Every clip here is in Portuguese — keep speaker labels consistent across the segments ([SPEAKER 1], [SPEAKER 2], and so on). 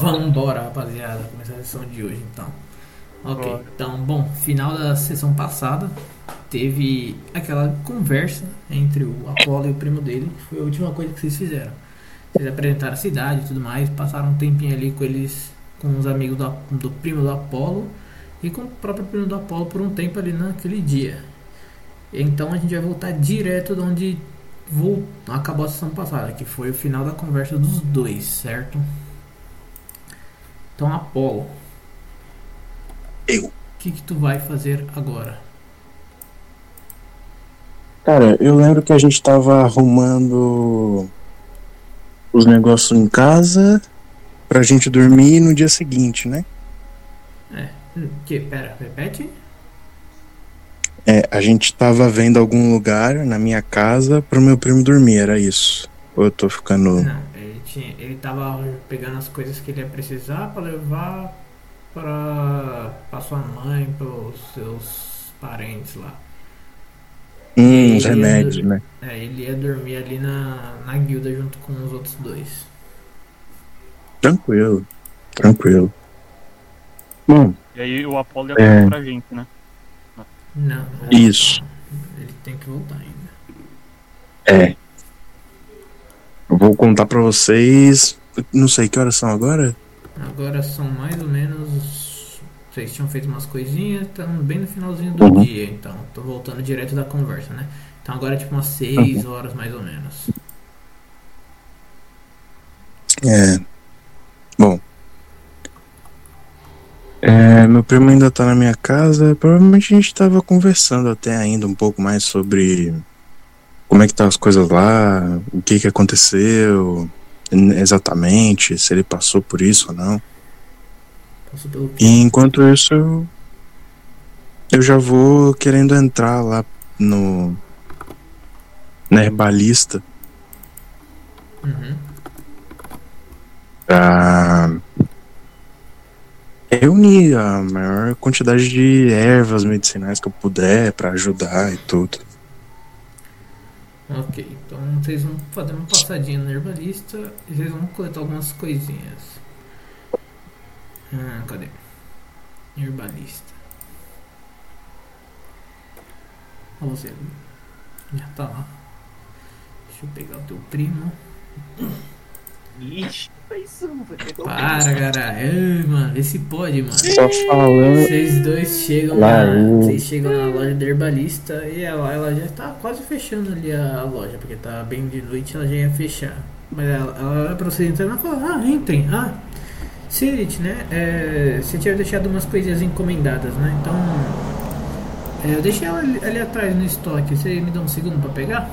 [SPEAKER 1] Pandora, rapaziada. Começar a sessão de hoje, então. Ok,
[SPEAKER 2] Bora.
[SPEAKER 1] então, bom, final da sessão passada, teve aquela conversa entre o Apolo e o primo dele, que foi a última coisa que vocês fizeram. Vocês apresentaram a cidade e tudo mais, passaram um tempinho ali com eles, com os amigos do, Ap- do primo do Apolo e com o próprio primo do Apolo por um tempo ali naquele dia. Então a gente vai voltar direto de onde vol- acabou a sessão passada, que foi o final da conversa dos dois, certo? Então, Apolo.
[SPEAKER 3] Eu.
[SPEAKER 1] O que, que tu vai fazer agora?
[SPEAKER 3] Cara, eu lembro que a gente tava arrumando os negócios em casa pra gente dormir no dia seguinte, né?
[SPEAKER 1] Hum, Que, pera, repete?
[SPEAKER 3] É, a gente tava vendo algum lugar na minha casa pro meu primo dormir, era isso. Ou eu tô ficando.
[SPEAKER 1] Não, ele, tinha, ele tava pegando as coisas que ele ia precisar pra levar pra, pra sua mãe, pros seus parentes lá.
[SPEAKER 3] Hum, os remédios, né?
[SPEAKER 1] É, ele ia dormir ali na, na guilda junto com os outros dois.
[SPEAKER 3] Tranquilo. Tranquilo. Bom,
[SPEAKER 2] E aí o Apolo ia
[SPEAKER 3] É.
[SPEAKER 2] contar pra gente, né?
[SPEAKER 1] Não. não.
[SPEAKER 3] Isso.
[SPEAKER 1] Ele tem que voltar ainda.
[SPEAKER 3] é. Eu vou contar pra vocês. Não sei que horas são agora?
[SPEAKER 1] Agora são mais ou menos. Vocês tinham feito umas coisinhas, estão bem no finalzinho do
[SPEAKER 3] Uhum.
[SPEAKER 1] dia, então. Tô voltando direto da conversa, né? Então agora é tipo umas 6 horas mais ou menos.
[SPEAKER 3] É. Bom. É, meu primo ainda tá na minha casa. Provavelmente a gente tava conversando até ainda um pouco mais sobre como é que tá as coisas lá, o que que aconteceu n- exatamente, se ele passou por isso ou não.
[SPEAKER 1] Passou pelo quê?
[SPEAKER 3] E enquanto isso, eu, eu já vou querendo entrar lá no. na herbalista
[SPEAKER 1] Uhum.
[SPEAKER 3] pra reunir Ah, é a maior quantidade de ervas medicinais que eu puder pra ajudar e tudo.
[SPEAKER 1] Ok, então vocês vão fazer uma passadinha no herbalista e vocês vão coletar algumas coisinhas. Ah, cadê? Herbalista. Olha você. Já tá lá. Deixa eu pegar o teu primo.
[SPEAKER 2] Ixi, paizão, vai pegar o
[SPEAKER 1] Para, caralho. Ei, mano, vê se pode, mano.
[SPEAKER 3] Só falando.
[SPEAKER 1] Vocês dois chegam
[SPEAKER 3] Lá,
[SPEAKER 1] na,
[SPEAKER 3] eu-
[SPEAKER 1] vocês chegam na loja do herbalista e ela, ela já tá quase fechando ali a, a loja, porque tá bem de noite ela já ia fechar. Mas ela, ela olha pra vocês entrando e fala, ah, entrem, ah. Sirit, né? é, você tinha deixado umas coisinhas encomendadas, né? Então. é, eu deixei ela ali, ali atrás no estoque. Você me dá um segundo pra pegar?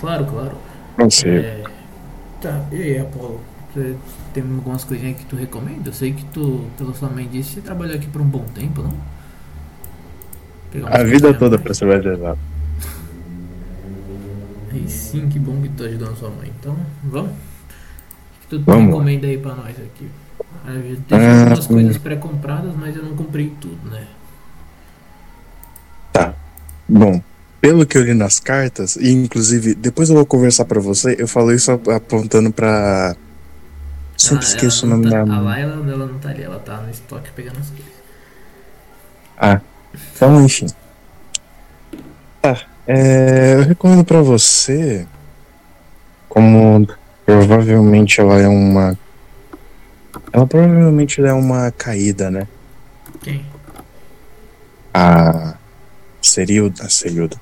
[SPEAKER 1] Claro, claro.
[SPEAKER 3] Não sei.
[SPEAKER 1] É, tá, e aí, Apolo? Você tem algumas coisinhas que tu recomenda? Eu sei que tu, pela sua mãe disse, você trabalhou aqui por um bom tempo, não? Pegar umas
[SPEAKER 3] A vida
[SPEAKER 1] coisinhas
[SPEAKER 3] toda
[SPEAKER 1] mais.
[SPEAKER 3] pra ser mais exato.
[SPEAKER 1] Aí sim, que bom que tu tá ajudando sua mãe. Então, vamos? O que tu
[SPEAKER 3] Vamos.
[SPEAKER 1] recomenda aí pra nós aqui? Ah, Eu já deixei
[SPEAKER 3] Ah,
[SPEAKER 1] algumas
[SPEAKER 3] sim.
[SPEAKER 1] coisas pré-compradas, mas eu não comprei tudo, né?
[SPEAKER 3] Tá. Bom, pelo que eu li nas cartas, e inclusive depois eu vou conversar pra você, eu falei isso ap- apontando pra. Sempre
[SPEAKER 1] Ela-
[SPEAKER 3] esqueço o
[SPEAKER 1] ela não
[SPEAKER 3] nome né?
[SPEAKER 1] tá,
[SPEAKER 3] da.
[SPEAKER 1] A Laila, ela não tá ali, ela tá no estoque pegando as coisas.
[SPEAKER 3] Então, enfim. Tá. é, eu recomendo pra você, como provavelmente ela é uma. Ela provavelmente é uma caída, né?
[SPEAKER 1] Quem?
[SPEAKER 3] A. Serilda. A Serilda.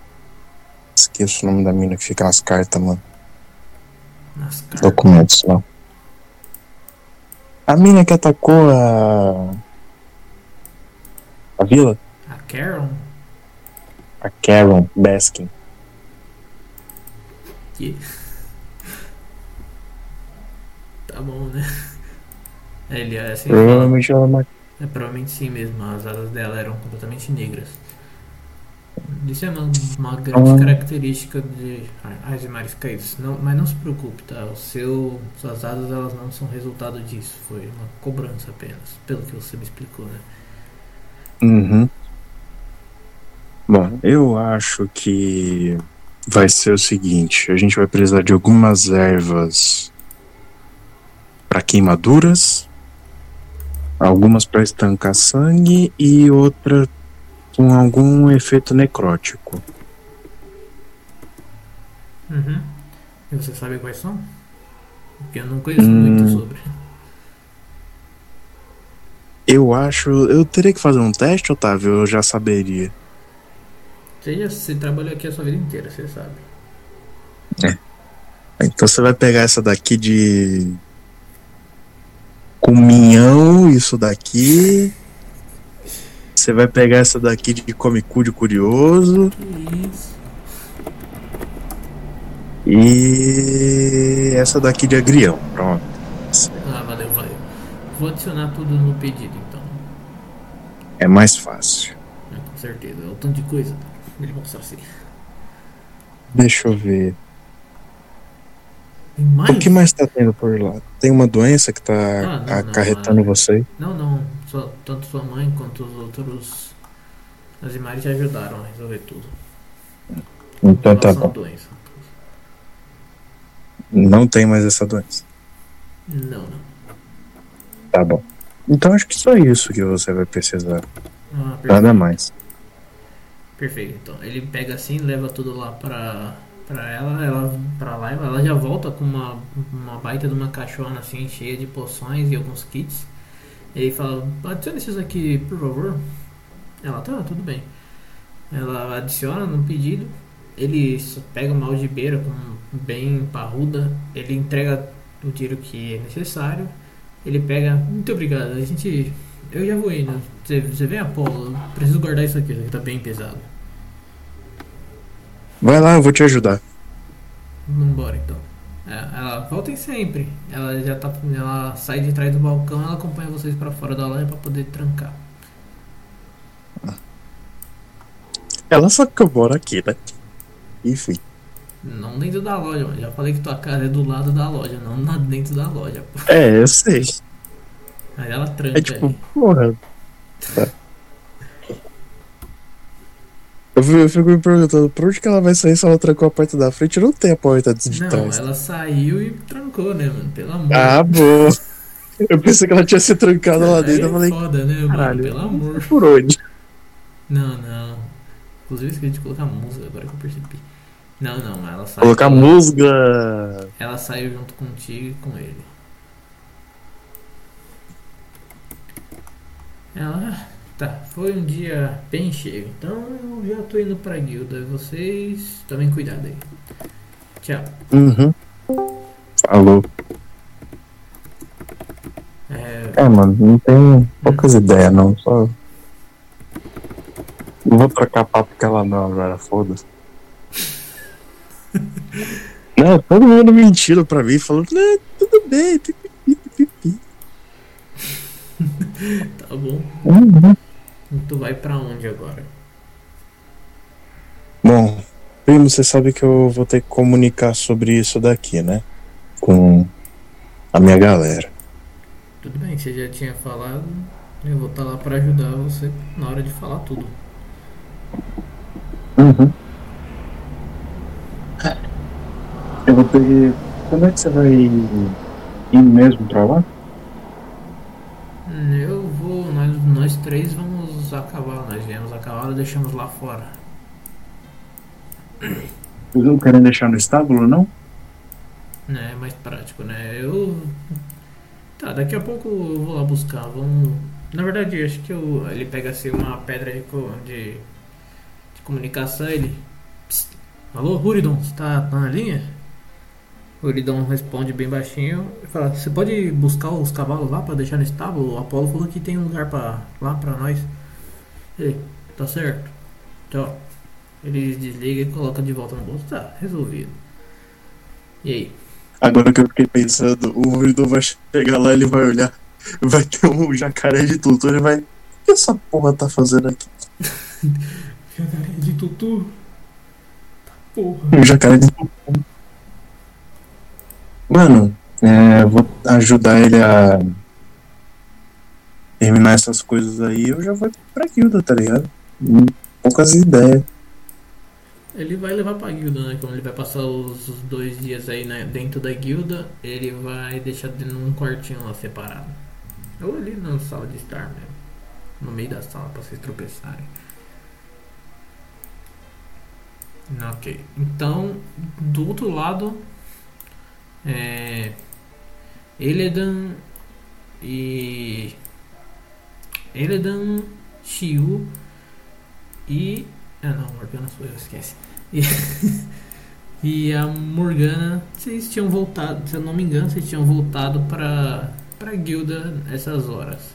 [SPEAKER 3] Esqueço o nome da mina que fica nas cartas, mano.
[SPEAKER 1] Nas cartas.
[SPEAKER 3] Documentos, não. A mina que atacou a. A vila?
[SPEAKER 1] A Carol?
[SPEAKER 3] A Karen Baskin.
[SPEAKER 1] Que- Tá bom, né? É, Ele é assim.
[SPEAKER 3] Provavelmente ela é uma
[SPEAKER 1] É, provavelmente sim mesmo. As asas dela eram completamente negras. Isso é uma, uma grande
[SPEAKER 3] Então-
[SPEAKER 1] característica de as mares caídas. Não, mas não se preocupe, tá? O seu, suas asas elas não são resultado disso. Foi uma cobrança apenas, pelo que você me explicou, né?
[SPEAKER 3] Uhum. Bom, eu acho que vai ser o seguinte: a gente vai precisar de algumas ervas para queimaduras, algumas para estancar sangue e outra com algum efeito necrótico.
[SPEAKER 1] Uhum. E você sabe quais são? Porque eu não conheço
[SPEAKER 3] Hum.
[SPEAKER 1] muito sobre.
[SPEAKER 3] Eu acho. Eu teria que fazer um teste, Otávio, eu já saberia.
[SPEAKER 1] Você já se trabalhou aqui a sua vida inteira, você sabe.
[SPEAKER 3] Então você vai pegar essa daqui de. Cominhão, isso daqui. Você vai pegar essa daqui de comicu de curioso.
[SPEAKER 1] Que isso?
[SPEAKER 3] E essa daqui de agrião, pronto.
[SPEAKER 1] Ah, valeu, valeu. Vou adicionar tudo no pedido, então.
[SPEAKER 3] É mais fácil.
[SPEAKER 1] né, Com certeza. É o tanto de coisa. Ele mostra assim.
[SPEAKER 3] Deixa eu ver.
[SPEAKER 1] Tem mais?
[SPEAKER 3] O que mais tá tendo por lá? Tem uma doença que tá
[SPEAKER 1] Ah, não, não,
[SPEAKER 3] acarretando
[SPEAKER 1] não.
[SPEAKER 3] você?
[SPEAKER 1] Não, não. Só, tanto sua mãe quanto os outros. As imagens te ajudaram a resolver tudo. Em
[SPEAKER 3] Então tá
[SPEAKER 1] relação à
[SPEAKER 3] bom.
[SPEAKER 1] doença.
[SPEAKER 3] Não tem mais essa doença.
[SPEAKER 1] Não, não.
[SPEAKER 3] Tá bom. Então acho que só isso que você vai precisar.
[SPEAKER 1] Ah, perfeito.
[SPEAKER 3] Nada mais.
[SPEAKER 1] Perfeito. Então, ele pega assim, leva tudo lá pra, pra ela, ela pra lá, ela já volta com uma, uma baita de uma caixona assim, cheia de poções e alguns kits. Ele fala, adiciona esses aqui, por favor. Ela, tá, tudo bem. Ela adiciona no pedido, ele só pega uma algibeira com bem parruda, ele entrega o dinheiro que é necessário, ele pega, muito obrigado, a gente... Eu já vou indo. Você, você vem, Apolo? Eu preciso guardar isso aqui, isso aqui tá bem pesado.
[SPEAKER 3] Vai lá, eu vou te ajudar.
[SPEAKER 1] Vambora então. É, ela voltem sempre. Ela já tá. Ela sai de trás do balcão, ela acompanha vocês pra fora da loja pra poder trancar.
[SPEAKER 3] Ela sabe que eu moro aqui, né? Enfim.
[SPEAKER 1] Não dentro da loja, mano. Já falei que tua casa é do lado da loja, não na dentro da loja. pô.
[SPEAKER 3] É, eu sei.
[SPEAKER 1] Aí ela tranca né?
[SPEAKER 3] É tipo,
[SPEAKER 1] ali.
[SPEAKER 3] porra. Tá. Eu fi- eu fico me perguntando por onde que ela vai sair se ela trancou a porta da frente e não tem a porta de
[SPEAKER 1] Não,
[SPEAKER 3] trás.
[SPEAKER 1] ela saiu e trancou, né, mano? Pelo amor.
[SPEAKER 3] Ah, bom. Eu pensei que ela tinha se trancado lá
[SPEAKER 1] Aí
[SPEAKER 3] dentro. Eu
[SPEAKER 1] é
[SPEAKER 3] falei,
[SPEAKER 1] foda, né, mano?
[SPEAKER 3] caralho.
[SPEAKER 1] Pelo amor.
[SPEAKER 3] por onde?
[SPEAKER 1] Não, não. Inclusive eu esqueci de colocar música, agora que eu percebi. Não, não, ela saiu.
[SPEAKER 3] Colocar musga.
[SPEAKER 1] Ela saiu junto contigo e com ele. Ela. Tá, foi um dia bem cheio. Então eu já tô indo pra guilda. Vocês tomem cuidado aí. Tchau.
[SPEAKER 3] Uhum. Falou.
[SPEAKER 1] É,
[SPEAKER 3] É, mano, não tem poucas ideias, não. Só. Não vou trocar papo com ela, não, agora, foda-se. Não, todo mundo mentindo pra mim, falando, né, tudo bem, pipipi, pipipi.
[SPEAKER 1] tá bom.
[SPEAKER 3] Uhum.
[SPEAKER 1] Tu vai pra onde agora?
[SPEAKER 3] Bom, primo, você sabe que eu vou ter que comunicar sobre isso daqui, né? Com a minha galera.
[SPEAKER 1] Tudo bem, você já tinha falado. Eu vou estar lá pra ajudar você na hora de falar tudo.
[SPEAKER 3] Uhum. Eu vou ter que. Quando é que você vai ir mesmo pra lá?
[SPEAKER 1] Hum, Eu vou. Nós, nós três vamos a cavalo. Nós viemos a cavalo e deixamos lá fora.
[SPEAKER 3] Vocês não querem deixar no estábulo, não?
[SPEAKER 1] né? É mais prático, né? Eu. Tá, daqui a pouco eu vou lá buscar. Vamos. Na verdade, acho que eu... ele pega assim uma pedra de, co- de... de comunicação. Ele. Psst. Alô, Huridon, você tá, tá na linha? Huridon responde bem baixinho e fala: Você pode buscar os cavalos lá pra deixar no estábulo? O Apolo falou que tem um lugar pra... lá pra nós. Ele, tá certo. Tchau. Ele desliga e coloca de volta no bolso. Tá, resolvido. E aí?
[SPEAKER 3] Agora que eu fiquei pensando, o Uridon vai chegar lá, ele vai olhar, vai ter um jacaré de tutor e vai. O que essa porra tá fazendo aqui?
[SPEAKER 1] Jacaré de tutu? Tá porra.
[SPEAKER 3] Um jacaré de tutor. Mano, é, eu vou ajudar ele a terminar essas coisas aí, eu já vou pra guilda, tá ligado? Hum, Poucas ideias.
[SPEAKER 1] Ele vai levar pra guilda, né? Como ele vai passar os os dois dias aí né, dentro da guilda, ele vai deixar dentro de um quartinho lá separado. Ou ali na sala de estar mesmo. No meio da sala pra vocês tropeçarem. Ok. Então, do outro lado, é. Eledan e. Eledan, Shiu e ah não, Morgana sou eu, esquece. E, e a Morgana, vocês tinham voltado, se eu não me engano, vocês tinham voltado pra, pra guilda essas horas.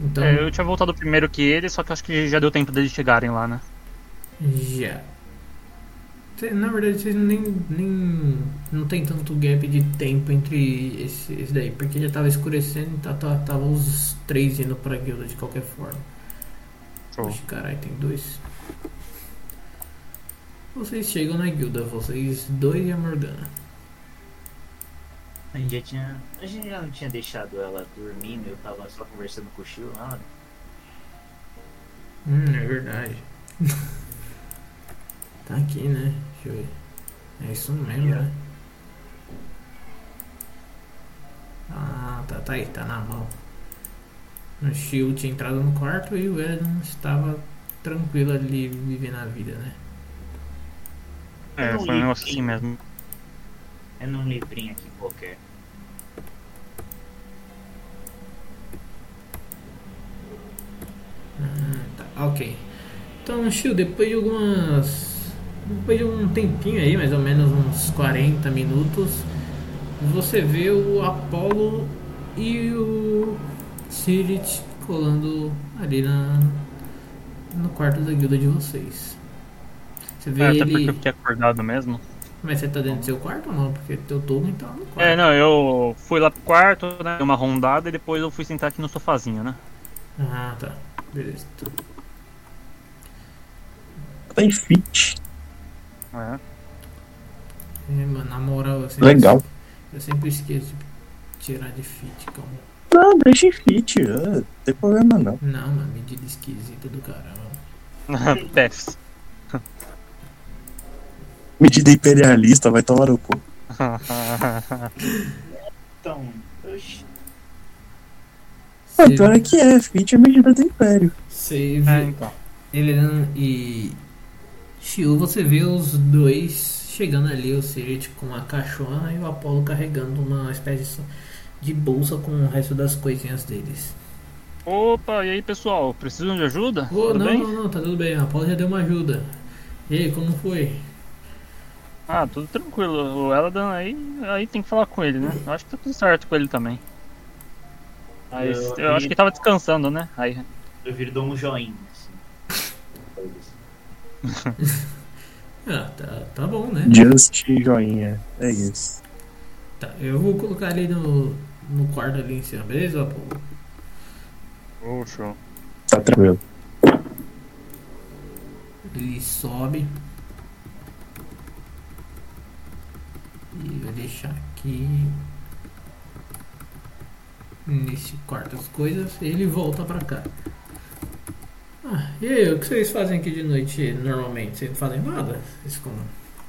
[SPEAKER 1] Então,
[SPEAKER 2] É, eu tinha voltado primeiro que ele, só que eu acho que já deu tempo deles chegarem lá, né?
[SPEAKER 1] já. Cê- Na verdade, vocês nem, nem. Não tem tanto gap de tempo entre esse, esse daí, porque já tava escurecendo e tá- tá- tava os três indo pra guilda de qualquer forma.
[SPEAKER 2] Show.
[SPEAKER 1] Ixi, caralho, tem dois. Vocês chegam na guilda, vocês dois e a Morgana.
[SPEAKER 4] A gente já tinha. A gente já não tinha deixado ela dormindo, eu tava só conversando com o Shio lá. né?
[SPEAKER 1] Hum, é verdade. tá aqui, né? Deixa eu ver. É isso mesmo, né? Ah, tá, tá aí, tá na mão. O Shield tinha entrado no quarto e o Edon estava tranquilo ali vivendo a vida, né?
[SPEAKER 2] É, foi um negócio assim mesmo.
[SPEAKER 4] É num livrinho aqui qualquer.
[SPEAKER 1] Tá, ok. Então, Chiu, depois de algumas. Depois de um tempinho aí, mais ou menos uns 40 minutos, você vê o Apollo e o Sirit colando ali na, no quarto da guilda de vocês. Você vê
[SPEAKER 2] É, até porque
[SPEAKER 1] ele.
[SPEAKER 2] eu fiquei acordado mesmo.
[SPEAKER 1] Mas você tá dentro do seu quarto ou não? Porque teu Tolkien tá no quarto.
[SPEAKER 2] É, não, eu fui lá pro quarto, né? Dei uma rondada e depois eu fui sentar aqui no sofazinho, né?
[SPEAKER 1] Ah, tá. Beleza.
[SPEAKER 5] Tá em fit.
[SPEAKER 2] É.
[SPEAKER 1] É, mano, na moral, eu sempre,
[SPEAKER 5] Legal.
[SPEAKER 1] eu sempre esqueço de tirar de fit, calma.
[SPEAKER 5] Não, deixa em fit.
[SPEAKER 3] é,
[SPEAKER 5] ah, Não tem problema não.
[SPEAKER 1] Não, mano, medida esquisita do caramba.
[SPEAKER 2] É. Pefs.
[SPEAKER 5] Medida imperialista, vai tomar o cu.
[SPEAKER 4] Então, oxi.
[SPEAKER 5] Ah,
[SPEAKER 1] Cê-
[SPEAKER 5] pior é que é, fit é medida do império.
[SPEAKER 1] Você
[SPEAKER 2] É,
[SPEAKER 1] vê.
[SPEAKER 2] então.
[SPEAKER 1] Elenan e. Shiu, você vê os dois chegando ali, o Sirit com a caixona e o Apolo carregando uma espécie de bolsa com o resto das coisinhas deles.
[SPEAKER 2] Opa, e aí pessoal, precisam de ajuda?
[SPEAKER 1] Ô,
[SPEAKER 2] Tudo
[SPEAKER 1] não,
[SPEAKER 2] bem?
[SPEAKER 1] não, não, tá tudo bem, o Apolo já deu uma ajuda. E aí, como foi?
[SPEAKER 2] Ah, tudo tranquilo. O Eladan aí, aí tem que falar com ele, né? Eu acho que tá tudo certo com ele também. Mas
[SPEAKER 4] Eu-
[SPEAKER 2] eu, acho que ele tava descansando, né? Aí.
[SPEAKER 4] Eu viro dou um joinha, assim. Coisas.
[SPEAKER 1] Ah, tá, tá bom, né?
[SPEAKER 5] Just joinha. É isso.
[SPEAKER 1] Tá, eu vou colocar ali no, no quarto ali em cima, beleza, Apolo?
[SPEAKER 2] Oh, show.
[SPEAKER 5] Tá tranquilo.
[SPEAKER 1] Ele sobe. E vai deixar aqui. Nesse quarto as coisas. Ele volta pra cá. Ah, e aí, o que vocês fazem aqui de noite normalmente? Vocês não fazem nada? Vocês ficam.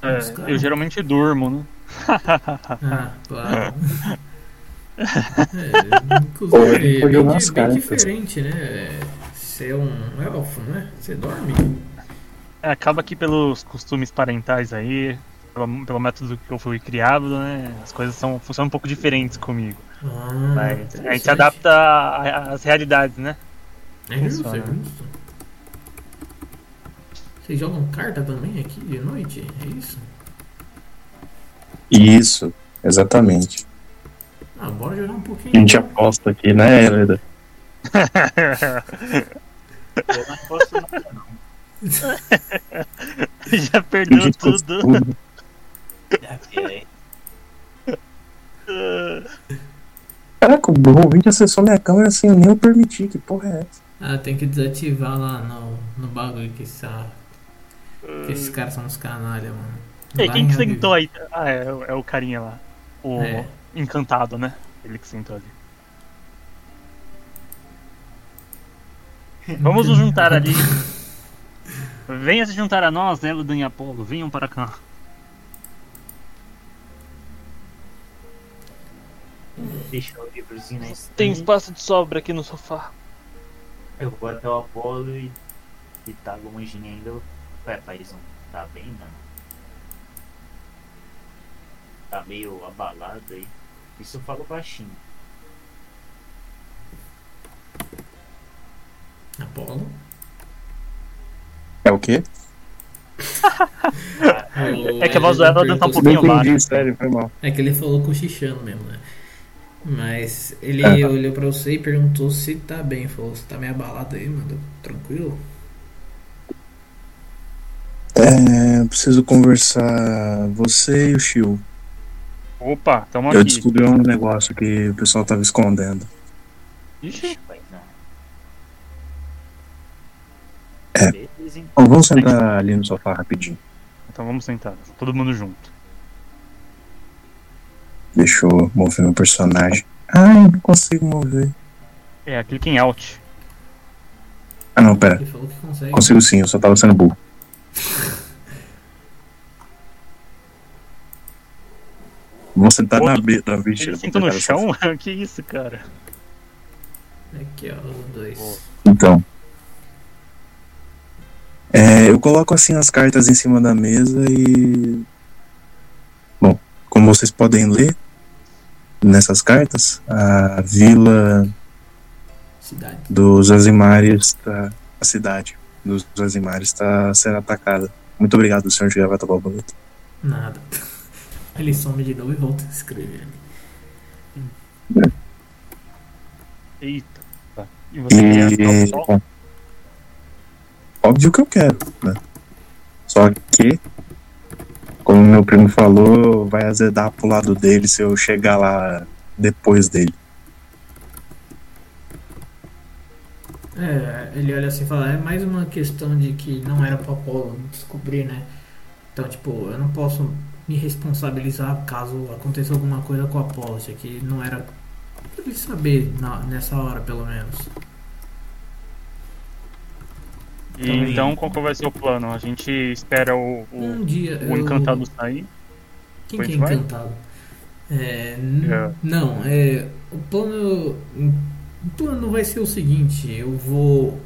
[SPEAKER 1] Mas, cara.
[SPEAKER 2] É, eu geralmente durmo, né?
[SPEAKER 1] Ah, claro. É, inclusive,
[SPEAKER 5] Ou- ou
[SPEAKER 1] é bem,
[SPEAKER 5] jogar
[SPEAKER 1] di-
[SPEAKER 5] as
[SPEAKER 1] bem
[SPEAKER 5] cartas.
[SPEAKER 1] diferente, né? Ser um elfo, né? Você dorme?
[SPEAKER 2] É, acaba que pelos costumes parentais aí, pelo, pelo método que eu fui criado, né? As coisas são, funcionam um pouco diferentes comigo.
[SPEAKER 1] Ah,
[SPEAKER 2] Mas a gente se
[SPEAKER 1] interessante.
[SPEAKER 2] adapta a- às realidades, né?
[SPEAKER 1] É justo,
[SPEAKER 2] Funciona.
[SPEAKER 1] é justo. Vocês jogam carta também aqui de noite? É isso?
[SPEAKER 5] Isso, exatamente.
[SPEAKER 1] Ah, bora jogar um pouquinho.
[SPEAKER 5] A gente
[SPEAKER 3] Então.
[SPEAKER 5] aposta aqui, né, Helena?
[SPEAKER 4] Eu não posso nada, não.
[SPEAKER 2] Já perdeu tudo.
[SPEAKER 5] tudo.
[SPEAKER 4] Ah, é,
[SPEAKER 5] Caraca, o Robin acessou minha câmera sem eu nem eu permitir. Que porra é essa?
[SPEAKER 1] Ah, tem que desativar lá no, no bagulho que, essa, que esses caras são uns canalha, mano.
[SPEAKER 2] E
[SPEAKER 1] Lá
[SPEAKER 2] quem
[SPEAKER 1] em
[SPEAKER 2] que
[SPEAKER 1] Aviv.
[SPEAKER 2] sentou aí? Ah, é, o- é o carinha lá. O
[SPEAKER 1] É.
[SPEAKER 2] encantado, né? Ele que sentou ali. Vamos nos juntar ali. Venha se juntar a nós, Elodon e Apolo. Venham para cá.
[SPEAKER 4] Deixar o livrozinho na estante.
[SPEAKER 6] Tem espaço de sobra aqui no sofá.
[SPEAKER 4] Eu vou até o Apolo e. E tá longinho ainda. Ué, país não tá bem, não. Tá meio abalado aí. Isso eu falo baixinho.
[SPEAKER 1] Apolo.
[SPEAKER 3] É o quê?
[SPEAKER 2] É que a voz do Elodon tá um pouquinho
[SPEAKER 1] pouquinho
[SPEAKER 2] Não entendi, baixo.
[SPEAKER 3] sério, foi mal.
[SPEAKER 1] É que ele falou cochichando mesmo, né? Mas ele
[SPEAKER 3] Ah, tá.
[SPEAKER 1] olhou pra você e perguntou se tá bem. Falou, você tá meio abalado aí, mano? Tranquilo?
[SPEAKER 3] É, eu preciso conversar você e o Shio.
[SPEAKER 2] Opa, tamo
[SPEAKER 3] Eu
[SPEAKER 2] aqui.
[SPEAKER 3] descobri um negócio que o pessoal tava escondendo.
[SPEAKER 2] Ixi,
[SPEAKER 4] Vai, não.
[SPEAKER 3] É.
[SPEAKER 4] Beleza, hein?
[SPEAKER 3] Bom, vamos sentar ali no sofá rapidinho.
[SPEAKER 2] então vamos sentar. Todo mundo junto.
[SPEAKER 3] Deixa eu mover meu personagem. Ai, não consigo mover.
[SPEAKER 2] É, clique em Alt.
[SPEAKER 3] Ah, não, pera.
[SPEAKER 1] Ele falou que consegue.
[SPEAKER 3] Consigo sim, eu só tava sendo burro. Vou sentar na beira, bicha.
[SPEAKER 2] Ele sentou no chão? que isso, cara?
[SPEAKER 1] Aqui, ó, os dois.
[SPEAKER 2] Boa.
[SPEAKER 3] Então. É, eu coloco assim as cartas em cima da mesa e. Bom, como vocês podem ler nessas cartas, a vila
[SPEAKER 1] Cidade.
[SPEAKER 3] dos Azimares tá. A cidade dos Azimares está sendo atacada. Muito obrigado, senhor de gravata borboleta.
[SPEAKER 1] Nada. Ele some de novo e volta a escrever.
[SPEAKER 2] Eita. Tá. E você quer dar um
[SPEAKER 3] E.
[SPEAKER 2] sol?
[SPEAKER 3] Bom, óbvio que eu quero, né? Só que, como meu primo falou, vai azedar pro lado dele se eu chegar lá depois dele.
[SPEAKER 1] É, ele olha assim e fala, é mais uma questão de que não era pro Apolo descobrir, né? Então, tipo, eu não posso me responsabilizar caso aconteça alguma coisa com o Apolo. Isso aqui não era pra ele saber na- nessa hora, pelo menos.
[SPEAKER 2] E então, qual que vai ser o plano? A gente espera o, o,
[SPEAKER 1] um dia.
[SPEAKER 2] o encantado sair.
[SPEAKER 1] Quem que é
[SPEAKER 2] Point vai?
[SPEAKER 1] encantado? É, n-
[SPEAKER 2] É.
[SPEAKER 1] Não, é, o plano. O plano vai ser o seguinte, eu vou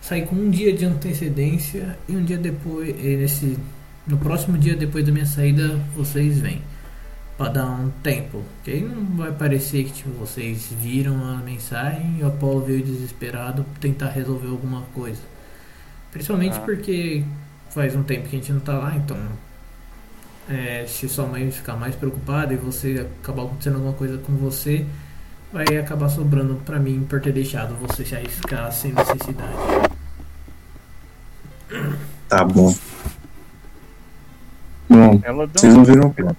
[SPEAKER 1] sair com um dia de antecedência e um dia depois. e nesse, no próximo dia depois da minha saída vocês vêm. Pra dar um tempo. Que aí não vai parecer que tipo, vocês viram a mensagem e o Apolo veio desesperado tentar resolver alguma coisa. Principalmente
[SPEAKER 2] Ah.
[SPEAKER 1] porque faz um tempo que a gente não tá lá, então é, se sua mãe ficar mais preocupada e você acabar acontecendo alguma coisa com você, vai acabar sobrando pra mim por ter deixado você se arriscar sem necessidade.
[SPEAKER 3] Tá bom. Bom,
[SPEAKER 2] Ela dá
[SPEAKER 3] vocês
[SPEAKER 2] um-
[SPEAKER 3] não viram o plano.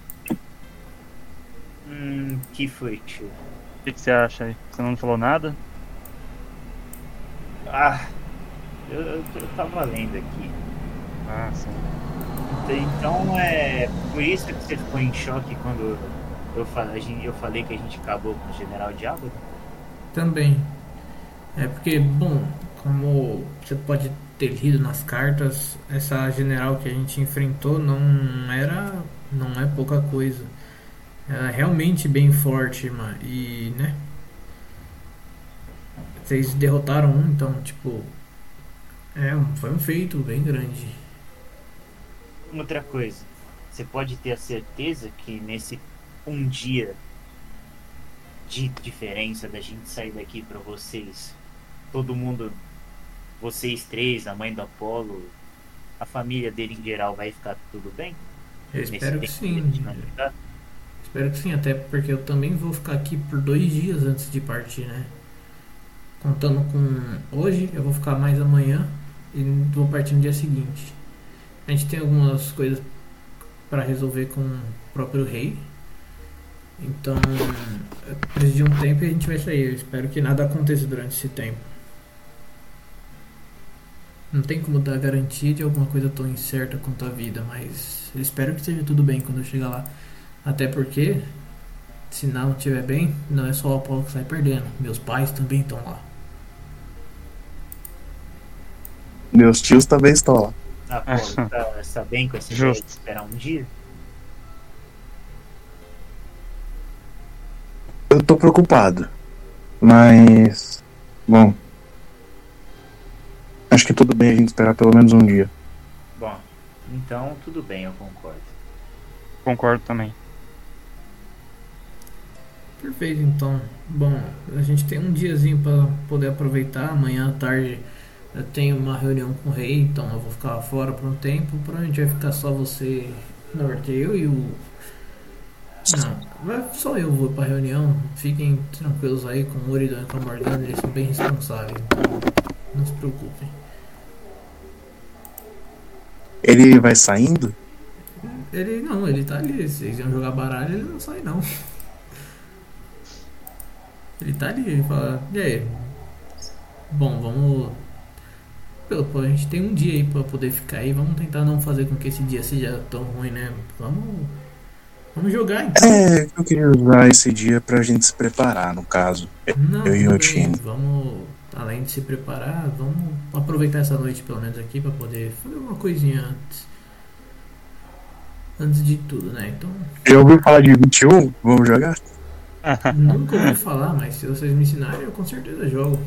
[SPEAKER 4] Hum, que foi, tio?
[SPEAKER 2] O que, que você acha aí? Você não falou nada?
[SPEAKER 4] Ah, eu, eu, eu tava lendo aqui.
[SPEAKER 2] Ah, sim.
[SPEAKER 4] Então é por isso que você ficou em choque quando eu, fa- a gente- eu falei que a gente acabou com o General Diabo?
[SPEAKER 1] Também. É porque, bom, como você pode ter lido nas cartas, essa general que a gente enfrentou não era. não é pouca coisa. Ela é realmente bem forte, mano. E, né? Vocês derrotaram um, então, tipo. É, um- foi um feito bem grande.
[SPEAKER 4] Outra coisa, você pode ter a certeza que nesse um dia de diferença da gente sair daqui pra vocês, todo mundo, vocês três, a mãe do Apolo, a família dele em geral vai ficar tudo bem?
[SPEAKER 1] Eu
[SPEAKER 4] Nesse
[SPEAKER 1] espero que
[SPEAKER 4] tempo
[SPEAKER 1] sim.
[SPEAKER 4] a gente não ficar?
[SPEAKER 1] Espero que sim, até porque eu também vou ficar aqui por dois dias antes de partir, né? Contando com hoje, eu vou ficar mais amanhã e vou partir no dia seguinte. A gente tem algumas coisas pra resolver com o próprio rei. Então, eu preciso de um tempo e a gente vai sair. Eu espero que nada aconteça durante esse tempo. Não tem como dar garantia de alguma coisa tão incerta quanto a vida, mas eu espero que esteja tudo bem quando eu chegar lá. Até porque, se não estiver bem, não é só o Apolo que sai perdendo. Meus pais também estão lá.
[SPEAKER 5] Meus tios também estão lá.
[SPEAKER 4] Apolo tá, está bem com essa ideia de
[SPEAKER 2] Justo.
[SPEAKER 4] esperar um dia?
[SPEAKER 5] Eu tô preocupado. Mas. Bom. Acho que tudo bem a gente esperar pelo menos um dia.
[SPEAKER 4] Bom, então tudo bem, eu concordo.
[SPEAKER 2] Concordo também.
[SPEAKER 1] Perfeito, então. Bom, a gente tem um diazinho para poder aproveitar. Amanhã à tarde eu tenho uma reunião com o rei, então eu vou ficar lá fora por um tempo. Provavelmente vai ficar só você, Norte, eu e o. Não, vai- só eu vou pra reunião. Fiquem tranquilos aí com o Uridan e com a Mordana, eles são bem responsáveis, então não se preocupem.
[SPEAKER 5] Ele vai saindo?
[SPEAKER 1] Ele não, ele tá ali. Se eles iam jogar baralho, ele não sai não. Ele tá ali, ele fala. E aí? Bom, vamos. Pô, pô, a gente tem um dia aí pra poder ficar aí. Vamos tentar não fazer com que esse dia seja tão ruim, né? Vamos. Vamos jogar então.
[SPEAKER 5] É, eu queria usar esse dia pra gente se preparar, no caso.
[SPEAKER 1] Não,
[SPEAKER 5] eu e
[SPEAKER 1] tudo
[SPEAKER 5] o
[SPEAKER 1] bem,
[SPEAKER 5] time.
[SPEAKER 1] Vamos, além de se preparar, vamos aproveitar essa noite pelo menos aqui pra poder fazer uma coisinha antes. Antes de tudo, né? Então.
[SPEAKER 5] Já ouviu falar de 21? Vamos jogar?
[SPEAKER 1] Nunca ouvi falar, mas se vocês me ensinarem, eu com certeza jogo.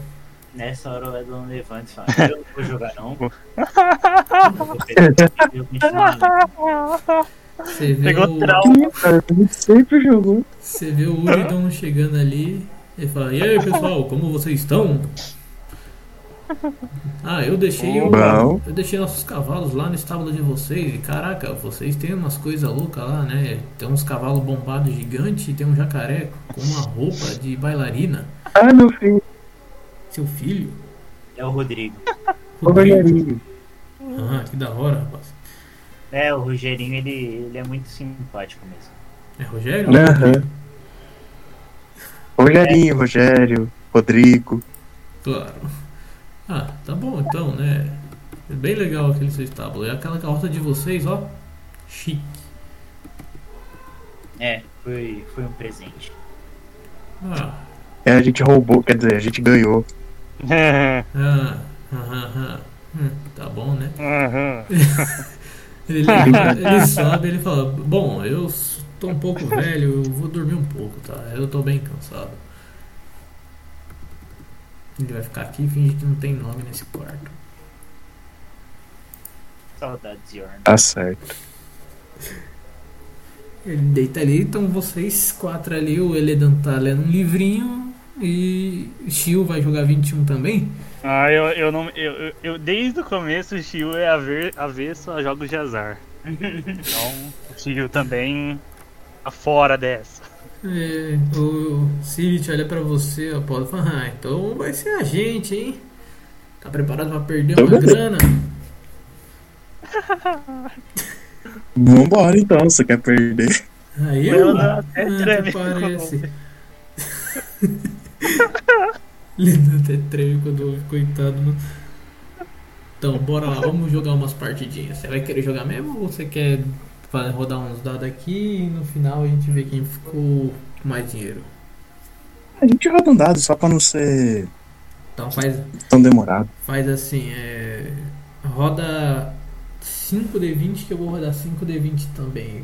[SPEAKER 4] Nessa hora o Edon levanta e fala, eu não vou jogar não. Eu vou pegar esse time e eu continuar lá."
[SPEAKER 1] Você vê
[SPEAKER 2] Pegou
[SPEAKER 1] o,
[SPEAKER 2] trauma.
[SPEAKER 5] cara, a gente sempre jogou.
[SPEAKER 1] você vê o Uridon chegando ali e fala: E aí pessoal, como vocês estão? Ah, eu deixei o-
[SPEAKER 5] Bom.
[SPEAKER 1] eu deixei nossos cavalos lá no estábulo de vocês. E caraca, vocês têm umas coisas loucas lá, né? Tem uns cavalos bombados gigantes e tem um jacaré com uma roupa de bailarina.
[SPEAKER 5] Ah, meu filho,
[SPEAKER 1] Seu filho?
[SPEAKER 4] É o Rodrigo.
[SPEAKER 1] Ah, que da hora, rapaz.
[SPEAKER 4] É, o Rogerinho ele, ele é muito simpático mesmo.
[SPEAKER 1] É Rogério?
[SPEAKER 3] Né?
[SPEAKER 5] Aham. Rogerinho, Rogério, Rodrigo.
[SPEAKER 1] Claro. Ah, tá bom então, né? É bem legal aquele seu estábulo. E aquela carroça de vocês, ó. Chique.
[SPEAKER 4] É, foi, foi um presente.
[SPEAKER 1] Ah,
[SPEAKER 5] É, a gente roubou, quer dizer, a gente ganhou.
[SPEAKER 1] ah, ah, ah, ah. Hum, tá bom, né?
[SPEAKER 2] Aham.
[SPEAKER 1] Ele, ele sobe ele fala: Bom, eu s- tô um pouco velho, eu vou dormir um pouco, tá? Eu tô bem cansado. Ele vai ficar aqui e fingir que não tem nome nesse quarto.
[SPEAKER 4] Saudades, Yorn.
[SPEAKER 5] Tá certo.
[SPEAKER 1] Ele deita ali, então vocês quatro ali, o Eledan tá lendo um livrinho e Shio vai jogar 21 também.
[SPEAKER 2] Ah, eu, eu não. Eu, eu- eu- desde o começo o Shio é aver, avesso a jogos de azar. Então o Shio também tá fora dessa.
[SPEAKER 1] É, o Cirit olha pra você, o Paulo fala, ah, então vai ser a gente, hein? Tá preparado pra perder uma grana?
[SPEAKER 5] Vambora então, você quer perder?
[SPEAKER 1] Aí
[SPEAKER 2] Eu
[SPEAKER 1] eu,
[SPEAKER 2] não,
[SPEAKER 1] ah,
[SPEAKER 2] até
[SPEAKER 1] que
[SPEAKER 2] treme.
[SPEAKER 1] parece. Lindo até treme quando ouve, coitado, mano. Então, bora lá, vamos jogar umas partidinhas. Você vai querer jogar mesmo ou você quer fa- rodar uns dados aqui e no final a gente vê quem ficou com mais dinheiro?
[SPEAKER 5] A gente roda um dado só pra não ser
[SPEAKER 1] Então faz,
[SPEAKER 5] tão demorado.
[SPEAKER 1] faz assim, é... roda 5d20 que eu vou rodar 5d20 também.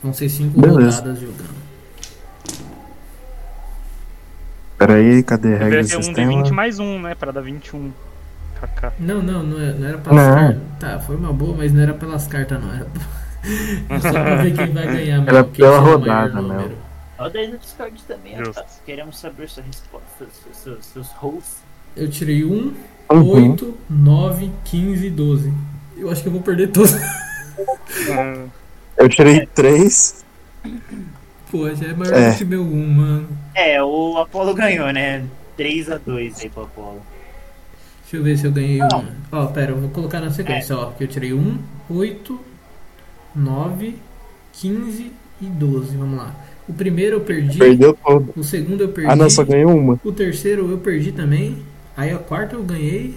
[SPEAKER 1] Vão ser 5
[SPEAKER 5] Beleza.
[SPEAKER 1] rodadas jogando.
[SPEAKER 5] Pera aí, cadê a regra
[SPEAKER 2] Deveria
[SPEAKER 5] do
[SPEAKER 2] ter um D20
[SPEAKER 5] sistema?
[SPEAKER 2] mais um, né? Pra dar 21. Kaká.
[SPEAKER 1] Não, não, não é- não era pra
[SPEAKER 5] Não.
[SPEAKER 1] lascar. Tá, foi uma boa, mas não era pelas cartas, não. Era pra- só pra ver quem vai ganhar mesmo.
[SPEAKER 5] Era
[SPEAKER 1] quem
[SPEAKER 5] pela
[SPEAKER 1] tiver o
[SPEAKER 5] rodada,
[SPEAKER 1] maior
[SPEAKER 5] né?
[SPEAKER 1] número.
[SPEAKER 4] Roda aí no Discord também,
[SPEAKER 2] Justo.
[SPEAKER 4] rapaz. Queremos saber sua resposta, seus, seus, seus hosts.
[SPEAKER 1] Eu tirei 1,
[SPEAKER 5] Uhum.
[SPEAKER 1] 8, 9, 15, 12. Eu acho que eu vou perder todos.
[SPEAKER 2] Ah,
[SPEAKER 5] Eu tirei três.
[SPEAKER 1] Pô, já é maior
[SPEAKER 5] É.
[SPEAKER 1] que meu 1, mano.
[SPEAKER 4] É, o Apolo ganhou, né? 3x2 aí pro Apolo.
[SPEAKER 1] Deixa eu ver se eu ganhei 1. Ó, pera, eu vou colocar na sequência, ó. Que eu tirei 1, 8, 9, 15 e 12. Vamos lá. O primeiro eu
[SPEAKER 2] É.
[SPEAKER 1] perdi.
[SPEAKER 5] Perdeu todo.
[SPEAKER 1] O segundo eu perdi.
[SPEAKER 5] Ah, não, só ganhou uma.
[SPEAKER 1] O terceiro eu perdi também. Aí a quarta eu ganhei.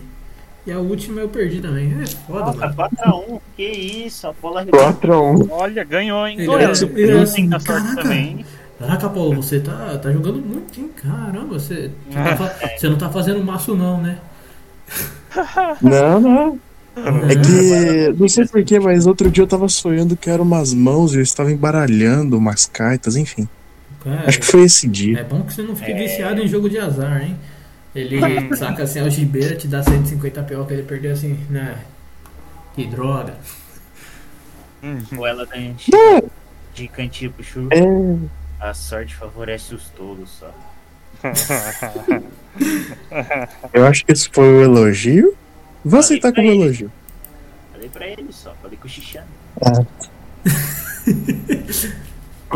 [SPEAKER 1] E a última eu perdi também. É foda,
[SPEAKER 4] Nossa,
[SPEAKER 1] mano.
[SPEAKER 4] 4x1, que isso, Apolo arrebentou.
[SPEAKER 5] 4 a 1
[SPEAKER 2] Olha, ganhou, hein?
[SPEAKER 1] Ele
[SPEAKER 2] Olha,
[SPEAKER 1] era- ele era
[SPEAKER 2] eu tenho
[SPEAKER 1] assim,
[SPEAKER 2] a sorte
[SPEAKER 1] caraca.
[SPEAKER 2] também.
[SPEAKER 1] Caraca, Paulo, você tá, tá jogando muito, hein? Caramba, você, você, tá fa- você não tá fazendo maço não, né?
[SPEAKER 3] Não, não. É que, não sei porquê, mas outro dia eu tava sonhando que eram umas mãos e eu estava embaralhando umas cartas, enfim. Acho que
[SPEAKER 1] Cara,
[SPEAKER 3] foi esse dia.
[SPEAKER 1] é bom que você não fique viciado em jogo de azar, hein? Ele saca assim a algibeira, te dá 150 PO que ele perdeu assim, né? Que droga.
[SPEAKER 2] Hum,
[SPEAKER 4] Ou ela dá anti- de cantinho pro churro.
[SPEAKER 3] É,
[SPEAKER 4] A sorte favorece os tolos só.
[SPEAKER 3] eu acho que isso foi um elogio. Vou aceitar como elogio.
[SPEAKER 4] Falei pra ele só, falei cochichando.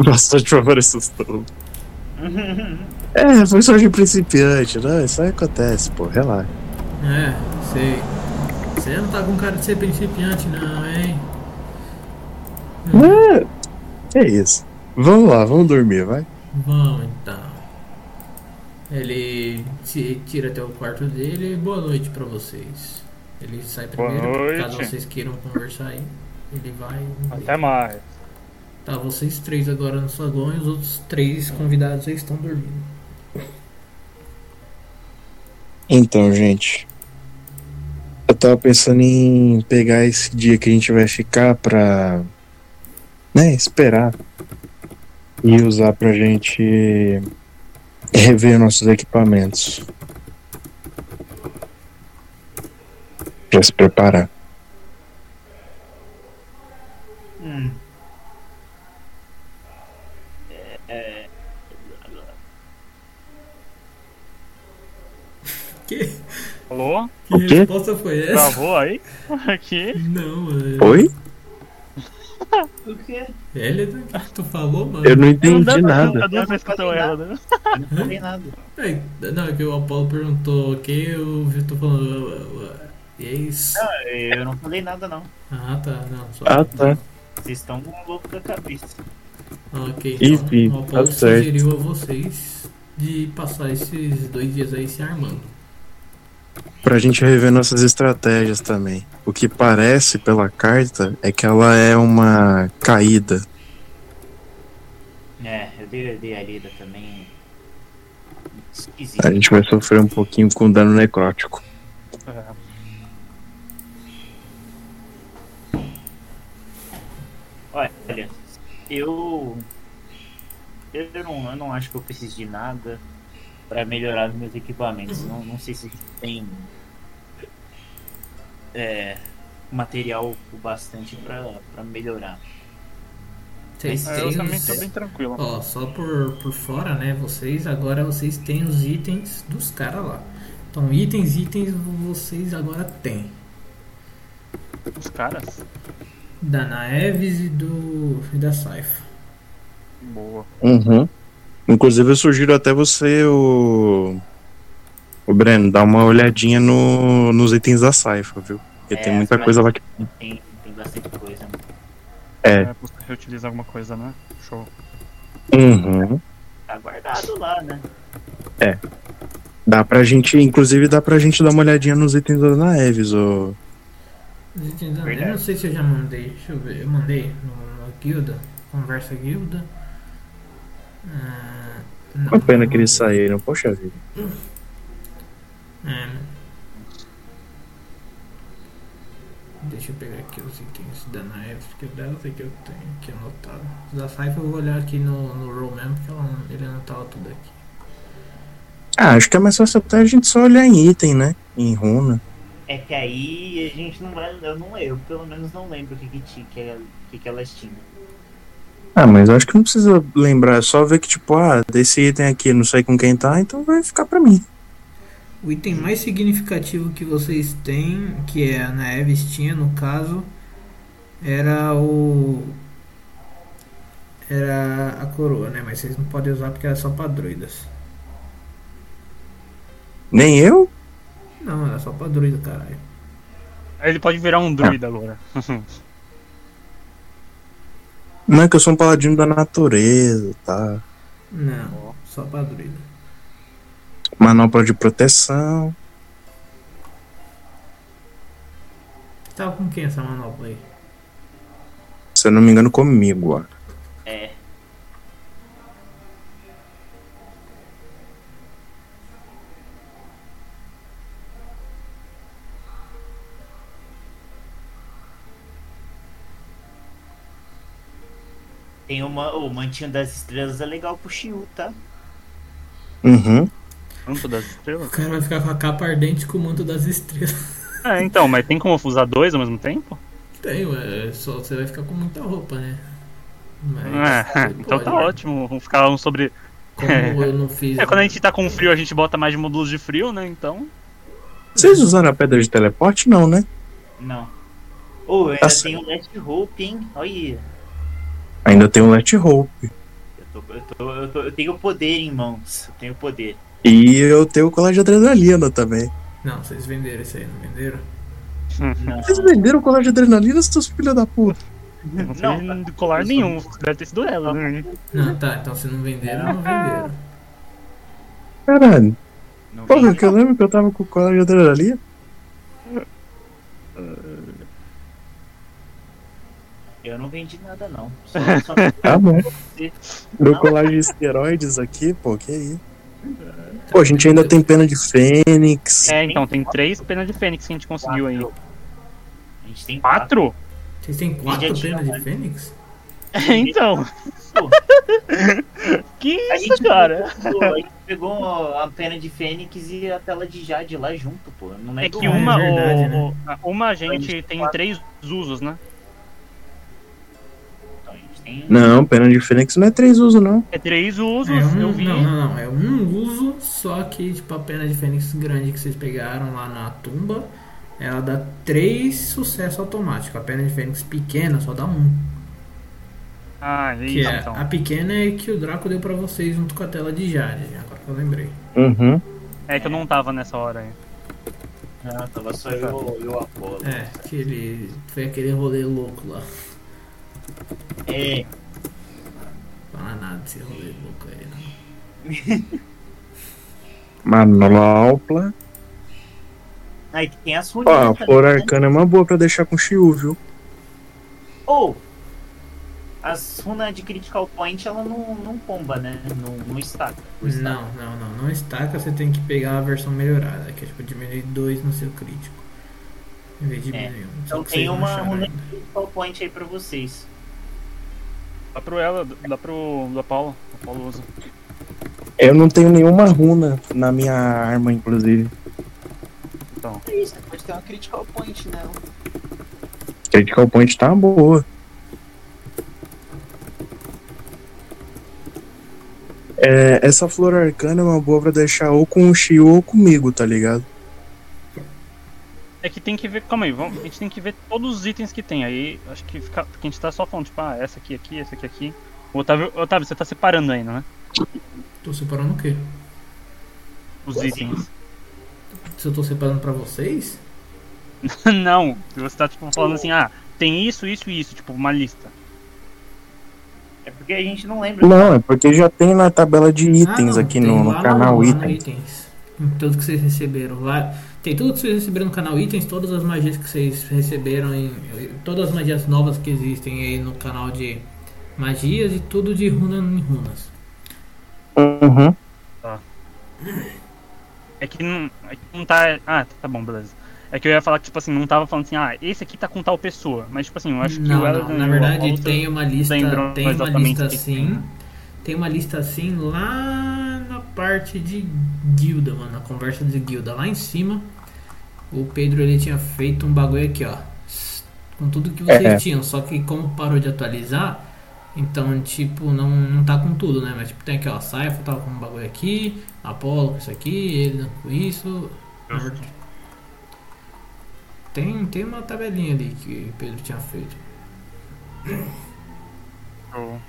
[SPEAKER 3] Bastante favorece os tolos. É, foi só de principiante, né? Isso aí acontece, pô, relaxa.
[SPEAKER 1] É, sei. Você não tá com cara de ser principiante, não, hein?
[SPEAKER 3] É, é isso. Vamos lá, vamos dormir, vai.
[SPEAKER 1] Vamos então. Ele se tira até o quarto dele e boa noite pra vocês. Ele sai
[SPEAKER 2] Boa
[SPEAKER 1] primeiro,
[SPEAKER 2] noite.
[SPEAKER 1] caso vocês queiram conversar aí. Ele vai.
[SPEAKER 2] Até mais.
[SPEAKER 1] Tá vocês três agora no saguão e os outros três convidados aí estão dormindo.
[SPEAKER 3] Então, gente. Eu tava pensando em pegar esse dia que a gente vai ficar pra. né, esperar. E usar pra gente rever nossos equipamentos. Pra se preparar.
[SPEAKER 4] Hum.
[SPEAKER 1] Que,
[SPEAKER 2] Alô?
[SPEAKER 1] que
[SPEAKER 3] O quê?
[SPEAKER 1] resposta foi essa?
[SPEAKER 2] Travou aí? Aqui?
[SPEAKER 1] Não, é.
[SPEAKER 3] Oi?
[SPEAKER 4] O quê?
[SPEAKER 1] Ele do que tu falou, mano?
[SPEAKER 3] Eu não
[SPEAKER 2] Não dá
[SPEAKER 3] entendi
[SPEAKER 2] pra-
[SPEAKER 3] nada.
[SPEAKER 2] A duas vezes escutou ela, né?
[SPEAKER 4] Eu não falei nada.
[SPEAKER 1] É, não, é que o Apolo perguntou o que eu tô falando. "Ué, ué, E é isso.
[SPEAKER 4] Eu não falei nada não.
[SPEAKER 1] Ah tá, não. Só...
[SPEAKER 3] Ah, tá.
[SPEAKER 4] Vocês estão louco da cabeça.
[SPEAKER 1] Ah, Ok,
[SPEAKER 3] Enfim,
[SPEAKER 1] então, o Apolo
[SPEAKER 3] tá certo.
[SPEAKER 1] sugeriu a vocês de passar esses dois dias aí se armando.
[SPEAKER 3] Pra gente rever nossas estratégias também. O que parece pela carta é que ela é uma caída.
[SPEAKER 4] É, eu dei, eu dei a lida também. Esquisito.
[SPEAKER 3] A gente vai sofrer um pouquinho com dano necrótico.
[SPEAKER 4] Olha, eu. Eu não, eu não acho que eu preciso de nada pra melhorar os meus equipamentos. Não, não sei se tem. É, material o bastante pra, pra melhorar.
[SPEAKER 1] Vocês
[SPEAKER 2] É, Eu
[SPEAKER 1] têm
[SPEAKER 2] também
[SPEAKER 1] os-
[SPEAKER 2] tô bem tranquilo.
[SPEAKER 1] Ó, só por, por fora, né? Vocês agora vocês têm os itens dos caras lá. Então, itens, itens vocês agora têm.
[SPEAKER 2] Os caras?
[SPEAKER 1] Da Naeves e do. e da Saifa.
[SPEAKER 2] Boa.
[SPEAKER 3] Uhum. Inclusive, eu sugiro até você, o. O Breno, dar uma olhadinha no, nos itens da Saifa, viu? Porque
[SPEAKER 4] É,
[SPEAKER 3] tem muita
[SPEAKER 4] mas-
[SPEAKER 3] coisa lá que.
[SPEAKER 4] Tem, tem bastante coisa.
[SPEAKER 3] É.
[SPEAKER 2] É, você reutiliza alguma coisa, né? Show.
[SPEAKER 3] Uhum.
[SPEAKER 4] Tá guardado lá, né?
[SPEAKER 3] Dá pra gente. Inclusive, dá pra gente dar uma olhadinha nos itens da Naeves, ô.
[SPEAKER 1] Os itens da Eu não
[SPEAKER 4] Verdade.
[SPEAKER 1] sei se eu já mandei. Deixa eu ver. Eu mandei no, no Guilda. Conversa Guilda. Ah, não.
[SPEAKER 3] Uma pena que eles saíram, poxa vida.
[SPEAKER 1] É, né? Deixa eu pegar aqui os itens da Naeves, porque delas é que eu tenho aqui anotado. Os da Saifa eu vou olhar aqui no, no roll mesmo, porque ela, não- ele anotava tudo aqui.
[SPEAKER 3] Ah, acho que é mais fácil até a gente só olhar em item, né? Em runa.
[SPEAKER 4] É que aí a gente não vai. Eu não eu pelo menos não lembro o que, que, tinha, que, o que, que elas tinham.
[SPEAKER 3] Ah, mas eu acho que não precisa lembrar, é só ver que, tipo, ah, desse item aqui, não sei com quem tá, então vai ficar pra mim.
[SPEAKER 1] O item mais significativo que vocês têm, que é a Naeves tinha no caso, era o. Era a coroa, né? Mas vocês não podem usar porque era só pra druidas.
[SPEAKER 3] Nem eu?
[SPEAKER 1] Não, era só pra druida, caralho.
[SPEAKER 2] Aí Ele pode virar um druida agora.
[SPEAKER 3] Não é que eu sou um paladino da natureza, tá?
[SPEAKER 1] Não, só pra druida.
[SPEAKER 3] Manopla de proteção.
[SPEAKER 1] Tava Tá com quem essa manopla aí?
[SPEAKER 3] Se eu não me engano, comigo, ó.
[SPEAKER 4] É. Tem uma. O Mantinho das Estrelas é legal pro Shiu, tá?
[SPEAKER 5] Uhum.
[SPEAKER 2] Manto das estrelas?
[SPEAKER 1] O cara vai ficar com a capa ardente com o manto das estrelas.
[SPEAKER 2] É, então, mas tem como usar dois ao mesmo tempo?
[SPEAKER 1] Tem, ué, só você vai ficar com muita roupa, né? Mas
[SPEAKER 2] É,
[SPEAKER 1] você
[SPEAKER 2] então tá
[SPEAKER 1] pode, né?
[SPEAKER 2] ótimo. Vamos ficar um sobre.
[SPEAKER 1] Como eu não fiz. um-
[SPEAKER 2] É, quando a gente tá com frio, a gente bota mais módulos de frio, né? Então.
[SPEAKER 5] Vocês usaram a pedra de teleporte? Não, né?
[SPEAKER 4] Não. Ou ainda
[SPEAKER 5] Tá certo.
[SPEAKER 4] tem o Last Hope, hein? Olha aí.
[SPEAKER 5] Ainda tem o Let Hope.
[SPEAKER 4] Eu, tô, eu, tô, eu, tô, eu tenho poder em mãos. Eu tenho poder.
[SPEAKER 5] E eu tenho o colégio de adrenalina também.
[SPEAKER 1] Não, vocês venderam isso aí, não venderam?
[SPEAKER 4] Não.
[SPEAKER 5] Vocês venderam o colégio de adrenalina, seus filhos da puta.
[SPEAKER 2] Não tá. fez
[SPEAKER 4] Não.
[SPEAKER 2] colar nenhum. Deve ter sido ela, né?
[SPEAKER 1] Não, tá, então se não venderam, não venderam.
[SPEAKER 5] Caralho.
[SPEAKER 4] não
[SPEAKER 5] Porra,
[SPEAKER 4] vem.
[SPEAKER 5] que eu lembro que eu tava com o colégio de adrenalina.
[SPEAKER 4] Eu não vendi nada, não. Só, só
[SPEAKER 5] Tá bom. Meu colégio de esteroides aqui, pô, que aí. Pô, a gente ainda tem pena de fênix.
[SPEAKER 2] É, então, tem três penas de fênix que a gente conseguiu aí.
[SPEAKER 4] A gente tem quatro.
[SPEAKER 2] Quatro?
[SPEAKER 1] Vocês têm
[SPEAKER 4] Vendi
[SPEAKER 1] quatro
[SPEAKER 4] a
[SPEAKER 1] penas
[SPEAKER 4] tirana.
[SPEAKER 1] de fênix?
[SPEAKER 2] então.
[SPEAKER 4] Pô,
[SPEAKER 2] Que
[SPEAKER 4] a
[SPEAKER 2] isso,
[SPEAKER 4] gente
[SPEAKER 2] cara?
[SPEAKER 4] Pegou, a gente pegou a pena de Fênix e a tela de Jade lá junto, pô. Eu Não
[SPEAKER 2] É
[SPEAKER 4] lembro
[SPEAKER 2] que
[SPEAKER 1] Ah, é
[SPEAKER 2] uma,
[SPEAKER 1] verdade,
[SPEAKER 2] o-
[SPEAKER 1] né?
[SPEAKER 2] o- a- uma a gente
[SPEAKER 4] gente
[SPEAKER 2] tem
[SPEAKER 4] quatro.
[SPEAKER 2] três usos, né?
[SPEAKER 4] Então, a gente tem.
[SPEAKER 5] Não, pena de fênix não é três usos, não.
[SPEAKER 2] É três usos,
[SPEAKER 1] É um,
[SPEAKER 2] eu vi.
[SPEAKER 1] Não, não, não. É um uso, só que tipo a pena de fênix grande que vocês pegaram lá na tumba, ela dá três sucessos automáticos. A pena de fênix pequena só dá um.
[SPEAKER 2] Ah, é
[SPEAKER 1] Que
[SPEAKER 2] isso,
[SPEAKER 1] é,
[SPEAKER 2] então.
[SPEAKER 1] a pequena é que o Draco deu pra vocês junto com a tela de Jade, né? agora que eu lembrei.
[SPEAKER 5] Uhum.
[SPEAKER 2] É que eu não tava nessa hora aí.
[SPEAKER 4] Não, né, tava só eu e o Apolo.
[SPEAKER 1] É, que ele foi aquele rolê louco lá.
[SPEAKER 4] É.
[SPEAKER 1] Fala nada desse rolê louco aí, não.
[SPEAKER 5] Manopla.
[SPEAKER 4] Aí tem as ruínas.
[SPEAKER 5] Ó,
[SPEAKER 4] também,
[SPEAKER 5] flor
[SPEAKER 4] né?
[SPEAKER 5] arcana é uma boa pra deixar com Shiu, viu?
[SPEAKER 4] Ou as runas de Critical Point ela não, não pomba, né? Não, não estaca. Não estaca.
[SPEAKER 1] Não, não, não. Não estaca, você tem que pegar a versão melhorada, que é tipo diminuir dois no seu crítico. Em vez de
[SPEAKER 4] É.
[SPEAKER 1] diminuir um.
[SPEAKER 4] Então
[SPEAKER 1] Só que vocês
[SPEAKER 4] tem
[SPEAKER 1] não
[SPEAKER 4] uma
[SPEAKER 1] acharam
[SPEAKER 4] runa
[SPEAKER 1] ainda.
[SPEAKER 4] de Critical Point aí pra vocês.
[SPEAKER 2] Dá pro ela, dá pro. da Paula. A Paula usa.
[SPEAKER 5] Eu não tenho nenhuma runa na minha arma, inclusive.
[SPEAKER 4] É isso, pode ter uma Critical Point, né?
[SPEAKER 5] Critical Point tá uma boa. É, essa flor arcana é uma boa pra deixar ou com o Shiu ou comigo, tá ligado?
[SPEAKER 2] É que tem que ver. Calma aí, vamos, a gente tem que ver todos os itens que tem. Aí acho que fica. Porque a gente tá só falando, tipo, ah, essa aqui, aqui, essa aqui, aqui. O Otávio, Otávio, você tá separando ainda, né?
[SPEAKER 1] Tô separando o quê?
[SPEAKER 2] Os itens.
[SPEAKER 1] Se eu tô separando pra vocês?
[SPEAKER 2] não, você tá, tipo, falando assim, ah, tem isso, isso e isso, tipo, uma lista.
[SPEAKER 4] É porque a gente não lembra.
[SPEAKER 5] Não, é porque já tem na tabela de itens
[SPEAKER 1] Ah, não,
[SPEAKER 5] aqui
[SPEAKER 1] tem
[SPEAKER 5] no,
[SPEAKER 1] lá
[SPEAKER 5] no canal
[SPEAKER 1] lá no
[SPEAKER 5] item.
[SPEAKER 1] itens. Em tudo que vocês receberam lá. Tem tudo que vocês receberam no canal itens, todas as magias que vocês receberam em. Todas as magias novas que existem aí no canal de magias e tudo de runa em runas. né?
[SPEAKER 5] Uhum.
[SPEAKER 2] É que não, é que não tá. Ah, tá bom, beleza. É que eu ia falar que, tipo assim, não tava falando assim, ah, esse aqui tá com tal pessoa. Mas, tipo assim, eu acho que
[SPEAKER 1] não,
[SPEAKER 2] o Elden
[SPEAKER 1] não, na
[SPEAKER 2] e o
[SPEAKER 1] verdade
[SPEAKER 2] Walter-
[SPEAKER 1] tem uma lista,
[SPEAKER 2] lembram
[SPEAKER 1] tem uma
[SPEAKER 2] exatamente né?
[SPEAKER 1] lista
[SPEAKER 2] o que
[SPEAKER 1] assim,
[SPEAKER 2] tem.
[SPEAKER 1] tem uma lista assim lá na parte de guilda, mano, na conversa de guilda lá em cima. O Pedro ele tinha feito um bagulho aqui, ó, com tudo que vocês
[SPEAKER 5] É.
[SPEAKER 1] tinham, só que como parou de atualizar, então tipo não, não tá com tudo, né? Mas tipo tem aqui, ó, Saifa tava com um bagulho aqui, Apolo com isso aqui, ele com isso. Na verdade, Tem, tem uma tabelinha ali que o Pedro tinha feito.
[SPEAKER 2] Eu-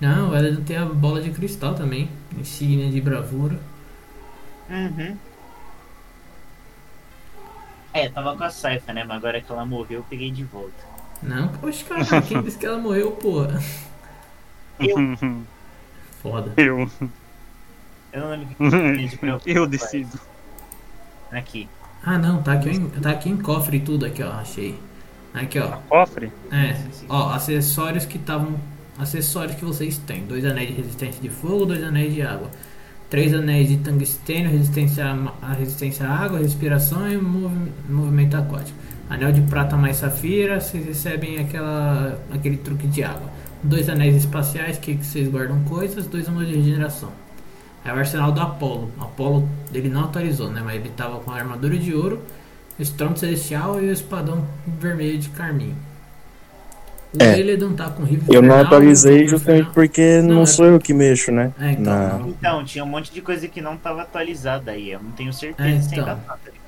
[SPEAKER 1] Não, ela não tem a bola de cristal também. Insígnia de bravura.
[SPEAKER 4] Uhum. É, tava com a Saifa, né? Mas agora que ela morreu, eu peguei de volta.
[SPEAKER 1] Não, poxa, cara, quem disse que ela morreu, porra? Foda.
[SPEAKER 2] Eu.
[SPEAKER 4] Eu não lembro o que tinha de pra-
[SPEAKER 2] Eu decido.
[SPEAKER 4] Aqui.
[SPEAKER 1] Ah, não, tá aqui, em, tá aqui em cofre e tudo aqui, ó, achei. Aqui, ó.
[SPEAKER 2] Cofre?
[SPEAKER 1] É, ó, acessórios que estavam... Acessórios que vocês têm. Dois anéis de resistência de fogo, dois anéis de água. Três anéis de tungstênio, resistência a, ma- a resistência à água, respiração e movi- movimento aquático. Anel de prata mais safira, vocês recebem aquela, aquele truque de água. dois anéis espaciais que que vocês guardam coisas, dois anos de regeneração. Aí É o arsenal do Apolo. O Apolo ele não atualizou, né? Mas ele tava com a armadura de ouro, o estrondo celestial e o espadão vermelho de carmim. O
[SPEAKER 3] É.
[SPEAKER 1] dele não tá com rifle
[SPEAKER 3] Eu não
[SPEAKER 1] infernal,
[SPEAKER 3] atualizei
[SPEAKER 1] rifle
[SPEAKER 3] justamente
[SPEAKER 1] infernal.
[SPEAKER 3] porque
[SPEAKER 1] Não,
[SPEAKER 3] não
[SPEAKER 1] é-
[SPEAKER 3] sou eu que mexo, né?
[SPEAKER 1] É, então,
[SPEAKER 3] Na-
[SPEAKER 1] não.
[SPEAKER 4] Então, tinha um monte de coisa que não tava atualizada aí. Eu não tenho certeza
[SPEAKER 1] É,
[SPEAKER 4] se ainda
[SPEAKER 1] então.
[SPEAKER 4] tá. tá ligado?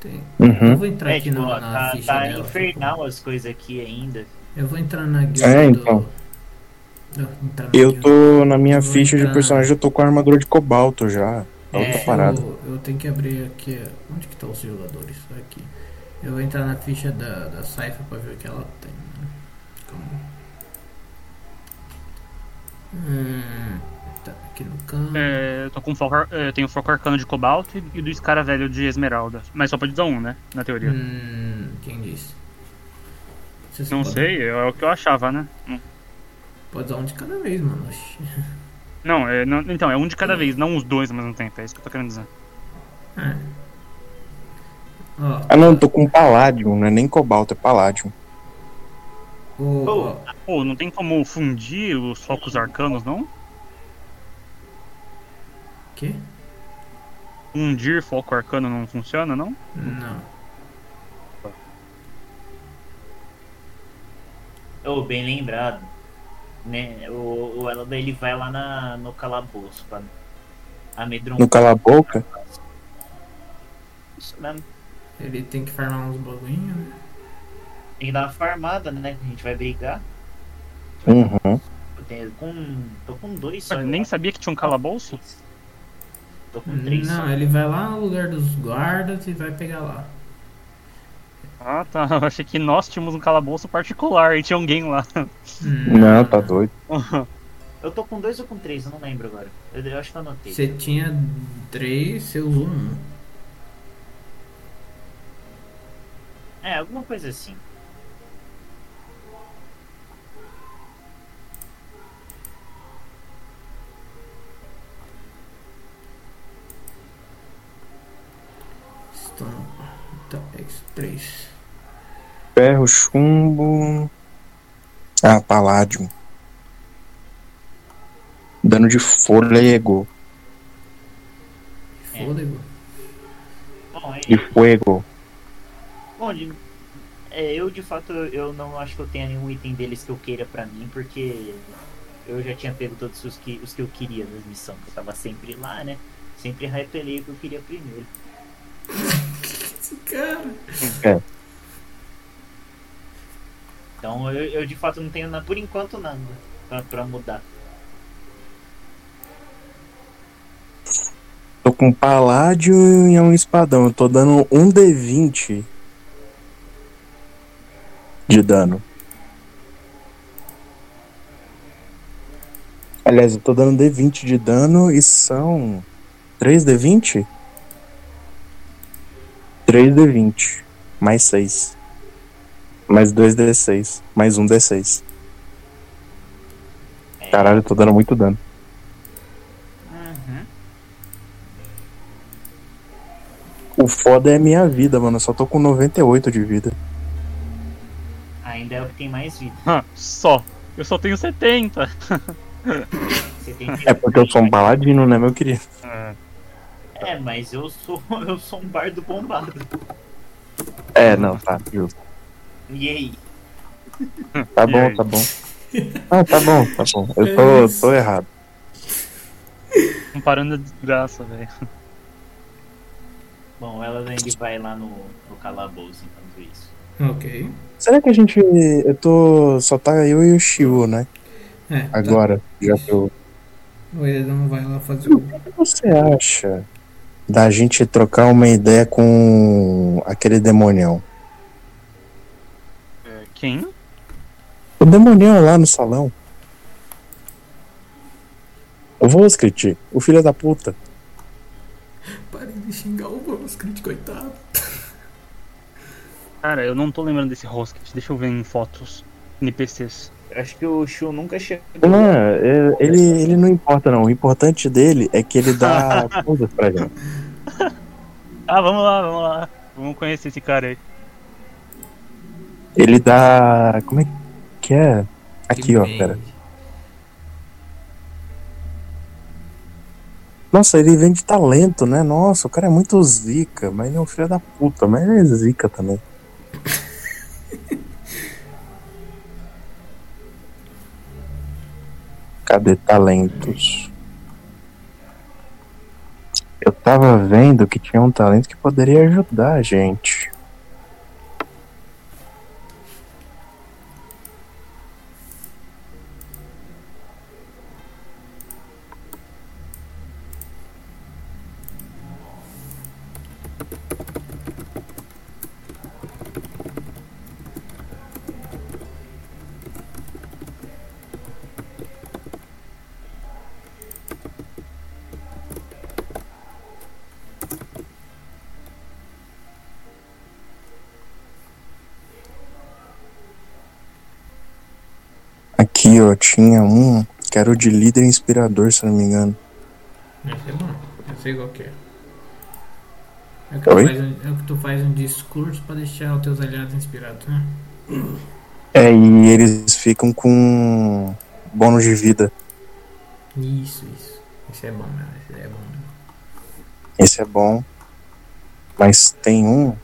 [SPEAKER 1] Tem- Eu
[SPEAKER 3] Uhum.
[SPEAKER 1] vou entrar
[SPEAKER 4] É,
[SPEAKER 1] aqui
[SPEAKER 4] tipo,
[SPEAKER 1] na,
[SPEAKER 4] ó,
[SPEAKER 1] na
[SPEAKER 4] tá,
[SPEAKER 1] ficha
[SPEAKER 4] tá
[SPEAKER 1] dela.
[SPEAKER 4] infernal as coisas aqui ainda.
[SPEAKER 1] Eu vou entrar na guilda
[SPEAKER 3] É,
[SPEAKER 1] do-
[SPEAKER 3] então.
[SPEAKER 1] Eu vou entrar na
[SPEAKER 3] Eu
[SPEAKER 1] guilda.
[SPEAKER 3] tô na minha
[SPEAKER 1] Eu vou
[SPEAKER 3] ficha de
[SPEAKER 1] entrar-
[SPEAKER 3] personagem, eu tô com a armadura de cobalto já. É outra
[SPEAKER 4] É,
[SPEAKER 3] parada.
[SPEAKER 1] Eu, eu tenho que abrir aqui. Onde que tá os jogadores? Aqui. Eu vou entrar na ficha da, da Saifa pra ver o que ela tem. né? Calma. Hum, tá aqui no canto.
[SPEAKER 2] É, eu tô com foco, ar- é, eu tenho foco arcano de cobalto e, e do escara velho de esmeralda. Mas só pode dar um, né? Na teoria.
[SPEAKER 1] Hum, quem disse? Vocês
[SPEAKER 2] Não
[SPEAKER 1] podem-
[SPEAKER 2] sei, é o que eu achava, né? Não-
[SPEAKER 1] Pode dar um de cada vez, mano. Oxi.
[SPEAKER 2] Não, é, não- então, é um de
[SPEAKER 4] Hum.
[SPEAKER 2] cada vez, não os dois ao mesmo tempo, é isso que eu tô querendo dizer.
[SPEAKER 1] É. Ó,
[SPEAKER 3] Ah não, eu tô com paládio, não é nem cobalto, é paládio.
[SPEAKER 1] o-
[SPEAKER 4] Pô,
[SPEAKER 1] ó,
[SPEAKER 2] Pô, não tem como fundir os focos arcanos, não?
[SPEAKER 1] quê?
[SPEAKER 2] Fundir foco arcano não funciona, não?
[SPEAKER 1] Não.
[SPEAKER 4] Ô, bem lembrado. Né? O, o Elda ele vai lá na, no calabouço pra
[SPEAKER 3] No
[SPEAKER 4] amedrontar.
[SPEAKER 3] cala a boca,
[SPEAKER 4] Isso mesmo.
[SPEAKER 1] Ele tem que farmar uns bagulhinhos, né?
[SPEAKER 4] Tem que dar uma farmada, né? A gente vai brigar.
[SPEAKER 3] uhum.
[SPEAKER 4] Eu tenho com. tô com dois só.
[SPEAKER 2] Eu
[SPEAKER 4] eu
[SPEAKER 2] nem
[SPEAKER 4] acho.
[SPEAKER 2] sabia que tinha um calabouço.
[SPEAKER 4] Tô com três
[SPEAKER 1] Não, ele vai lá no lugar dos guardas e vai pegar lá.
[SPEAKER 2] Ah, tá. Eu achei que nós tínhamos um calabouço particular e tinha alguém lá.
[SPEAKER 3] Não, tá doido.
[SPEAKER 4] só. Eu tô com dois ou com três, eu não lembro agora. Eu, eu acho que eu anotei.
[SPEAKER 1] Você tinha três, você usou um.
[SPEAKER 4] É, alguma coisa assim.
[SPEAKER 1] Então, tá, é isso, três.
[SPEAKER 3] Ferro, chumbo. Ah, paládio. Dano de fôlego.
[SPEAKER 4] É.
[SPEAKER 1] Fôlego.
[SPEAKER 4] Bom, aí,
[SPEAKER 3] De fuego.
[SPEAKER 4] bom de- é, eu de fato eu- eu não acho que eu tenha nenhum item deles que eu queira pra mim, porque eu já tinha pego todos os que, os que eu queria nas missões. Eu tava sempre lá, né? Sempre hypelei o que eu queria primeiro.
[SPEAKER 1] Esse cara.
[SPEAKER 4] Então eu, eu de fato não tenho nada, por enquanto nada pra, pra mudar.
[SPEAKER 3] Tô com um paládio e um espadão. Eu tô dando um D20 de dano. Aliás, eu tô dando D20 de dano e são 3 D20? 3 D20. Mais 6. Mais 2 D6. Mais 1 D6.
[SPEAKER 4] É,
[SPEAKER 3] Caralho, eu tô dando muito dano.
[SPEAKER 4] uhum.
[SPEAKER 3] O foda é minha vida, mano. Eu só tô com 98 de vida.
[SPEAKER 4] Ainda é o que tem mais vida.
[SPEAKER 2] Ah, só. Eu só tenho 70.
[SPEAKER 4] Você tem que-
[SPEAKER 3] É porque eu sou um paladino, né, meu querido?
[SPEAKER 2] Ah,
[SPEAKER 4] É, mas eu sou eu sou um bardo bombado.
[SPEAKER 3] É, não, tá, justo.
[SPEAKER 4] E aí?
[SPEAKER 3] Tá
[SPEAKER 2] E
[SPEAKER 3] bom,
[SPEAKER 2] aí?
[SPEAKER 3] tá bom. Ah, tá bom, tá bom. Eu tô, tô errado.
[SPEAKER 2] comparando a desgraça, velho.
[SPEAKER 4] Bom, ela ainda vai lá no, no calabouço enquanto isso.
[SPEAKER 1] Ok.
[SPEAKER 3] Será que a gente. Eu tô. Só tá eu e o Shio, né?
[SPEAKER 1] É, tá.
[SPEAKER 3] Agora, já que eu.
[SPEAKER 1] O Edão vai lá fazer o.
[SPEAKER 3] O que você acha da gente trocar uma ideia com aquele demonião?
[SPEAKER 2] É, Quem?
[SPEAKER 3] O demonião é lá no salão. O Voskrit, o filho da puta.
[SPEAKER 1] Pare de xingar o Voskrit, coitado.
[SPEAKER 2] Cara, eu não tô lembrando desse Rosket. Deixa eu ver em fotos. NPCs.
[SPEAKER 4] Eu acho que o Shu nunca chegou.
[SPEAKER 3] Não, é- ele, ele não importa, não. O importante dele é que ele dá coisas pra gente.
[SPEAKER 2] Ah, vamos lá, vamos lá. Vamos conhecer esse cara aí.
[SPEAKER 3] Ele dá. Como é que é? Aqui, ó,
[SPEAKER 1] Depende.
[SPEAKER 3] pera. Nossa, ele vem de talento, né? Nossa, o cara é muito zica, mas ele é um filho da puta, mas ele é zica também. Cadê talentos? Eu tava vendo que tinha um talento que poderia ajudar a gente. Aqui, ó, tinha um que era o de líder inspirador, se eu não me engano.
[SPEAKER 1] Esse é bom. Eu sei qual que é. É o que, tu
[SPEAKER 3] Oi?
[SPEAKER 1] faz um, é o que tu faz um discurso pra deixar os teus aliados inspirados, né?
[SPEAKER 3] É, e eles ficam com bônus de vida.
[SPEAKER 1] Isso, isso. Esse é bom, né? Esse é bom. né?
[SPEAKER 3] Esse é bom. Mas tem um.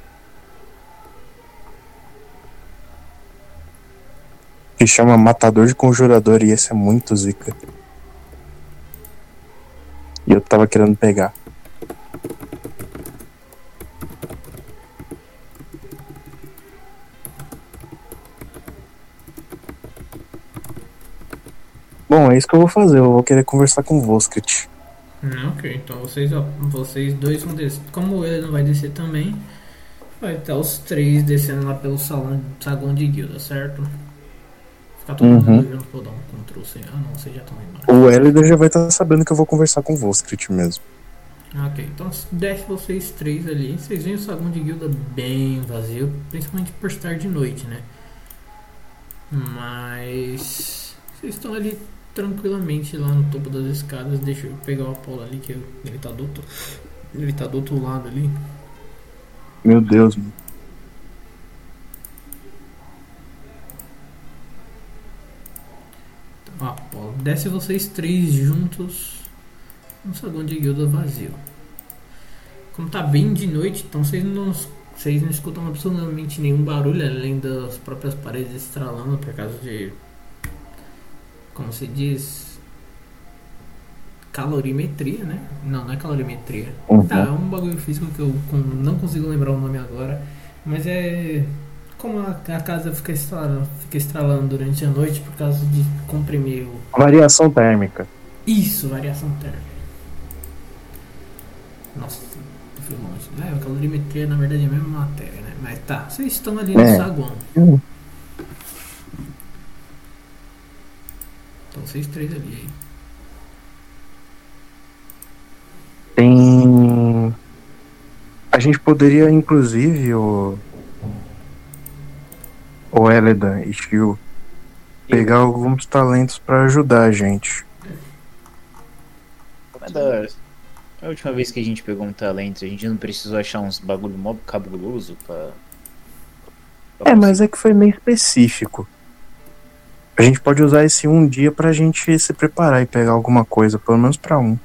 [SPEAKER 3] Que chama Matador de Conjurador. E esse é muito zica. E eu tava querendo pegar. Bom, é isso que eu vou fazer. Eu vou querer conversar com o Voskrit.
[SPEAKER 1] Hum, ok, então vocês, ó, vocês dois vão descer. Como ele não vai descer também, vai estar os três descendo lá pelo salão, saguão de guilda, certo? Ficar todo mundo junto, vou dar um control sem. Ah não, vocês já estão lá embaixo.
[SPEAKER 3] O Elder já vai estar sabendo que eu vou conversar com o Voskrit mesmo.
[SPEAKER 1] Ok, então desce vocês três ali. Vocês veem o salão de guilda bem vazio, principalmente por estar de noite, né? Mas vocês estão ali tranquilamente lá no topo das escadas. Deixa eu pegar o Apolo ali, que eu- ele tá do outro, ele tá do outro lado ali.
[SPEAKER 3] Meu Deus, mano.
[SPEAKER 1] Ó, Apolo, desce vocês três juntos no salão de guilda vazio. Como tá bem de noite, então vocês não, vocês não escutam absolutamente nenhum barulho além das próprias paredes estralando por causa de. Como se diz? Calorimetria, né? Não, não é calorimetria.
[SPEAKER 3] Uhum.
[SPEAKER 1] Tá, é um bagulho físico que eu com- não consigo lembrar o nome agora. Mas é. Como a, a casa fica estralando, fica estralando durante a noite por causa de comprimir o.
[SPEAKER 3] Variação térmica.
[SPEAKER 1] Isso, variação térmica. Nossa, eu fui longe. É, a calorimetria na verdade é a mesma matéria, né? Mas tá, vocês estão ali no
[SPEAKER 3] É.
[SPEAKER 1] saguão.
[SPEAKER 3] Hum.
[SPEAKER 1] Então vocês três ali, hein?
[SPEAKER 3] Tem. A gente poderia, inclusive, o. O Eleda e Shio pegar alguns talentos pra ajudar a gente.
[SPEAKER 4] Como é da... A última vez que a gente pegou um talento, a gente não precisou achar uns bagulho mó cabuloso pra... pra
[SPEAKER 3] É, mas é que foi meio específico. A gente pode usar esse um dia pra gente se preparar e pegar alguma coisa, pelo menos pra um.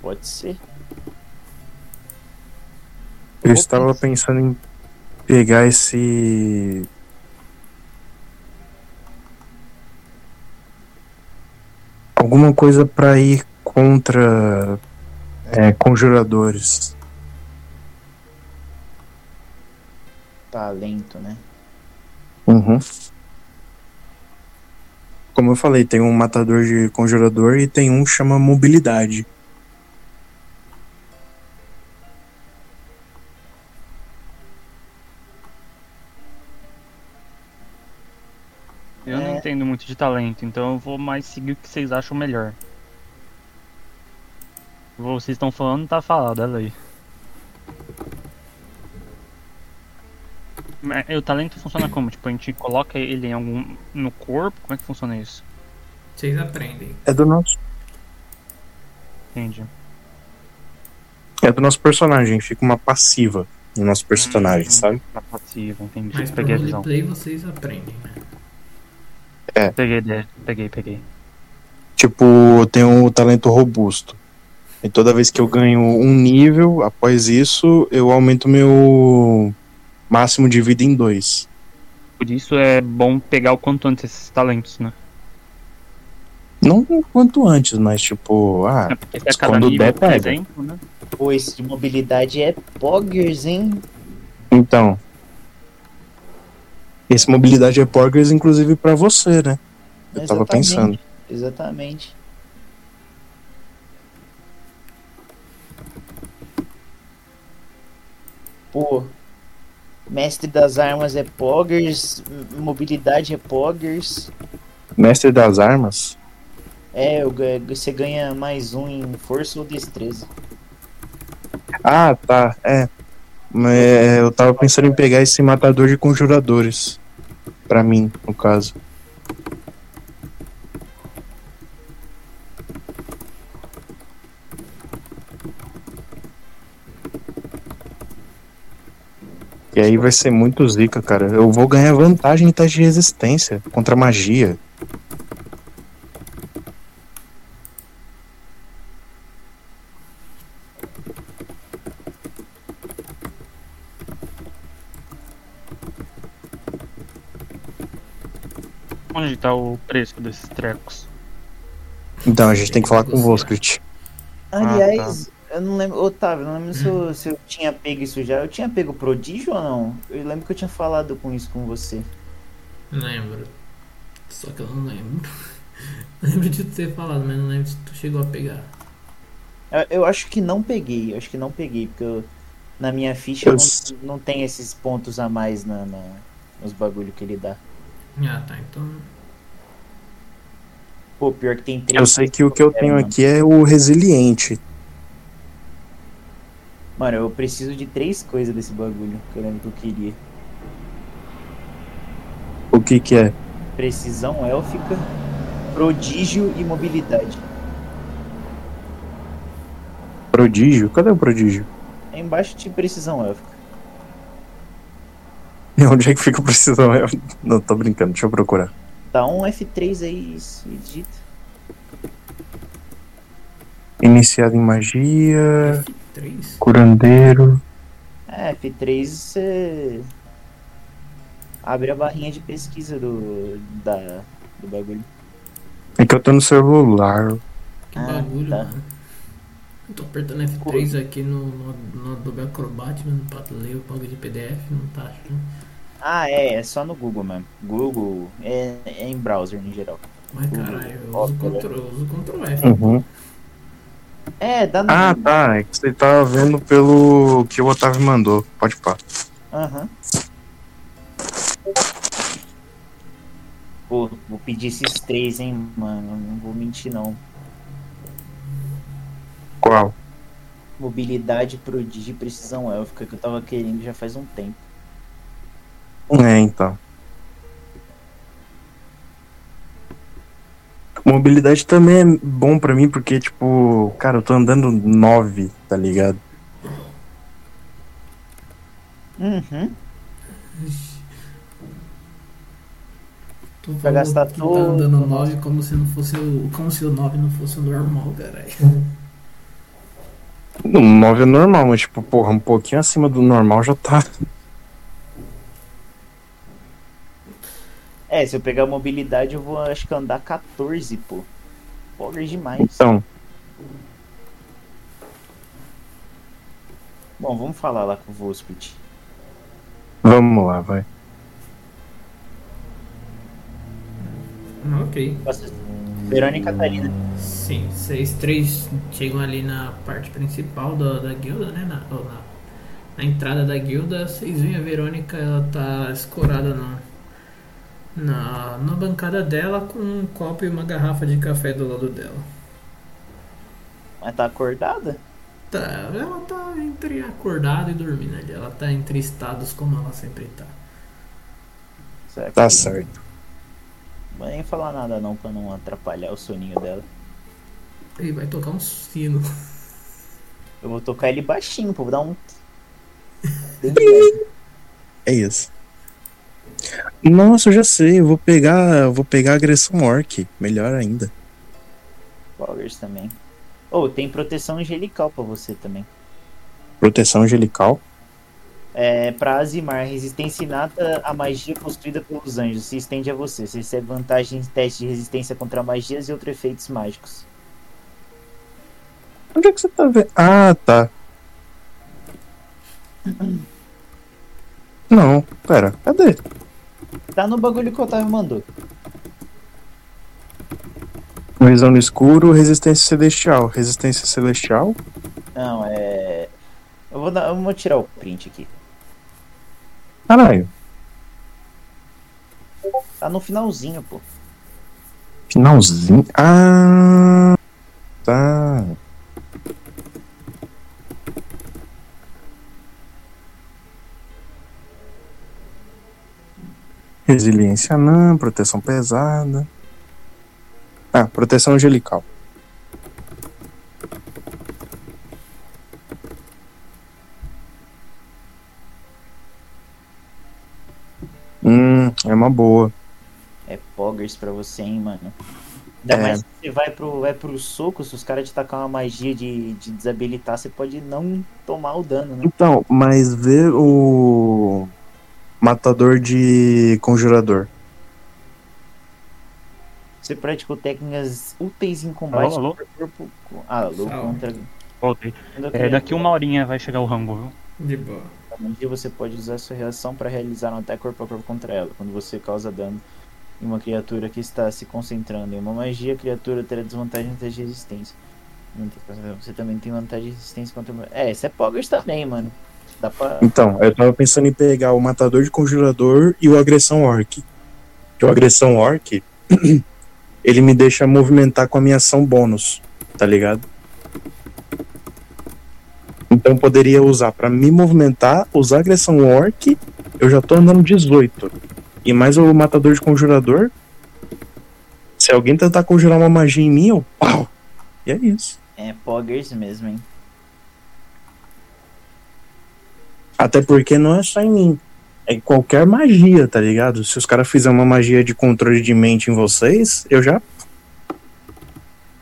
[SPEAKER 4] Pode ser.
[SPEAKER 3] Eu
[SPEAKER 4] Opa.
[SPEAKER 3] estava pensando em pegar esse. Alguma coisa pra ir contra é, conjuradores.
[SPEAKER 4] Talento, né?
[SPEAKER 3] Como eu falei, tem um matador de conjurador e tem um que chama mobilidade.
[SPEAKER 2] Eu não entendo muito de talento, então eu vou mais seguir o que vocês acham melhor. Vocês estão falando, tá falado, olha aí. Mas, e O talento funciona como? Tipo, a gente coloca ele em algum. no corpo? Como é que funciona isso?
[SPEAKER 1] Vocês aprendem.
[SPEAKER 3] É do nosso,
[SPEAKER 2] Entendi.
[SPEAKER 3] é do nosso personagem, fica uma passiva. no nosso personagem,
[SPEAKER 2] Hum.
[SPEAKER 3] sabe?
[SPEAKER 2] Não é possível, entendi.
[SPEAKER 1] Mas pro
[SPEAKER 2] peguei a visão.
[SPEAKER 1] roleplay vocês aprendem, né?
[SPEAKER 2] Peguei, né? peguei, peguei.
[SPEAKER 3] Tipo, eu tenho um talento robusto. E toda vez que eu ganho um nível, após isso, eu aumento meu máximo de vida em dois.
[SPEAKER 2] Por isso é bom pegar o quanto antes esses talentos, né?
[SPEAKER 3] Não o quanto antes, mas tipo, ah,
[SPEAKER 2] É porque se é cada
[SPEAKER 3] Quando
[SPEAKER 2] nível,
[SPEAKER 3] der,
[SPEAKER 2] por
[SPEAKER 3] pega.
[SPEAKER 2] exemplo, né?
[SPEAKER 4] Pô, esse de mobilidade é poggers, hein?
[SPEAKER 3] então. Esse mobilidade é progress, inclusive, pra você, né? Eu tava
[SPEAKER 4] Exatamente,
[SPEAKER 3] pensando.
[SPEAKER 4] Exatamente. Pô, mestre das armas é poggers, m- mobilidade é poggers.
[SPEAKER 3] Mestre das armas,
[SPEAKER 4] É, eu ga- você ganha mais um em força ou destreza.
[SPEAKER 3] Ah, tá, é. Mas, é, Eu tava pensando em pegar esse matador de conjuradores. Pra mim, no caso. E aí vai ser muito zica, cara. Eu vou ganhar vantagem em teste de resistência contra magia.
[SPEAKER 2] Onde tá o preço desses trecos?
[SPEAKER 3] Então, a gente tem que falar com o Voskrit.
[SPEAKER 2] Ah,
[SPEAKER 4] Aliás,
[SPEAKER 3] tá.
[SPEAKER 4] eu não lembro, Otávio, eu não lembro se eu, se eu tinha pego isso já. Eu tinha pego prodígio ou não? Eu lembro que eu tinha falado com isso com você.
[SPEAKER 1] Lembro. Só que eu não lembro. lembro de tu ter falado, mas não lembro se tu chegou a pegar.
[SPEAKER 4] Eu, eu acho que não peguei, eu acho que não peguei, porque eu- na minha ficha
[SPEAKER 3] Eu
[SPEAKER 4] eu
[SPEAKER 3] s-
[SPEAKER 4] não, não tem esses pontos a mais na, na- nos bagulho que ele dá.
[SPEAKER 1] Ah, tá. Então
[SPEAKER 4] Pô, pior que tem três.
[SPEAKER 3] Eu sei que o que eu
[SPEAKER 4] É,
[SPEAKER 3] tenho
[SPEAKER 4] mano.
[SPEAKER 3] aqui é o resiliente.
[SPEAKER 4] Mano, eu preciso de três coisas desse bagulho, que eu lembro que eu queria.
[SPEAKER 3] O que que é?
[SPEAKER 4] Precisão élfica, prodígio e mobilidade.
[SPEAKER 3] Prodígio? Cadê o prodígio?
[SPEAKER 4] É embaixo de precisão élfica.
[SPEAKER 3] E onde é que fica a precisão? Eu- Não, tô brincando, deixa eu procurar.
[SPEAKER 4] Tá um F3 aí, isso, e digita.
[SPEAKER 3] Iniciado em magia,
[SPEAKER 1] F3?
[SPEAKER 3] curandeiro.
[SPEAKER 4] É, F3 você abre a barrinha de pesquisa do, da, do bagulho.
[SPEAKER 3] É que eu tô no celular.
[SPEAKER 1] Que
[SPEAKER 4] Ah,
[SPEAKER 1] bagulho,
[SPEAKER 4] tá.
[SPEAKER 1] mano. Eu tô apertando F3 aqui no, no, no Adobe Acrobat, mano, pra ler o bagulho de PDF, não tá achando.
[SPEAKER 4] Ah, é, é só no Google mesmo. Google é, é em browser em geral.
[SPEAKER 1] Mas caralho, eu
[SPEAKER 4] Ó,
[SPEAKER 1] uso
[SPEAKER 4] cara.
[SPEAKER 1] Ctrl, eu uso Ctrl F.
[SPEAKER 3] Hum.
[SPEAKER 4] É, dá no.
[SPEAKER 3] Uhum. Ah, tá. É que você tá vendo pelo que o Otávio mandou. Pode pá.
[SPEAKER 4] Aham. Pô, vou pedir esses três, hein, mano. Não vou mentir, não.
[SPEAKER 3] Qual?
[SPEAKER 4] Mobilidade, prodígio e precisão élfica que eu tava querendo já faz um tempo.
[SPEAKER 3] É, então. Mobilidade também é bom pra mim, porque, tipo, cara, eu tô andando 9, tá ligado?
[SPEAKER 4] Uhum.
[SPEAKER 1] Tu
[SPEAKER 4] Vai
[SPEAKER 1] falou
[SPEAKER 4] gastar
[SPEAKER 1] que
[SPEAKER 4] todo-
[SPEAKER 1] Tá andando 9 como se não fosse o. Como se o 9 não fosse o normal, caralho.
[SPEAKER 3] Não, 9 é normal, mas, tipo, porra, um pouquinho acima do normal já tá.
[SPEAKER 4] É, se eu pegar mobilidade, eu vou acho que andar 14, pô. Pobre demais.
[SPEAKER 3] Então.
[SPEAKER 4] Bom, vamos falar lá com o Voskut.
[SPEAKER 3] Vamos lá, vai.
[SPEAKER 1] Ah, ok.
[SPEAKER 4] Nossa, Verônica tá ali, né?
[SPEAKER 1] Sim, vocês três chegam ali na parte principal da, da guilda, né? Na, ou na, na entrada da guilda, vocês veem a Verônica, ela tá escorada na, na, na bancada dela com um copo e uma garrafa de café do lado dela.
[SPEAKER 4] Mas tá acordada?
[SPEAKER 1] Tá, ela tá entre acordada e dormindo ali, ela tá entre estados como ela sempre tá.
[SPEAKER 4] Será que-
[SPEAKER 3] Tá certo.
[SPEAKER 4] Não vou nem falar nada não pra não atrapalhar o soninho dela.
[SPEAKER 1] E vai tocar um sino.
[SPEAKER 4] Eu vou tocar ele baixinho, pô, vou dar um. Bem leve.
[SPEAKER 3] É isso. Nossa, eu já sei. Eu vou pegar, eu vou pegar a agressão orc. Melhor ainda.
[SPEAKER 4] Poggers também. Ou tem proteção angelical pra você também.
[SPEAKER 3] Proteção angelical.
[SPEAKER 4] É, pra Azimar, resistência inata à magia construída pelos anjos. Se estende a você. Você recebe vantagem em testes de resistência contra magias e outros efeitos mágicos.
[SPEAKER 3] Onde é que você tá vendo? Ah, tá. Não, pera. Cadê?
[SPEAKER 4] Tá no bagulho que o Otávio mandou.
[SPEAKER 3] Visão no escuro, resistência celestial. Resistência celestial?
[SPEAKER 4] Não, é. Eu vou, dar- eu vou tirar o print aqui.
[SPEAKER 3] Caralho,
[SPEAKER 4] Tá no finalzinho, pô.
[SPEAKER 3] finalzinho. Ah, tá. Resiliência não, proteção pesada. Ah, proteção angelical. Hum, é uma boa.
[SPEAKER 4] É poggers pra você, hein, mano. Ainda
[SPEAKER 3] É.
[SPEAKER 4] mais que você vai pro, vai pro soco, se os caras te tacar uma magia de, de desabilitar, você pode não tomar o dano, né?
[SPEAKER 3] Então, mas vê o matador de conjurador.
[SPEAKER 4] Você praticou técnicas úteis em
[SPEAKER 2] Alô,
[SPEAKER 4] combate.
[SPEAKER 2] alô?
[SPEAKER 4] Corpo, co- ah, alô,
[SPEAKER 1] Salve.
[SPEAKER 4] contra.
[SPEAKER 2] Voltei. É, daqui uma horinha vai chegar o rango, viu?
[SPEAKER 1] De boa.
[SPEAKER 4] Um dia você pode usar sua reação para realizar um ataque corpo a corpo contra ela. Quando você causa dano em uma criatura que está se concentrando em uma magia, a criatura terá desvantagem em teste de resistência. Não tem coisa- Você também tem vantagem de resistência contra. É, esse é Poggers também, mano. Dá pra.
[SPEAKER 3] Então, eu tava pensando em pegar o matador de conjurador e o agressão orc. Que o agressão orc, ele me deixa movimentar com a minha ação bônus, tá ligado? Então eu poderia usar pra me movimentar, usar agressão orc, eu já tô andando 18. E mais o matador de conjurador. Se alguém tentar conjurar uma magia em mim, eu. Pau! E é isso.
[SPEAKER 4] É Poggers mesmo, hein?
[SPEAKER 3] Até porque não é só em mim. É em qualquer magia, tá ligado? Se os caras fizerem uma magia de controle de mente em vocês, eu já.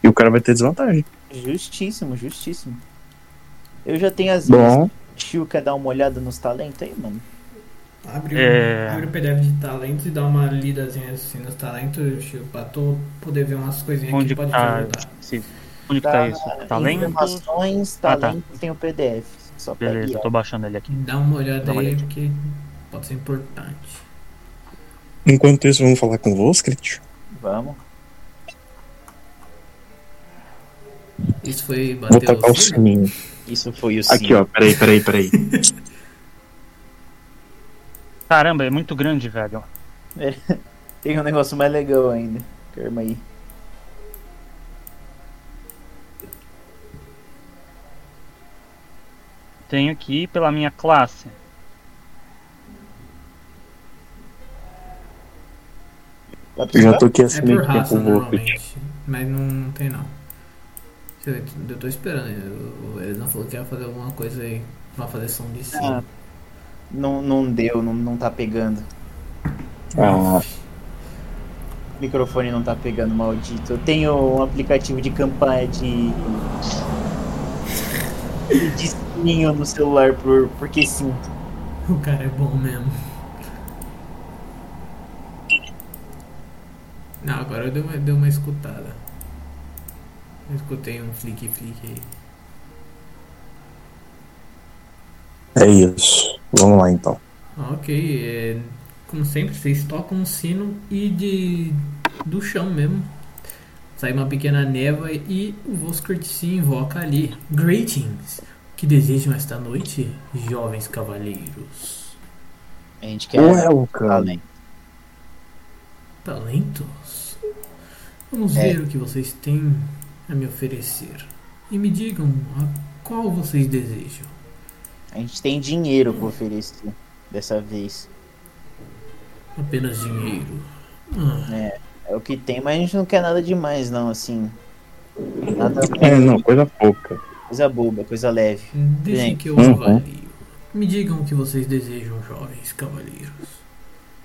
[SPEAKER 3] E o cara vai ter desvantagem.
[SPEAKER 4] Justíssimo, justíssimo. Eu já tenho as minhas.
[SPEAKER 3] Bom,
[SPEAKER 4] Tio, quer dar uma olhada nos talentos aí, mano?
[SPEAKER 1] Abre, o-
[SPEAKER 2] É.
[SPEAKER 1] abre o PDF de talentos e dá uma lidazinha assim nos talentos, Chico, pra tu poder ver umas coisinhas
[SPEAKER 2] Onde
[SPEAKER 1] que pode te
[SPEAKER 2] tá?
[SPEAKER 1] ajudar.
[SPEAKER 2] Sim. Onde que tá
[SPEAKER 4] Tá
[SPEAKER 2] isso? Talento?
[SPEAKER 4] Informações,
[SPEAKER 2] Ah, tá.
[SPEAKER 4] talentos, tem o PDF. Só pegue
[SPEAKER 2] Beleza, tô baixando ele aqui.
[SPEAKER 1] Dá uma olhada
[SPEAKER 2] Dá uma
[SPEAKER 1] aí,
[SPEAKER 2] olhadinha.
[SPEAKER 1] porque pode ser importante.
[SPEAKER 3] enquanto isso, vamos falar com o Voskrit.
[SPEAKER 4] Vamos.
[SPEAKER 1] Isso foi assim? bater
[SPEAKER 3] Vou tacar um o sininho.
[SPEAKER 4] Isso foi o
[SPEAKER 3] Aqui, ó, peraí, peraí, peraí.
[SPEAKER 2] Caramba, é muito grande, velho.
[SPEAKER 4] Tem um negócio mais legal ainda. Calma aí.
[SPEAKER 2] Tenho que ir pela minha classe.
[SPEAKER 4] Dá pra
[SPEAKER 3] Eu já
[SPEAKER 4] tirar?
[SPEAKER 3] tô aqui
[SPEAKER 1] É
[SPEAKER 3] assim
[SPEAKER 1] por
[SPEAKER 3] meio tempo
[SPEAKER 1] raça
[SPEAKER 3] com o Voskrit.
[SPEAKER 1] normalmente, mas não tem não. Deixa eu ver, eu tô esperando. eu- Ele não falou que ia fazer alguma coisa aí. Vai fazer som de si.
[SPEAKER 4] Ah, Não, não deu, não, não tá pegando.
[SPEAKER 3] Ah,
[SPEAKER 4] O microfone não tá pegando, maldito. Eu tenho um aplicativo de campanha de. de sininho no celular por, porque sim.
[SPEAKER 1] O cara é bom mesmo. Não, agora eu dei uma, dei uma escutada. Eu escutei um flick flick aí.
[SPEAKER 3] é isso. Vamos lá então.
[SPEAKER 1] Ok, é, como sempre, vocês tocam um sino e de do chão mesmo. Sai uma pequena neva e o Voskurt se invoca ali. Greetings! Que desejam esta noite, jovens cavaleiros?
[SPEAKER 4] A gente
[SPEAKER 3] é
[SPEAKER 4] quer. né?
[SPEAKER 3] Welcome.
[SPEAKER 4] Além.
[SPEAKER 1] Talentos? Vamos
[SPEAKER 4] É.
[SPEAKER 1] ver o que vocês têm a me oferecer. E me digam a qual vocês desejam.
[SPEAKER 4] A gente tem dinheiro pra oferecer dessa vez.
[SPEAKER 1] Apenas dinheiro. Ah,
[SPEAKER 4] É o que tem, mas a gente não quer nada demais, não, assim. Nada
[SPEAKER 3] É, não, coisa pouca.
[SPEAKER 4] coisa boba, coisa leve.
[SPEAKER 1] Deixa
[SPEAKER 4] Bem,
[SPEAKER 1] que eu
[SPEAKER 3] uhum.
[SPEAKER 1] avalio. Me digam o que vocês desejam, jovens cavaleiros.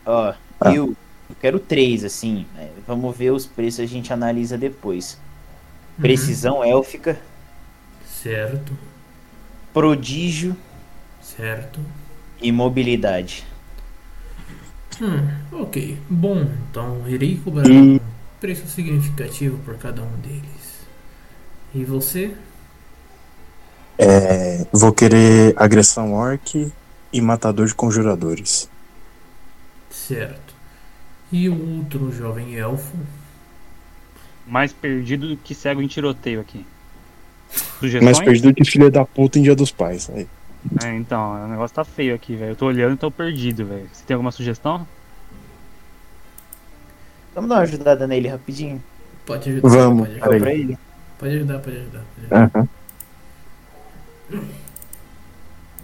[SPEAKER 4] Ó,
[SPEAKER 3] Ah.
[SPEAKER 4] eu quero três, assim. é, Vamos ver os preços, a gente analisa depois.
[SPEAKER 2] Uhum.
[SPEAKER 4] Precisão élfica,
[SPEAKER 1] Uhum. Certo,
[SPEAKER 4] prodígio
[SPEAKER 1] certo.
[SPEAKER 4] e mobilidade.
[SPEAKER 1] Hum, ok. Bom, então irei cobrar
[SPEAKER 3] Hum.
[SPEAKER 1] um preço significativo por cada um deles. E você?
[SPEAKER 3] É, vou querer agressão orc e matador de conjuradores.
[SPEAKER 1] Certo. E o outro jovem elfo?
[SPEAKER 2] Mais perdido que cego em tiroteio aqui. Sugestões?
[SPEAKER 3] Mais perdido que filha da puta em dia dos pais. Aí.
[SPEAKER 2] É, então, o negócio tá feio aqui, velho. Eu tô olhando e tô perdido, velho. Você tem alguma sugestão?
[SPEAKER 4] Vamos dar uma ajudada nele rapidinho.
[SPEAKER 1] Pode ajudar.
[SPEAKER 3] Vamos,
[SPEAKER 1] pode
[SPEAKER 3] peraí.
[SPEAKER 1] ajudar.
[SPEAKER 4] Pra ele.
[SPEAKER 1] Pode ajudar, pode ajudar. Pode ajudar.
[SPEAKER 3] Aham.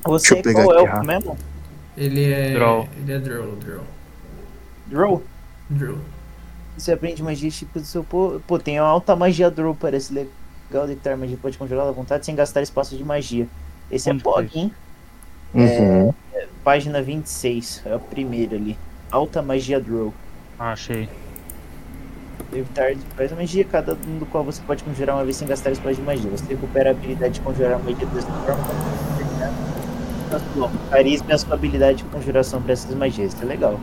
[SPEAKER 4] Você
[SPEAKER 3] eu pegar
[SPEAKER 4] qual
[SPEAKER 3] aqui
[SPEAKER 4] elfo
[SPEAKER 3] rápido.
[SPEAKER 4] mesmo?
[SPEAKER 1] Ele é.
[SPEAKER 2] Draw.
[SPEAKER 1] Ele é Drow, Drow.
[SPEAKER 4] Drow.
[SPEAKER 1] Drow.
[SPEAKER 4] Você aprende magia tipo do seu povo. Pô, tem uma alta magia Drow, parece legal detectar magia. Pode conjurá-la à vontade sem gastar espaço de magia. Esse
[SPEAKER 2] Onde
[SPEAKER 4] é
[SPEAKER 2] que tá
[SPEAKER 4] POG, hein?
[SPEAKER 3] Uhum.
[SPEAKER 4] Página 26, é a primeira ali. Alta magia Drow.
[SPEAKER 2] Ah, achei.
[SPEAKER 4] Evitar faz uma magia, cada um do qual você pode conjurar uma vez sem gastar espaço de magia. Você recupera a habilidade de conjurar magia dessa forma. Mas, né? bom, Carisma é a sua habilidade de conjuração para essas magias. Isso é legal.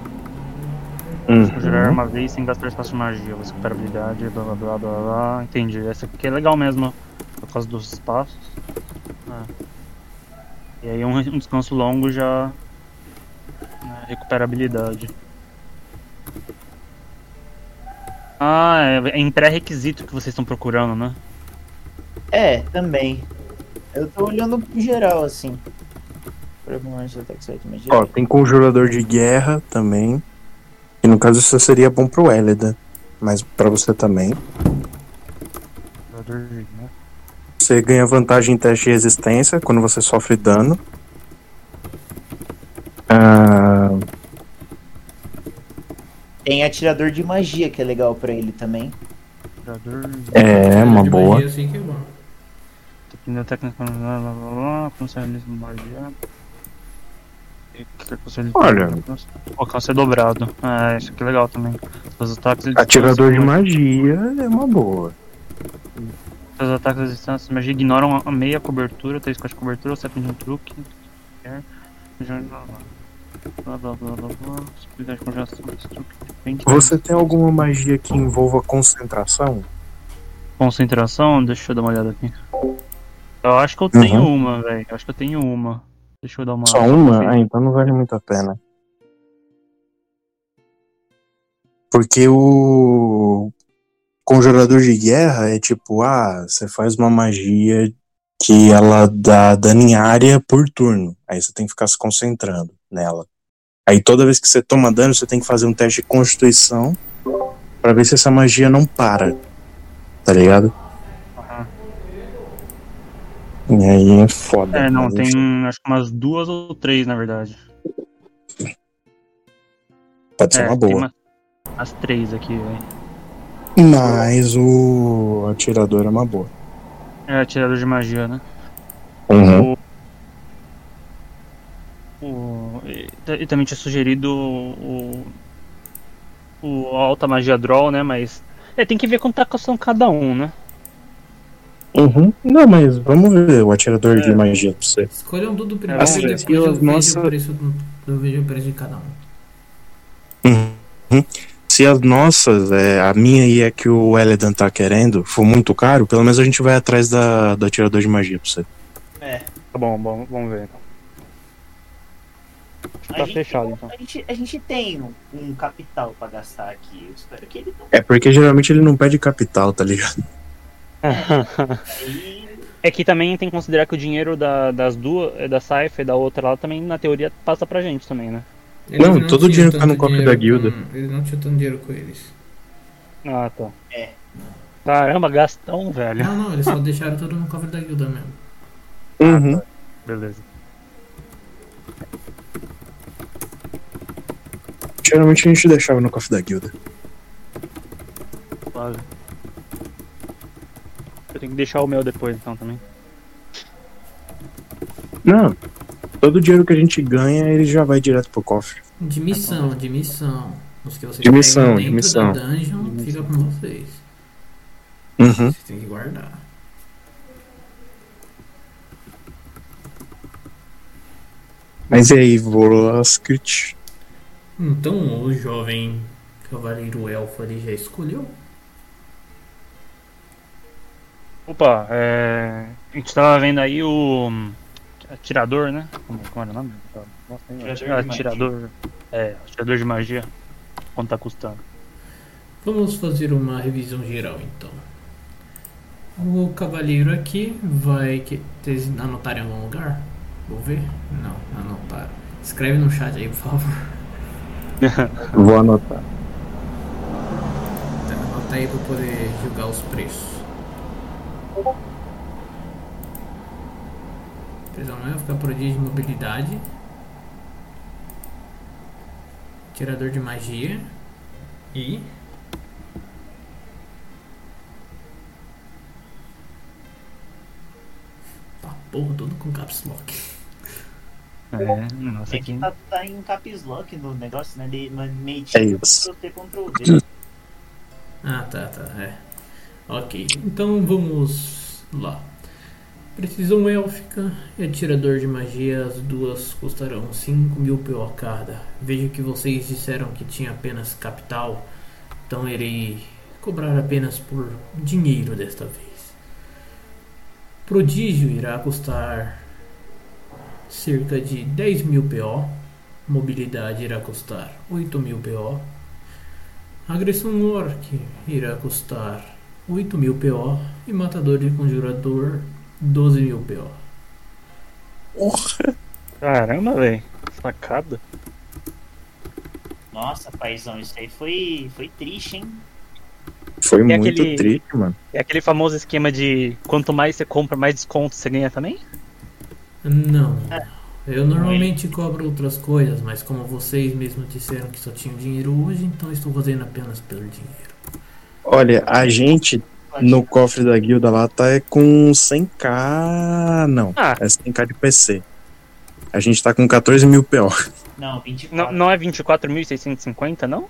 [SPEAKER 2] Conjurar
[SPEAKER 3] Uhum.
[SPEAKER 2] uma vez sem gastar espaço de magia, recuperabilidade, blá blá blá blá blá. Entendi. Essa aqui é legal mesmo, por causa dos espaços. É. E aí um, um descanso longo já né, recupera habilidade. Ah, é, é em pré-requisito que vocês estão procurando, né?
[SPEAKER 4] É, também. Eu tô olhando em geral, assim. Pra mais de ataque certo, magia.
[SPEAKER 3] Ó, tem conjurador de guerra também. E no caso isso seria bom pro Hélida. Mas pra você também.
[SPEAKER 2] Jogador de- né?
[SPEAKER 3] Você ganha vantagem em teste de resistência quando você sofre dano. Ah,
[SPEAKER 4] Tem atirador de magia, que é legal pra ele também.
[SPEAKER 2] Jogador de-
[SPEAKER 3] é, uma
[SPEAKER 1] De
[SPEAKER 3] boa.
[SPEAKER 1] magia, eu sei que é bom.
[SPEAKER 2] Dependendo da técnica, blá blá blá, blá conservismo magia. E que conselho-
[SPEAKER 3] Olha.
[SPEAKER 2] O alcance é dobrado. É, isso aqui é legal também. Os ataques de
[SPEAKER 3] Atirador de
[SPEAKER 2] distância-
[SPEAKER 3] magia é uma boa.
[SPEAKER 2] Seus ataques à distância, magia ignoram a meia cobertura, 3 de cobertura, você aprende um truque. quer, né? já- Blá blá blá blá blá. Possibilidade de congelação desse truque depende.
[SPEAKER 3] Você tem alguma magia que envolva concentração?
[SPEAKER 2] Concentração, deixa eu dar uma olhada aqui. Eu acho que eu tenho uma, velho. Eu acho que eu tenho uma. Deixa eu dar uma.
[SPEAKER 3] Uhum. Só uma? Ah, então não vale muito a pena. Porque o conjurador de guerra é tipo, ah, você faz uma magia que ela dá dano em área por turno. Aí você tem que ficar se concentrando nela. Aí toda vez que você toma dano, você tem que fazer um teste de constituição pra ver se essa magia não para. Tá ligado?
[SPEAKER 2] Aham.
[SPEAKER 3] E aí é foda.
[SPEAKER 2] É, não,
[SPEAKER 3] mas
[SPEAKER 2] tem
[SPEAKER 3] enfim.
[SPEAKER 2] acho que umas duas ou três, na verdade.
[SPEAKER 3] Pode ser
[SPEAKER 2] é,
[SPEAKER 3] uma
[SPEAKER 2] tem
[SPEAKER 3] boa.
[SPEAKER 2] uma- as três aqui, velho.
[SPEAKER 3] Mas o atirador é uma boa.
[SPEAKER 2] É, atirador de magia, né?
[SPEAKER 3] Uhum.
[SPEAKER 2] O, e, ta- e também tinha sugerido o, o, o Alta Magia Draw, né? Mas. É, tem que ver quanto tá custando cada um, né?
[SPEAKER 3] Uhum. Não, mas vamos ver o atirador
[SPEAKER 2] É.
[SPEAKER 3] de magia pra você.
[SPEAKER 1] Escolham tudo primeiro
[SPEAKER 2] Assim,
[SPEAKER 1] e depois
[SPEAKER 3] se
[SPEAKER 1] eu,
[SPEAKER 3] as
[SPEAKER 1] vejo
[SPEAKER 3] nossas-
[SPEAKER 1] o preço, do- eu vejo o preço de cada um.
[SPEAKER 3] Uhum. Se as nossas, é, a minha e a que o Eledan tá querendo, for muito caro, pelo menos a gente vai atrás da, do atirador de magia pra você.
[SPEAKER 2] Tá bom, bom vamos ver. Acho que
[SPEAKER 4] A
[SPEAKER 2] tá
[SPEAKER 4] gente-
[SPEAKER 2] fechado, então.
[SPEAKER 4] A gente, a gente tem um, um capital pra gastar aqui. Eu espero que ele não
[SPEAKER 3] É porque geralmente ele não pede capital, tá ligado?
[SPEAKER 4] caia.
[SPEAKER 2] É que também tem que considerar que o dinheiro da- das duas, é, da Cypher e da outra lá, também na teoria passa pra gente também, né?
[SPEAKER 1] Eles
[SPEAKER 3] Não, todo
[SPEAKER 1] tinham
[SPEAKER 3] dinheiro que tá no
[SPEAKER 1] tanto
[SPEAKER 3] cofre
[SPEAKER 1] dinheiro
[SPEAKER 3] da guilda.
[SPEAKER 1] com- Eles não tinham tanto dinheiro com eles.
[SPEAKER 2] Ah, tá.
[SPEAKER 4] É.
[SPEAKER 2] Caramba, gastão, velho.
[SPEAKER 1] Não, não, eles só deixaram tudo no cofre da guilda mesmo.
[SPEAKER 3] Uhum.
[SPEAKER 2] Beleza.
[SPEAKER 3] Geralmente a gente deixava no cofre da guilda.
[SPEAKER 2] Quase. Eu tenho que deixar o meu depois então também.
[SPEAKER 3] Não. Todo o dinheiro que a gente ganha, ele já vai direto pro cofre.
[SPEAKER 1] De missão, de missão. Os que vocês
[SPEAKER 3] Tá De missão,
[SPEAKER 1] pegam
[SPEAKER 3] de
[SPEAKER 1] dentro
[SPEAKER 3] missão.
[SPEAKER 1] da dungeon fica com vocês.
[SPEAKER 3] Uhum.
[SPEAKER 1] Vocês têm que guardar.
[SPEAKER 3] Mas e aí, Volaskrit?
[SPEAKER 1] Então o jovem cavaleiro elfo ali já escolheu?
[SPEAKER 2] Opa, é... a gente tava vendo aí o hum, atirador, né? Como, como era o nome? Nossa, hein?
[SPEAKER 4] Atirador de
[SPEAKER 2] um atirador, é, atirador de magia. Quanto tá custando?
[SPEAKER 1] Vamos fazer uma revisão geral então. O cavaleiro aqui vai. Que... Vocês anotaram em algum lugar? Vou ver? Não, anotaram. Escreve no chat aí, por favor.
[SPEAKER 3] Vou anotar.
[SPEAKER 1] Tá, Anota aí pra eu poder julgar os preços. Prisão vai né? ficar por dia de mobilidade. Tirador de magia. E. Tá porra, todo com caps lock.
[SPEAKER 2] É, nossa,
[SPEAKER 4] É que
[SPEAKER 2] aqui.
[SPEAKER 4] tá, tá em caps lock no negócio, né? De ma- meio
[SPEAKER 3] É isso. Hum.
[SPEAKER 4] Ctrl-T, Ctrl-V.
[SPEAKER 1] Ah, tá, tá, é. Ok, então vamos lá. Precisão élfica e atirador de magia, as duas custarão 5 mil PO cada. Vejo que vocês disseram que tinha apenas capital, então irei cobrar apenas por dinheiro desta vez. Prodígio irá custar cerca de 10 mil PO, mobilidade irá custar 8 mil PO, Agressão Orc irá custar 8 mil PO e Matador de Conjurador 12 mil PO.
[SPEAKER 2] Caramba, velho. Facada.
[SPEAKER 4] Nossa, paizão, isso aí foi, foi triste, hein?
[SPEAKER 3] Foi
[SPEAKER 2] E
[SPEAKER 3] muito
[SPEAKER 2] aquele-
[SPEAKER 3] triste, mano.
[SPEAKER 2] É aquele famoso esquema de quanto mais você compra, mais desconto você ganha também?
[SPEAKER 1] Não. Eu normalmente cobro outras coisas, mas como vocês mesmos disseram que só tinham dinheiro hoje, então estou fazendo apenas pelo dinheiro.
[SPEAKER 3] Olha, a gente no cofre da guilda lá tá é com 100k. Não,
[SPEAKER 2] Ah.
[SPEAKER 3] é 100k de PC. A gente tá com 14 mil PO.
[SPEAKER 4] Não, 24.
[SPEAKER 2] Não, não é 24.650, não?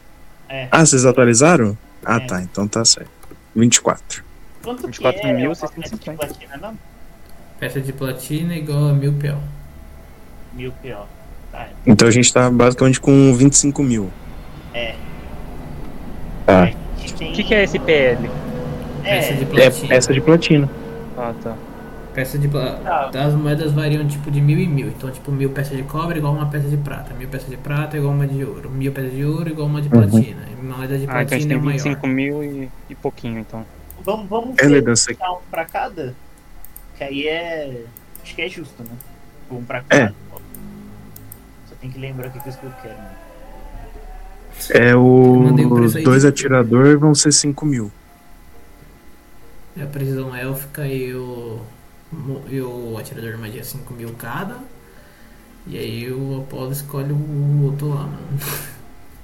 [SPEAKER 4] É.
[SPEAKER 3] Ah, vocês atualizaram? Ah,
[SPEAKER 4] É.
[SPEAKER 3] tá, então tá certo. 24.
[SPEAKER 4] Quanto que
[SPEAKER 2] 24.650.
[SPEAKER 4] é o pacote de platina mesmo?
[SPEAKER 1] Peça de platina igual a mil PO.
[SPEAKER 4] Mil PO. Tá,
[SPEAKER 3] Então a gente tá basicamente com 25 mil.
[SPEAKER 4] é.
[SPEAKER 3] Tá.
[SPEAKER 4] A gente tem-
[SPEAKER 2] O que, que é esse PL?
[SPEAKER 1] Peça de
[SPEAKER 4] É,
[SPEAKER 3] É
[SPEAKER 1] platina.
[SPEAKER 3] peça de platina.
[SPEAKER 2] Ah, tá.
[SPEAKER 1] Peça de
[SPEAKER 2] é?
[SPEAKER 4] Ah,
[SPEAKER 1] pla- As moedas variam tipo de mil e mil. Então, tipo, mil peças de cobre igual uma peça de prata. Mil peças de prata igual uma de ouro. Mil peças de ouro igual uma de
[SPEAKER 3] Uhum.
[SPEAKER 1] platina. E moeda de
[SPEAKER 2] Ah, então a gente
[SPEAKER 1] platina
[SPEAKER 2] tem
[SPEAKER 1] é maior.
[SPEAKER 2] 25 mil e, e pouquinho, então.
[SPEAKER 4] vamos, vamos
[SPEAKER 3] É
[SPEAKER 4] ver,
[SPEAKER 3] elegância aqui.
[SPEAKER 4] dar um pra cada? Que aí é. Acho que é justo, né? Um
[SPEAKER 3] É.
[SPEAKER 4] pra cada. Só tem que lembrar o que, que eu quero, né?
[SPEAKER 3] É
[SPEAKER 1] mandei o
[SPEAKER 3] o.
[SPEAKER 1] preço
[SPEAKER 3] Os
[SPEAKER 1] aí.
[SPEAKER 3] dois atiradores vão ser 5 mil.
[SPEAKER 1] É a prisão élfica e o, mo- e o atirador de magia 5 mil cada. E aí o Apolo escolhe o outro lá, mano.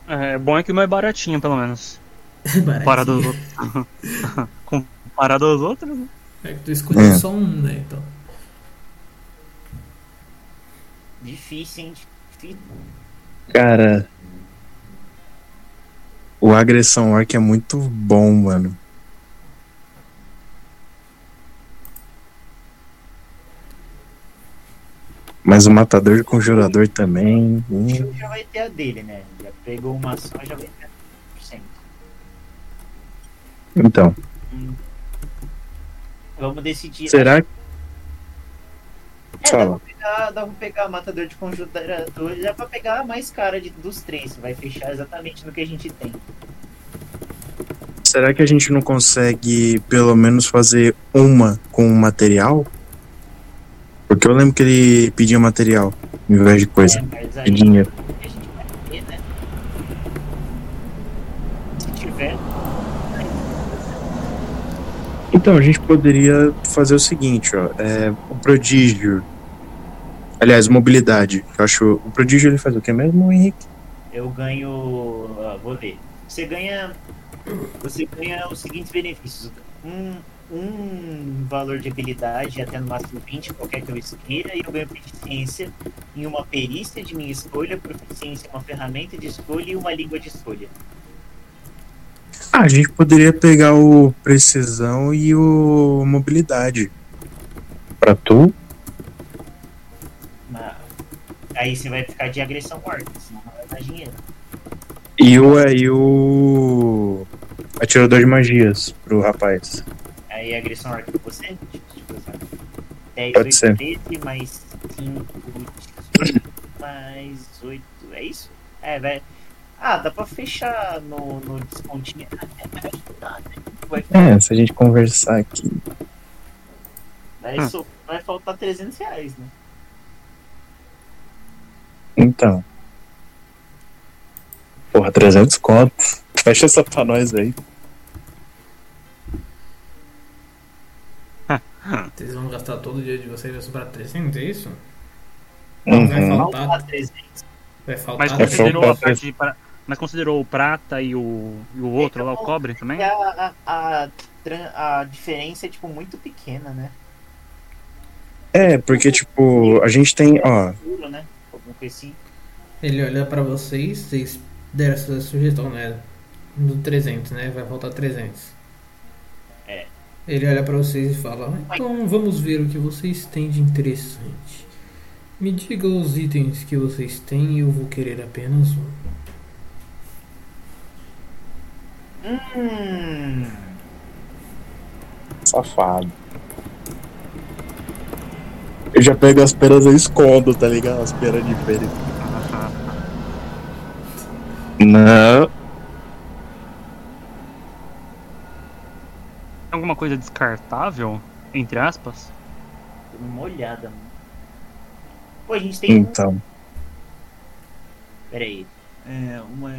[SPEAKER 2] É bom é que o meu é baratinho, pelo menos.
[SPEAKER 1] Baratinho.
[SPEAKER 2] Comparado aos outros. Comparado aos outros, né?
[SPEAKER 1] É que tu escolheu
[SPEAKER 3] É.
[SPEAKER 1] só um, né? Então.
[SPEAKER 4] Difícil, hein? Difícil.
[SPEAKER 3] Cara. O agressão orc é muito bom, mano. Mas o matador de conjurador também. hum.
[SPEAKER 4] Já vai ter a dele, né? Já pegou uma só, já vai ter a 100%.
[SPEAKER 3] Então,
[SPEAKER 4] Hum. Vamos decidir.
[SPEAKER 3] será que.
[SPEAKER 4] É, dá
[SPEAKER 3] Fala.
[SPEAKER 4] pra, pegar, dá pra pegar matador de conjurador, dá pra pegar a mais cara de, dos três. Vai fechar exatamente no que a gente tem.
[SPEAKER 3] Será que a gente não consegue pelo menos fazer uma com o material? Porque eu lembro que ele pedia material em vez de coisa.
[SPEAKER 4] É, mas aí
[SPEAKER 3] de dinheiro.
[SPEAKER 4] a gente vai ver, né? Se tiver,
[SPEAKER 3] Então, a gente poderia fazer o seguinte, ó. é, o prodígio. Aliás, mobilidade. que Eu acho. O prodígio ele faz o que mesmo, Henrique?
[SPEAKER 4] eu ganho. ah, vou ver. Você ganha. Você ganha os seguintes benefícios: um, um valor de habilidade até no máximo 20, qualquer que eu escolha, e eu ganho proficiência em uma perícia de minha escolha, proficiência em uma ferramenta de escolha e uma língua de escolha.
[SPEAKER 3] Ah, a gente poderia pegar o precisão e o mobilidade.
[SPEAKER 7] Pra tu?
[SPEAKER 4] Mas aí você vai ficar de agressão morta, senão não vai dar dinheiro.
[SPEAKER 3] E o aí o atirador de magias pro rapaz.
[SPEAKER 4] Aí a agressão orca pra você? tipo, Deixa eu pensar. 10,
[SPEAKER 3] Pode
[SPEAKER 4] 8,
[SPEAKER 3] ser.
[SPEAKER 4] 13, mais 5, mais 8. É isso? É, velho. Ah, dá pra fechar no, no descontinho. Ah, é, vai dar, né? Vai,
[SPEAKER 3] É, se a gente conversar aqui.
[SPEAKER 4] vai,
[SPEAKER 2] Ah.
[SPEAKER 4] so- vai faltar 300 reais, né?
[SPEAKER 3] Então.
[SPEAKER 7] Porra, 300 conto. Fecha essa pra nós aí.
[SPEAKER 1] Vocês vão gastar todo o dinheiro de vocês, vai sobrar 300, é isso? Vai
[SPEAKER 7] Uhum.
[SPEAKER 1] faltar,
[SPEAKER 4] Faltar 300.
[SPEAKER 1] vai faltar
[SPEAKER 2] Mas
[SPEAKER 7] é só
[SPEAKER 2] considerou
[SPEAKER 7] pra-
[SPEAKER 2] a parte de pra- Mas considerou o prata e o, e o outro lá, o cobre também?
[SPEAKER 4] E é a, a, a, tran- a diferença é, tipo, muito pequena, né?
[SPEAKER 3] É, porque, tipo, a gente tem, ó.
[SPEAKER 4] Puro, né? Alguma coisa assim.
[SPEAKER 1] Ele olha pra vocês, vocês deram essa sugestão, né? Do 300, né? Vai faltar 300.
[SPEAKER 4] É.
[SPEAKER 1] Ele olha pra vocês e fala: Então vamos ver o que vocês têm de interessante. Me diga os itens que vocês têm e eu vou querer apenas um.
[SPEAKER 4] Hum.
[SPEAKER 7] Safado. Eu já pego as peras e escondo, tá ligado? As peras de pera.
[SPEAKER 3] Não.
[SPEAKER 2] Tem alguma coisa descartável? Entre aspas?
[SPEAKER 4] Deu uma olhada, mano. Pô, a gente tem. um-
[SPEAKER 3] Então.
[SPEAKER 4] Pera aí. É, uma.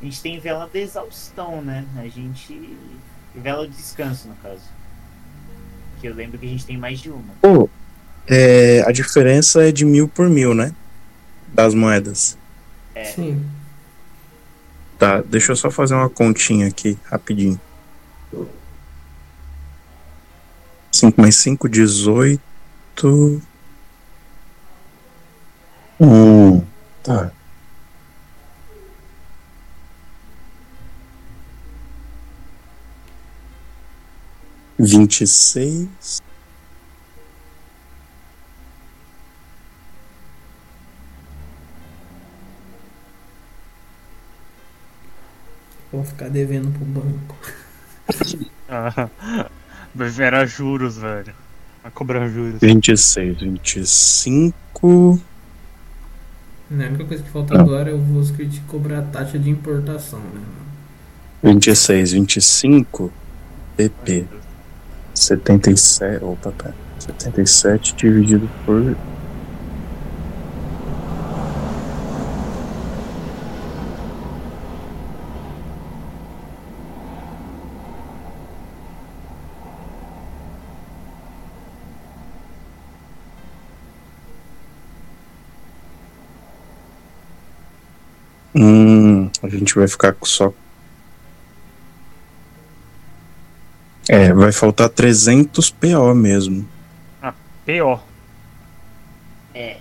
[SPEAKER 4] A gente tem vela da exaustão, né? A gente. Vela de descanso, no caso. Que eu lembro que a gente tem mais de uma.
[SPEAKER 3] Pô, é, a diferença é de mil por mil, né? Das moedas.
[SPEAKER 4] É.
[SPEAKER 1] Sim.
[SPEAKER 3] Tá, deixa eu só fazer uma continha aqui, rapidinho. 5 mais 5, 18. Um,
[SPEAKER 7] Hum. Tá.
[SPEAKER 3] vinte e seis
[SPEAKER 1] Vão ficar devendo pro banco.
[SPEAKER 2] Ah, Era juros, velho. Vai cobrar juros.
[SPEAKER 3] vinte e seis vinte e cinco
[SPEAKER 1] Né? A única coisa que falta
[SPEAKER 3] Não.
[SPEAKER 1] agora é o Vosker te cobrar a taxa de importação, né?
[SPEAKER 3] vinte e seis vinte e cinco PP. 77. Opa, pera. 77 dividido por. Hum, a gente vai ficar com só É, vai faltar 300 PO mesmo.
[SPEAKER 2] P.O.
[SPEAKER 4] É.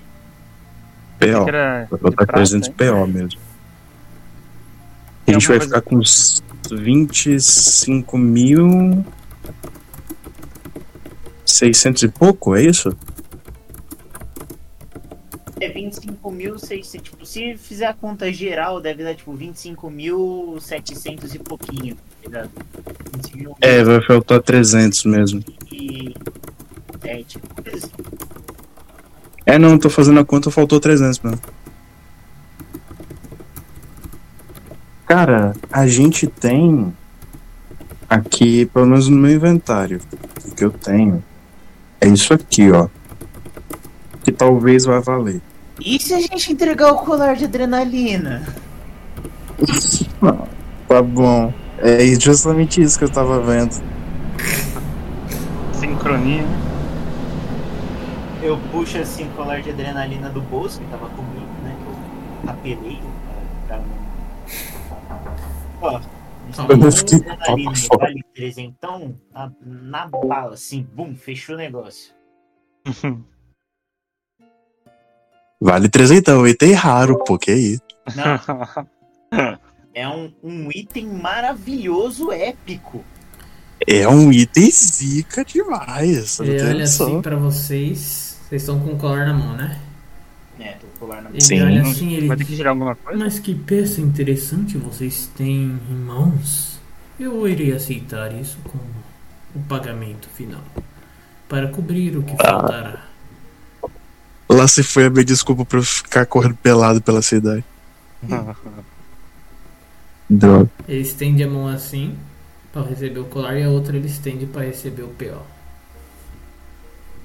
[SPEAKER 3] PO.
[SPEAKER 2] que era de
[SPEAKER 3] Vai faltar
[SPEAKER 2] prata,
[SPEAKER 3] 300
[SPEAKER 2] hein?
[SPEAKER 3] PO mesmo. A
[SPEAKER 2] Tem
[SPEAKER 3] gente vai
[SPEAKER 2] alguma
[SPEAKER 3] ficar com uns 25 mil. 600 e pouco, é isso?
[SPEAKER 4] É 25 mil, tipo, se fizer a conta geral, deve dar tipo 25.700 e pouquinho, tá ligado? 25 mil
[SPEAKER 3] É, vai faltar 300 mesmo.
[SPEAKER 4] e. É, tipo, coisa assim.
[SPEAKER 3] É, não, tô fazendo a conta, faltou 300 mesmo. Cara, a gente tem aqui, pelo menos no meu inventário, o que eu tenho é isso aqui, ó. Que talvez vá valer.
[SPEAKER 4] E se a gente entregar o colar de adrenalina?
[SPEAKER 3] Tá bom. É justamente isso que eu tava vendo.
[SPEAKER 2] Sincronia.
[SPEAKER 4] Eu puxo assim o colar de adrenalina do bolso que tava comigo, né? Que eu apelei pra, pra não ó.
[SPEAKER 5] Eu fiquei-
[SPEAKER 4] Ali no vale trezentão, na, na bala, assim, bum, fechou o negócio.
[SPEAKER 5] Vale 300,
[SPEAKER 3] é um
[SPEAKER 5] eu itei raro, pô, que isso.
[SPEAKER 4] Não, é um, um item maravilhoso, épico.
[SPEAKER 5] É um item zica demais.
[SPEAKER 1] Ele
[SPEAKER 5] não tem
[SPEAKER 1] olha
[SPEAKER 5] noção.
[SPEAKER 1] assim pra vocês. Vocês estão com o colar na mão, né?
[SPEAKER 4] É, tô colar na
[SPEAKER 1] Ele
[SPEAKER 5] Sim.
[SPEAKER 1] olha assim, ele
[SPEAKER 2] Vai ter que tirar alguma coisa?
[SPEAKER 1] Mas que peça interessante vocês têm em mãos. Eu irei aceitar isso como o pagamento final. Para cobrir o que
[SPEAKER 5] Ah.
[SPEAKER 1] faltará.
[SPEAKER 5] Lá se foi a minha desculpa pra eu ficar correndo pelado pela cidade. Droga.
[SPEAKER 1] Ele estende a mão assim para receber o colar e a outra ele estende para receber o PO.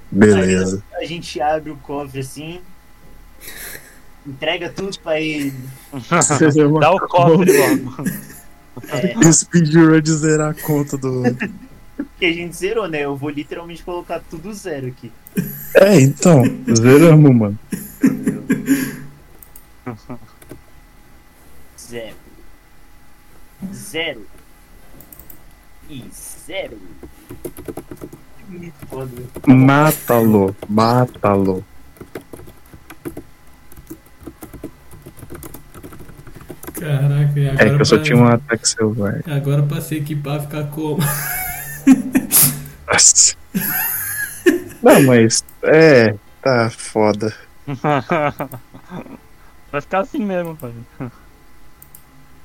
[SPEAKER 5] Beleza.
[SPEAKER 4] A gente abre o cofre assim, entrega tudo pra ele.
[SPEAKER 2] Dá o cofre logo.
[SPEAKER 4] É,
[SPEAKER 5] Speedrun um de zerar a conta do.
[SPEAKER 4] porque a gente zerou, né? Eu vou literalmente colocar tudo zero aqui.
[SPEAKER 5] É, então. Zeramos, mano.
[SPEAKER 4] Zero. Zero. E zero. Muito foda.
[SPEAKER 5] Mátalo. Mátalo.
[SPEAKER 1] Caraca, e agora
[SPEAKER 5] É que eu só
[SPEAKER 1] pra-
[SPEAKER 5] tinha um ataque selvagem.
[SPEAKER 1] Agora pra se equipar ficar como?
[SPEAKER 5] Nossa. Não, mas. É. Tá foda.
[SPEAKER 2] Vai ficar assim mesmo, pai.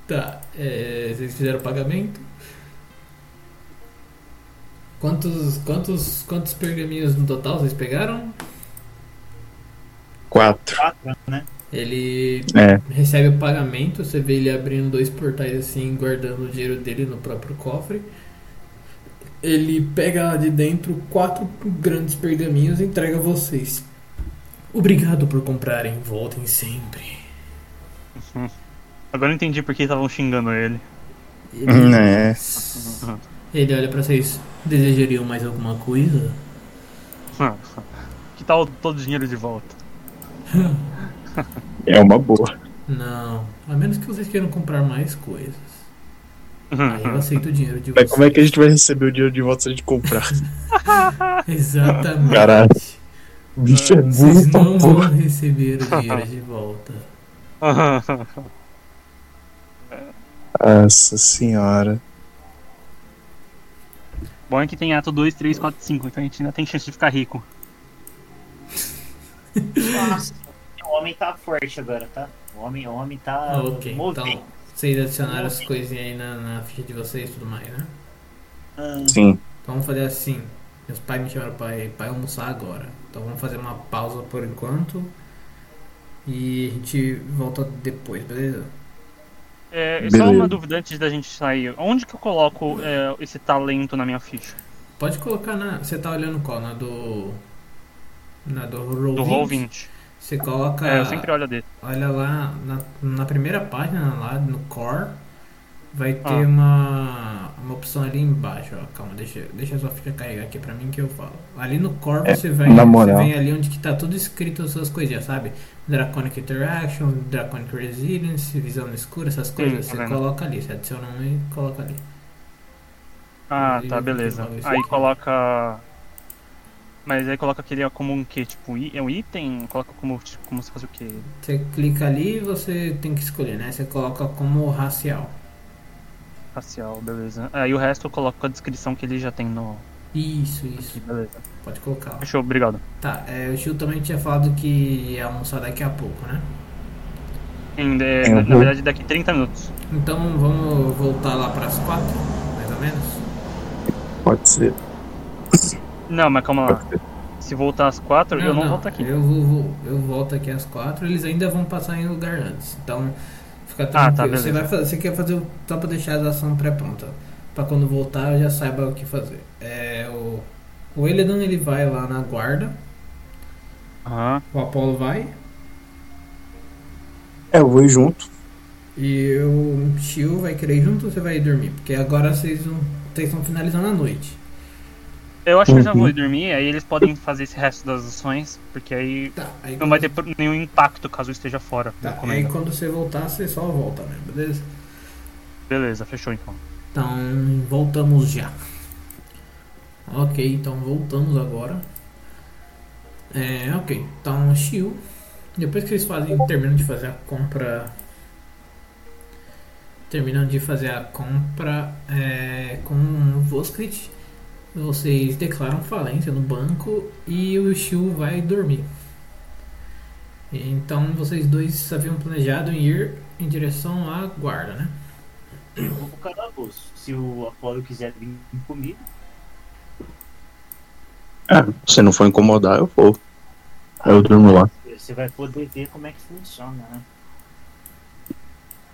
[SPEAKER 1] Tá, é, vocês fizeram o pagamento? Quantos, quantos, quantos pergaminhos no total vocês pegaram?
[SPEAKER 5] Quatro.
[SPEAKER 4] Quatro, né?
[SPEAKER 1] Ele
[SPEAKER 5] É.
[SPEAKER 1] recebe o pagamento, você vê ele abrindo dois portais assim, guardando o dinheiro dele no próprio cofre. Ele pega lá de dentro quatro grandes pergaminhos e entrega a vocês. Obrigado por comprarem, voltem sempre.
[SPEAKER 2] Agora eu entendi por que estavam xingando ele.
[SPEAKER 1] Ele,
[SPEAKER 5] É.
[SPEAKER 1] ele olha pra vocês, desejariam mais alguma coisa?
[SPEAKER 2] Que tal todo o dinheiro de volta?
[SPEAKER 5] É uma boa.
[SPEAKER 1] Não, a menos que vocês queiram comprar mais coisas. Aí eu aceito o dinheiro de
[SPEAKER 5] Mas
[SPEAKER 1] vocês.
[SPEAKER 5] como é que a gente vai receber o dinheiro de volta se a gente comprar?
[SPEAKER 1] Exatamente.
[SPEAKER 5] Caralho. O bicho é burro
[SPEAKER 1] Vocês não
[SPEAKER 5] pra
[SPEAKER 1] vão
[SPEAKER 5] porra.
[SPEAKER 1] receber o dinheiro de volta.
[SPEAKER 5] Nossa senhora.
[SPEAKER 2] Bom é que tem ato 2, 3, 4, 5, então a gente ainda tem chance de ficar rico.
[SPEAKER 4] Nossa, o homem tá forte agora, tá? O homem, o homem tá
[SPEAKER 1] Ah, ok,
[SPEAKER 4] movendo.
[SPEAKER 1] então vocês adicionaram as coisinhas aí na, na ficha de vocês e tudo mais, né?
[SPEAKER 4] Ah,
[SPEAKER 5] Sim.
[SPEAKER 1] Então vamos fazer assim. Meus pais me chamaram pra ir, pra ir almoçar agora. Então vamos fazer uma pausa por enquanto. E a gente volta depois, beleza?
[SPEAKER 2] É, só
[SPEAKER 5] Beleza.
[SPEAKER 2] uma dúvida antes da gente sair. Onde que eu coloco é, esse talento na minha ficha?
[SPEAKER 1] Pode colocar na. Você tá olhando qual? Na do. Na do Roll20?
[SPEAKER 2] Do Roll20.
[SPEAKER 1] Você coloca.
[SPEAKER 2] É, eu sempre olho dele.
[SPEAKER 1] Olha lá, na, na primeira página lá, no core, vai ter
[SPEAKER 2] Ah.
[SPEAKER 1] uma, uma opção ali embaixo, ó. Calma, deixa, deixa a sua ficha carregar aqui pra mim que eu falo. Ali no core
[SPEAKER 5] É,
[SPEAKER 1] você vai
[SPEAKER 5] na
[SPEAKER 1] você
[SPEAKER 5] moral.
[SPEAKER 1] vem ali onde que tá tudo escrito as suas coisinhas, sabe? Draconic Interaction, Draconic Resilience, Visão no Escuro, essas coisas,
[SPEAKER 2] tá
[SPEAKER 1] você
[SPEAKER 2] vendo.
[SPEAKER 1] coloca ali, você adiciona um e coloca ali.
[SPEAKER 2] Ah,
[SPEAKER 1] Aí
[SPEAKER 2] tá,
[SPEAKER 1] eu
[SPEAKER 2] beleza.
[SPEAKER 1] tenho que falar
[SPEAKER 2] Aí
[SPEAKER 1] isso.
[SPEAKER 2] coloca. Mas aí coloca aquele como um quê? Tipo, i- é um item? Coloca como, tipo, como se fosse o quê?
[SPEAKER 1] Você clica ali e você tem que escolher, né? Você coloca como racial.
[SPEAKER 2] Racial, beleza. Aí o resto eu coloco a descrição que ele já tem no.
[SPEAKER 1] Isso,
[SPEAKER 2] Aqui,
[SPEAKER 1] isso.
[SPEAKER 2] beleza.
[SPEAKER 1] Pode colocar lá.
[SPEAKER 2] Fechou, obrigado.
[SPEAKER 1] Tá, é, o Gil também tinha falado que ia almoçar daqui a pouco, né?
[SPEAKER 2] Em- é,
[SPEAKER 5] Eu
[SPEAKER 2] na, na
[SPEAKER 5] vou-
[SPEAKER 2] verdade, daqui 30 minutos.
[SPEAKER 1] Então vamos voltar lá pras quatro, mais ou menos.
[SPEAKER 5] Pode ser.
[SPEAKER 2] Não, mas calma lá.
[SPEAKER 5] Pode ser.
[SPEAKER 2] Se voltar às 4, eu não, volto aqui.
[SPEAKER 1] Eu, vou, vou- eu volto aqui às quatro, eles ainda vão passar em lugar antes. Então fica
[SPEAKER 2] Ah,
[SPEAKER 1] tranquilo.
[SPEAKER 2] tá,
[SPEAKER 1] você,
[SPEAKER 2] beleza.
[SPEAKER 1] vai fazer, você quer fazer o- só pra deixar a ação pré-pronta. Pra quando voltar eu já saiba o que fazer. É, o, o Elidan ele vai lá na guarda,
[SPEAKER 2] Aham.
[SPEAKER 1] o Apollo vai,
[SPEAKER 5] É, eu vou ir junto.
[SPEAKER 1] e o Tio vai querer ir junto ou você vai ir dormir? Porque agora vocês vão- vocês estão finalizando a noite.
[SPEAKER 2] Eu acho que eu já
[SPEAKER 5] Uhum.
[SPEAKER 2] vou dormir, aí eles podem fazer esse resto das ações, porque aí
[SPEAKER 1] Tá, aí
[SPEAKER 2] não vai ter pro- nenhum impacto caso eu esteja fora.
[SPEAKER 1] Tá,
[SPEAKER 2] da
[SPEAKER 1] aí
[SPEAKER 2] comenda.
[SPEAKER 1] quando você voltar, você só volta, né? Beleza?
[SPEAKER 2] Beleza, fechou então.
[SPEAKER 1] Então, voltamos já. Ok, então voltamos agora. É, ok. Então, Shiu. Depois que eles fazem, terminam de fazer a compra. Terminam de fazer a compra é, com o Voskrit. Vocês declaram falência no banco e o Shiu vai dormir. Então, vocês dois haviam planejado em ir em direção à guarda, né?
[SPEAKER 4] O calabouço. Se o Apolo quiser vir comigo,
[SPEAKER 5] Se não for incomodar, eu vou. Ah, Eu durmo lá.
[SPEAKER 4] você vai poder ver como é que funciona, né?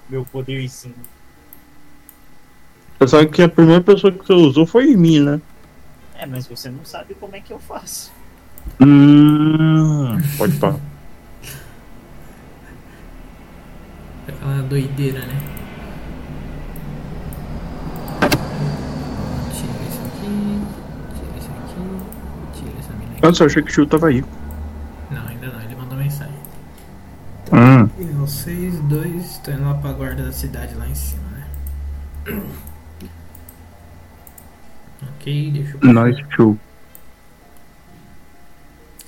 [SPEAKER 4] Meu poderzinho.
[SPEAKER 3] Você sabe que a primeira pessoa que você usou foi em mim, né?
[SPEAKER 4] É, mas você não sabe como é que eu faço.
[SPEAKER 5] Hum, pode pá.
[SPEAKER 1] Aquela doideira, né? Tira isso aqui. Tira isso aqui. Tira essa mina aqui.
[SPEAKER 5] Nossa, eu achei que o Chiu tava aí.
[SPEAKER 1] Não, ainda não. Ele mandou mensagem.
[SPEAKER 5] Hum.
[SPEAKER 1] E vocês dois estão indo lá pra guarda da cidade lá em cima, né? Ok, deixa eu.
[SPEAKER 5] Nós, Chiu.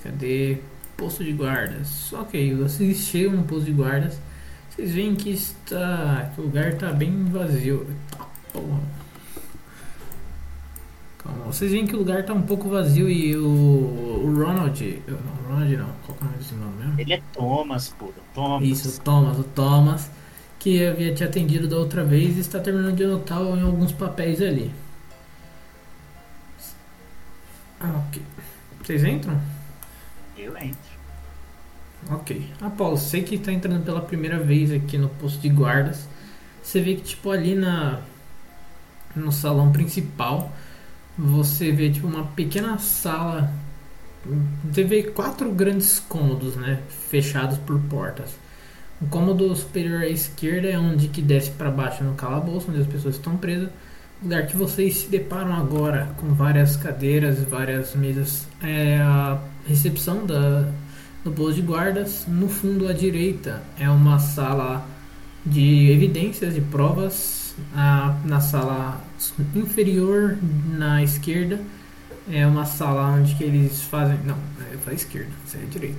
[SPEAKER 1] Cadê posto de guardas? Ok, vocês chegam no um posto de guardas, vocês veem que está. que o lugar está bem vazio. Eita porra. Calma, vocês veem que o lugar está um pouco vazio e o, o Ronald. eu- Não, o Ronald não, qual que é o nome desse nome mesmo?
[SPEAKER 4] Ele é Thomas, pô. Thomas.
[SPEAKER 1] Isso, o Thomas, o Thomas, que havia te atendido da outra vez e está terminando de anotar em alguns papéis ali. Ah, ok. Vocês entram?
[SPEAKER 4] Eu entro.
[SPEAKER 1] Ok. Apolo, você que tá entrando pela primeira vez aqui no posto de guardas, você vê que tipo ali na no salão principal, você vê tipo uma pequena sala. Você vê quatro grandes cômodos, né, fechados por portas. O cômodo superior à esquerda é onde que desce para baixo no calabouço, onde as pessoas estão presas. Lugar que vocês se deparam agora com várias cadeiras, várias mesas. É a recepção da, no posto de guardas, no fundo à direita é uma sala de evidências e provas. Ah, na sala inferior, na esquerda, é uma sala onde que eles fazem. Não, eu falei esquerda, isso é direita.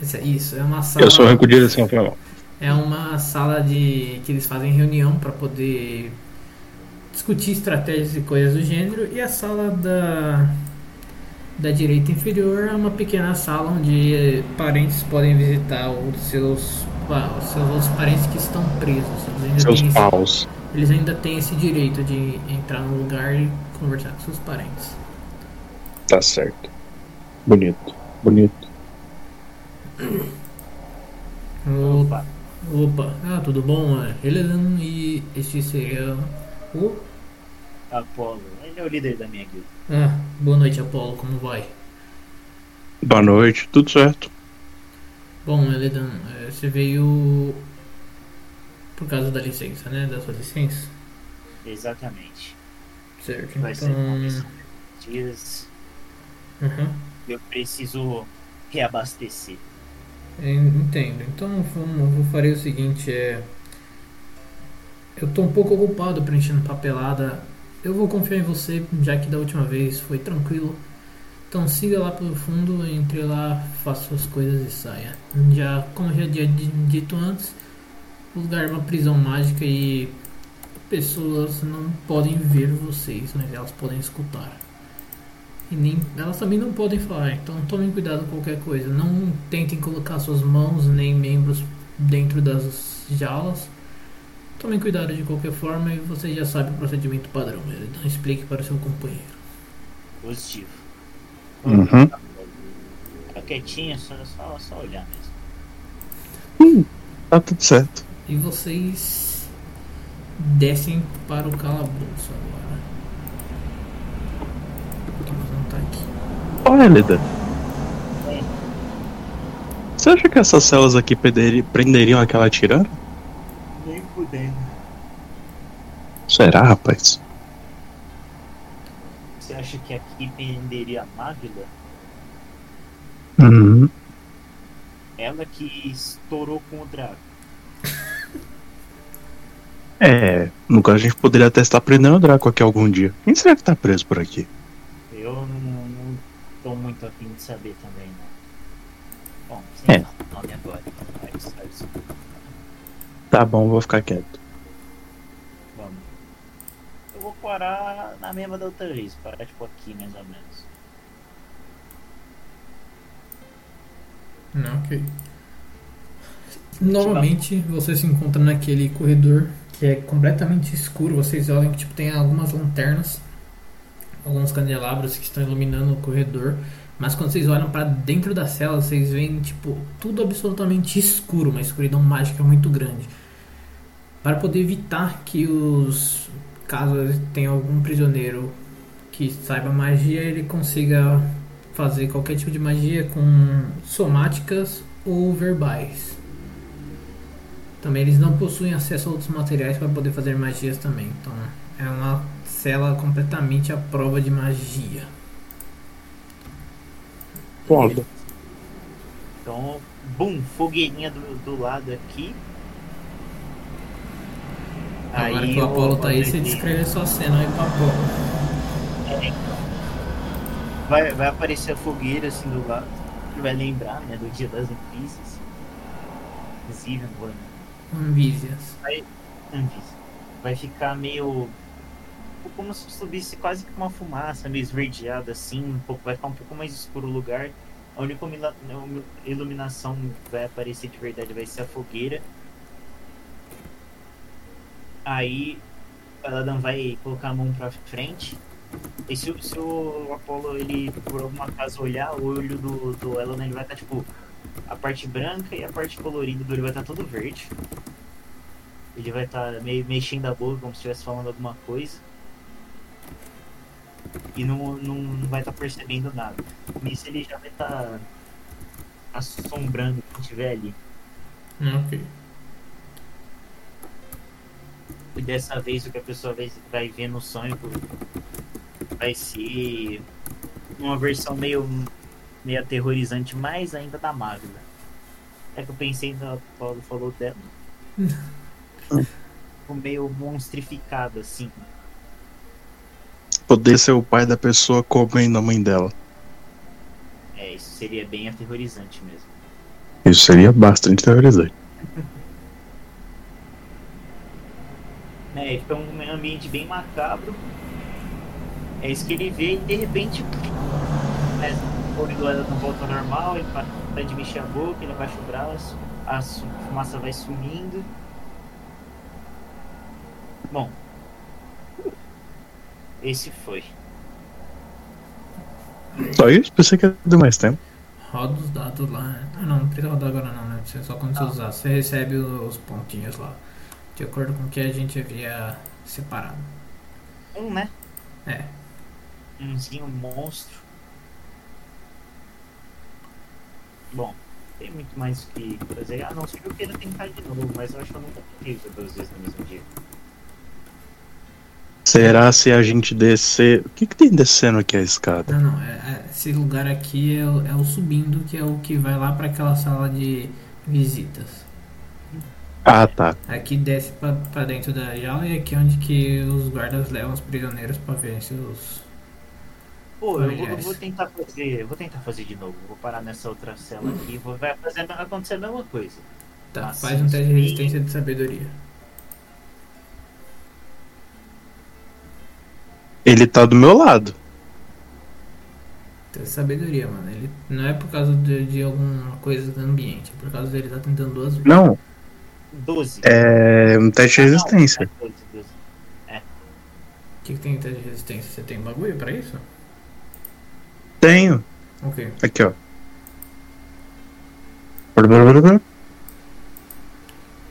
[SPEAKER 1] Essa- Isso, é uma sala.
[SPEAKER 5] Eu sou arranco direção, foi mal.
[SPEAKER 1] É uma sala de que eles fazem reunião para poder discutir estratégias e coisas do gênero e a sala da da direita inferior é uma pequena sala onde eh, parentes podem visitar os seus pa- os seus outros parentes que estão presos. Eles ainda,
[SPEAKER 5] Seus
[SPEAKER 1] têm esse,
[SPEAKER 5] paus.
[SPEAKER 1] eles ainda têm esse direito de entrar no lugar e conversar com seus parentes.
[SPEAKER 5] Tá certo. Bonito. Bonito.
[SPEAKER 1] O-
[SPEAKER 4] Opa.
[SPEAKER 1] Opa, ah, tudo bom? É, Helen e este seria o
[SPEAKER 4] Apolo. Ele é o líder da minha guilda.
[SPEAKER 1] Ah, boa noite Apolo, como vai?
[SPEAKER 5] Boa noite, tudo certo.
[SPEAKER 1] Bom, Eledan, eh, você veio por causa da licença, né? Da sua licença?
[SPEAKER 4] Exatamente.
[SPEAKER 1] Certo.
[SPEAKER 4] Vai ser uma
[SPEAKER 1] Então,
[SPEAKER 4] missão de dias.
[SPEAKER 1] Uhum,
[SPEAKER 4] Eu preciso reabastecer.
[SPEAKER 1] en- É, entendo. Então, vamos, eu farei o seguinte, é eu tô um pouco ocupado preenchendo papelada. Eu vou confiar em você, já que da última vez foi tranquilo. Então siga lá pelo fundo, entre lá, faça suas coisas e saia. Já, como já tinha di- dito antes, o lugar é uma prisão mágica e pessoas não podem ver vocês, mas elas podem escutar. E nem, elas também não podem falar, então tomem cuidado com qualquer coisa. Não tentem colocar suas mãos nem membros dentro das jaulas. Tomem cuidado de qualquer forma e você já sabe o procedimento padrão. Então explique para o seu companheiro.
[SPEAKER 4] Positivo.
[SPEAKER 5] Uhum.
[SPEAKER 4] Tá quietinho, só, só, só olhar mesmo.
[SPEAKER 5] Tá tudo certo.
[SPEAKER 1] E vocês descem para o calabouço agora. Porque nós não tá aqui.
[SPEAKER 5] Olha, Leda. Você acha que essas celas aqui prenderi- prenderiam aquela tirana?
[SPEAKER 4] Nem podendo.
[SPEAKER 5] Será, rapaz?
[SPEAKER 4] Você acha que aqui prenderia a Magda?
[SPEAKER 5] Uhum.
[SPEAKER 4] Ela que estourou com o Drago.
[SPEAKER 3] É, no caso a gente poderia testar prendendo o Draco aqui algum dia. Quem será que tá preso por aqui?
[SPEAKER 4] Eu não, não tô muito afim de saber também, não. Bom,
[SPEAKER 3] É.
[SPEAKER 4] sem falar o nome agora. Mas, mas,
[SPEAKER 3] Tá bom, vou ficar quieto.
[SPEAKER 4] vamos. Eu vou parar na mesma da outra vez, parar tipo aqui mais ou menos.
[SPEAKER 1] Não, ok. Novamente, você se encontra naquele corredor que é completamente escuro. Vocês olham que tipo, tem algumas lanternas, alguns candelabros que estão iluminando o corredor. Mas quando vocês olham para dentro da cela, vocês veem tipo tudo absolutamente escuro, uma escuridão mágica muito grande. Para poder evitar que os caso tenha algum prisioneiro que saiba magia, ele consiga fazer qualquer tipo de magia com somáticas ou verbais. Também eles não possuem acesso a outros materiais para poder fazer magias também. Então é uma cela completamente à prova de magia.
[SPEAKER 8] Foda.
[SPEAKER 4] Então, bum, fogueirinha do, do lado aqui.
[SPEAKER 1] Agora que o Apolo tá aí, você
[SPEAKER 4] Rodrigo,
[SPEAKER 1] descreve a sua cena aí pro Apolo.
[SPEAKER 4] Vai, vai aparecer a fogueira assim do lado. Que vai lembrar, né, do dia das Anfísias. Inclusive, mano.
[SPEAKER 1] Anvísias.
[SPEAKER 4] Anfis. Vai ficar meio. um Como se subisse quase que uma fumaça, meio esverdeada assim. Um pouco, vai ficar um pouco mais escuro o lugar. A única umila- iluminação que vai aparecer de verdade vai ser a fogueira. Aí o Paladão vai colocar a mão pra frente. E se, o- se o Apollo ele por alguma acaso olhar o olho do, do Elon, ele vai estar tipo. A parte branca e a parte colorida do olho vai estar todo verde. Ele vai estar meio mexendo a boca como se estivesse falando alguma coisa. E não, não, não vai estar percebendo nada. Nisso ele já vai estar assombrando quem estiver ali.
[SPEAKER 1] Ok.
[SPEAKER 4] E dessa vez o que a pessoa vai, vai ver no sonho vai ser uma versão meio, meio aterrorizante, mais ainda da Magda. É que eu pensei no Paulo falou dela. Ficou meio monstrificado assim.
[SPEAKER 3] Poder ser o pai da pessoa comendo a mãe dela.
[SPEAKER 4] É, isso seria bem aterrorizante mesmo.
[SPEAKER 3] Isso seria bastante terrorizante.
[SPEAKER 4] né? Fica um ambiente bem macabro. É isso que ele vê e de repente né, o corredor não volta ao normal, ele pa- para de mexer a boca, ele abaixa o braço, a su- fumaça vai sumindo. Bom, esse foi.
[SPEAKER 3] Só isso? Pensei que ia dar mais tempo.
[SPEAKER 1] Roda os dados lá. né? Ah, não, não precisa rodar agora não, né? Você só quando você usar. Você recebe os pontinhos lá. De acordo com o que a gente havia separado.
[SPEAKER 4] Um, né?
[SPEAKER 1] É.
[SPEAKER 4] Umzinho monstro. Bom, tem muito mais o que fazer. Ah, não, se eu queira tentar de novo, mas eu acho que eu nunca fiz isso duas vezes no mesmo dia.
[SPEAKER 3] Será se a gente descer. O que, que tem descendo aqui a escada?
[SPEAKER 1] Não, não. é- é- esse lugar aqui é, o- é o subindo, que é o que vai lá para aquela sala de visitas.
[SPEAKER 3] Ah, tá.
[SPEAKER 1] Aqui desce para dentro da jaula e aqui é onde que os guardas levam os prisioneiros para ver se os.
[SPEAKER 4] Pô, eu vou, eu
[SPEAKER 1] Aliás.
[SPEAKER 4] vou tentar fazer. eu Vou tentar fazer de novo. Vou parar nessa outra cela aqui. Vou, vai fazer, vai acontecer a mesma coisa.
[SPEAKER 1] Tá,
[SPEAKER 4] Nossa,
[SPEAKER 1] faz um teste de
[SPEAKER 4] Ah, sim.
[SPEAKER 1] resistência de sabedoria.
[SPEAKER 3] Ele tá do meu lado.
[SPEAKER 1] Teste de sabedoria, mano. Ele não é por causa de, de alguma coisa do ambiente, é por causa dele tá tentando duas vezes.
[SPEAKER 3] Não,
[SPEAKER 4] 12.
[SPEAKER 3] é um teste de resistência.
[SPEAKER 4] Ah, Não, é 12, 12.
[SPEAKER 1] O que, que tem em teste de resistência? Você tem bagulho para isso?
[SPEAKER 3] Tenho.
[SPEAKER 1] Ok.
[SPEAKER 3] Aqui, ó. Blá, blá, blá, blá.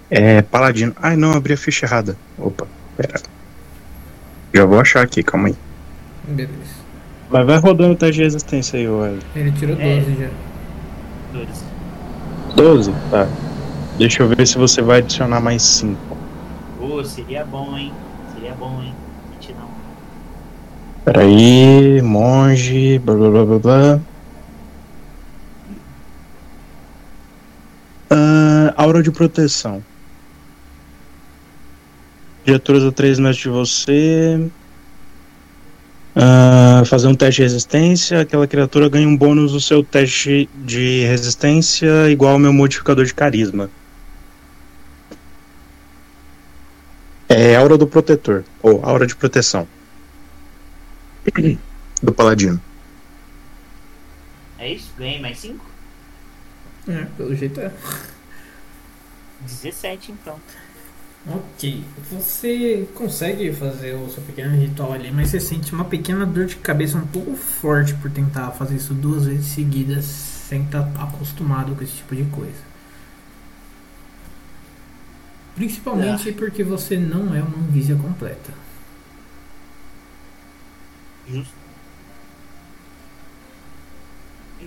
[SPEAKER 3] É, paladino. Ai, não, abri a ficha errada. Opa, pera. Já vou achar aqui, calma aí.
[SPEAKER 1] Beleza.
[SPEAKER 3] Mas vai rodando o teste de resistência aí, olha.
[SPEAKER 1] Ele tirou 12
[SPEAKER 4] É.
[SPEAKER 1] já.
[SPEAKER 3] 12?
[SPEAKER 4] 12.
[SPEAKER 3] Tá. Deixa eu ver se você vai adicionar mais 5.
[SPEAKER 4] Ô, seria bom, hein? Seria bom, hein? Gente, não.
[SPEAKER 3] Peraí, monge, blá blá blá blá blá. Ah, aura de proteção. Criaturas a 3 metros de você. Ah, fazer um teste de resistência. Aquela criatura ganha um bônus no seu teste de resistência igual ao meu modificador de carisma. É aura do protetor, ou aura de proteção.
[SPEAKER 5] do paladino.
[SPEAKER 4] É isso? Ganhei mais 5?
[SPEAKER 1] É, pelo jeito é.
[SPEAKER 4] 17 então.
[SPEAKER 1] Ok. Você consegue fazer o seu pequeno ritual ali, mas você sente uma pequena dor de cabeça um pouco forte por tentar fazer isso duas vezes seguidas sem estar acostumado com esse tipo de coisa. Principalmente porque você não é uma anvisa completa.
[SPEAKER 4] Justo.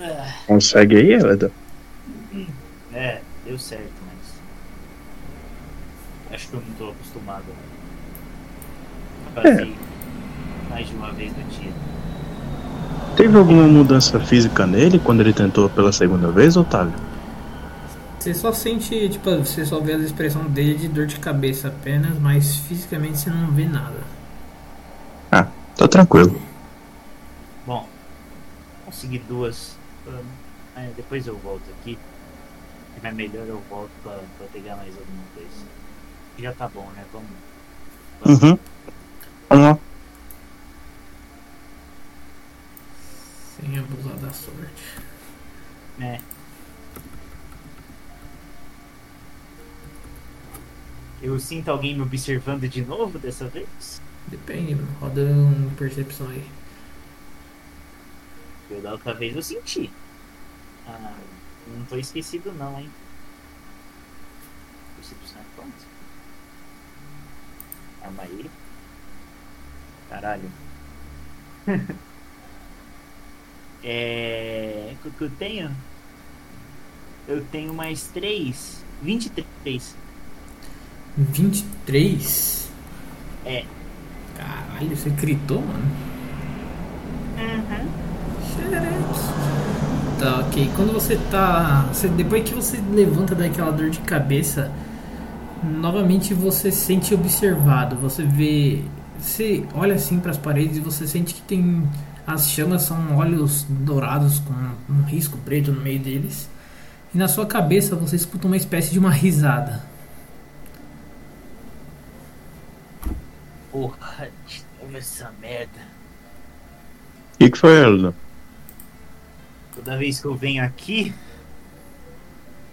[SPEAKER 4] Ah,
[SPEAKER 5] Consegue aí, Eleda?
[SPEAKER 4] é, deu certo, mas. Acho que eu não tô acostumado. Passei mais de uma vez no dia.
[SPEAKER 5] Teve alguma mudança física nele quando ele tentou pela segunda vez, Otávio?
[SPEAKER 1] Você só sente, tipo, você só vê a expressão dele de dor de cabeça apenas, mas fisicamente você não vê nada.
[SPEAKER 5] Tá tranquilo.
[SPEAKER 4] Bom, consegui duas. Hum, é, depois eu volto aqui. Se tiver melhor eu volto pra, pra pegar mais alguma coisa. Já tá bom, né? Vamos. vamos.
[SPEAKER 3] Uhum. Vamos lá.
[SPEAKER 1] Sem abusar da sorte.
[SPEAKER 4] É. Eu sinto alguém me observando de novo dessa vez?
[SPEAKER 1] Depende, mano. Roda um percepção aí.
[SPEAKER 4] Eu da outra vez eu senti. Ah, não tô esquecido não, hein? Percepção é pronto. Calma aí. Caralho. é. O que eu tenho? Eu tenho mais 3. 23.
[SPEAKER 1] 23?
[SPEAKER 4] É.
[SPEAKER 1] Caralho, você gritou, mano? Xereps. Tá, ok. Quando você tá. Você, depois que você levanta daquela dor de cabeça, novamente você se sente observado. Você vê. Você olha assim para as paredes e você sente que tem. As chamas são olhos dourados com um risco preto no meio deles. E na sua cabeça você escuta uma espécie de uma risada.
[SPEAKER 4] Porra, de novo essa merda.
[SPEAKER 5] O que, que foi, Eleda?
[SPEAKER 4] Toda vez que eu venho aqui,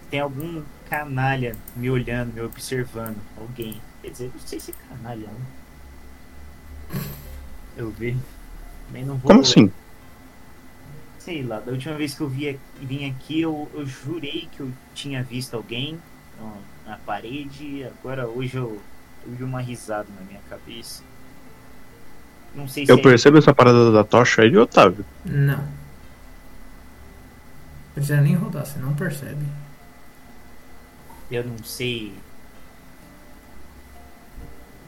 [SPEAKER 4] tem algum canalha me olhando, me observando. Alguém. Quer dizer, não sei se é canalha, né? Eu vi. Também não vou.
[SPEAKER 5] Como assim?
[SPEAKER 4] Sei lá, da última vez que eu vi, vim aqui, eu, eu jurei que eu tinha visto alguém ó, na parede. Agora hoje eu, eu vi uma risada na minha cabeça. Não sei se
[SPEAKER 5] Eu
[SPEAKER 4] é-
[SPEAKER 5] percebo essa parada da tocha aí de Otávio.
[SPEAKER 1] Não. Precisa nem rodar, você não percebe.
[SPEAKER 4] Eu não sei.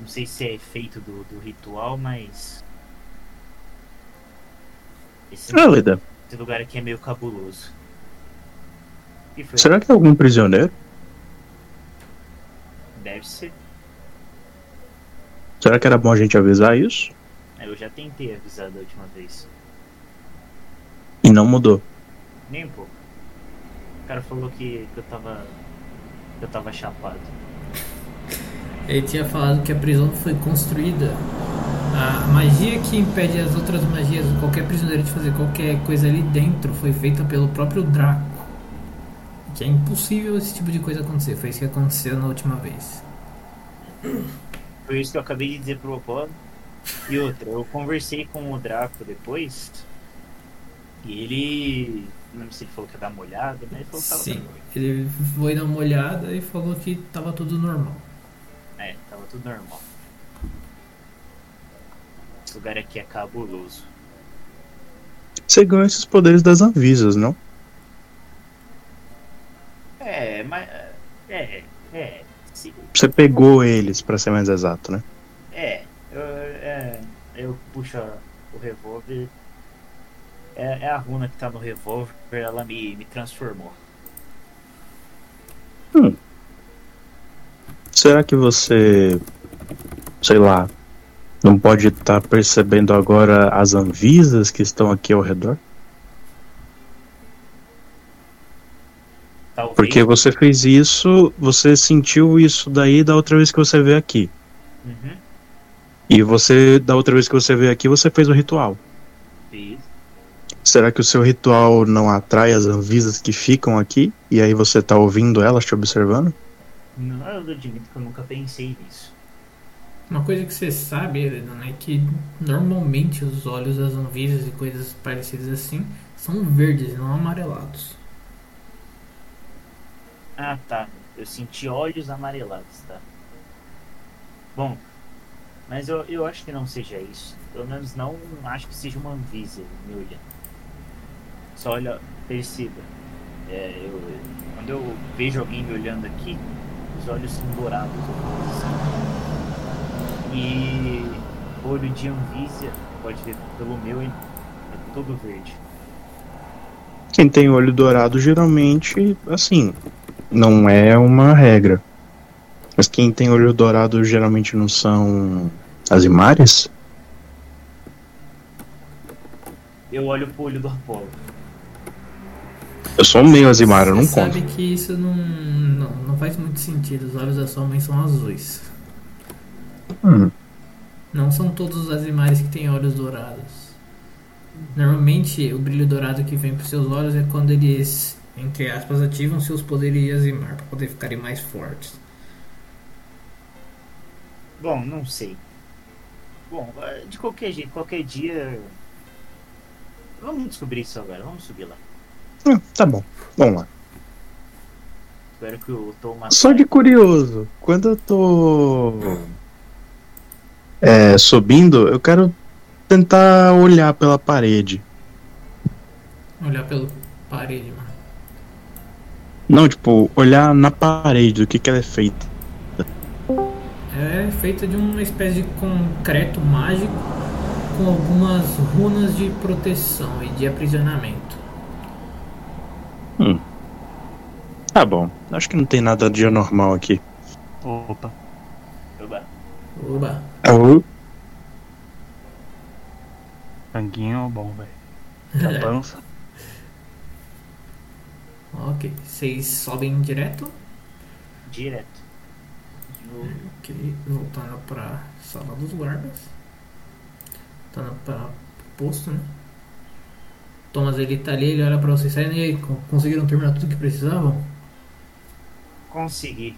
[SPEAKER 4] Não sei se é efeito do, do ritual, mas. Esse,
[SPEAKER 5] Eleda,
[SPEAKER 4] esse lugar aqui é meio cabuloso. E foi?
[SPEAKER 5] será que é algum prisioneiro?
[SPEAKER 4] Deve ser.
[SPEAKER 5] Será que era bom a gente avisar isso?
[SPEAKER 4] É, Eu já tentei avisar da última vez.
[SPEAKER 5] E não mudou.
[SPEAKER 4] Nem um pouco. O cara falou que, que eu tava. que eu tava chapado.
[SPEAKER 1] Ele tinha falado que a prisão foi construída. A magia que impede as outras magias, qualquer prisioneiro de fazer qualquer coisa ali dentro, foi feita pelo próprio Draco. Que é impossível esse tipo de coisa acontecer. Foi isso que aconteceu na última vez.
[SPEAKER 4] Foi isso que eu acabei de dizer pro Apollo. E outra, eu conversei com o Draco depois. E ele. Não sei se ele falou que ia dar uma olhada, mas ele falou que tava
[SPEAKER 1] Sim. Ele foi dar uma olhada e falou que tava tudo normal.
[SPEAKER 4] É, tava tudo normal. Esse lugar aqui é cabuloso.
[SPEAKER 5] Você ganhou esses poderes das avisas, não?
[SPEAKER 4] É, mas. É, é. Sim,
[SPEAKER 5] Você pegou eles, pra ser mais exato, né?
[SPEAKER 4] é, eu, é. Eu puxo a- o revólver. É, é a runa que tá no revólver, ela me, me transformou.
[SPEAKER 5] Será que você
[SPEAKER 3] sei lá, não pode
[SPEAKER 5] tá
[SPEAKER 3] estar percebendo agora as anvisas que estão aqui ao redor?
[SPEAKER 4] Talvez
[SPEAKER 3] Porque você fez isso, você sentiu isso daí da outra vez que você veio aqui.
[SPEAKER 4] Uhum.
[SPEAKER 3] E você, da outra vez que você veio aqui, você fez o ritual.
[SPEAKER 4] Fiz.
[SPEAKER 3] Será que o seu ritual não atrai as anvisas que ficam aqui? E aí você tá ouvindo elas te observando?
[SPEAKER 4] Não, eu admito que eu nunca pensei nisso.
[SPEAKER 1] Uma coisa que você sabe, Helena, é que normalmente os olhos das anvisas e coisas parecidas assim são verdes, não amarelados.
[SPEAKER 4] Ah, tá. Eu senti olhos amarelados, tá? Bom, mas eu, eu acho que não seja isso. Pelo menos não acho que seja uma anvisa me olhando. Só olha, perceba. É, eu, quando eu vejo alguém me olhando aqui, os olhos são dourados. alguma coisa assim. E olho de anvisa, pode ver pelo meu, ele é todo verde.
[SPEAKER 3] Quem tem olho dourado geralmente, assim, não é uma regra. Mas quem tem olho dourado geralmente não são as imares?
[SPEAKER 4] Eu olho pro olho do Apolo.
[SPEAKER 3] Eu sou meio as imares, eu não
[SPEAKER 1] Você
[SPEAKER 3] conto.
[SPEAKER 1] sabe que isso não, não, não faz muito sentido. Os olhos da sua mãe são azuis.
[SPEAKER 3] Hum.
[SPEAKER 1] Não são todos os azimares que têm olhos dourados. Normalmente, o brilho dourado que vem para seus olhos é quando eles, entre aspas, ativam seus poderes de azimar para poder ficarem mais fortes.
[SPEAKER 4] Bom, não sei. Bom, eh, de qualquer jeito, qualquer dia. Vamos descobrir isso agora, vamos subir lá.
[SPEAKER 3] Ah, tá bom, vamos lá.
[SPEAKER 4] Espero que o Tom Matar-
[SPEAKER 3] Só de curioso, quando eu tô é, subindo, eu quero tentar olhar pela parede.
[SPEAKER 1] Olhar pelo parede, mano.
[SPEAKER 3] Não, tipo, olhar na parede, do que, que ela é feita.
[SPEAKER 1] É feita de uma espécie de concreto mágico com algumas runas de proteção e de aprisionamento.
[SPEAKER 3] Tá bom, acho que não tem nada de anormal aqui.
[SPEAKER 2] Opa.
[SPEAKER 4] Oba.
[SPEAKER 1] Oba!
[SPEAKER 3] Ah,
[SPEAKER 2] Franguinho é bom, velho. Já Pança.
[SPEAKER 1] Ok, vocês sobem direto?
[SPEAKER 4] Direto. No-
[SPEAKER 1] Ok, voltando pra sala dos guardas. Voltando pra posto, né? Thomas ele tá ali, ele olha pra vocês saindo e aí, con- conseguiram terminar tudo que precisavam?
[SPEAKER 4] Consegui.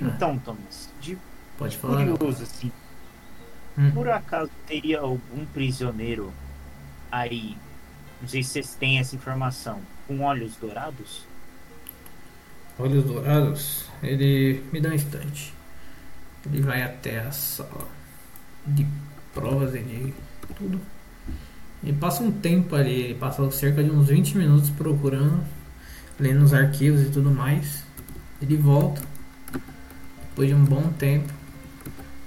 [SPEAKER 4] Então, Thomas, de
[SPEAKER 1] Pode falar.
[SPEAKER 4] curioso assim,
[SPEAKER 1] Hum.
[SPEAKER 4] por acaso teria algum prisioneiro aí? Não sei se vocês têm essa informação. Com olhos dourados?
[SPEAKER 1] Olhos dourados, ele me dá um instante. Ele vai até a sala de provas e de tudo. Ele passa um tempo ali, ele passa cerca de uns 20 minutos procurando, lendo os arquivos e tudo mais. Ele volta, depois de um bom tempo.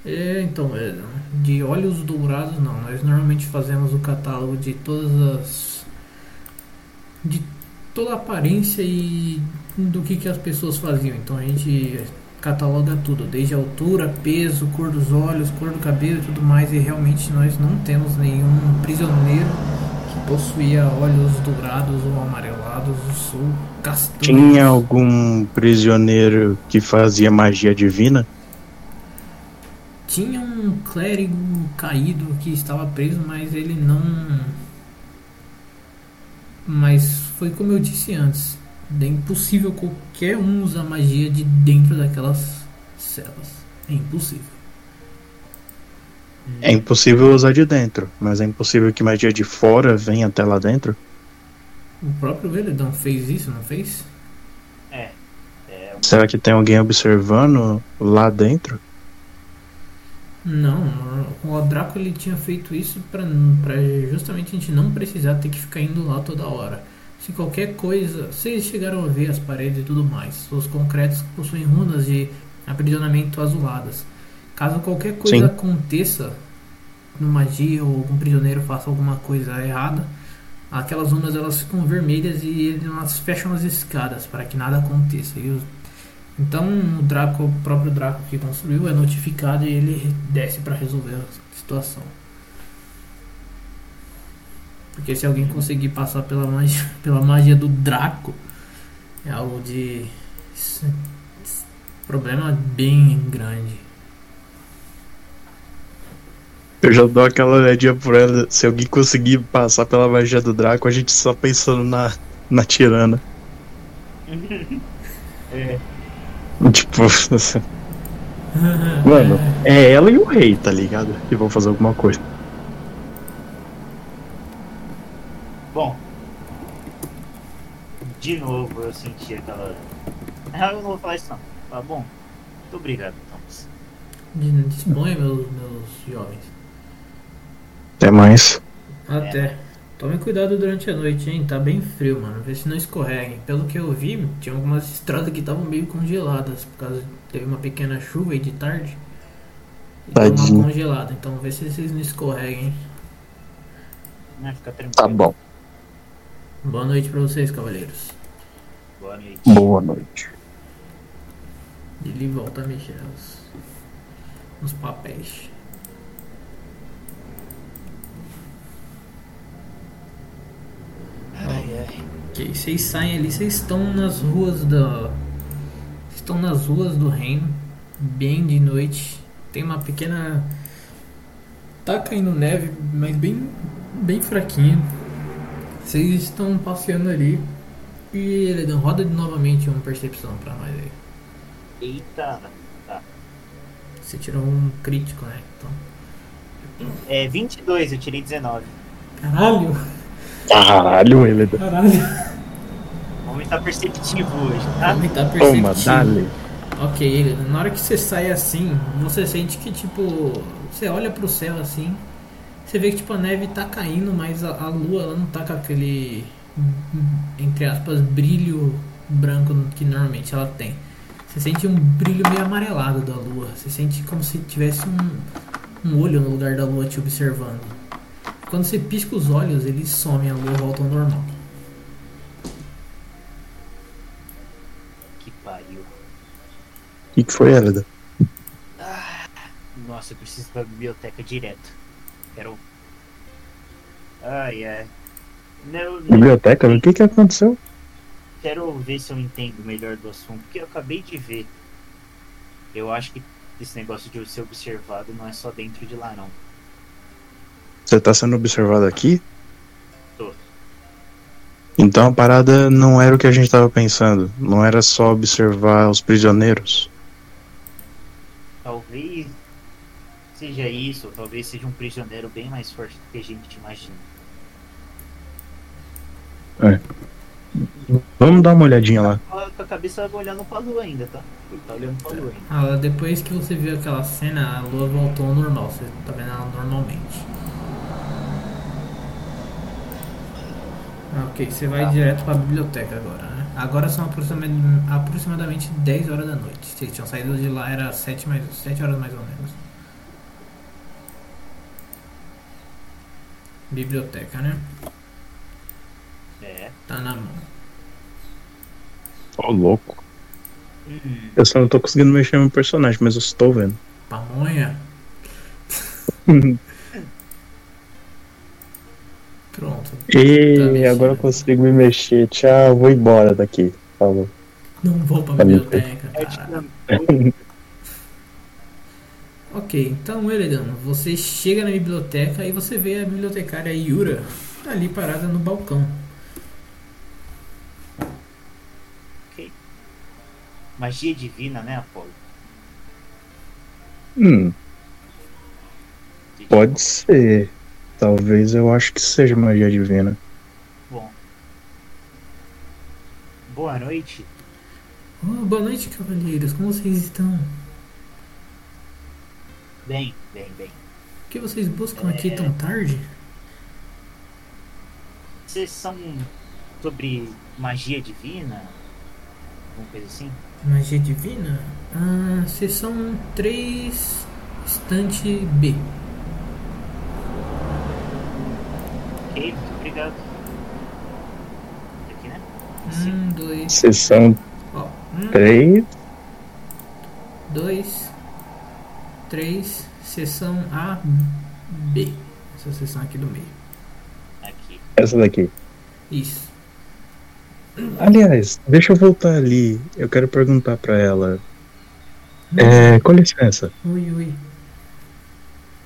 [SPEAKER 1] É, então, é, de olhos dourados não, nós normalmente fazemos o catálogo de todas as. de toda a aparência e do que, que as pessoas faziam. Então a gente cataloga tudo, desde altura, peso, cor dos olhos, cor do cabelo e tudo mais. E realmente nós não temos nenhum prisioneiro que possuía olhos dourados ou amarelados ou castanhos.
[SPEAKER 3] Tinha algum prisioneiro que fazia magia divina?
[SPEAKER 1] Tinha um clérigo caído que estava preso, mas ele não. Mas foi como eu disse antes: é impossível qualquer um usar magia de dentro daquelas celas. É impossível.
[SPEAKER 3] É impossível usar de dentro, mas é impossível que magia de fora venha até lá dentro?
[SPEAKER 1] O próprio Veledão fez isso, não fez?
[SPEAKER 4] É. É,
[SPEAKER 3] Será que tem alguém observando lá dentro?
[SPEAKER 1] Não, o Draco ele tinha feito isso para justamente a gente não precisar ter que ficar indo lá toda hora. Se qualquer coisa, vocês chegaram a ver as paredes e tudo mais. Os concretos possuem runas de aprisionamento azuladas. Caso qualquer coisa
[SPEAKER 3] Sim.
[SPEAKER 1] aconteça, numa magia ou algum prisioneiro faça alguma coisa errada, aquelas runas elas ficam vermelhas e elas fecham as escadas para que nada aconteça. E os Então o Draco, o próprio Draco que construiu é notificado e ele desce para resolver a situação. Porque se alguém conseguir passar pela magia, pela magia do Draco, é algo de s- s- problema bem grande.
[SPEAKER 3] Eu já dou aquela olhadinha por ela. Se alguém conseguir passar pela magia do Draco, a gente só pensando na, na tirana.
[SPEAKER 4] É.
[SPEAKER 3] Tipo, assim, mano, é ela e o rei, tá ligado? Que vão fazer alguma coisa.
[SPEAKER 4] Bom. De novo eu senti aquela. Ah, eu não vou falar isso não. Tá bom? Muito obrigado, Thomas.
[SPEAKER 1] De- Disponha, meus, meus jovens.
[SPEAKER 3] Até mais.
[SPEAKER 1] Até. Tomem cuidado durante a noite, hein? Tá bem frio, mano. Vê se não escorreguem. Pelo que eu vi, tinha algumas estradas que estavam meio congeladas. Por causa. Teve uma pequena chuva aí de tarde. E deu
[SPEAKER 3] Tadinho.
[SPEAKER 1] uma congelada. Então vê se vocês não escorreguem. hein?
[SPEAKER 4] Né? Fica tranquilo.
[SPEAKER 3] Tá bom.
[SPEAKER 1] Boa noite pra vocês, cavaleiros.
[SPEAKER 4] Boa noite.
[SPEAKER 3] Boa noite.
[SPEAKER 1] Ele volta a mexer nos, nos papéis.
[SPEAKER 4] Ai, ai.
[SPEAKER 1] Ok, vocês saem ali, vocês estão nas ruas da. vocês Estão nas ruas do reino, bem de noite. Tem uma pequena. Tá caindo neve, mas bem, bem fraquinha. Vocês estão passeando ali. E ele roda novamente é uma percepção pra nós aí.
[SPEAKER 4] Eita.
[SPEAKER 1] Você tirou um crítico, né? Então.
[SPEAKER 4] É 22, eu tirei 19.
[SPEAKER 1] Caralho!
[SPEAKER 3] Caralho, ele é
[SPEAKER 1] Caralho!
[SPEAKER 4] O homem tá perceptivo hoje, tá?
[SPEAKER 1] Ele tá
[SPEAKER 3] Toma,
[SPEAKER 1] perceptível.
[SPEAKER 3] dale.
[SPEAKER 1] Ok, ele- na hora que você sai assim, você sente que tipo. Você olha pro céu assim, você vê que tipo a neve tá caindo, mas a, a lua ela não tá com aquele. Entre aspas, brilho branco que normalmente ela tem. Você sente um brilho meio amarelado da lua. Você sente como se tivesse um, um olho no lugar da lua te observando. Quando você pisca os olhos, eles somem, a lua volta ao normal.
[SPEAKER 4] Que pariu.
[SPEAKER 3] O que, que foi, Elida?
[SPEAKER 4] Nossa, eu preciso ir pra biblioteca direto. Quero. Ai, ai. Não, não.
[SPEAKER 3] Biblioteca? O que, que aconteceu?
[SPEAKER 4] Quero ver se eu entendo melhor do assunto, porque eu acabei de ver. Eu acho que esse negócio de eu ser observado não é só dentro de lá, não.
[SPEAKER 3] Você tá sendo observado aqui?
[SPEAKER 4] Tô.
[SPEAKER 3] Então a parada não era o que a gente tava pensando. Não era só observar os prisioneiros.
[SPEAKER 4] Talvez seja isso, ou talvez seja um prisioneiro bem mais forte do que a gente imagina.
[SPEAKER 3] Vamos dar uma olhadinha lá.
[SPEAKER 4] Ó, Com a cabeça olhando pra lua ainda, tá? Ele tá olhando pra lua ainda.
[SPEAKER 1] Ah, depois que você viu aquela cena, a lua voltou ao normal. Você tá vendo ela normalmente. Ah, Ok, você vai direto pra biblioteca agora, né? Agora são aproxima- aproximadamente 10 horas da noite. Vocês tinham saído de lá, era 7, mais, 7 horas mais ou menos. Biblioteca, né?
[SPEAKER 4] É.
[SPEAKER 1] Tá na mão.
[SPEAKER 3] Ó, louco.
[SPEAKER 4] Hum.
[SPEAKER 3] Eu só não tô conseguindo mexer no meu personagem, mas eu estou vendo.
[SPEAKER 1] Pamonha? Pronto.
[SPEAKER 3] E
[SPEAKER 1] Tá mexendo.
[SPEAKER 3] agora eu consigo me mexer. Tchau, vou embora daqui. Falou.
[SPEAKER 1] Não vou pra
[SPEAKER 3] Tá bem.
[SPEAKER 1] biblioteca,
[SPEAKER 4] Eu
[SPEAKER 1] cara.
[SPEAKER 4] te amo.
[SPEAKER 1] Ok, então Eredan, você chega na biblioteca e você vê a bibliotecária Yura ali parada no balcão.
[SPEAKER 4] Magia divina, né, Apolo?
[SPEAKER 3] Hum, pode ser. Talvez eu acho que seja magia divina.
[SPEAKER 4] Bom. Boa noite.
[SPEAKER 1] Oh, boa noite, cavaleiros, como vocês estão?
[SPEAKER 4] Bem, bem, bem.
[SPEAKER 1] O que vocês buscam aqui tão tarde?
[SPEAKER 4] Vocês são sobre magia divina? Alguma coisa assim?
[SPEAKER 1] Magia divina? Ah, vocês são três estante B.
[SPEAKER 4] Ok, muito obrigado. Aqui, né?
[SPEAKER 1] Um, dois.
[SPEAKER 3] Vocês são
[SPEAKER 1] Ó, um,
[SPEAKER 3] três.
[SPEAKER 1] 2, 3, seção A, B. Essa seção aqui do meio.
[SPEAKER 4] Tá Aqui.
[SPEAKER 3] Essa daqui.
[SPEAKER 1] Isso.
[SPEAKER 3] Aliás, deixa eu voltar ali. Eu quero perguntar pra ela. É, com licença.
[SPEAKER 1] Ui, ui.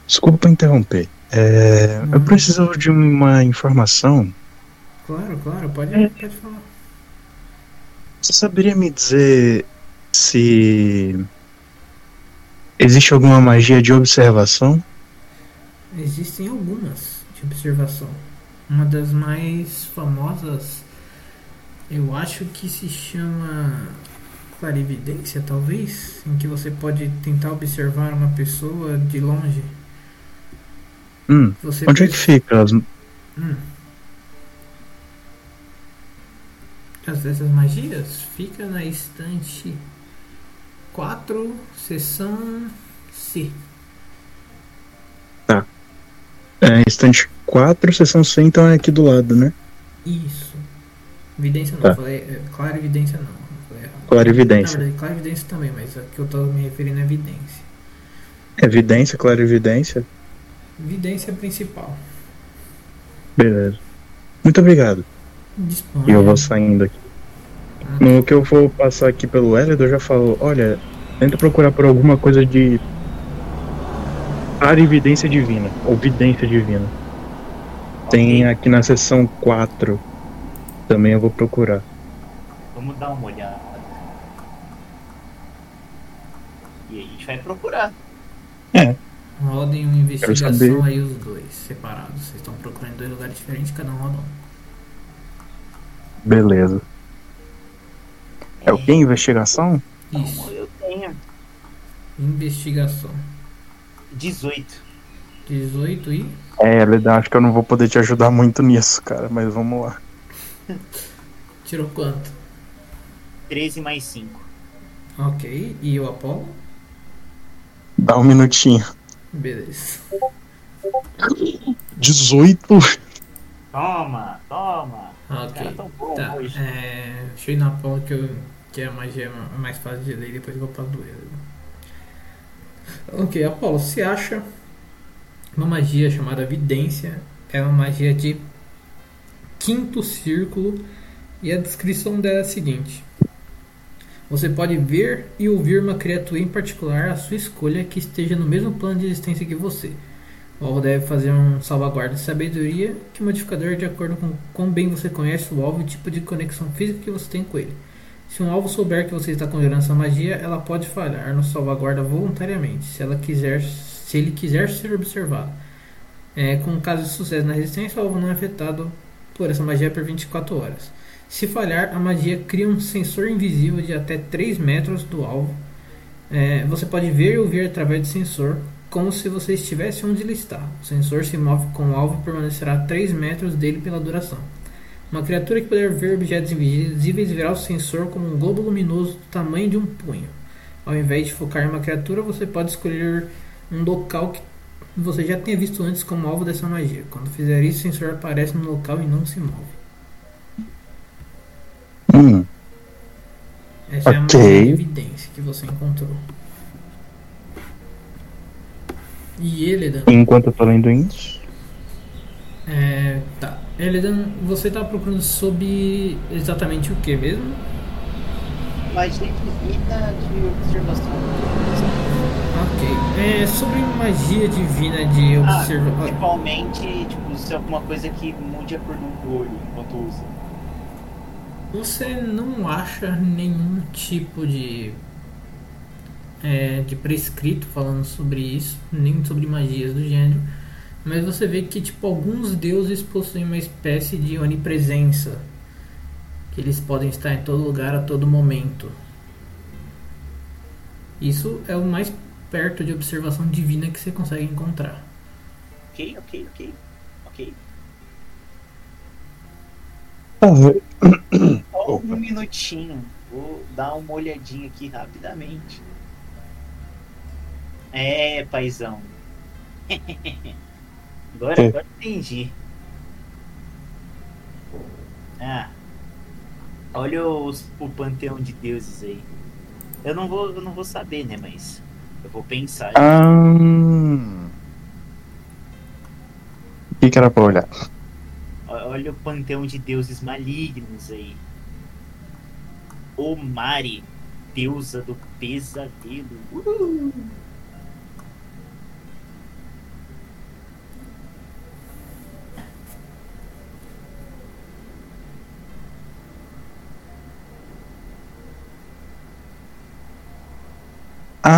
[SPEAKER 3] Desculpa interromper. É, eu preciso de uma informação.
[SPEAKER 1] Claro, claro, pode, pode falar.
[SPEAKER 3] Você saberia me dizer se existe alguma magia de observação?
[SPEAKER 1] Existem algumas de observação. Uma das mais famosas, eu acho que se chama clarividência, talvez, em que você pode tentar observar uma pessoa de longe.
[SPEAKER 3] Hum,
[SPEAKER 1] Você
[SPEAKER 3] onde é que fica? as-
[SPEAKER 1] Hum. As dessas magias fica na estante 4, seção C.
[SPEAKER 3] É, instante 4, sessão C, então é aqui do lado, né?
[SPEAKER 1] Isso. Evidência não,
[SPEAKER 3] Tá.
[SPEAKER 1] eu falei. é, Claro, evidência não. eu Falei errado.
[SPEAKER 3] Claro,
[SPEAKER 1] Na
[SPEAKER 3] evidência.
[SPEAKER 1] verdade, claro, evidência também, mas a que eu tô me referindo é evidência.
[SPEAKER 3] Evidência, claro, evidência.
[SPEAKER 1] Evidência principal.
[SPEAKER 3] Beleza. Muito obrigado.
[SPEAKER 1] Disponha.
[SPEAKER 3] E eu vou saindo aqui. No que eu vou passar aqui pelo Hélio, eu já falo, olha, tenta procurar por alguma coisa de clarividência divina, ou vidência divina. Tem aqui na seção 4. Também eu vou procurar.
[SPEAKER 4] Vamos dar uma olhada. E a gente vai procurar.
[SPEAKER 1] Rodem uma investigação
[SPEAKER 3] saber.
[SPEAKER 1] aí os dois, separados. Vocês estão procurando dois lugares diferentes, cada um roda um.
[SPEAKER 3] Beleza. É o quê? Investigação?
[SPEAKER 1] Isso.
[SPEAKER 4] Eu tenho.
[SPEAKER 1] Investigação.
[SPEAKER 4] 18.
[SPEAKER 1] 18 e.
[SPEAKER 3] É, Hélio, acho que eu não vou poder te ajudar muito nisso, cara, mas vamos lá.
[SPEAKER 1] Tirou quanto?
[SPEAKER 4] 13 mais 5.
[SPEAKER 1] Ok. E o Apolo?
[SPEAKER 3] Dá um minutinho.
[SPEAKER 1] Beleza.
[SPEAKER 3] 18?
[SPEAKER 4] Toma, toma. Os
[SPEAKER 1] Ok.
[SPEAKER 4] caras tão bons
[SPEAKER 1] Tá.
[SPEAKER 4] hoje.
[SPEAKER 1] É, deixa eu ir na Apolo que, eu, que é a magia mais fácil de ler e depois eu vou pra duelo. Ok, Apolo, você acha uma magia chamada Vidência? É uma magia de quinto círculo e a descrição dela é a seguinte. Você pode ver e ouvir uma criatura em particular à sua escolha que esteja no mesmo plano de existência que você. O alvo deve fazer um salvaguarda de sabedoria e modificador de acordo com quão bem você conhece o alvo e o tipo de conexão física que você tem com ele. Se um alvo souber que você está conjurando essa magia, ela pode falhar no salvaguarda voluntariamente, se, ela quiser, se ele quiser ser observado. É, com caso de sucesso na resistência, o alvo não é afetado por essa magia por 24 horas. Se falhar, a magia cria um sensor invisível de até 3 metros do alvo. É, você pode ver e ouvir através do sensor, como se você estivesse onde ele está. O sensor se move com o alvo e permanecerá a 3 metros dele pela duração. Uma criatura que puder ver objetos invisíveis verá o sensor como um globo luminoso do tamanho de um punho. Ao invés de focar em uma criatura, você pode escolher um local que você já tenha visto antes como alvo dessa magia. Quando fizer isso, o sensor aparece no local e não se move.
[SPEAKER 3] Hum.
[SPEAKER 1] Essa é a
[SPEAKER 3] Ok.
[SPEAKER 1] magia de evidência que você encontrou. E Eledan,
[SPEAKER 3] Enquanto eu tô lendo isso.
[SPEAKER 1] é, tá. Eledan, você tá procurando sobre exatamente o que mesmo?
[SPEAKER 4] Magia divina de observação.
[SPEAKER 1] Ok. É sobre magia divina de
[SPEAKER 4] Ah,
[SPEAKER 1] observação.
[SPEAKER 4] principalmente, tipo, se é alguma coisa que mude a cor do olho enquanto usa.
[SPEAKER 1] Você não acha nenhum tipo de é, de prescrito falando sobre isso, nem sobre magias do gênero, mas você vê que tipo alguns deuses possuem uma espécie de onipresença, que eles podem estar em todo lugar a todo momento. Isso é o mais perto de observação divina que você consegue encontrar.
[SPEAKER 4] Ok, ok, ok. Ok.
[SPEAKER 3] Tá
[SPEAKER 4] Só um
[SPEAKER 3] Opa.
[SPEAKER 4] minutinho. Vou dar uma olhadinha aqui rapidamente. É, paizão. agora,
[SPEAKER 3] É.
[SPEAKER 4] agora entendi. Ah. Olha os- o panteão de deuses aí. Eu não vou, eu não vou saber, né? Mas eu vou pensar.
[SPEAKER 3] Ah. O que, que era pra olhar?
[SPEAKER 4] Ó- Olha o panteão de deuses malignos aí. Omari, deusa do pesadelo. Uhul.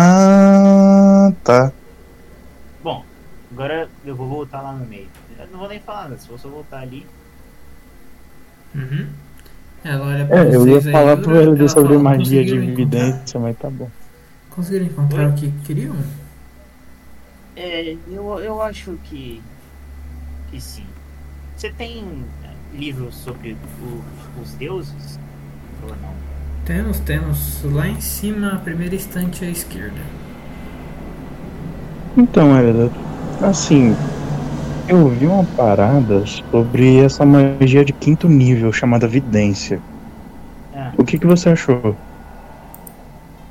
[SPEAKER 3] Ah, tá.
[SPEAKER 4] Bom, agora eu vou voltar lá no meio. Eu não vou nem falar nada, se eu só voltar ali.
[SPEAKER 1] Uhum. Ela olha pra
[SPEAKER 9] É, eu ia
[SPEAKER 1] vocês aí,
[SPEAKER 9] falar
[SPEAKER 1] Dura,
[SPEAKER 9] pro Helder
[SPEAKER 1] ela
[SPEAKER 9] sobre
[SPEAKER 1] fala,
[SPEAKER 9] magia de
[SPEAKER 1] "Conseguiram encontrar-
[SPEAKER 9] evidência, mas tá bom.
[SPEAKER 1] Conseguiram encontrar o que queriam?
[SPEAKER 4] É, eu, eu acho que. que sim. Você tem é, livros sobre o- os deuses? Ou não?
[SPEAKER 1] Temos, temos. Lá em cima, a primeira estante à esquerda.
[SPEAKER 3] Então, Helder, assim, eu vi uma parada sobre essa magia de quinto nível chamada vidência.
[SPEAKER 4] Ah.
[SPEAKER 3] O que, que você achou?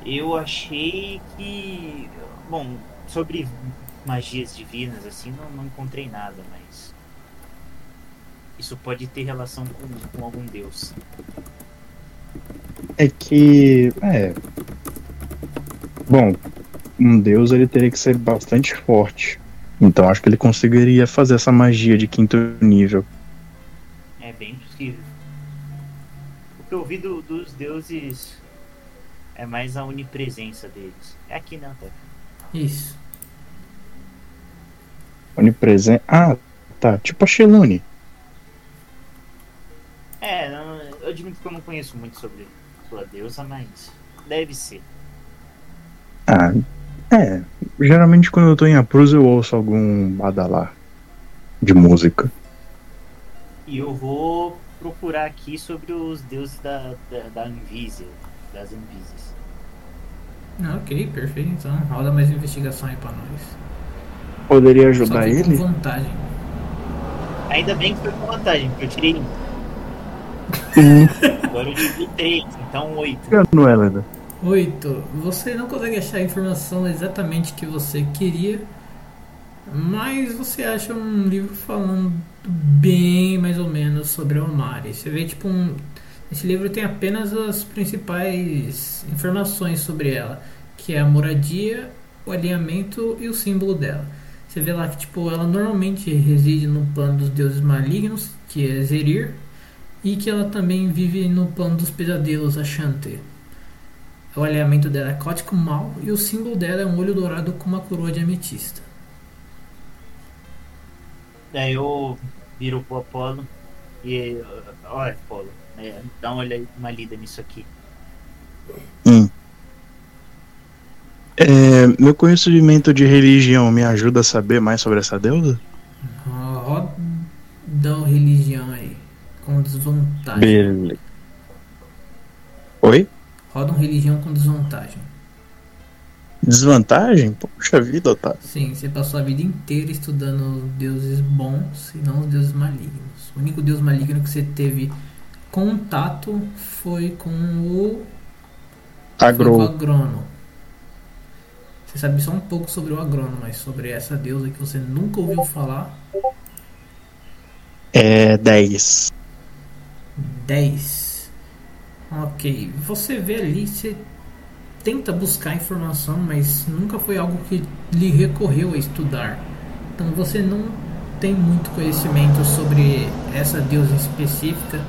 [SPEAKER 4] Eu achei que. Bom, sobre magias divinas, assim, não, não encontrei nada, mas. Isso pode ter relação com, com algum deus.
[SPEAKER 3] É que. É. Bom, um deus ele teria que ser bastante forte. Então acho que ele conseguiria fazer essa magia de quinto nível.
[SPEAKER 4] É bem possível. O que eu vi do- dos deuses é mais a onipresença deles. É aqui, né, Antônio?
[SPEAKER 1] Isso.
[SPEAKER 3] Onipresente. Ah, tá. Tipo a Shelune.
[SPEAKER 4] É, não, eu admito que eu não conheço muito sobre sua deusa, mas deve ser.
[SPEAKER 3] Ah, é. Geralmente quando eu tô em Apuros eu ouço algum badalar de música.
[SPEAKER 4] E eu vou procurar aqui sobre os deuses da, da, da Anvisia, das Anvisias.
[SPEAKER 1] Ah, ok, perfeito. Então, roda mais investigação aí pra nós.
[SPEAKER 3] Poderia
[SPEAKER 1] Só
[SPEAKER 3] ajudar
[SPEAKER 1] que com
[SPEAKER 3] ele?
[SPEAKER 1] vantagem.
[SPEAKER 4] Ainda bem que foi com vantagem, porque eu tirei um. Agora eu tirei três, então oito.
[SPEAKER 3] Não é, Leda?
[SPEAKER 1] Oito. Você não consegue achar a informação exatamente que você queria, mas você acha um livro falando bem mais ou menos sobre a Omari. Você vê tipo um. Esse livro tem apenas as principais informações sobre ela, que é a moradia, o alinhamento e o símbolo dela. Você vê lá que tipo ela normalmente reside no plano dos deuses malignos, que é Zerir, e que ela também vive no plano dos pesadelos, a Shantae. O alinhamento dela é cótico mal e o símbolo dela é um olho dourado com uma coroa de ametista.
[SPEAKER 4] Daí eu viro pro Apolo e. Olha, Apolo, é, dá uma, olhada, uma lida nisso aqui.
[SPEAKER 3] É, meu conhecimento de religião me ajuda a saber mais sobre essa deusa?
[SPEAKER 1] Ro- Roda o religião aí. Com desvantagem.
[SPEAKER 3] Beleza. Oi?
[SPEAKER 1] Roda um religião com desvantagem.
[SPEAKER 3] Desvantagem? Poxa vida, Otávio.
[SPEAKER 1] Sim, você passou a vida inteira estudando os deuses bons e não os deuses malignos. O único deus maligno que você teve contato foi com o Foi
[SPEAKER 3] Agro.
[SPEAKER 1] com o agrônomo. Você sabe só um pouco sobre o agrônomo, mas sobre essa deusa que você nunca ouviu falar,
[SPEAKER 3] É 10.
[SPEAKER 1] 10. Ok, você vê ali, você tenta buscar informação, mas nunca foi algo que lhe recorreu a estudar. Então você não tem muito conhecimento sobre essa deusa específica,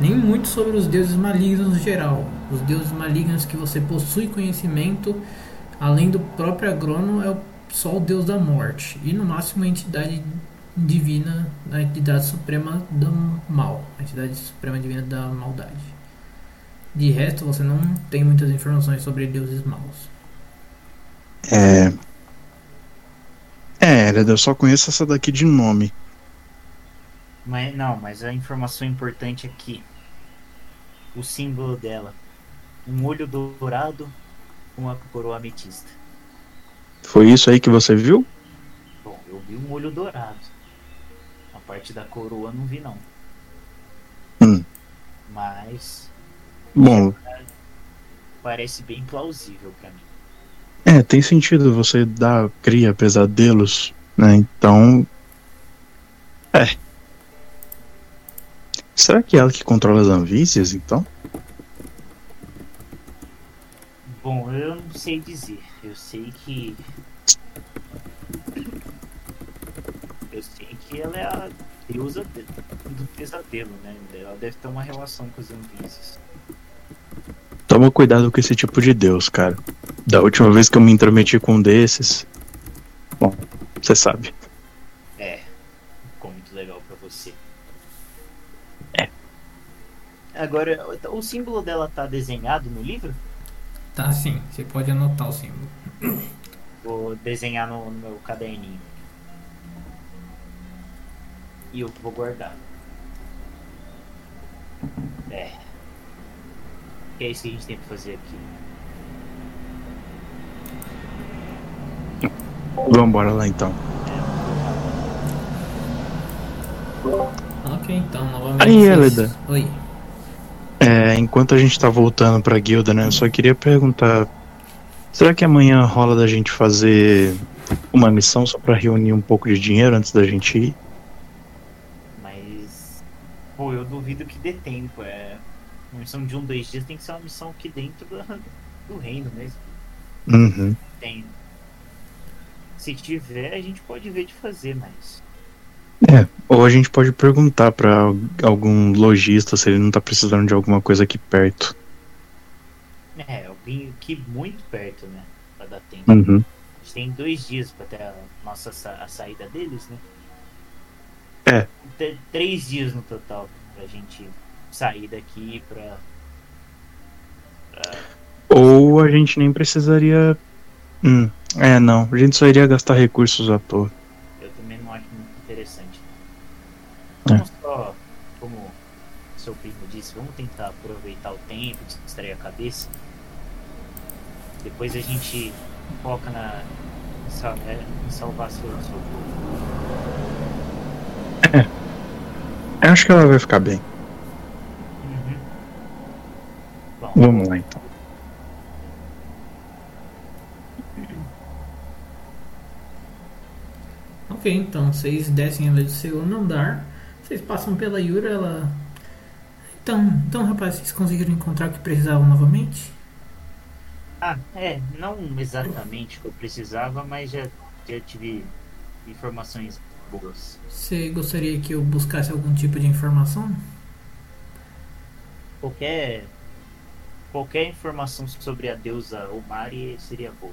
[SPEAKER 1] nem muito sobre os deuses malignos no geral. Os deuses malignos que você possui conhecimento, além do próprio agrônomo, é o- só o deus da morte e no máximo a entidade divina, a entidade suprema do mal, a entidade suprema divina da maldade. De resto, você não tem muitas informações sobre deuses maus.
[SPEAKER 3] É. É, Hereda, eu só conheço essa daqui de nome.
[SPEAKER 4] Mas não, mas a informação importante aqui. O símbolo dela. Um olho dourado com uma coroa ametista.
[SPEAKER 3] Foi isso aí que você viu?
[SPEAKER 4] Bom, eu vi um olho dourado. A parte da coroa eu não vi não.
[SPEAKER 3] Hum.
[SPEAKER 4] Mas
[SPEAKER 3] Bom,
[SPEAKER 4] parece bem plausível pra mim.
[SPEAKER 3] É, tem sentido você dar, cria pesadelos, né? Então. É. Será que é ela que controla as anvícias, então?
[SPEAKER 4] Bom, eu não sei dizer. Eu sei que. Eu sei que ela é a deusa de- do pesadelo, né? Ela deve ter uma relação com os ambientes.
[SPEAKER 3] Toma cuidado com esse tipo de deus, cara. Da última vez que eu me intrometi com um desses. Bom, você sabe.
[SPEAKER 4] É. Ficou muito legal pra você.
[SPEAKER 3] É.
[SPEAKER 4] Agora, o o símbolo dela tá desenhado no livro?
[SPEAKER 1] Tá sim, você pode anotar o símbolo.
[SPEAKER 4] Vou desenhar no, no meu caderninho. E eu vou guardar. É. Que é isso que a gente tem pra fazer aqui.
[SPEAKER 3] Vambora lá então.
[SPEAKER 1] Ok, então, novamente.
[SPEAKER 3] Aí,
[SPEAKER 1] vocês-
[SPEAKER 3] Hélida.
[SPEAKER 1] Oi.
[SPEAKER 3] É, enquanto a gente tá voltando pra guilda, né? Eu só queria perguntar: será que amanhã rola da gente fazer uma missão só pra reunir um pouco de dinheiro antes da gente ir?
[SPEAKER 4] Mas. Pô, eu duvido que dê tempo. É. Uma missão de um, dois dias tem que ser uma missão aqui dentro do, do reino mesmo.
[SPEAKER 3] Uhum.
[SPEAKER 4] Tem. Se tiver, a gente pode ver de fazer, mas.
[SPEAKER 3] Ou a gente pode perguntar pra al- algum lojista se ele não tá precisando de alguma coisa aqui perto.
[SPEAKER 4] É, alguém aqui muito perto, né? Pra dar tempo.
[SPEAKER 3] Uhum.
[SPEAKER 4] A gente tem dois dias pra ter a nossa sa- a saída deles, né?
[SPEAKER 3] É.
[SPEAKER 4] Te- três dias no total pra gente sair daqui pra.
[SPEAKER 3] Ou a gente nem precisaria. Hum. É, não. A gente só iria gastar recursos à toa.
[SPEAKER 4] Eu também não acho muito interessante.
[SPEAKER 3] É.
[SPEAKER 4] Vamos só, como seu primo disse, vamos tentar aproveitar o tempo, distrair a cabeça. Depois a gente foca na. em sal- é, em salvar seu, seu povo.
[SPEAKER 3] Eu acho que ela vai ficar bem.
[SPEAKER 4] Uhum. Bom,
[SPEAKER 3] Vamos lá então.
[SPEAKER 1] Ok, então vocês descem ela do segundo andar, vocês passam pela Yura, ela. Então, então rapaz, vocês conseguiram encontrar o que precisavam novamente?
[SPEAKER 4] Ah, é, não exatamente o que eu precisava, mas já, já tive informações boas.
[SPEAKER 1] Você gostaria que eu buscasse algum tipo de informação?
[SPEAKER 4] Qualquer qualquer informação sobre a deusa Omari seria boa.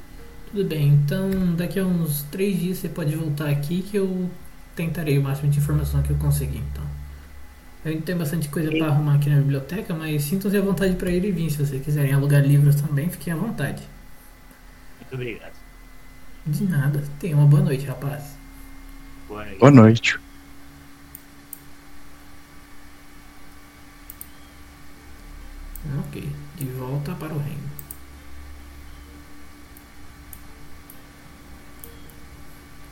[SPEAKER 1] Tudo bem, então daqui a uns três dias você pode voltar aqui que eu tentarei o máximo de informação que eu conseguir, então. Eu ainda tenho bastante coisa pra arrumar aqui na biblioteca, mas sintam-se à vontade pra ir e vir. Se vocês quiserem alugar livros também, fiquem à vontade.
[SPEAKER 4] Muito obrigado.
[SPEAKER 1] De nada. Tenha uma boa noite, rapaz.
[SPEAKER 4] Boa noite.
[SPEAKER 3] Boa noite.
[SPEAKER 1] Ok, de volta para o reino.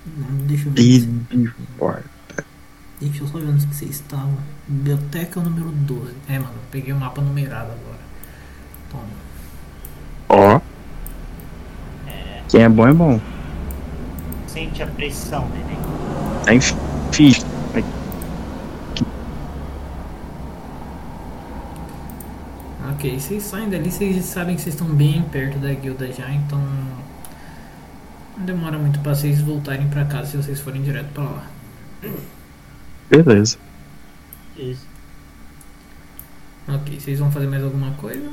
[SPEAKER 1] Hum, Deixa eu, ver
[SPEAKER 3] E.
[SPEAKER 1] onde- deixa eu só ver onde que vocês estavam. Biblioteca número 12. É, mano, eu peguei o mapa numerado agora. Toma.
[SPEAKER 3] Ó. Quem é bom é bom.
[SPEAKER 4] Sente a pressão, né, neném.
[SPEAKER 3] Tá enfi- fi-
[SPEAKER 1] Ok, vocês saem dali, vocês sabem que vocês estão bem perto da guilda já, então. Não demora muito pra vocês voltarem pra casa se vocês forem direto pra lá.
[SPEAKER 3] Beleza.
[SPEAKER 4] Isso.
[SPEAKER 1] Ok, vocês vão fazer mais alguma coisa?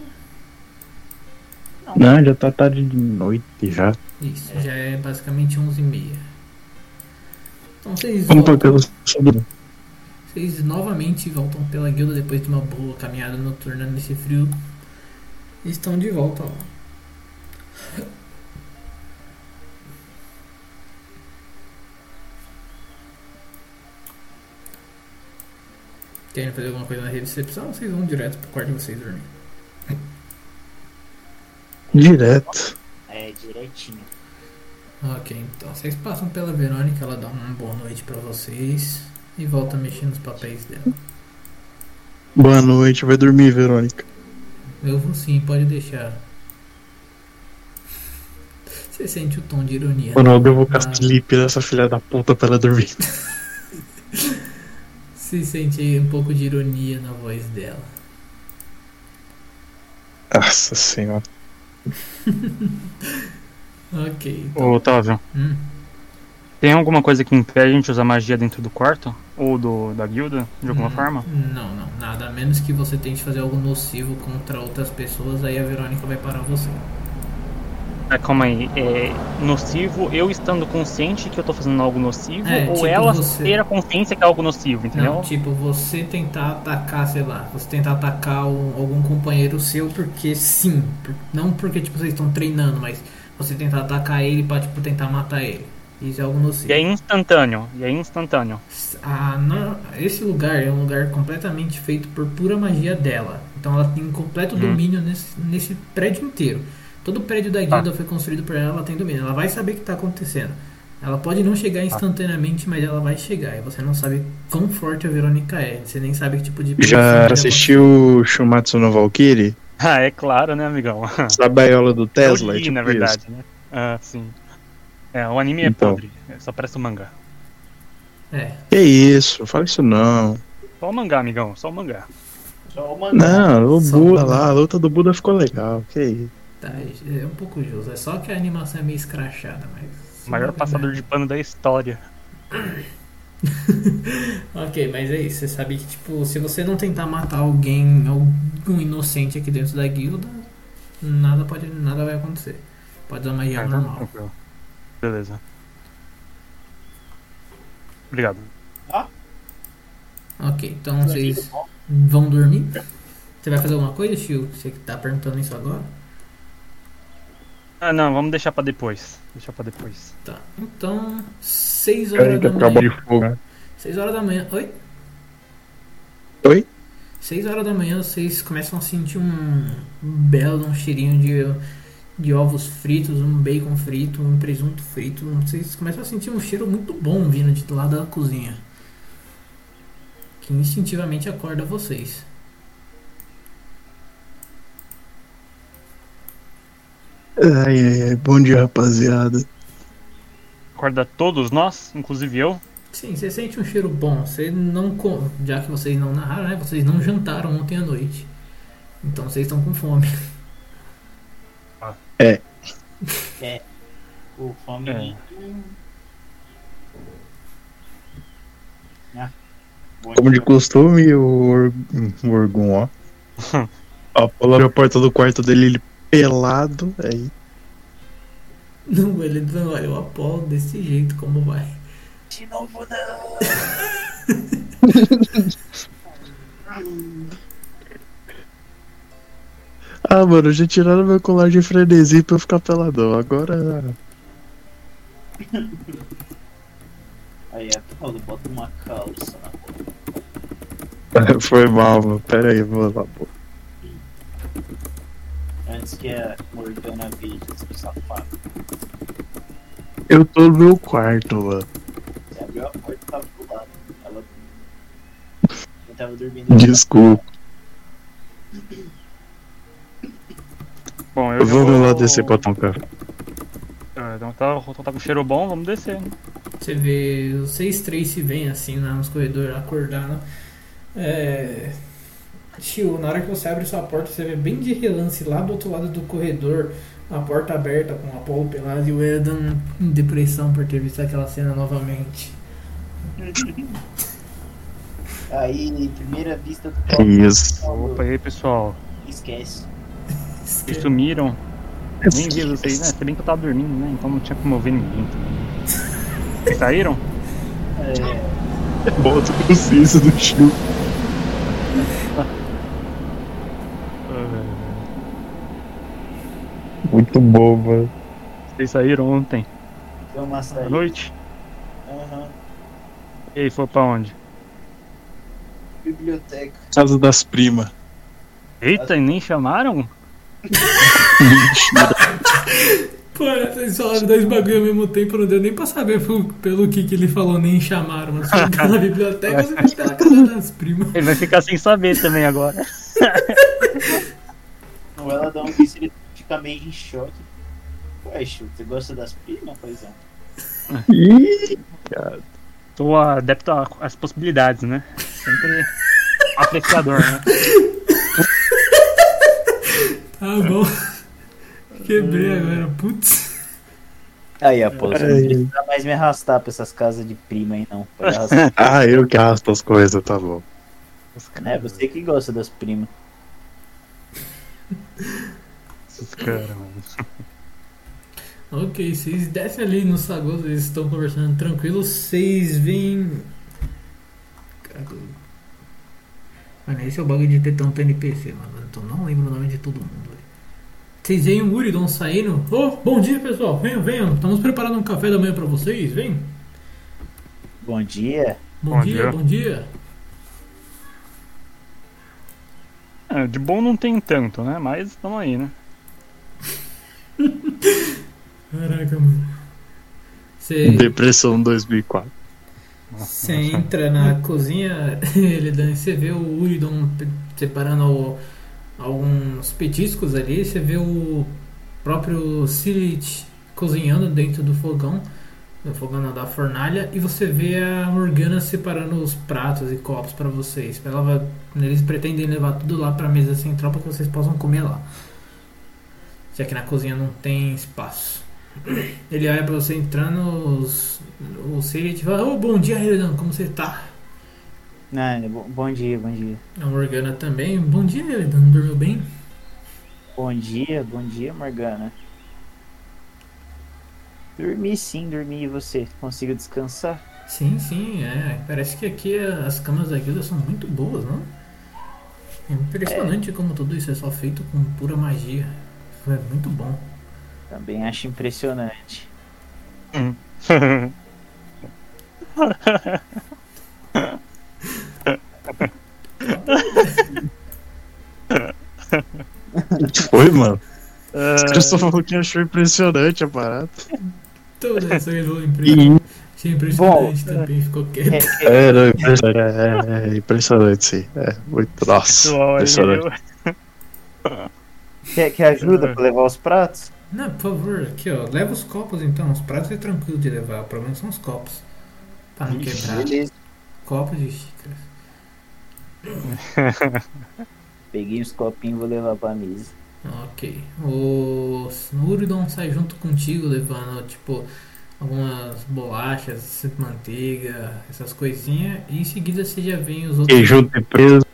[SPEAKER 3] Não, já tá tarde de noite já.
[SPEAKER 1] Isso, já é basicamente 11h30. Então vocês
[SPEAKER 3] Vamos
[SPEAKER 1] voltam-
[SPEAKER 3] tocar os subindo.
[SPEAKER 1] Vocês novamente voltam pela guilda depois de uma boa caminhada noturna nesse frio. E Estão de volta lá. Querem fazer alguma coisa na recepção ou vocês vão direto pro quarto de vocês dormir?
[SPEAKER 3] Direto.
[SPEAKER 4] É direitinho.
[SPEAKER 1] Ok, então vocês passam pela Verônica, ela dá uma boa noite pra vocês e volta mexendo nos papéis dela.
[SPEAKER 3] Boa noite, vai dormir, Verônica.
[SPEAKER 1] Eu vou sim, pode deixar. Você sente o tom de ironia.
[SPEAKER 3] Mano, eu vou
[SPEAKER 1] Ah.
[SPEAKER 3] ficar sleep dessa filha da puta pra ela dormir.
[SPEAKER 1] Se sente um pouco de ironia na voz dela.
[SPEAKER 3] Nossa senhora.
[SPEAKER 1] Ok.
[SPEAKER 2] Ô, Otávio.
[SPEAKER 1] Hum.
[SPEAKER 2] Tem alguma coisa que impede a gente usar magia dentro do quarto? Ou do, da guilda, de alguma
[SPEAKER 1] Hum,
[SPEAKER 2] forma?
[SPEAKER 1] Não, não. Nada. A menos que você tente fazer algo nocivo contra outras pessoas, aí a Verônica vai parar você.
[SPEAKER 2] Ah, calma aí. É nocivo eu estando consciente que eu tô fazendo algo nocivo?
[SPEAKER 1] É,
[SPEAKER 2] ou
[SPEAKER 1] tipo
[SPEAKER 2] ela
[SPEAKER 1] você.
[SPEAKER 2] ter a consciência que é algo nocivo, entendeu?
[SPEAKER 1] Não, tipo, você tentar atacar, sei lá, você tentar atacar um- algum companheiro seu porque sim. Por- não porque, tipo, vocês estão treinando, mas você tentar atacar ele pra, tipo, tentar matar ele. Isso é algo nocivo.
[SPEAKER 2] E é instantâneo. E é instantâneo.
[SPEAKER 1] A no- esse lugar é um lugar completamente feito por pura magia dela. Então ela tem completo
[SPEAKER 2] Hum.
[SPEAKER 1] domínio nesse, nesse prédio inteiro. Todo o prédio da
[SPEAKER 2] Ah.
[SPEAKER 1] guilda foi construído por ela, ela tem domínio. Ela vai saber o que está acontecendo. Ela pode não
[SPEAKER 2] Ah.
[SPEAKER 1] chegar instantaneamente, mas ela vai chegar. E você não sabe quão forte a Verônica é. Você nem sabe que tipo de.
[SPEAKER 3] Já Ah, assistiu Shumatsu no Valkyrie?
[SPEAKER 2] Ah, é claro, né, amigão?
[SPEAKER 3] A baiola do
[SPEAKER 2] Eu
[SPEAKER 3] Tesla?
[SPEAKER 2] li,
[SPEAKER 3] tipo
[SPEAKER 2] É na verdade, né? Ah, sim. É, o anime é
[SPEAKER 3] Então.
[SPEAKER 2] podre. é, Só parece um mangá.
[SPEAKER 1] É.
[SPEAKER 3] isso? Que isso, fala isso não.
[SPEAKER 2] Só o mangá, amigão. Só o mangá.
[SPEAKER 4] Só uma
[SPEAKER 3] Não, o
[SPEAKER 1] Só
[SPEAKER 3] Buda
[SPEAKER 1] um-
[SPEAKER 3] lá, "Ah, a luta do Buda ficou legal. Que isso.
[SPEAKER 1] Tá, é um pouco justo. É só que a animação é meio escrachada, mas. é
[SPEAKER 2] O maior passador de pano da história.
[SPEAKER 1] Ok, mas é isso. Você sabe que, tipo, se você não tentar matar alguém, algum inocente aqui dentro da guilda, nada pode, nada vai acontecer. Pode usar magia
[SPEAKER 2] Ah, então,
[SPEAKER 1] É, normal.
[SPEAKER 2] tranquilo. Beleza. Obrigado.
[SPEAKER 1] Ok, então vocês vão dormir? Você vai fazer alguma coisa, Chiu? Você que tá perguntando isso agora?
[SPEAKER 2] Ah, não, vamos deixar pra depois. Deixar pra depois.
[SPEAKER 1] Tá. Então, 6 horas da
[SPEAKER 3] acabou
[SPEAKER 1] manhã.
[SPEAKER 3] de fogo.
[SPEAKER 1] 6 horas da manhã. Oi?
[SPEAKER 3] Oi?
[SPEAKER 1] 6 horas da manhã vocês começam a sentir um belo um cheirinho de, de ovos fritos, um bacon frito, um presunto frito. Vocês começam a sentir um cheiro muito bom vindo de lá da cozinha. Que instintivamente acorda vocês.
[SPEAKER 3] Ai, ai, ai, bom dia, rapaziada.
[SPEAKER 2] Acorda todos nós, inclusive eu.
[SPEAKER 1] Sim, você sente um cheiro bom. Você não com... Já que vocês não narraram, né? Vocês não jantaram ontem à noite. Então vocês estão com fome.
[SPEAKER 4] O fome.
[SPEAKER 2] É.
[SPEAKER 4] Ah, bom
[SPEAKER 3] Como de
[SPEAKER 4] dia.
[SPEAKER 3] costume, o, Or- o Orgon, ó. ó, pulou a porta do quarto dele, ele pelado. Aí,
[SPEAKER 1] Não, ele não olha o Apolo desse jeito como vai.
[SPEAKER 4] De novo não.
[SPEAKER 3] ah, mano, já tiraram meu colar de frenesi pra eu ficar peladão. Agora.
[SPEAKER 4] Aí, Apolo, bota uma calça na boca.
[SPEAKER 3] Foi mal, mano. Pera aí, vou lá. pô.
[SPEAKER 4] Antes que a Morgana veja esse safado.
[SPEAKER 3] Eu tô no meu quarto, mano.
[SPEAKER 4] Você abriu a porta e tava do lado. Ela. Eu tava dormindo.
[SPEAKER 3] Desculpa.
[SPEAKER 2] Bom, eu.
[SPEAKER 3] Eu
[SPEAKER 2] já
[SPEAKER 3] vou lá descer pra tocar.
[SPEAKER 2] Ah, Então tá, o Rotom tá com cheiro bom, vamos descer. né?
[SPEAKER 1] Você vê, vocês três se veem assim lá nos corredores acordando. É. Tio, na hora que você abre sua porta, você vê bem de relance lá do outro lado do corredor, a porta aberta com o Apolo Pelado e o Edan em depressão por ter visto aquela cena novamente.
[SPEAKER 4] Aí, primeira vista do
[SPEAKER 3] Que isso.
[SPEAKER 4] Paulo,
[SPEAKER 2] Opa, e aí, pessoal?
[SPEAKER 4] Esquece.
[SPEAKER 2] Vocês sumiram? Nem vi vocês, né? Se bem que eu tava dormindo, né? Então não tinha como eu ver ninguém também. né? Vocês saíram?
[SPEAKER 4] É,
[SPEAKER 3] Bota a consciência do Chico.
[SPEAKER 2] Ah,
[SPEAKER 3] Muito bom, mano.
[SPEAKER 2] Vocês saíram ontem,
[SPEAKER 4] foi uma saída.
[SPEAKER 2] à noite?
[SPEAKER 4] Aham.
[SPEAKER 2] E aí, foi pra onde?
[SPEAKER 4] Biblioteca.
[SPEAKER 3] Casa das primas.
[SPEAKER 2] Eita, e nem chamaram?
[SPEAKER 1] Pô, vocês falaram dois bagulho ao mesmo tempo, não deu nem pra saber pelo, pelo que, que ele falou, nem chamaram. Mas você tá na biblioteca, você tá pela casa das primas.
[SPEAKER 2] Ele vai ficar sem saber também agora.
[SPEAKER 4] Ou ela dá um vício, ele fica meio em choque. Ué, Chu, você gosta das primas, é. paizão?
[SPEAKER 3] Ih,
[SPEAKER 2] Tô adepto a- às possibilidades, né? Sempre apreciador, né?
[SPEAKER 1] Tá bom. Quebrei agora, putz.
[SPEAKER 4] Aí, Apolo, você
[SPEAKER 3] Ai.
[SPEAKER 4] não precisa mais me arrastar pra essas casas de prima aí, não. Pode arrastar,
[SPEAKER 3] ah, eu que arrasto as coisas, tá bom.
[SPEAKER 4] né? Você que gosta das primas.
[SPEAKER 3] Esses caras, mano.
[SPEAKER 1] Ok, vocês descem ali no Sagoso, eles estão conversando tranquilo, vocês veem. Caraca. Mano, esse é o bagulho de ter tanto NPC, mano. Então não lembro o nome de todo mundo. velho. Vocês veem o Uridon saindo. Oh, bom dia pessoal, venham, venham. Estamos preparando um café da manhã pra vocês, vem.
[SPEAKER 4] Bom dia.
[SPEAKER 1] Bom,
[SPEAKER 2] Bom
[SPEAKER 1] dia,
[SPEAKER 2] dia.
[SPEAKER 1] bom dia.
[SPEAKER 2] É, de bom não tem tanto, né? Mas estamos aí, né?
[SPEAKER 1] Caraca, mano. Você.
[SPEAKER 3] Depressão 2004.
[SPEAKER 1] Você entra na cozinha, ele dan- você vê o Uridon pe- separando al- alguns petiscos ali, você vê o próprio Silit cozinhando dentro do fogão, do fogão não, da fornalha, e você vê a Morgana separando os pratos e copos para vocês. Ela vai- eles pretendem levar tudo lá para a mesa central para que vocês possam comer lá. Já que na cozinha não tem espaço. Ele olha pra você entrando, os, o Sirit fala, oh, bom dia, Renan, como você tá?
[SPEAKER 4] Ah, bo- bom dia, bom dia.
[SPEAKER 1] A Morgana também, bom dia, Renan, dormiu bem?
[SPEAKER 4] Bom dia, bom dia, Morgana. Dormi sim, dormi. E você? Consigo descansar?
[SPEAKER 1] Sim, sim, é, parece que aqui as camas da guilda são muito boas, não? É impressionante como tudo isso é só feito com pura magia. É muito bom.
[SPEAKER 4] Também acho impressionante.
[SPEAKER 3] Que foi, mano? Eu
[SPEAKER 2] É,
[SPEAKER 3] só falou que achou impressionante a parada.
[SPEAKER 1] Toda essa impressionante. Achei impressionante também, ficou quieto.
[SPEAKER 4] É, é,
[SPEAKER 3] É, não, impressionante, é, é, é impressionante, sim. É, muito, nossa,
[SPEAKER 2] pessoal, aí,
[SPEAKER 3] impressionante.
[SPEAKER 2] eu-
[SPEAKER 4] quer, quer ajuda pra levar os pratos?
[SPEAKER 1] Não, por favor, aqui ó, leva os copos então, os pratos é tranquilo de levar, o problema são os copos. Pra não
[SPEAKER 3] Tá.
[SPEAKER 1] quebrar.
[SPEAKER 4] Beleza.
[SPEAKER 1] Copos de xícaras.
[SPEAKER 4] Peguei os copinhos e vou levar pra mesa.
[SPEAKER 1] Ok. O Snurdon sai junto contigo levando, tipo, algumas bolachas, manteiga, essas coisinhas. E em seguida você já vem os outros
[SPEAKER 3] Queijo de preso.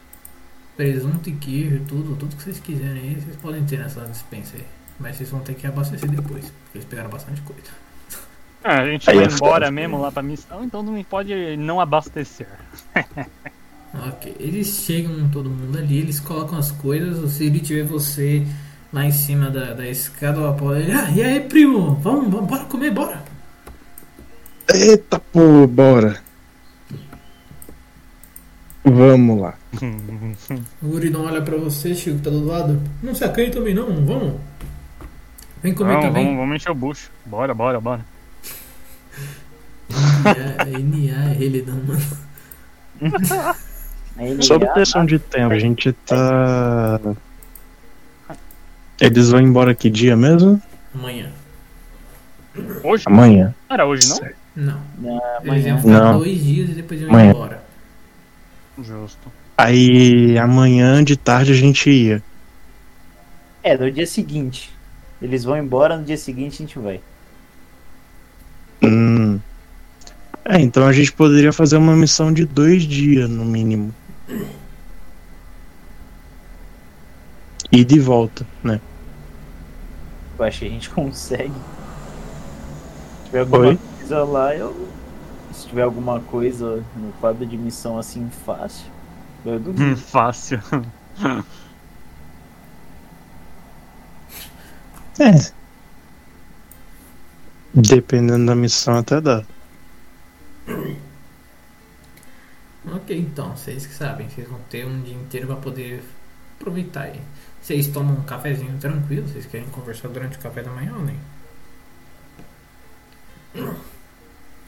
[SPEAKER 1] presunto e queijo, tudo, tudo que vocês quiserem aí, vocês podem ter nessa dispensa aí. Mas vocês vão ter que abastecer depois, porque eles pegaram bastante coisa.
[SPEAKER 2] Ah, a gente
[SPEAKER 3] Aí
[SPEAKER 2] vai
[SPEAKER 3] é foda.
[SPEAKER 2] embora mesmo lá pra missão, então não pode não abastecer.
[SPEAKER 1] Ok, eles chegam todo mundo ali, eles colocam as coisas, o Siri tiver você lá em cima da, da escada, o Apolo, ele, ah, e aí primo, vamos, vamos, bora comer, bora!
[SPEAKER 3] Eita, pô, bora. Vamos lá.
[SPEAKER 1] O Uridon olha pra você, Chico, que tá do lado. Não se acanhe também não, vamos. Vem comer
[SPEAKER 2] Vamos,
[SPEAKER 1] também.
[SPEAKER 2] vamos, vamos encher o bucho. Bora, bora, bora.
[SPEAKER 1] NA, ele dá uma...
[SPEAKER 4] Aí
[SPEAKER 3] Sobre
[SPEAKER 4] ligar,
[SPEAKER 3] questão de tempo, a gente tá. Eles vão embora que dia mesmo?
[SPEAKER 1] Amanhã.
[SPEAKER 2] Hoje?
[SPEAKER 3] Amanhã.
[SPEAKER 2] Era hoje, não?
[SPEAKER 1] Não. Eles
[SPEAKER 4] amanhã.
[SPEAKER 1] iam ficar
[SPEAKER 3] Não.
[SPEAKER 1] dois dias e depois iam
[SPEAKER 3] Amanhã.
[SPEAKER 1] embora.
[SPEAKER 2] Justo.
[SPEAKER 3] Aí amanhã de tarde a gente ia.
[SPEAKER 4] É, no dia seguinte. Eles vão embora, no dia seguinte a gente vai.
[SPEAKER 3] Hum. É, então a gente poderia fazer uma missão de dois dias, no mínimo. E de volta, né?
[SPEAKER 4] Eu acho que a gente consegue. Se tiver alguma
[SPEAKER 3] Oi?
[SPEAKER 4] coisa lá, eu. Se tiver alguma coisa no quadro de missão assim fácil, eu duvido.
[SPEAKER 2] Hum, fácil.
[SPEAKER 3] É. Dependendo da missão, até dá.
[SPEAKER 1] Ok, então, vocês que sabem, vocês vão ter um dia inteiro pra poder aproveitar aí. Vocês tomam um cafezinho tranquilo, vocês querem conversar durante o café da manhã ou nem?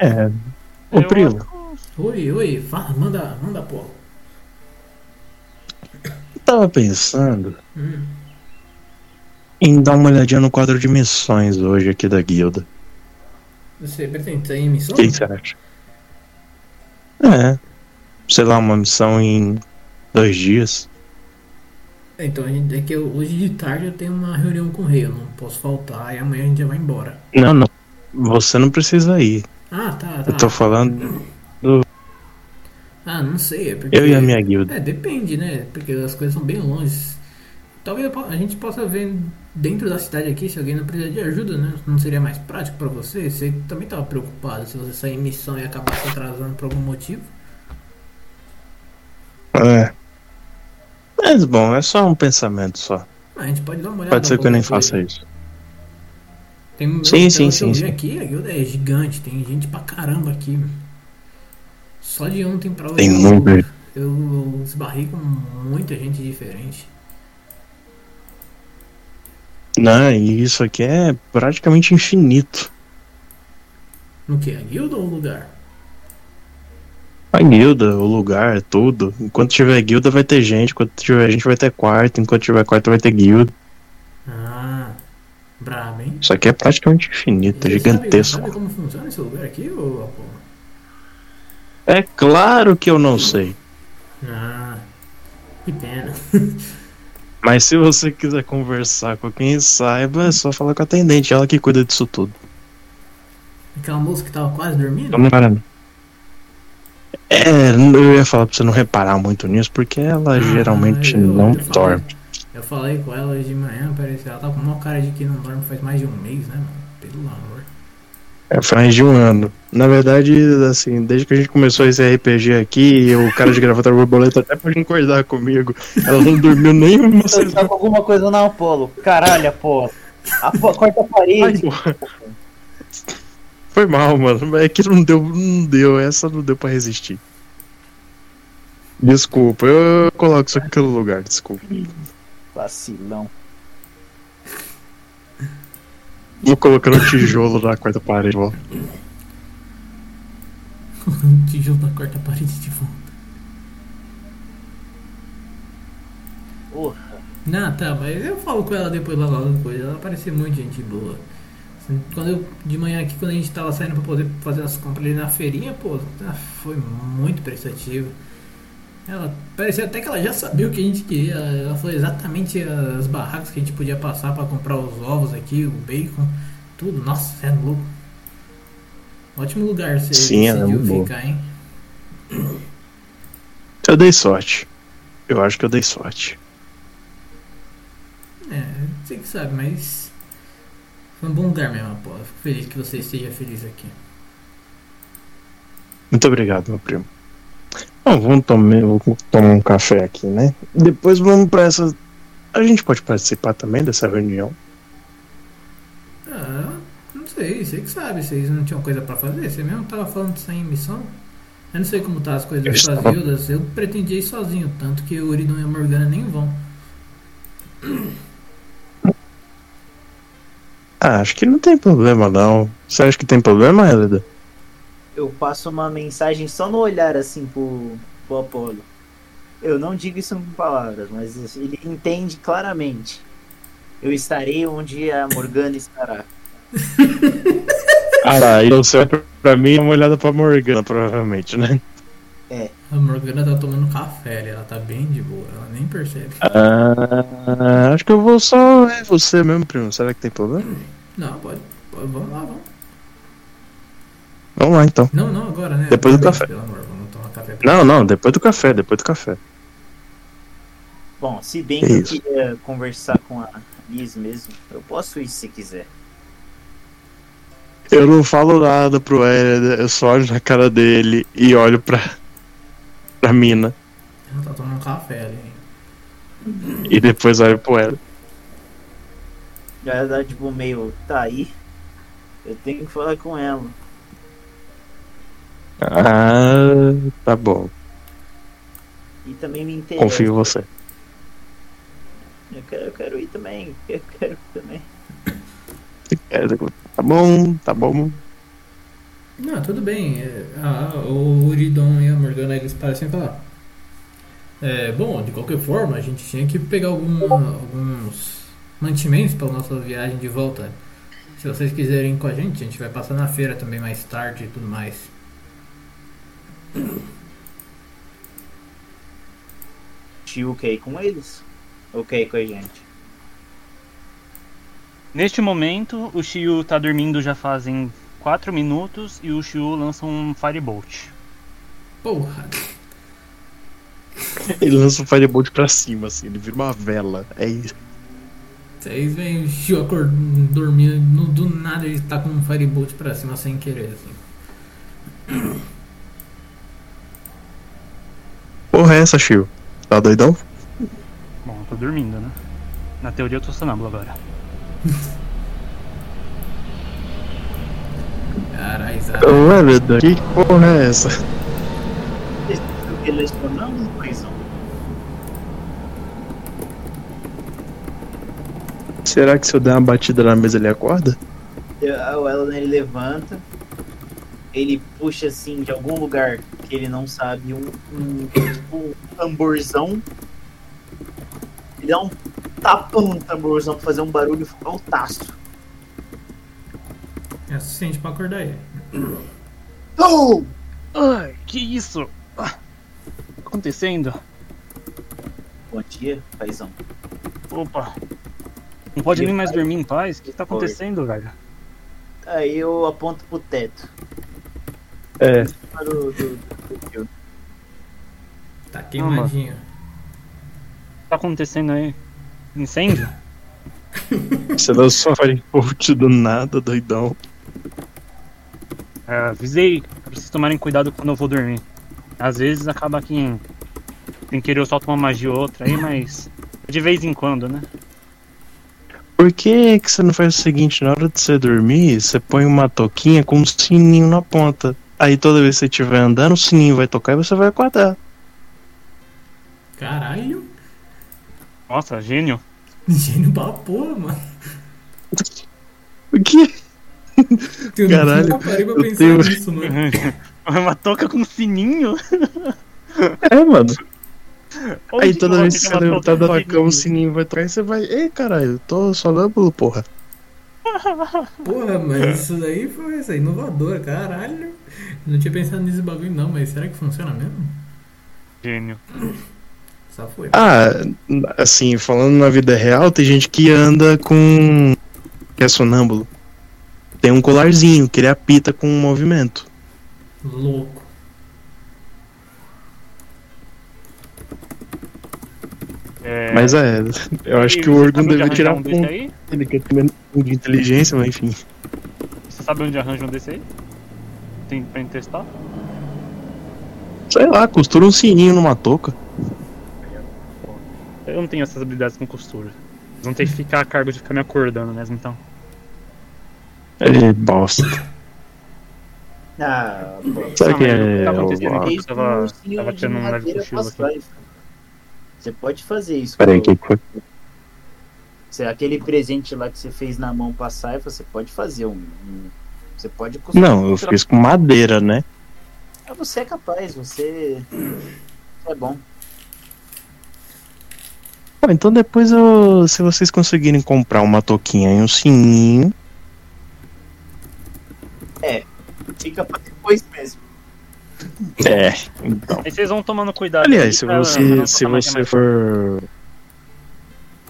[SPEAKER 3] É. Ô,
[SPEAKER 2] Eu-
[SPEAKER 3] Primo.
[SPEAKER 1] Oi, oi, fala, manda, manda, pô.
[SPEAKER 3] Eu tava pensando
[SPEAKER 1] Hum,
[SPEAKER 3] em dar uma olhadinha no quadro de missões hoje aqui da guilda.
[SPEAKER 1] Você pretende sair em missão?
[SPEAKER 3] O que que você acha? É. Sei lá, uma missão em dois dias.
[SPEAKER 1] Então, a gente- é que eu- hoje de tarde eu tenho uma reunião com o rei, eu não posso faltar e amanhã a gente já vai embora.
[SPEAKER 3] Não, não. Você não precisa ir.
[SPEAKER 1] Ah, tá, tá.
[SPEAKER 3] Eu tô falando
[SPEAKER 1] Ah, não sei, é porque...
[SPEAKER 3] eu e a minha guilda.
[SPEAKER 1] É, depende, né? Porque as coisas são bem longe. Talvez eu po- a gente possa ver dentro da cidade aqui se alguém não precisar de ajuda, né? Não seria mais prático pra você? Você também tava preocupado se você sair em missão e acabar se atrasando por algum motivo.
[SPEAKER 3] É. Mas bom, é só um pensamento só.
[SPEAKER 1] Ah, a gente pode dar uma olhada.
[SPEAKER 3] Pode ser que eu nem faça
[SPEAKER 1] aí.
[SPEAKER 3] isso.
[SPEAKER 1] Tem, eu-
[SPEAKER 3] Sim,
[SPEAKER 1] pelo
[SPEAKER 3] sim,
[SPEAKER 1] que eu
[SPEAKER 3] sim,
[SPEAKER 1] vi
[SPEAKER 3] sim.
[SPEAKER 1] aqui, a guilda é gigante, tem gente pra caramba aqui. meu. Só de ontem pra hoje
[SPEAKER 3] Tem
[SPEAKER 1] eu-
[SPEAKER 3] muito.
[SPEAKER 1] eu, eu esbarrei com muita gente diferente.
[SPEAKER 3] Não, e isso aqui é praticamente infinito.
[SPEAKER 1] No que? A guilda ou o lugar?
[SPEAKER 3] A guilda, o lugar, é tudo. Enquanto tiver guilda, vai ter gente. Enquanto tiver gente, vai ter quarto. Enquanto tiver quarto, vai ter guilda.
[SPEAKER 1] Ah, brabo, hein?
[SPEAKER 3] Isso aqui é praticamente infinito, é
[SPEAKER 1] Você sabe-
[SPEAKER 3] gigantesco.
[SPEAKER 1] Sabe, como funciona esse lugar aqui, ô Apolo?
[SPEAKER 3] É claro que eu não sei.
[SPEAKER 1] Ah, que pena.
[SPEAKER 3] Mas se você quiser conversar com quem saiba, é só falar com a atendente, ela que cuida disso tudo.
[SPEAKER 1] Aquela moça que tava quase dormindo?
[SPEAKER 3] Então não para não. É, eu ia falar pra você não reparar muito nisso, porque ela geralmente
[SPEAKER 1] Ah, eu-
[SPEAKER 3] não
[SPEAKER 1] eu falei-
[SPEAKER 3] dorme.
[SPEAKER 1] Eu falei com ela hoje de manhã, parece que ela tá com uma cara de que não dorme faz mais de um mês, né, mano? Pelo amor.
[SPEAKER 3] É, faz de um ano. Na verdade, assim, desde que a gente começou esse RPG aqui, e o cara de gravata borboleta até pode concordar comigo. Ela não dormiu nem uma
[SPEAKER 4] Você
[SPEAKER 3] semana.
[SPEAKER 4] tá com alguma coisa na Apolo. Caralho, Apolo. Apo- Corta a parede.
[SPEAKER 3] Foi mal, mano. Mas é que não deu, não deu. Essa não deu pra resistir. Desculpa, eu coloco isso aqui no lugar, desculpa.
[SPEAKER 4] Vacilão.
[SPEAKER 3] Vou colocando tijolo na quarta parede, ó.
[SPEAKER 1] O tijolo da quarta parede tipo, de volta.
[SPEAKER 4] Porra.
[SPEAKER 1] Não, tá, mas eu falo com ela depois lá logo coisa. Ela parecia muito gente boa. Assim, Quando eu, de manhã aqui, quando a gente tava saindo pra poder fazer as compras ali na feirinha, pô, tá, foi muito prestativo. Ela parecia até que ela já sabia o que a gente queria. Ela falou exatamente as barracas que a gente podia passar pra comprar os ovos aqui, o bacon, tudo. Nossa, você é louco. Ótimo lugar você
[SPEAKER 3] Sim, ela é
[SPEAKER 1] decidiu
[SPEAKER 3] muito boa.
[SPEAKER 1] ficar, hein?
[SPEAKER 3] Eu dei sorte. Eu acho que eu dei sorte.
[SPEAKER 1] É, você que sabe, mas. Foi um bom lugar mesmo, pô. Eu Fico feliz que você esteja feliz aqui.
[SPEAKER 3] Muito obrigado, meu primo. Bom, vamos tomar, vamos tomar um café aqui, né? Depois vamos pra essa. A gente pode participar também dessa reunião.
[SPEAKER 1] Ah, não sei, você que sabe, vocês não tinham coisa pra fazer, você mesmo tava falando de sair em missão. Eu não sei como tá as coisas
[SPEAKER 3] Eu
[SPEAKER 1] das suas
[SPEAKER 3] estava-
[SPEAKER 1] guildas, eu pretendia ir sozinho, tanto que o Uridon e a Morgana nem vão.
[SPEAKER 3] Ah, acho que não tem problema, não. Você acha que tem problema, Helida?
[SPEAKER 4] Eu passo uma mensagem só no olhar, assim, pro, pro Apolo. Eu não digo isso com palavras, mas assim, ele entende claramente. Eu estarei onde a Morgana estará.
[SPEAKER 3] Ah, tá. Então você vai pra- pra mim e dá uma olhada pra Morgana, provavelmente, né?
[SPEAKER 1] A Morgana tá tomando café, ali, ela tá bem de boa, ela nem percebe.
[SPEAKER 3] Ah, acho que eu vou só é você mesmo, primo. Será que tem problema?
[SPEAKER 1] Não, pode, pode- vamos lá, vamos.
[SPEAKER 3] Vamos lá, então.
[SPEAKER 1] Não, não, agora, né?
[SPEAKER 3] Depois do
[SPEAKER 1] Primeiro,
[SPEAKER 3] café.
[SPEAKER 1] Pelo amor, vamos tomar café.
[SPEAKER 3] Não, não, depois do café, depois do café.
[SPEAKER 4] Bom, se bem
[SPEAKER 3] É
[SPEAKER 4] que eu
[SPEAKER 3] isso.
[SPEAKER 4] queria conversar com a Liz mesmo, eu posso ir se quiser.
[SPEAKER 3] Eu não falo nada pro Helida, eu só olho na cara dele e olho pra, pra mina.
[SPEAKER 1] Ela tá tomando café ali.
[SPEAKER 3] E depois olho pro Helida.
[SPEAKER 4] Já ela, tipo, meio, tá aí. Eu tenho que falar com ela.
[SPEAKER 3] Ah, tá bom.
[SPEAKER 4] E também me interessa.
[SPEAKER 3] Confio em você.
[SPEAKER 4] Eu quero, eu quero ir também. Eu quero também.
[SPEAKER 3] É, Tá bom, tá bom.
[SPEAKER 1] Não, tudo bem. é, ah, o Uridon e a Morgana eles parecem falar. É, bom, de qualquer forma, a gente tinha que pegar algum, alguns mantimentos para a nossa viagem de volta. Se vocês quiserem ir com a gente, a gente vai passar na feira também mais tarde e tudo mais.
[SPEAKER 4] Tio quer ir com eles? Ou quer ir com a gente?
[SPEAKER 2] Neste momento, o Shiyu tá dormindo já fazem 4 minutos e o Shiyu lança um Firebolt.
[SPEAKER 1] Porra!
[SPEAKER 3] Ele lança o Firebolt pra cima, assim, ele vira uma vela. É isso.
[SPEAKER 1] Vocês veem o Shio acor- dormindo, no- do nada ele tá com um firebolt pra cima sem querer, assim.
[SPEAKER 3] Porra, é essa, Shio? Tá doidão?
[SPEAKER 2] Bom, eu tô dormindo, né? Na teoria eu tô sonâmbulo agora.
[SPEAKER 1] Caralho,
[SPEAKER 3] Ué, meu Deus, que porra é essa?
[SPEAKER 4] Eles não coisam.
[SPEAKER 3] Será que se eu der uma batida na mesa ele acorda?
[SPEAKER 4] O Elon ele levanta, ele puxa assim de algum lugar que ele não sabe, um, um, tipo, um tamborzão. Ele dá um tapão no tamborzão pra fazer um barulho fantástico.
[SPEAKER 1] é suficiente pra acordar ele.
[SPEAKER 4] Oh!
[SPEAKER 2] Ai, que isso? Ah, tá acontecendo?
[SPEAKER 4] Bom dia, paizão.
[SPEAKER 2] Opa. Não pode
[SPEAKER 4] Meu
[SPEAKER 2] nem mais
[SPEAKER 4] pai.
[SPEAKER 2] dormir em paz? O que tá
[SPEAKER 4] Meu pai.
[SPEAKER 2] acontecendo, velho?
[SPEAKER 4] Aí eu aponto pro teto.
[SPEAKER 3] É.
[SPEAKER 4] Para o, do, do tio.
[SPEAKER 1] Tá queimadinho.
[SPEAKER 2] O que tá acontecendo aí? Incêndio?
[SPEAKER 3] Você lançou o Firebolt do nada, doidão.
[SPEAKER 2] É, avisei pra vocês tomarem cuidado quando eu vou dormir. Às vezes acaba que sem querer eu solto uma magia ou outra aí, mas de vez em quando, né?
[SPEAKER 3] Por que, que você não faz o seguinte, na hora de você dormir, você põe uma toquinha com um sininho na ponta. Aí toda vez que você estiver andando, o sininho vai tocar e você vai acordar.
[SPEAKER 1] Caralho!
[SPEAKER 2] Nossa, gênio.
[SPEAKER 1] Gênio pra porra, mano.
[SPEAKER 3] O quê?
[SPEAKER 1] Eu
[SPEAKER 3] Caralho,
[SPEAKER 1] Nunca parei pra
[SPEAKER 3] eu
[SPEAKER 1] pensar
[SPEAKER 3] tenho-
[SPEAKER 1] nisso, mano.
[SPEAKER 2] Uma touca com sininho?
[SPEAKER 3] É, mano.
[SPEAKER 2] Onde
[SPEAKER 3] Aí
[SPEAKER 2] que
[SPEAKER 3] toda
[SPEAKER 2] eu
[SPEAKER 3] vez
[SPEAKER 2] vou
[SPEAKER 3] que você tá
[SPEAKER 2] arranjar uma touca
[SPEAKER 3] levantar
[SPEAKER 2] com
[SPEAKER 3] da cama, o sininho vai tocar e você vai. Ei, caralho, eu tô sonâmbulo, porra.
[SPEAKER 1] Porra, mano, isso daí foi isso aí, inovador, caralho. Não tinha pensado nesse bagulho não, mas será que funciona mesmo?
[SPEAKER 2] Gênio.
[SPEAKER 1] Só foi.
[SPEAKER 3] Ah, assim, falando na vida real, tem gente que anda com. que é sonâmbulo. Tem um colarzinho que ele apita com um movimento.
[SPEAKER 1] Louco.
[SPEAKER 2] É,
[SPEAKER 3] Mas é, eu acho que o
[SPEAKER 2] você sabe
[SPEAKER 3] Orgon
[SPEAKER 2] onde
[SPEAKER 3] deve
[SPEAKER 2] arranjar
[SPEAKER 3] tirar
[SPEAKER 2] um
[SPEAKER 3] um
[SPEAKER 2] desse
[SPEAKER 3] ponto.
[SPEAKER 2] aí?
[SPEAKER 3] Ele quer ter menos um de inteligência, mas enfim.
[SPEAKER 2] Você sabe onde arranja um desse aí? Tem pra gente testar?
[SPEAKER 3] Sei lá, costura um sininho numa touca.
[SPEAKER 2] Eu não tenho essas habilidades com costura. Vocês vão ter que ficar a cargo de ficar me acordando mesmo, então.
[SPEAKER 3] É bosta.
[SPEAKER 4] Ah, pô.
[SPEAKER 3] Sabe
[SPEAKER 2] Ah, mas
[SPEAKER 3] quem
[SPEAKER 2] o que
[SPEAKER 3] é?
[SPEAKER 2] tá acontecendo
[SPEAKER 3] o-
[SPEAKER 2] aqui?
[SPEAKER 4] Fez
[SPEAKER 2] tava-
[SPEAKER 4] com um ursinho
[SPEAKER 2] tava
[SPEAKER 4] de
[SPEAKER 2] tirando um leve
[SPEAKER 4] madeira
[SPEAKER 2] cochilo
[SPEAKER 4] com as
[SPEAKER 2] aqui.
[SPEAKER 4] vozes. Você pode fazer isso.
[SPEAKER 3] Peraí, o
[SPEAKER 4] com-
[SPEAKER 3] que que foi?
[SPEAKER 4] Você- Aquele presente lá que você fez na mão passar, você pode fazer um. um- você pode costurar.
[SPEAKER 3] Não, eu fiz com madeira, né?
[SPEAKER 4] Ah, Você é capaz, você. É bom.
[SPEAKER 3] Bom, então depois eu. Se vocês conseguirem comprar uma touquinha e um sininho.
[SPEAKER 4] Fica pra depois mesmo.
[SPEAKER 3] É, então.
[SPEAKER 2] Aí vocês vão tomando cuidado. aí
[SPEAKER 3] Aliás, se
[SPEAKER 2] pra- pra não
[SPEAKER 3] você, se
[SPEAKER 2] tocar magia
[SPEAKER 3] você
[SPEAKER 2] mais.
[SPEAKER 3] for.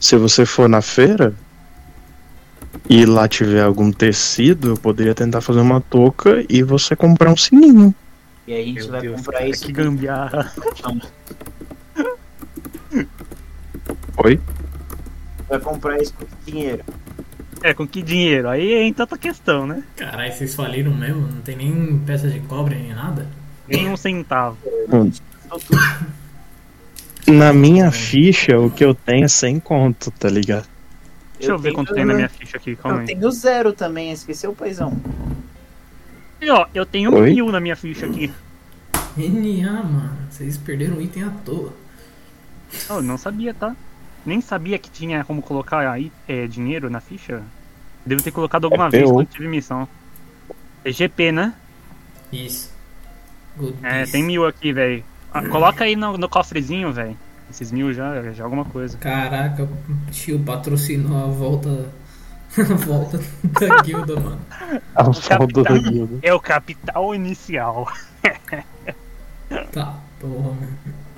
[SPEAKER 3] Se você for na feira e lá tiver algum tecido, eu poderia tentar fazer uma touca e você comprar um sininho.
[SPEAKER 4] E aí a gente
[SPEAKER 2] Meu
[SPEAKER 4] vai
[SPEAKER 2] Deus,
[SPEAKER 4] comprar
[SPEAKER 2] cara,
[SPEAKER 4] isso.
[SPEAKER 3] né?
[SPEAKER 2] Que gambiarra.
[SPEAKER 3] Oi?
[SPEAKER 4] Vai comprar isso com que dinheiro.
[SPEAKER 2] É, com que dinheiro? Aí entra outra questão, né?
[SPEAKER 1] Caralho, vocês faliram mesmo? Não tem nem peça de cobre nem nada?
[SPEAKER 4] É.
[SPEAKER 2] Nem um centavo.
[SPEAKER 4] Então, tudo.
[SPEAKER 3] Na minha ficha, o que eu tenho é sem conto, tá ligado?
[SPEAKER 2] Deixa eu, ver
[SPEAKER 4] tenho-
[SPEAKER 2] quanto tem na minha ficha aqui, calma
[SPEAKER 4] Não,
[SPEAKER 2] aí.
[SPEAKER 4] tem o zero também, esqueceu o paizão.
[SPEAKER 2] E, ó, eu tenho um
[SPEAKER 3] Oi?
[SPEAKER 2] mil na minha ficha aqui.
[SPEAKER 1] NA, mano. Vocês perderam um item à toa.
[SPEAKER 2] Eu não sabia, tá? Nem sabia que tinha como colocar aí, é, dinheiro na ficha. Devo ter colocado alguma
[SPEAKER 3] É
[SPEAKER 2] vez
[SPEAKER 3] PO.
[SPEAKER 2] quando tive missão. É GP, né?
[SPEAKER 1] Isso. Good
[SPEAKER 2] É,
[SPEAKER 1] piece.
[SPEAKER 4] É,
[SPEAKER 2] tem mil aqui, velho. Ah, coloca aí no, no cofrezinho, velho. Esses mil já, já é alguma coisa.
[SPEAKER 1] Caraca, o tio patrocinou a volta. A volta da guilda, mano.
[SPEAKER 2] Tá
[SPEAKER 3] Ao saldo da guilda.
[SPEAKER 2] É o capital inicial.
[SPEAKER 1] Tá, porra, mano.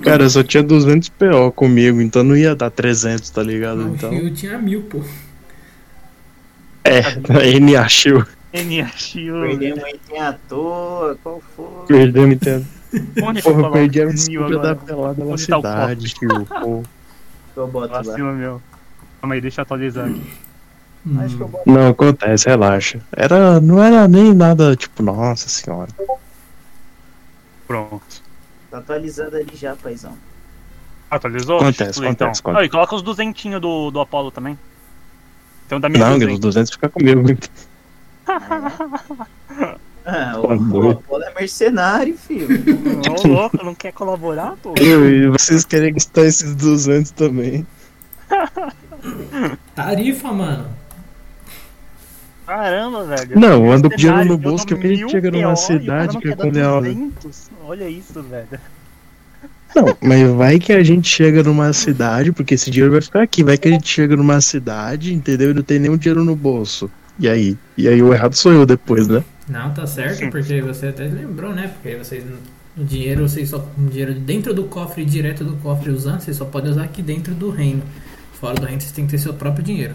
[SPEAKER 3] Cara, eu só tinha 200 PO comigo, então não ia dar 300, tá ligado?
[SPEAKER 1] Não,
[SPEAKER 3] Então.
[SPEAKER 1] Ah, O tio tinha mil, pô.
[SPEAKER 3] É, ele achou.
[SPEAKER 2] Eniashio.
[SPEAKER 4] Perdemos um item à toa, qual foi?
[SPEAKER 3] Perdemos então.
[SPEAKER 2] Onde
[SPEAKER 3] Porra,
[SPEAKER 2] ficou
[SPEAKER 3] eu
[SPEAKER 2] lá
[SPEAKER 3] perdi a
[SPEAKER 2] os mil
[SPEAKER 3] desculpa da
[SPEAKER 2] agora?
[SPEAKER 3] pelada da
[SPEAKER 2] Onde tá o copo?
[SPEAKER 3] cidade, tio. Pô.
[SPEAKER 4] Que eu boto lá.
[SPEAKER 2] Vacilo meu. Calma aí, deixa eu atualizar aqui.
[SPEAKER 4] Acho
[SPEAKER 1] Hum.
[SPEAKER 4] que eu boto
[SPEAKER 3] Não, acontece, relaxa. Era, não era nem nada, tipo, nossa senhora.
[SPEAKER 2] Pronto.
[SPEAKER 4] tá atualizado ali já, paizão.
[SPEAKER 2] Atualizou?
[SPEAKER 3] Acontece,
[SPEAKER 2] Deixa eu excluir,
[SPEAKER 3] acontece,
[SPEAKER 2] então. Ah,
[SPEAKER 3] acontece.
[SPEAKER 2] e coloca os duzentinhos do, do Apollo também. Então dá
[SPEAKER 3] Não, os
[SPEAKER 2] 1200.
[SPEAKER 3] 200 fica comigo.
[SPEAKER 4] Ah,
[SPEAKER 3] Tá
[SPEAKER 4] o, o
[SPEAKER 3] doido.
[SPEAKER 4] Apolo é mercenário, filho.
[SPEAKER 2] Ô, louco, não quer colaborar, pô?
[SPEAKER 3] Eu, e vocês querem gastar esses 200 também.
[SPEAKER 1] Tarifa, mano.
[SPEAKER 2] Caramba, velho.
[SPEAKER 3] Não, eu ando
[SPEAKER 2] Cenário,
[SPEAKER 3] dinheiro no
[SPEAKER 2] eu
[SPEAKER 3] bolso que
[SPEAKER 2] dou
[SPEAKER 3] a gente
[SPEAKER 2] mil
[SPEAKER 3] chega
[SPEAKER 2] PO e
[SPEAKER 3] numa
[SPEAKER 2] o
[SPEAKER 3] cidade
[SPEAKER 2] cara
[SPEAKER 3] que
[SPEAKER 2] não quer
[SPEAKER 3] é
[SPEAKER 2] dar
[SPEAKER 3] quando ela.
[SPEAKER 2] 200? Olha isso, velho.
[SPEAKER 3] Não, mas vai que a gente chega numa cidade, porque esse dinheiro vai ficar aqui. Vai que a gente chega numa cidade, entendeu? E não tem nenhum dinheiro no bolso. E aí? E aí o errado sou eu depois, né?
[SPEAKER 1] Não, tá certo,
[SPEAKER 2] Sim.
[SPEAKER 1] porque você até lembrou, né? Porque vocês. O dinheiro, vocês só. O dinheiro dentro do cofre, direto do cofre usando, vocês só podem usar aqui dentro do reino. Fora do reino, vocês têm que ter seu próprio dinheiro.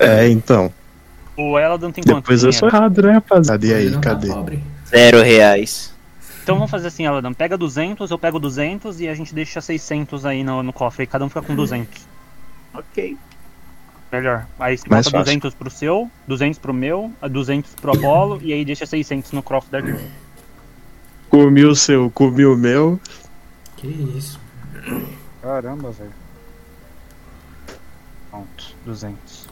[SPEAKER 3] É, então.
[SPEAKER 2] O Eladon tem quanto?
[SPEAKER 3] Depois eu sou
[SPEAKER 2] dinheiro?
[SPEAKER 3] errado, né, rapaziada? E
[SPEAKER 1] Ele
[SPEAKER 3] aí,
[SPEAKER 1] não
[SPEAKER 3] cadê?
[SPEAKER 1] Tá pobre.
[SPEAKER 4] Zero reais.
[SPEAKER 2] Então vamos fazer assim, Eladon. Pega 200, eu pego 200 e a gente deixa 600 aí no, no cofre. Aí cada um fica com 200.
[SPEAKER 4] Ok.
[SPEAKER 2] Melhor. Aí você
[SPEAKER 3] Mais
[SPEAKER 2] bota
[SPEAKER 3] fácil.
[SPEAKER 2] 200 pro seu, 200 pro meu, a 200 pro Apollo e aí deixa 600 no cofre da Guilda.
[SPEAKER 3] Comi o seu, comi o meu.
[SPEAKER 1] Que isso.
[SPEAKER 2] Caramba, velho. Pronto, 200.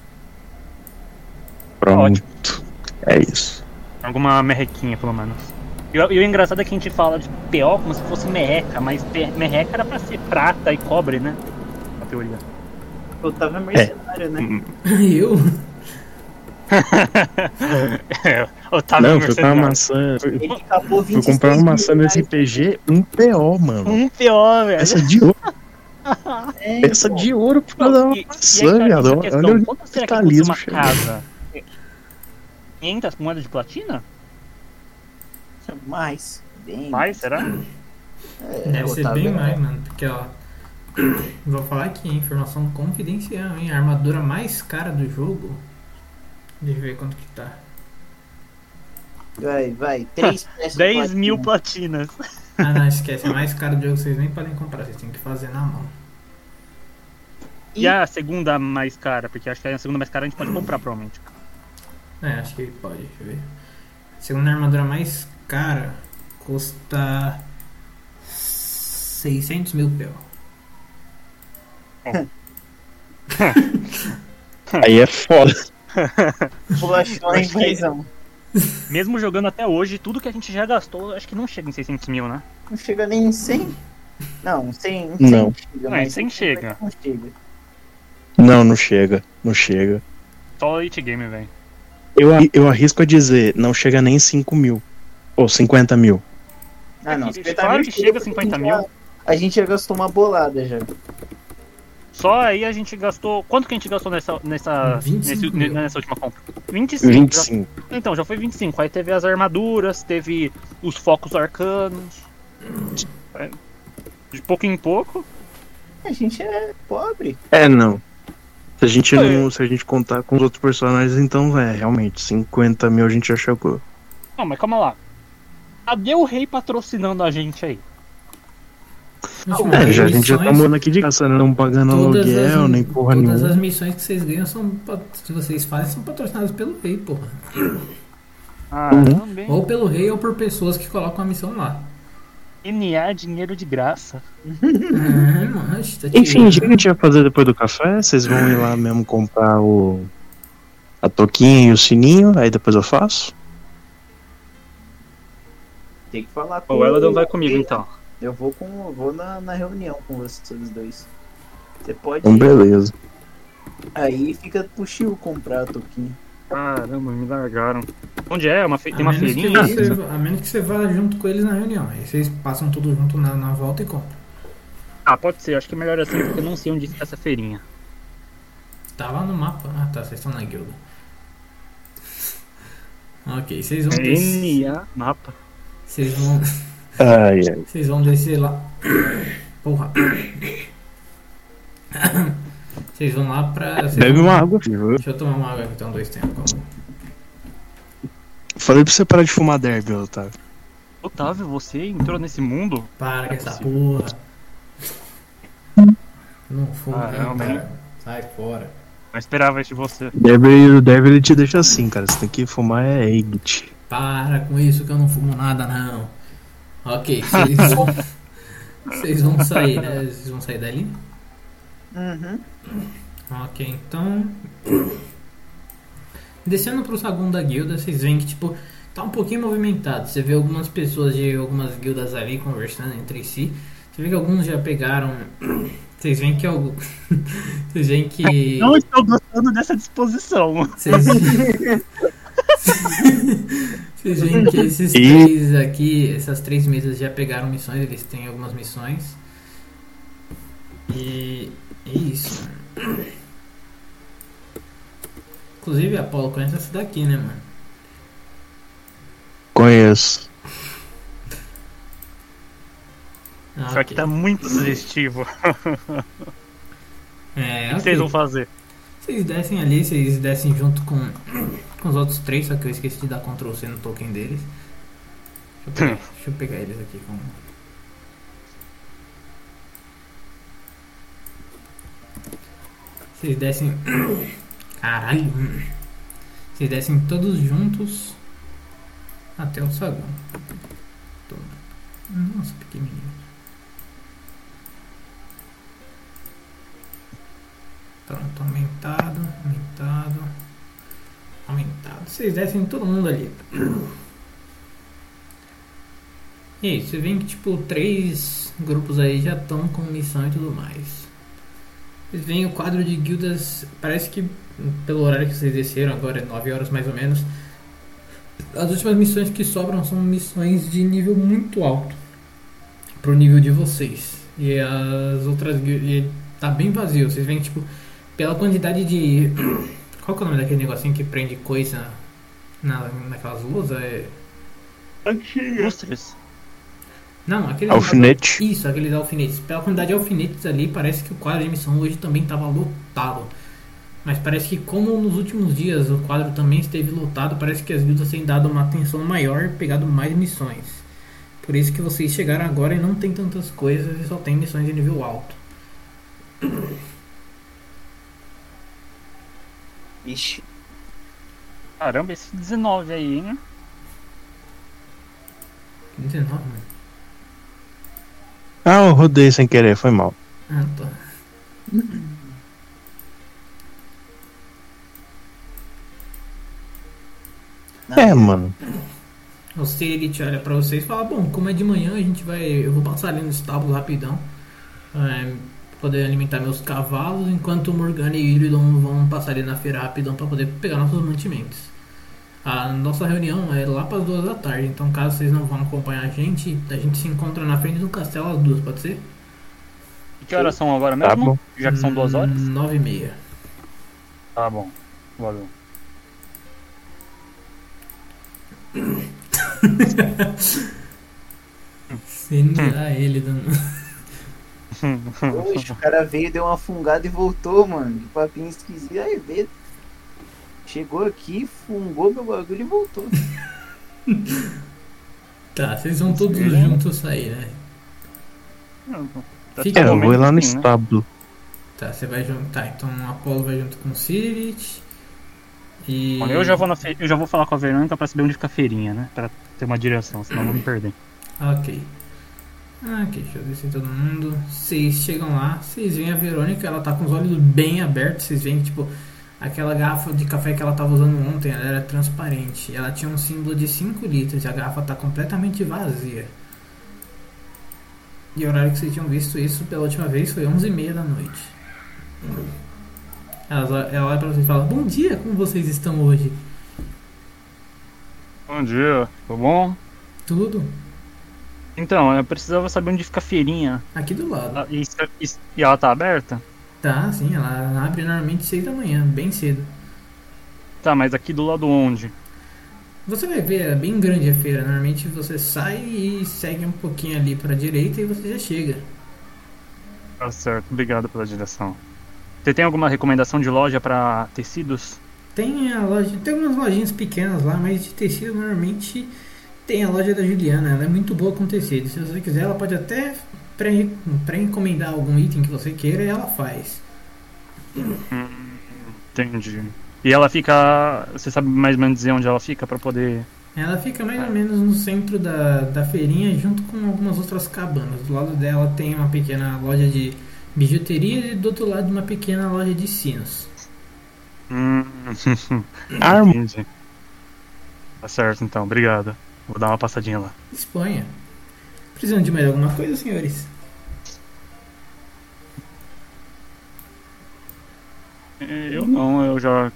[SPEAKER 3] Pronto. É isso.
[SPEAKER 2] Alguma merrequinha, pelo menos. E, o- e o engraçado é que a gente fala de PO como se fosse merreca, mas pe- merreca era pra ser prata e cobre, né? Na teoria.
[SPEAKER 4] Eu tava mercenário, né?
[SPEAKER 1] Eu?
[SPEAKER 2] Eu tava
[SPEAKER 3] não, tá fui
[SPEAKER 2] tá
[SPEAKER 3] comprar
[SPEAKER 2] mercenário.
[SPEAKER 3] uma maçã. Fui,
[SPEAKER 4] Ele acabou
[SPEAKER 3] fui
[SPEAKER 4] 26
[SPEAKER 3] comprar É. uma maçã
[SPEAKER 4] mil
[SPEAKER 3] no
[SPEAKER 4] reais.
[SPEAKER 3] RPG, um PO, mano.
[SPEAKER 2] Um PO, velho.
[SPEAKER 3] Peça de ouro,
[SPEAKER 4] É,
[SPEAKER 3] peça
[SPEAKER 4] pô.
[SPEAKER 3] de ouro por causa da
[SPEAKER 2] E- e
[SPEAKER 3] é maçã,
[SPEAKER 2] aí, cara,
[SPEAKER 3] viado.
[SPEAKER 2] essa questão,
[SPEAKER 3] Olha o
[SPEAKER 2] quanto será que custa uma
[SPEAKER 3] capitalismo
[SPEAKER 2] casa? 500 moedas de platina?
[SPEAKER 4] Mais. Bem,
[SPEAKER 2] Mais, será?
[SPEAKER 4] é,
[SPEAKER 1] Deve
[SPEAKER 4] eu
[SPEAKER 1] ser
[SPEAKER 2] tá
[SPEAKER 4] tava-
[SPEAKER 1] bem mais, mano. Porque, ó. Vou falar aqui, hein, informação confidencial, hein? A armadura mais cara do jogo. Deixa eu ver quanto que tá.
[SPEAKER 4] Vai, vai. Três peças de
[SPEAKER 2] 10 mil
[SPEAKER 4] platina.
[SPEAKER 2] platinas.
[SPEAKER 1] Ah, não, esquece. A mais cara do jogo vocês nem podem comprar. Vocês têm que fazer na mão.
[SPEAKER 2] E a segunda mais cara, porque acho que a segunda mais cara a gente pode comprar, provavelmente.
[SPEAKER 1] É, acho que pode, deixa eu ver. Segunda armadura mais cara custa 600 mil PO.
[SPEAKER 3] Aí é foda.
[SPEAKER 4] Bolachões,
[SPEAKER 2] Acho que-
[SPEAKER 4] paizão.
[SPEAKER 2] Mesmo jogando até hoje, tudo que a gente já gastou, acho que não chega em 600 mil, né?
[SPEAKER 4] Não chega nem em 100. Não, 100.
[SPEAKER 3] Não.
[SPEAKER 4] chega,
[SPEAKER 2] Não,
[SPEAKER 4] mas
[SPEAKER 2] 100 chega.
[SPEAKER 4] Não chega.
[SPEAKER 3] Não, não chega. Não chega.
[SPEAKER 2] Só It Game, velho.
[SPEAKER 3] Eu, a- eu arrisco a dizer, não chega nem 5 mil. Ou 50 mil.
[SPEAKER 4] Ah, não.
[SPEAKER 2] Claro É que chega 50 mil.
[SPEAKER 4] A gente já gastou uma bolada já.
[SPEAKER 2] Só aí a gente gastou. Quanto que a gente gastou nessa, nessa,
[SPEAKER 1] 25
[SPEAKER 2] nesse-
[SPEAKER 1] mil.
[SPEAKER 2] nessa última compra? 25.
[SPEAKER 3] 25.
[SPEAKER 2] já- Então, já foi 25. Aí teve as armaduras, teve os focos arcanos. É, De pouco em pouco.
[SPEAKER 4] A gente é pobre.
[SPEAKER 3] É, não. Se a gente
[SPEAKER 2] Aí.
[SPEAKER 3] não. Se a gente contar com os outros personagens, então é, realmente, 50 mil a gente já chegou.
[SPEAKER 2] Não, mas calma lá. Cadê o rei patrocinando a gente aí?
[SPEAKER 1] Última,
[SPEAKER 3] É,
[SPEAKER 1] as
[SPEAKER 3] já, a gente já tá
[SPEAKER 1] missões-
[SPEAKER 3] morando aqui de graça, né? não pagando
[SPEAKER 1] todas
[SPEAKER 3] aluguel,
[SPEAKER 1] as,
[SPEAKER 3] nem porra
[SPEAKER 1] todas
[SPEAKER 3] nenhuma.
[SPEAKER 1] as missões que vocês ganham são pat- que vocês fazem são patrocinadas pelo rei, porra.
[SPEAKER 2] Ah,
[SPEAKER 3] Uhum.
[SPEAKER 2] também.
[SPEAKER 1] Ou pelo rei ou por pessoas que colocam a missão lá.
[SPEAKER 2] NA dinheiro de graça.
[SPEAKER 1] É, mano, acho que tá
[SPEAKER 3] Uhum. Enfim, o que
[SPEAKER 1] tirando.
[SPEAKER 3] a gente vai fazer depois do café? Vocês vão ir lá mesmo comprar o. A toquinha e o sininho, aí depois eu faço.
[SPEAKER 4] Tem que falar com
[SPEAKER 2] O Eladon vai comigo então.
[SPEAKER 4] Eu vou com. Eu vou na, na reunião com vocês dois. Você pode.
[SPEAKER 3] Então,
[SPEAKER 4] ir.
[SPEAKER 3] beleza.
[SPEAKER 4] Aí fica pro Chiu comprar a toquinha.
[SPEAKER 2] Caramba, me largaram. Onde é? Uma fe- Tem
[SPEAKER 1] a
[SPEAKER 2] uma
[SPEAKER 1] menos que
[SPEAKER 2] feirinha? né?
[SPEAKER 1] você- a menos que você vá junto com eles na reunião. Aí vocês passam tudo junto na, na volta e compram.
[SPEAKER 2] Ah, pode ser, acho que é melhor assim, porque eu não sei onde está essa feirinha.
[SPEAKER 1] Tá lá no mapa. Ah, tá. Vocês estão na guilda. Ok, vocês vão. des-
[SPEAKER 2] NA mapa.
[SPEAKER 1] Vocês vão.
[SPEAKER 3] Ai, ai.
[SPEAKER 1] Vocês vão descer lá. Porra. Vocês vão lá pra. vocês
[SPEAKER 3] Bebe
[SPEAKER 1] vão-
[SPEAKER 3] uma água, filho.
[SPEAKER 1] Deixa eu tomar uma água aqui, então dois tempos. calma.
[SPEAKER 3] Falei pra você parar de fumar derby, Otávio.
[SPEAKER 2] Otávio, você entrou nesse mundo?
[SPEAKER 1] Para com
[SPEAKER 2] É
[SPEAKER 1] essa
[SPEAKER 2] possível.
[SPEAKER 1] porra. Não fuma,
[SPEAKER 2] Ah,
[SPEAKER 1] não,
[SPEAKER 2] realmente.
[SPEAKER 1] cara. Sai fora.
[SPEAKER 2] Não esperava isso de você.
[SPEAKER 3] Derby, o derby ele te deixa assim, cara. Você tem que fumar é Eggit.
[SPEAKER 1] Para com isso que eu não fumo nada, não. Ok, vocês vão. Vocês vão sair, né? Vocês vão sair dali?
[SPEAKER 9] Uhum.
[SPEAKER 1] Ok, então. Descendo pro saguão da guilda, vocês veem que, tipo, tá um pouquinho movimentado. Você vê algumas pessoas de algumas guildas ali conversando entre si. Você vê que alguns já pegaram. Vocês veem que algo. Vocês veem que.
[SPEAKER 2] Não estou gostando dessa disposição.
[SPEAKER 1] Vocês Vocês veem que esses três aqui, essas três mesas já pegaram missões, eles têm algumas missões. E é isso. mano. Inclusive, Apolo conhece essa daqui, né, mano?
[SPEAKER 3] Conheço.
[SPEAKER 1] Ah,
[SPEAKER 2] Isso aqui
[SPEAKER 1] ok.
[SPEAKER 2] tá muito sugestivo. O
[SPEAKER 1] É,
[SPEAKER 2] que
[SPEAKER 1] ok.
[SPEAKER 2] vocês vão fazer?
[SPEAKER 1] Vocês descem ali, vocês descem junto com, com os outros três, só que eu esqueci de dar Ctrl C no token deles. Deixa eu pegar, deixa eu pegar eles aqui com. Vocês descem. Caralho! hum. Vocês descem todos juntos até o saguão. Toma. Nossa, pequenininho. Pronto, aumentado, aumentado, aumentado. Vocês descem todo mundo ali. E aí, você vê que tipo, três grupos aí já estão com missão e tudo mais. Vocês veem o quadro de guildas, parece que pelo horário que vocês desceram, agora é 9 horas mais ou menos. As últimas missões que sobram são missões de nível muito alto pro nível de vocês. E as outras guil- e tá bem vazio. Vocês veem tipo pela quantidade de qual que é o nome daquele negocinho que prende coisa na, naquelas luzas? É...
[SPEAKER 2] Lustres.
[SPEAKER 1] Não,
[SPEAKER 3] É
[SPEAKER 1] aquele
[SPEAKER 3] Alfinete.
[SPEAKER 1] Isso, aqueles alfinetes. Pela quantidade de alfinetes ali, parece que o quadro de missão hoje também estava lotado. Mas parece que, como nos últimos dias o quadro também esteve lotado, parece que as guildas têm dado uma atenção maior e pegado mais missões. Por isso que vocês chegaram agora e não tem tantas coisas e só tem missões de nível alto.
[SPEAKER 9] Ixi.
[SPEAKER 2] Caramba, esse 19 aí, hein?
[SPEAKER 1] 19, mano.
[SPEAKER 3] Ah, eu rodei sem querer, foi mal.
[SPEAKER 1] Ah, tá.
[SPEAKER 3] É, mano.
[SPEAKER 1] O Siri te olha pra vocês e fala, bom, como é de manhã, a gente vai. Eu vou passar ali no estábulo rapidão. É, poder alimentar meus cavalos, enquanto Morgana e Ilidon vão passar ali na feira rapidão pra poder pegar nossos mantimentos. A nossa reunião é lá pras duas da tarde, então caso vocês não vão acompanhar a gente, a gente se encontra na frente do castelo às duas, pode ser?
[SPEAKER 2] E que horas são agora
[SPEAKER 3] Tá
[SPEAKER 2] mesmo?
[SPEAKER 3] bom.
[SPEAKER 2] Já que são duas horas?
[SPEAKER 1] Hum, Nove e meia.
[SPEAKER 2] Tá bom. Valeu.
[SPEAKER 1] Sim,
[SPEAKER 2] Hum.
[SPEAKER 1] ah, ele dando.
[SPEAKER 9] Poxa, o cara veio, deu uma fungada e voltou, mano. Que papinho esquisito. Aí, vê. Chegou aqui, fungou meu bagulho e voltou.
[SPEAKER 1] Tá, vocês vão todos juntos sair, né?
[SPEAKER 2] Tá
[SPEAKER 1] Fica-
[SPEAKER 3] É, eu
[SPEAKER 2] momento
[SPEAKER 3] vou ir lá no
[SPEAKER 2] sim, né?
[SPEAKER 3] estábulo.
[SPEAKER 1] Tá, você vai juntar. Então o Apolo vai junto com o Sirit. E.
[SPEAKER 2] Bom, Eu já vou na fe... eu já vou falar com a Verônica pra saber onde fica a feirinha, né? Pra ter uma direção, senão eu vou me perder.
[SPEAKER 1] Ok. Ah, Ok, deixa eu descer todo mundo. Vocês chegam lá, vocês veem a Verônica, ela tá com os olhos bem abertos. Vocês veem que, tipo, aquela garrafa de café que ela tava usando ontem, ela era transparente. Ela tinha um símbolo de 5 litros e a garrafa tá completamente vazia. E o horário que vocês tinham visto isso pela última vez foi 11h30 da noite. Ela, ela olha pra vocês e fala: Bom dia, como vocês estão hoje?
[SPEAKER 2] tá Bom dia, tudo bom?
[SPEAKER 1] Tudo?
[SPEAKER 2] Então, eu precisava saber onde fica a feirinha.
[SPEAKER 1] Aqui do lado.
[SPEAKER 2] Ela- E, se- e se- e ela tá aberta?
[SPEAKER 1] Tá, sim, ela abre normalmente 6 da manhã, bem cedo.
[SPEAKER 2] Tá, mas aqui do lado onde?
[SPEAKER 1] Você vai ver, é bem grande a feira. Normalmente você sai e segue um pouquinho ali pra direita e você já chega.
[SPEAKER 2] Tá certo, obrigado pela direção. Você tem alguma recomendação de loja pra tecidos?
[SPEAKER 1] Tem a loja, tem algumas lojinhas pequenas lá, mas de tecido normalmente tem a loja da Juliana. Ela é muito boa com tecido. Se você quiser, ela pode até pré- pré-encomendar algum item que você queira e ela faz.
[SPEAKER 2] Hum, Entendi. E ela fica. Você sabe mais ou menos dizer onde ela fica pra poder.
[SPEAKER 1] Ela fica mais ou menos no centro da, da feirinha, junto com algumas outras cabanas. Do lado dela tem uma pequena loja de bijuteria e do outro lado uma pequena loja de sinos.
[SPEAKER 2] Hum,
[SPEAKER 3] Arma.
[SPEAKER 2] entendi. Tá certo então, obrigado. Vou dar uma passadinha lá.
[SPEAKER 1] Espanha. Precisam de mais alguma coisa, senhores?
[SPEAKER 2] É, Eu não, eu já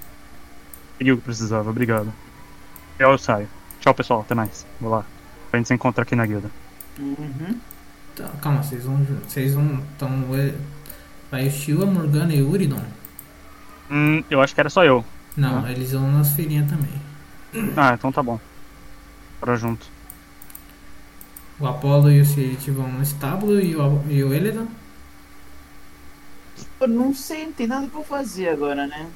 [SPEAKER 2] peguei o que precisava, obrigado. Eu saio. Tchau pessoal, até mais. Vou lá. Pra gente se encontrar aqui na guilda.
[SPEAKER 9] Uhum.
[SPEAKER 1] Tá, calma, vocês vão. Vocês vão. Então, é, vai o Shua, Morgana e Uridon.
[SPEAKER 2] Hum, eu acho que era só eu.
[SPEAKER 1] Não,
[SPEAKER 2] Ah.
[SPEAKER 1] eles vão nas feirinhas também.
[SPEAKER 2] Ah, então tá bom. Bora junto.
[SPEAKER 1] O Apollo e o Cirit vão no estábulo e o, e o Eledon.
[SPEAKER 9] Eu não sei, não tem nada pra eu fazer agora, né?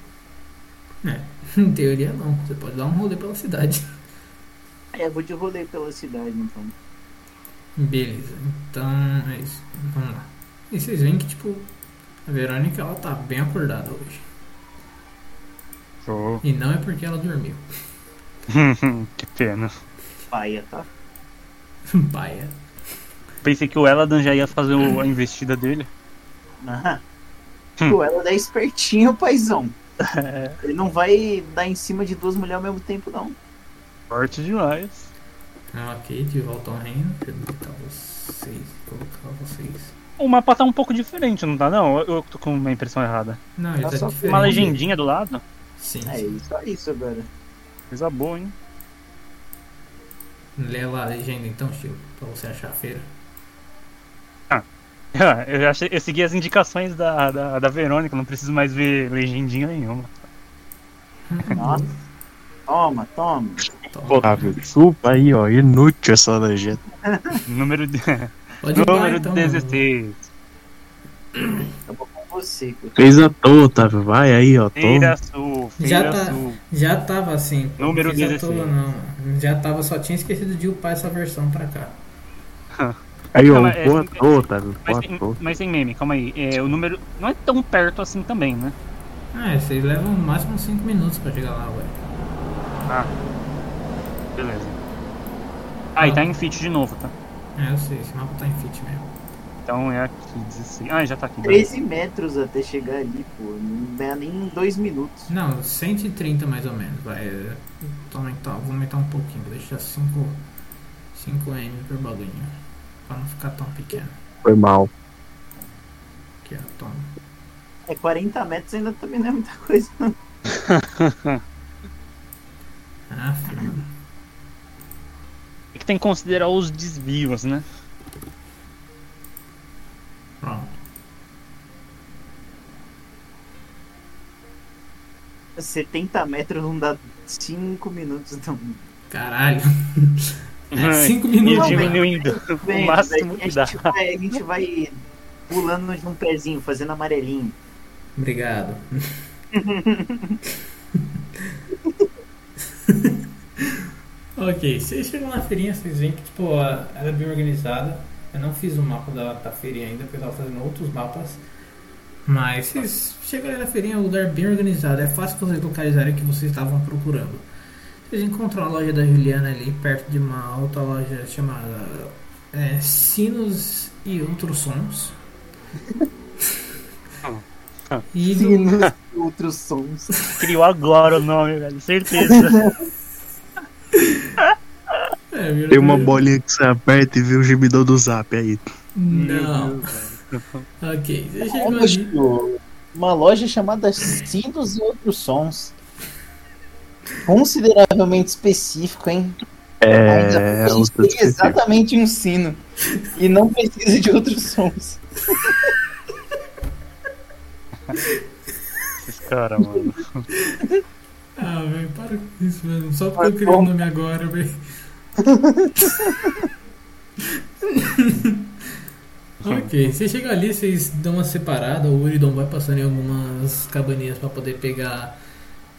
[SPEAKER 1] Em teoria, não. Você pode dar um rolê pela cidade.
[SPEAKER 9] É, vou de rolê pela cidade, então.
[SPEAKER 1] Beleza, então é isso. Vamos lá. E vocês veem que, tipo, a Verônica ela tá bem acordada hoje.
[SPEAKER 2] Show.
[SPEAKER 1] E não é porque ela dormiu.
[SPEAKER 2] que pena.
[SPEAKER 9] Paia, tá?
[SPEAKER 1] Paia.
[SPEAKER 2] Pensei que o Eladan já ia fazer o- a investida dele.
[SPEAKER 9] Ah.
[SPEAKER 2] Hum.
[SPEAKER 9] Pô, ela é espertinho, paizão. Ele não vai dar em cima de duas mulheres ao mesmo tempo, não.
[SPEAKER 2] Forte demais.
[SPEAKER 1] Ah, ok, de volta ao reino. Deixa eu botar vocês. Colocar vocês.
[SPEAKER 2] O mapa tá um pouco diferente, não tá não? Eu, eu tô com uma impressão errada.
[SPEAKER 1] Não, ele
[SPEAKER 9] Tá
[SPEAKER 1] tá
[SPEAKER 9] só
[SPEAKER 1] diferente.
[SPEAKER 2] Uma legendinha do lado?
[SPEAKER 1] Sim,
[SPEAKER 9] É
[SPEAKER 1] sim.
[SPEAKER 9] isso, é isso agora.
[SPEAKER 2] Coisa boa, hein?
[SPEAKER 1] Lê lá a legenda então, Chico, pra você achar a feira.
[SPEAKER 2] eu, já achei- eu segui as indicações da, da, da Verônica, não preciso mais ver legendinha nenhuma.
[SPEAKER 9] Nossa. Toma, toma.
[SPEAKER 1] Toma.
[SPEAKER 3] Otávio, chupa aí, ó. Inútil essa legenda.
[SPEAKER 2] Número, de,
[SPEAKER 1] Pode ir lá,
[SPEAKER 2] número
[SPEAKER 1] então.
[SPEAKER 2] 16.
[SPEAKER 9] Com você, cara.
[SPEAKER 3] Fez à toa, Otávio. Vai aí, ó.
[SPEAKER 2] Feira
[SPEAKER 3] Toma.
[SPEAKER 2] Sul,
[SPEAKER 1] Já
[SPEAKER 2] Feira
[SPEAKER 1] tá.
[SPEAKER 2] Sul.
[SPEAKER 1] Já tava assim. pô,
[SPEAKER 2] Número
[SPEAKER 1] não fiz à
[SPEAKER 2] 16.
[SPEAKER 1] toa, não. Já tava, só tinha esquecido de upar essa versão pra cá.
[SPEAKER 3] Aí, ó.
[SPEAKER 2] Não, mas é-
[SPEAKER 3] Boa à toa, Otávio. Boa
[SPEAKER 2] Mas,
[SPEAKER 3] à
[SPEAKER 2] sem-
[SPEAKER 3] toa.
[SPEAKER 2] mas sem meme, calma aí. É, o número não é tão perto assim também, né?
[SPEAKER 1] Ah, é, vocês levam no máximo 5 minutos pra chegar lá, ué.
[SPEAKER 2] Beleza. Ah, e tá em fit de novo, tá?
[SPEAKER 1] É, eu sei, esse mapa tá em fit mesmo.
[SPEAKER 2] Então é aqui, 16. Ah, já tá aqui. beleza.
[SPEAKER 9] 13 metros até chegar ali, pô. Não dá nem dois minutos.
[SPEAKER 1] Não, 130 mais ou menos, vai. é, Vou aumentar, vou aumentar um pouquinho, vou deixar 5, 5M por bagulho. Pra não ficar tão pequeno.
[SPEAKER 3] Foi mal.
[SPEAKER 1] Aqui, ó, toma.
[SPEAKER 9] É 40 metros ainda também não é muita coisa, não.
[SPEAKER 1] Ah, filho.
[SPEAKER 2] É que tem que considerar os desvios, né?
[SPEAKER 1] Pronto.
[SPEAKER 9] É 70 metros não dá 5 minutos, não.
[SPEAKER 1] Caralho. É,
[SPEAKER 2] Ai,
[SPEAKER 1] 5
[SPEAKER 2] E
[SPEAKER 1] minutos. velho.
[SPEAKER 2] diminuindo o
[SPEAKER 9] Bem,
[SPEAKER 2] máximo
[SPEAKER 9] daí
[SPEAKER 2] que
[SPEAKER 9] a
[SPEAKER 2] dá.
[SPEAKER 9] gente, vai, a gente vai pulando de um pezinho, fazendo amarelinho.
[SPEAKER 1] Obrigado. ok, vocês chegam na feirinha, vocês veem que tipo, a- ela é bem organizada. Eu não fiz o mapa da, da feirinha ainda, porque eu tava fazendo outros mapas. Mas vocês chegam ali na feirinha, é um lugar bem organizado. É fácil vocês localizarem o que vocês estavam procurando. Vocês encontram a loja da Juliana ali, perto de uma outra loja chamada é, Sinos e Outros Sons. E do-
[SPEAKER 9] Sinos e outros sons.
[SPEAKER 2] Criou agora o nome, velho. Certeza.
[SPEAKER 1] É, vira-
[SPEAKER 3] Tem uma bolinha que você aperta e vê o gemidão do zap aí.
[SPEAKER 1] Não. ok, você chegou
[SPEAKER 9] Olha,
[SPEAKER 1] ali.
[SPEAKER 9] Chico, Uma loja chamada Sinos e Outros Sons. Consideravelmente específico, hein? Ainda
[SPEAKER 3] É.
[SPEAKER 9] tem
[SPEAKER 3] os outros que ficam.
[SPEAKER 9] exatamente um sino. E não precisa de outros sons.
[SPEAKER 2] Esses caras, mano.
[SPEAKER 1] Ah, velho, para com isso, velho. Só porque
[SPEAKER 9] Vai,
[SPEAKER 1] eu criei o
[SPEAKER 9] bom.
[SPEAKER 1] nome agora, velho. ok, você chega ali, vocês dão uma separada, o Uridon vai passando em algumas cabaninhas pra poder pegar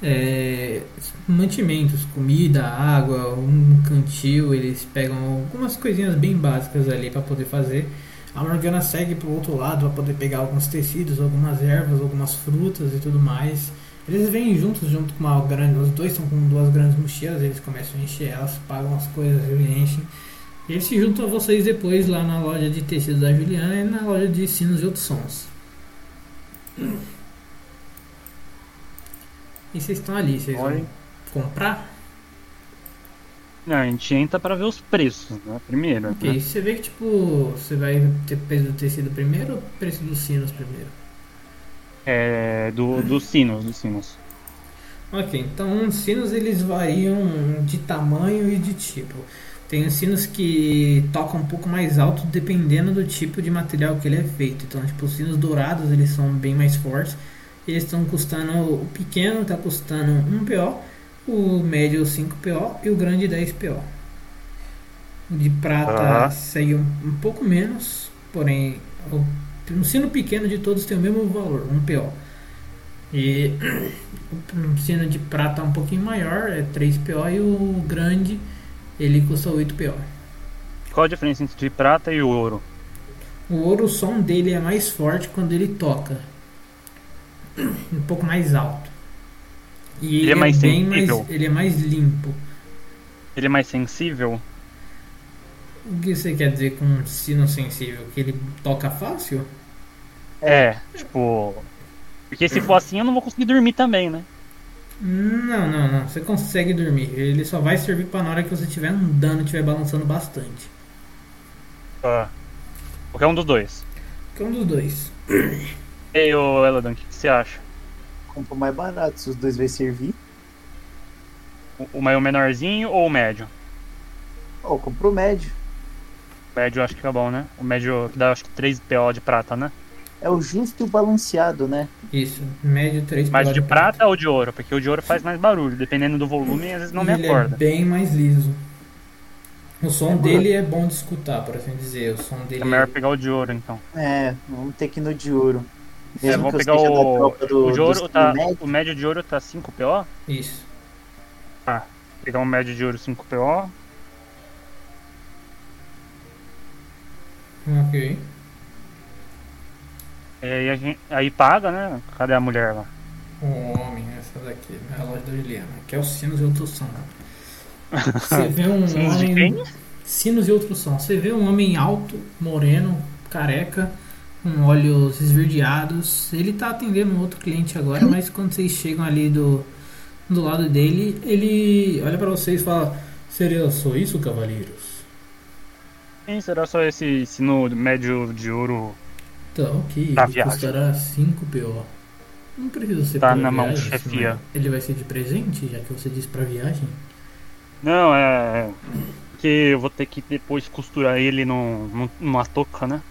[SPEAKER 1] é, mantimentos, comida, água, um cantil, eles pegam algumas coisinhas bem básicas ali pra poder fazer. A Morgana segue pro outro lado pra poder pegar alguns tecidos, algumas ervas, algumas frutas e tudo mais. Eles vêm juntos, junto com uma grande. Os dois são com duas grandes mochilas, eles começam a encher elas, pagam as coisas e enchem. E eles se juntam a vocês depois lá na loja de tecidos da Juliana e na loja de sinos e outros sons. E vocês estão ali, vocês
[SPEAKER 2] Oi.
[SPEAKER 1] vão comprar?
[SPEAKER 2] Não, a gente entra pra ver os preços, né? Primeiro.
[SPEAKER 1] Ok,
[SPEAKER 2] Né?
[SPEAKER 1] você vê que tipo, você vai ter preço do tecido primeiro ou preço dos sinos primeiro?
[SPEAKER 2] É. Do, dos sinos, dos sinos.
[SPEAKER 1] Ok, então os sinos eles variam de tamanho e de tipo. Tem os sinos que tocam um pouco mais alto dependendo do tipo de material que ele é feito. Então, tipo, os sinos dourados eles são bem mais fortes. Eles estão custando, o pequeno está custando 1 PO, o médio 5 PO e o grande 10 PO. O de prata
[SPEAKER 2] Aham.
[SPEAKER 1] segue um, um pouco menos, porém, o, um sino pequeno de todos tem o mesmo valor, 1 PO. E o sino de prata é um pouquinho maior, é 3PO, e o grande ele custa 8PO.
[SPEAKER 2] Qual a diferença entre prata e ouro?
[SPEAKER 1] O ouro, o som dele é mais forte quando ele toca, um pouco mais alto. E ele, é,
[SPEAKER 2] mais
[SPEAKER 1] bem mais,
[SPEAKER 2] sensível?
[SPEAKER 1] ele é mais limpo.
[SPEAKER 2] Ele é mais sensível?
[SPEAKER 1] O que você quer dizer com um sino sensível? Que ele toca fácil?
[SPEAKER 2] É, tipo. Porque se for assim eu não vou conseguir dormir também, né?
[SPEAKER 1] Não, não, não. Você consegue dormir. Ele só vai servir para na hora que você estiver andando, estiver balançando bastante.
[SPEAKER 2] Ah. Qualquer um dos dois.
[SPEAKER 1] Que é um dos dois.
[SPEAKER 2] Ei, ô Eladan, o que, que você acha?
[SPEAKER 9] Compra mais barato se os dois vai servir.
[SPEAKER 2] O, o maior menorzinho ou o médio?
[SPEAKER 9] Ó, compra o médio.
[SPEAKER 2] O médio eu acho que é bom, né? O médio que dá acho que 3 PO de prata, né?
[SPEAKER 9] É o justo e o balanceado, né?
[SPEAKER 1] Isso. Médio 3
[SPEAKER 2] Mas de prata ou de ouro? Porque o de ouro faz mais barulho, dependendo do volume, às vezes não me
[SPEAKER 1] ele
[SPEAKER 2] acorda.
[SPEAKER 1] é bem mais liso. O som dele é bom de escutar, por assim dizer. O som dele
[SPEAKER 2] É melhor pegar o de ouro, então.
[SPEAKER 9] É, vamos ter que ir no de ouro.
[SPEAKER 2] É,
[SPEAKER 9] que
[SPEAKER 2] vamos
[SPEAKER 9] eu
[SPEAKER 2] pegar
[SPEAKER 9] seja da
[SPEAKER 2] o.
[SPEAKER 9] tropa do-
[SPEAKER 2] O de
[SPEAKER 9] do
[SPEAKER 2] ouro
[SPEAKER 9] sino
[SPEAKER 2] tá.
[SPEAKER 9] médio.
[SPEAKER 2] O médio de ouro tá 5 PO?
[SPEAKER 1] Isso.
[SPEAKER 2] Pegar um médio de ouro 5 PO.
[SPEAKER 1] Ok.
[SPEAKER 2] E aí, a gente- aí paga, né? Cadê a mulher lá?
[SPEAKER 1] O homem, essa daqui, né? a loja da Juliana, que é o Sinos e Outro Som. Você vê um
[SPEAKER 2] Sinos de
[SPEAKER 1] homem. Sinos e Outro Som. Você vê um homem alto, moreno, careca, com olhos esverdeados. Ele tá atendendo um outro cliente agora, mas quando vocês chegam ali do, do lado dele, ele olha pra vocês e fala: Seria só isso, cavaleiros?
[SPEAKER 2] Quem será só esse sino médio de ouro
[SPEAKER 1] Então, ok.
[SPEAKER 2] Pra
[SPEAKER 1] ele
[SPEAKER 2] viagem.
[SPEAKER 1] custará 5 PO. Não precisa ser
[SPEAKER 2] Tá
[SPEAKER 1] pra
[SPEAKER 2] na mão,
[SPEAKER 1] viagem,
[SPEAKER 2] chefia.
[SPEAKER 1] senão Ele vai ser de presente, já que você disse pra viagem?
[SPEAKER 2] Não, é. Porque eu vou ter que depois costurar ele num, num- numa touca, né?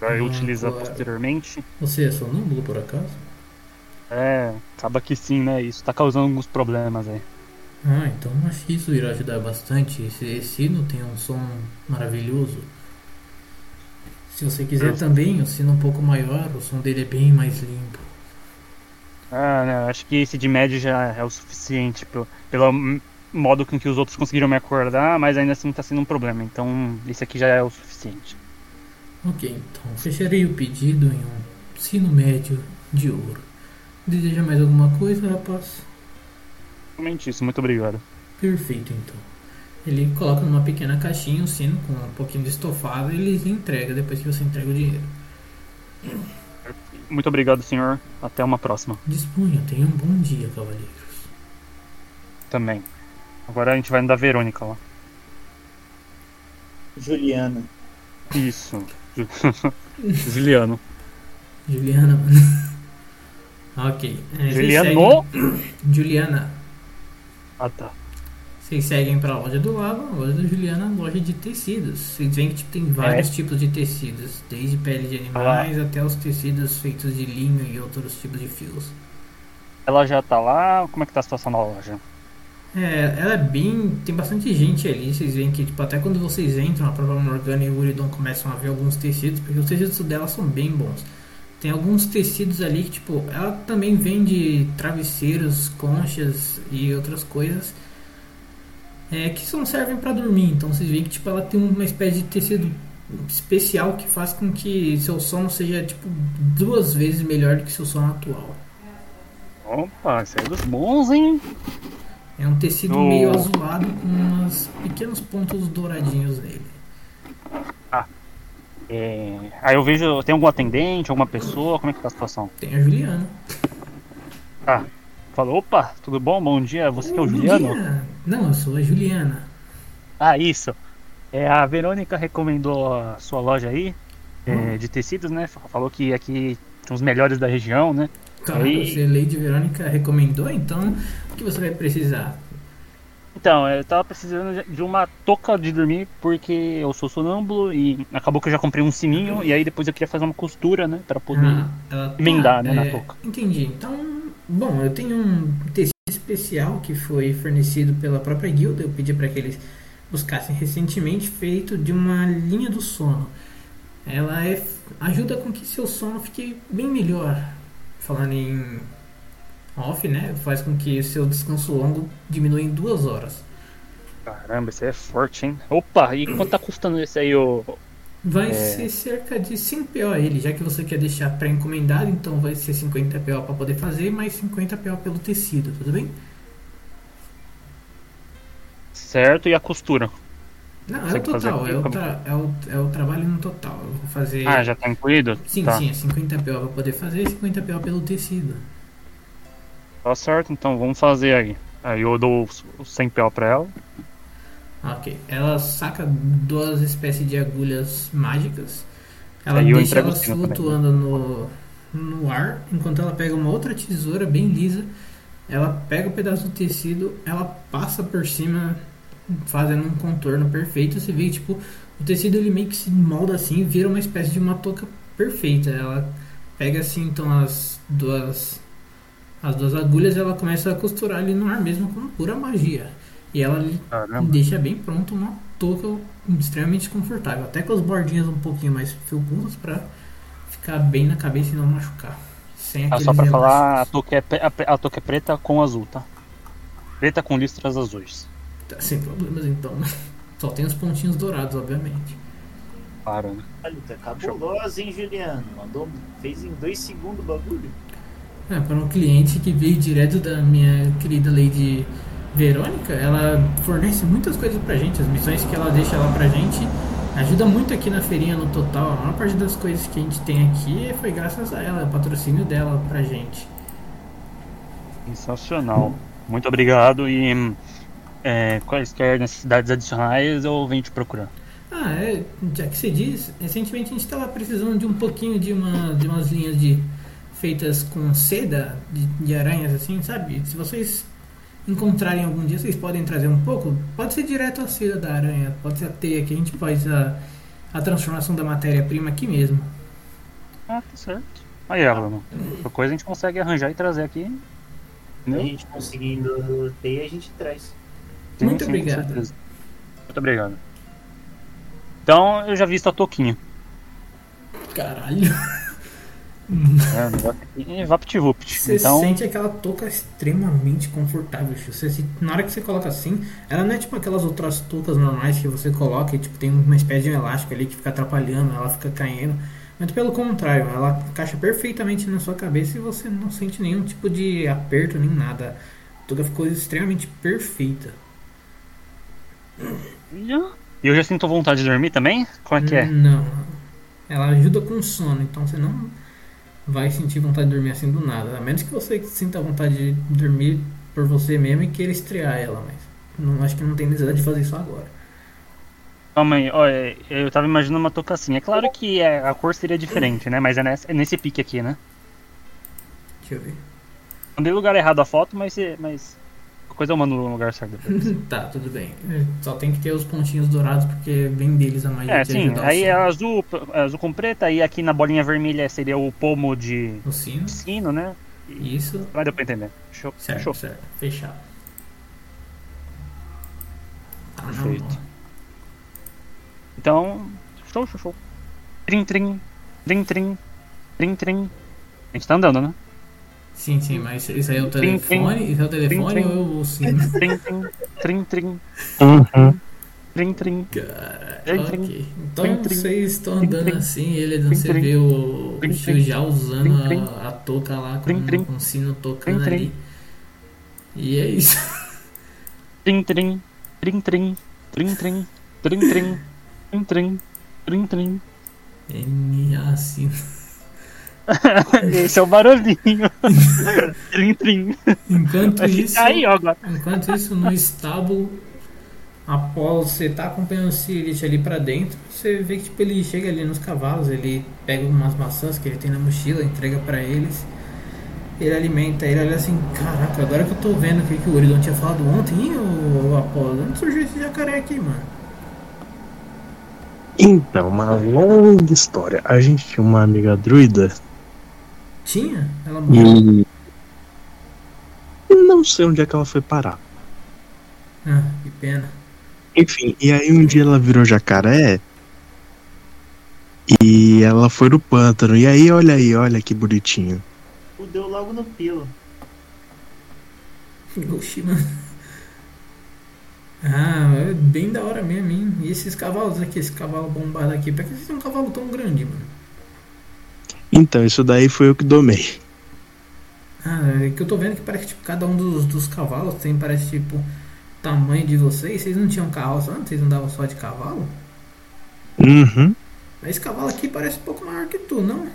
[SPEAKER 2] Pra eu
[SPEAKER 1] Ah,
[SPEAKER 2] utilizar
[SPEAKER 1] claro.
[SPEAKER 2] posteriormente.
[SPEAKER 1] Você é sonâmbulo, por acaso?
[SPEAKER 2] É, acaba que sim, né? Isso tá causando alguns problemas aí.
[SPEAKER 1] Ah, então acho que isso irá ajudar bastante. Esse sino tem um som maravilhoso. Se você quiser
[SPEAKER 2] Eu-
[SPEAKER 1] também, o sino um pouco maior, o som dele é bem mais limpo.
[SPEAKER 2] Ah, né? Acho que esse de médio já é o suficiente pelo, pelo m- modo com que os outros conseguiram me acordar, mas ainda assim tá sendo um problema. Então, esse aqui já é o suficiente.
[SPEAKER 1] Ok, então fecharei o pedido em um sino médio de ouro. Deseja mais alguma coisa, rapaz?
[SPEAKER 2] Realmente isso, muito obrigado.
[SPEAKER 1] Perfeito, então. Ele coloca numa pequena caixinha o sino com um pouquinho de estofado e ele entrega depois que você entrega o dinheiro.
[SPEAKER 2] Muito obrigado, senhor. Até uma próxima
[SPEAKER 1] Disponha, tenha um bom dia, cavaleiros.
[SPEAKER 2] também. Agora a gente vai no da Verônica lá.
[SPEAKER 9] Juliana.
[SPEAKER 2] Isso. Ju- Juliano.
[SPEAKER 1] Juliana, mano. ok. É, vocês
[SPEAKER 2] Juliano?
[SPEAKER 1] seguem- Juliana,
[SPEAKER 2] Ah tá.
[SPEAKER 1] Vocês seguem pra loja do Lava, loja da Juliana, é loja de tecidos. Vocês veem que tipo, tem vários tipos de tecidos, desde pele de animais até os tecidos feitos de linho e outros tipos de fios.
[SPEAKER 2] Ela já tá lá? Como é que tá a situação da loja?
[SPEAKER 1] É, ela é bem. Tem bastante gente ali. Vocês veem que, tipo, até quando vocês entram, a própria Morgana e o Uridon começam a ver alguns tecidos, porque os tecidos dela são bem bons. Tem alguns tecidos ali que, tipo, ela também vende travesseiros, conchas e outras coisas é, que só servem para dormir. Então vocês veem que, tipo, ela tem uma espécie de tecido especial que faz com que seu sono seja, tipo, duas vezes melhor do que seu sono atual.
[SPEAKER 2] Opa, isso aí é dos bons, hein?
[SPEAKER 1] É um tecido
[SPEAKER 2] No-
[SPEAKER 1] meio azulado com uns pequenos pontos douradinhos nele.
[SPEAKER 2] É, Aí eu vejo, tem algum atendente, alguma pessoa, como é que tá a situação?
[SPEAKER 1] Tem a Juliana.
[SPEAKER 2] Falou, opa, tudo bom? Bom dia, você que é o
[SPEAKER 1] Bom
[SPEAKER 2] Juliano?
[SPEAKER 1] dia. Não, eu sou a Juliana.
[SPEAKER 2] Ah, isso. É, a Verônica recomendou a sua loja aí, é,
[SPEAKER 1] Hum.
[SPEAKER 2] de tecidos, né? Falou que aqui são os melhores da região, né?
[SPEAKER 1] Claro,
[SPEAKER 2] Aí.
[SPEAKER 1] você, Lady Verônica, recomendou, então o que você vai precisar?
[SPEAKER 2] Então, eu tava precisando de uma touca de dormir porque eu sou sonâmbulo e acabou que eu já comprei um sininho e aí depois eu queria fazer uma costura, né, Pra poder.
[SPEAKER 1] Ah, ela tá,
[SPEAKER 2] emendar, né, na touca.
[SPEAKER 1] Entendi. Então, bom, eu tenho um tecido especial que foi fornecido pela própria guilda. Eu pedi para que eles buscassem recentemente, feito de uma linha do sono. Ela é, ajuda com que seu sono fique bem melhor. Falando em off, né? Faz com que seu descanso longo diminua em duas horas.
[SPEAKER 2] Caramba, isso aí é forte, hein? Opa, e quanto tá custando esse aí, ô?
[SPEAKER 1] Vai
[SPEAKER 2] É.
[SPEAKER 1] ser cerca de 100 PO ele, já que você quer deixar pré-encomendado, então vai ser 50 PO para poder fazer, mais 50 PO pelo tecido, tudo bem?
[SPEAKER 2] Certo, e a costura?
[SPEAKER 1] Não, é
[SPEAKER 2] Você
[SPEAKER 1] o
[SPEAKER 2] quer fazer
[SPEAKER 1] total, é
[SPEAKER 2] aqui?
[SPEAKER 1] o, tra- é, o, é o trabalho no total. Eu vou fazer.
[SPEAKER 2] Ah, já tá incluído?
[SPEAKER 1] Sim,
[SPEAKER 2] tá.
[SPEAKER 1] sim, é 50 PO para poder fazer e 50 PO pelo tecido.
[SPEAKER 2] Tá certo, então vamos fazer aí. Aí eu dou os- os 100 PO pra ela.
[SPEAKER 1] Ah, Ok. Ela saca duas espécies de agulhas mágicas. Ela
[SPEAKER 2] Aí eu
[SPEAKER 1] deixa
[SPEAKER 2] entrego
[SPEAKER 1] elas
[SPEAKER 2] o sino também. né?
[SPEAKER 1] flutuando no, no ar, enquanto ela pega uma outra tesoura bem lisa. Ela pega o pedaço do tecido, ela passa por cima, fazendo um contorno perfeito. Você vê, tipo, o tecido ele meio que se molda assim e vira uma espécie de uma touca perfeita. Ela pega assim, então, as duas, as duas agulhas ela começa a costurar ali no ar mesmo, com pura magia. E ela
[SPEAKER 2] Caramba.
[SPEAKER 1] Deixa bem pronto uma touca extremamente confortável, até com as bordinhas um pouquinho mais felpudas pra ficar bem na cabeça e não machucar. Sem
[SPEAKER 2] Ah,
[SPEAKER 1] aqueles
[SPEAKER 2] só pra
[SPEAKER 1] elásticos.
[SPEAKER 2] falar, a touca, é, pre- a pre- a touca é preta com azul, tá? Preta com listras azuis.
[SPEAKER 1] Tá, sem problemas então. Só tem os pontinhos dourados, obviamente.
[SPEAKER 2] Claro, né?
[SPEAKER 4] Olha, tá cabulosa, hein, Juliano? Mandou, fez em dois segundos o bagulho.
[SPEAKER 1] É, para um cliente que veio direto da minha querida Lady Verônica, ela fornece muitas coisas pra gente, as missões que ela deixa lá pra gente ajuda muito aqui na feirinha no total. A maior parte das coisas que a gente tem aqui foi graças a ela, é o patrocínio dela pra gente.
[SPEAKER 2] Sensacional. Muito obrigado e hum, é, quaisquer necessidades adicionais eu venho te procurar.
[SPEAKER 1] Ah, é, já que você diz, recentemente a gente estava precisando de um pouquinho de, uma, de umas linhas de feitas com seda de, de aranhas assim, sabe? Se vocês encontrarem algum dia, vocês podem trazer um pouco. Pode ser direto a seda da aranha, pode ser a teia que a gente faz a, a transformação da matéria-prima aqui mesmo.
[SPEAKER 2] Ah, tá certo. Aí, Alan, qualquer coisa a gente consegue arranjar e trazer aqui.
[SPEAKER 9] Hum?
[SPEAKER 4] A
[SPEAKER 2] Entendeu?
[SPEAKER 4] gente conseguindo ter, a gente traz.
[SPEAKER 2] Sim,
[SPEAKER 1] Muito
[SPEAKER 2] sim, com
[SPEAKER 1] obrigado.
[SPEAKER 2] certeza. Muito obrigado. Então, eu já vi a touquinha.
[SPEAKER 1] Caralho!
[SPEAKER 2] Né? O negócio aqui é VaptVupt.
[SPEAKER 1] Você
[SPEAKER 2] Então,
[SPEAKER 1] sente aquela touca extremamente confortável, tio. Você se- na hora que você coloca assim, ela não é tipo aquelas outras toucas normais que você coloca e tipo, tem uma espécie de um elástico ali que fica atrapalhando, ela fica caindo. Muito pelo contrário, ela encaixa perfeitamente na sua cabeça e você não sente nenhum tipo de aperto nem nada. A touca ficou extremamente perfeita.
[SPEAKER 2] e eu já sinto vontade de dormir também? Como é que é?
[SPEAKER 1] Não. Ela ajuda com o sono, então você não vai sentir vontade de dormir assim do nada. A menos que você sinta vontade de dormir por você mesmo e queira estrear ela, mas não, acho que não tem necessidade de fazer isso agora.
[SPEAKER 2] Calma aí, olha, eu tava imaginando uma touca assim. É claro que é- a cor seria diferente, né? Mas é nessa- é nesse pique aqui, né?
[SPEAKER 1] Deixa eu ver.
[SPEAKER 2] Mandei lugar errado a foto, mas, mas Qualquer coisa eu mando no lugar certo depois.
[SPEAKER 1] Tá, tudo bem. Só tem que ter os pontinhos dourados, porque vem deles a maioria.
[SPEAKER 2] é, sim.
[SPEAKER 1] ajudar o
[SPEAKER 2] Aí é
[SPEAKER 1] sino.
[SPEAKER 2] azul, é azul com preta, e aqui na bolinha vermelha seria o pomo de
[SPEAKER 1] O sino.
[SPEAKER 2] sino, né?
[SPEAKER 1] Isso.
[SPEAKER 2] Vai deu pra entender. Show.
[SPEAKER 1] Certo,
[SPEAKER 2] Show.
[SPEAKER 1] certo. Fechado. Tá na
[SPEAKER 2] Perfeito.
[SPEAKER 1] mão.
[SPEAKER 2] Então, show, show, show. Trim, trim, trim, trim, trim, trim. A gente tá andando, né?
[SPEAKER 1] Sim, sim, mas isso aí é o
[SPEAKER 2] Trim, trim.
[SPEAKER 1] telefone? Isso é o telefone
[SPEAKER 2] Trim, trim.
[SPEAKER 1] ou o sino?
[SPEAKER 2] Trim, trim, trim, trim,
[SPEAKER 3] Uhum.
[SPEAKER 2] trim, trim.
[SPEAKER 1] Cara,
[SPEAKER 2] Trim, trim.
[SPEAKER 1] ok. Então
[SPEAKER 2] Trim, trim.
[SPEAKER 1] vocês estão
[SPEAKER 2] Trim,
[SPEAKER 1] andando
[SPEAKER 2] trim.
[SPEAKER 1] assim, ele
[SPEAKER 2] Trim,
[SPEAKER 1] você
[SPEAKER 2] trim.
[SPEAKER 1] vê o,
[SPEAKER 2] Trim,
[SPEAKER 1] o Phil
[SPEAKER 2] trim.
[SPEAKER 1] já usando
[SPEAKER 2] Trim, trim.
[SPEAKER 1] a, a touca lá com,
[SPEAKER 2] Trim, trim.
[SPEAKER 1] com o sino tocando
[SPEAKER 2] Trim, trim.
[SPEAKER 1] ali. E é isso.
[SPEAKER 2] Trim, trim, trim, trim, trim, trim, trim, trim, trim, trim, trim, trim.
[SPEAKER 1] N A sino.
[SPEAKER 2] Esse é o barulhinho. trim, trim.
[SPEAKER 1] Enquanto
[SPEAKER 2] Vai
[SPEAKER 1] isso,
[SPEAKER 2] ficar Tá aí, ó, agora.
[SPEAKER 1] enquanto isso no estábulo, após você tá acompanhando o Sirit ali pra dentro, você vê que tipo, ele chega ali nos cavalos, ele pega umas maçãs que ele tem na mochila, entrega pra eles. Ele alimenta ele, olha assim, caraca, agora que eu tô vendo o que, que o Uridon tinha falado ontem, hein, ô, ô Apolo, onde surgiu esse jacaré aqui, mano?
[SPEAKER 3] Então, uma longa história. A gente tinha uma amiga druida
[SPEAKER 1] Tinha? Ela morreu.
[SPEAKER 3] e. Não sei onde é que ela foi parar.
[SPEAKER 1] Ah, que pena.
[SPEAKER 3] Enfim, e aí um dia ela virou jacaré. E ela foi no pântano. E aí, olha aí, olha que bonitinho.
[SPEAKER 4] O deu logo no pelo.
[SPEAKER 1] Oxi, mano. Ah, é bem da hora mesmo, hein? E esses cavalos aqui, esse cavalo bombado aqui, pra que vocês têm um cavalo tão grande, mano?
[SPEAKER 3] Então, isso daí foi eu que domei.
[SPEAKER 1] Ah, é que eu tô vendo que parece que tipo, cada um dos, dos cavalos tem, parece tipo, tamanho de vocês. Vocês não tinham carroça antes? Vocês andavam só de cavalo?
[SPEAKER 3] Uhum.
[SPEAKER 1] Mas esse cavalo aqui parece um pouco maior que tu, não?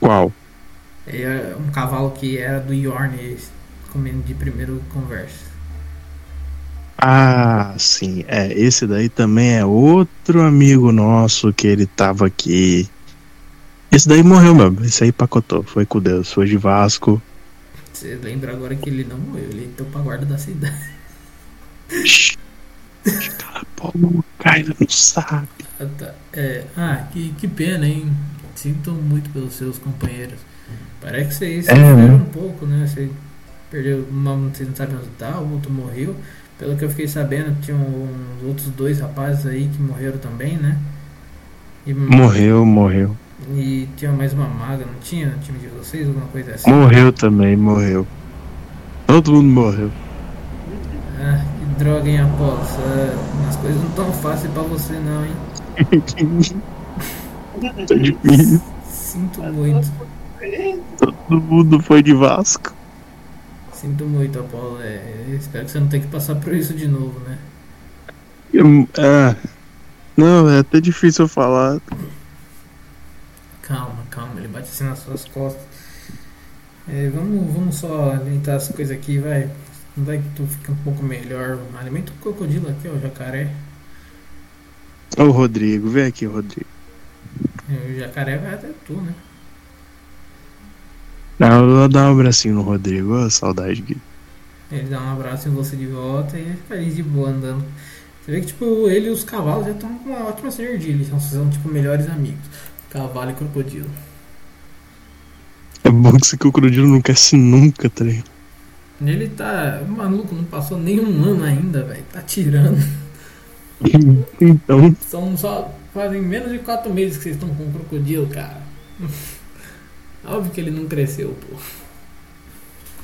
[SPEAKER 3] Qual?
[SPEAKER 1] É um cavalo que era do Yorn, comendo de primeiro conversa.
[SPEAKER 3] Ah, sim. É, esse daí também é outro amigo nosso que ele tava aqui. Esse daí morreu mesmo. Esse aí pacotou. Foi com Deus. Foi de Vasco.
[SPEAKER 1] Você lembra agora que ele não morreu, ele entrou pra guarda da cidade.
[SPEAKER 3] Shhh. Cala a boca, Caio, não sabe.
[SPEAKER 1] Ah, tá. É, ah, que, que pena, hein? Sinto muito pelos seus companheiros. Parece que vocês
[SPEAKER 3] É,
[SPEAKER 1] sofreram
[SPEAKER 3] né?
[SPEAKER 1] um pouco, né? Você perdeu uma, você não sabe onde tá, o outro morreu. Pelo que eu fiquei sabendo, tinham uns outros dois rapazes aí que morreram também, né? E,
[SPEAKER 3] Morreu, morreu.
[SPEAKER 1] E tinha mais uma maga, não tinha no time de vocês? Alguma coisa assim?
[SPEAKER 3] Morreu também, morreu. Todo mundo morreu.
[SPEAKER 1] Ah, que droga, hein, Apolo? Essa- As coisas não tão fáceis pra você, não, hein?
[SPEAKER 3] Foi difícil.
[SPEAKER 1] Sinto muito.
[SPEAKER 3] Todo mundo foi de Vasco.
[SPEAKER 1] Sinto muito, Apolo. É, espero que você não tenha que passar por isso de novo, né?
[SPEAKER 3] Eu- ah. Não, é até difícil eu falar.
[SPEAKER 1] Calma, calma, ele bate assim nas suas costas. É, vamos, vamos só alimentar as coisas aqui, vai. Vai que tu fica um pouco melhor. Alimenta o crocodilo aqui, ó, o jacaré.
[SPEAKER 3] Ô, Rodrigo, vem aqui, Rodrigo.
[SPEAKER 1] E É, O jacaré vai até tu, né?
[SPEAKER 3] Não, eu vou dar um abracinho no Rodrigo. Ô, saudade dele.
[SPEAKER 1] Ele dá um abraço em você de volta e fica ali de boa andando. Você vê que, tipo, ele e os cavalos já estão com uma ótima sinergia. Eles são, são, tipo, melhores amigos. Cavalo e crocodilo.
[SPEAKER 3] É bom que esse crocodilo não cresce nunca, tá ligado?
[SPEAKER 1] E Ele tá maluco, não passou nem um ano ainda, velho. Tá tirando.
[SPEAKER 3] Então,
[SPEAKER 1] São só fazem menos de quatro meses que vocês estão com o crocodilo, cara. Óbvio que ele não cresceu, pô.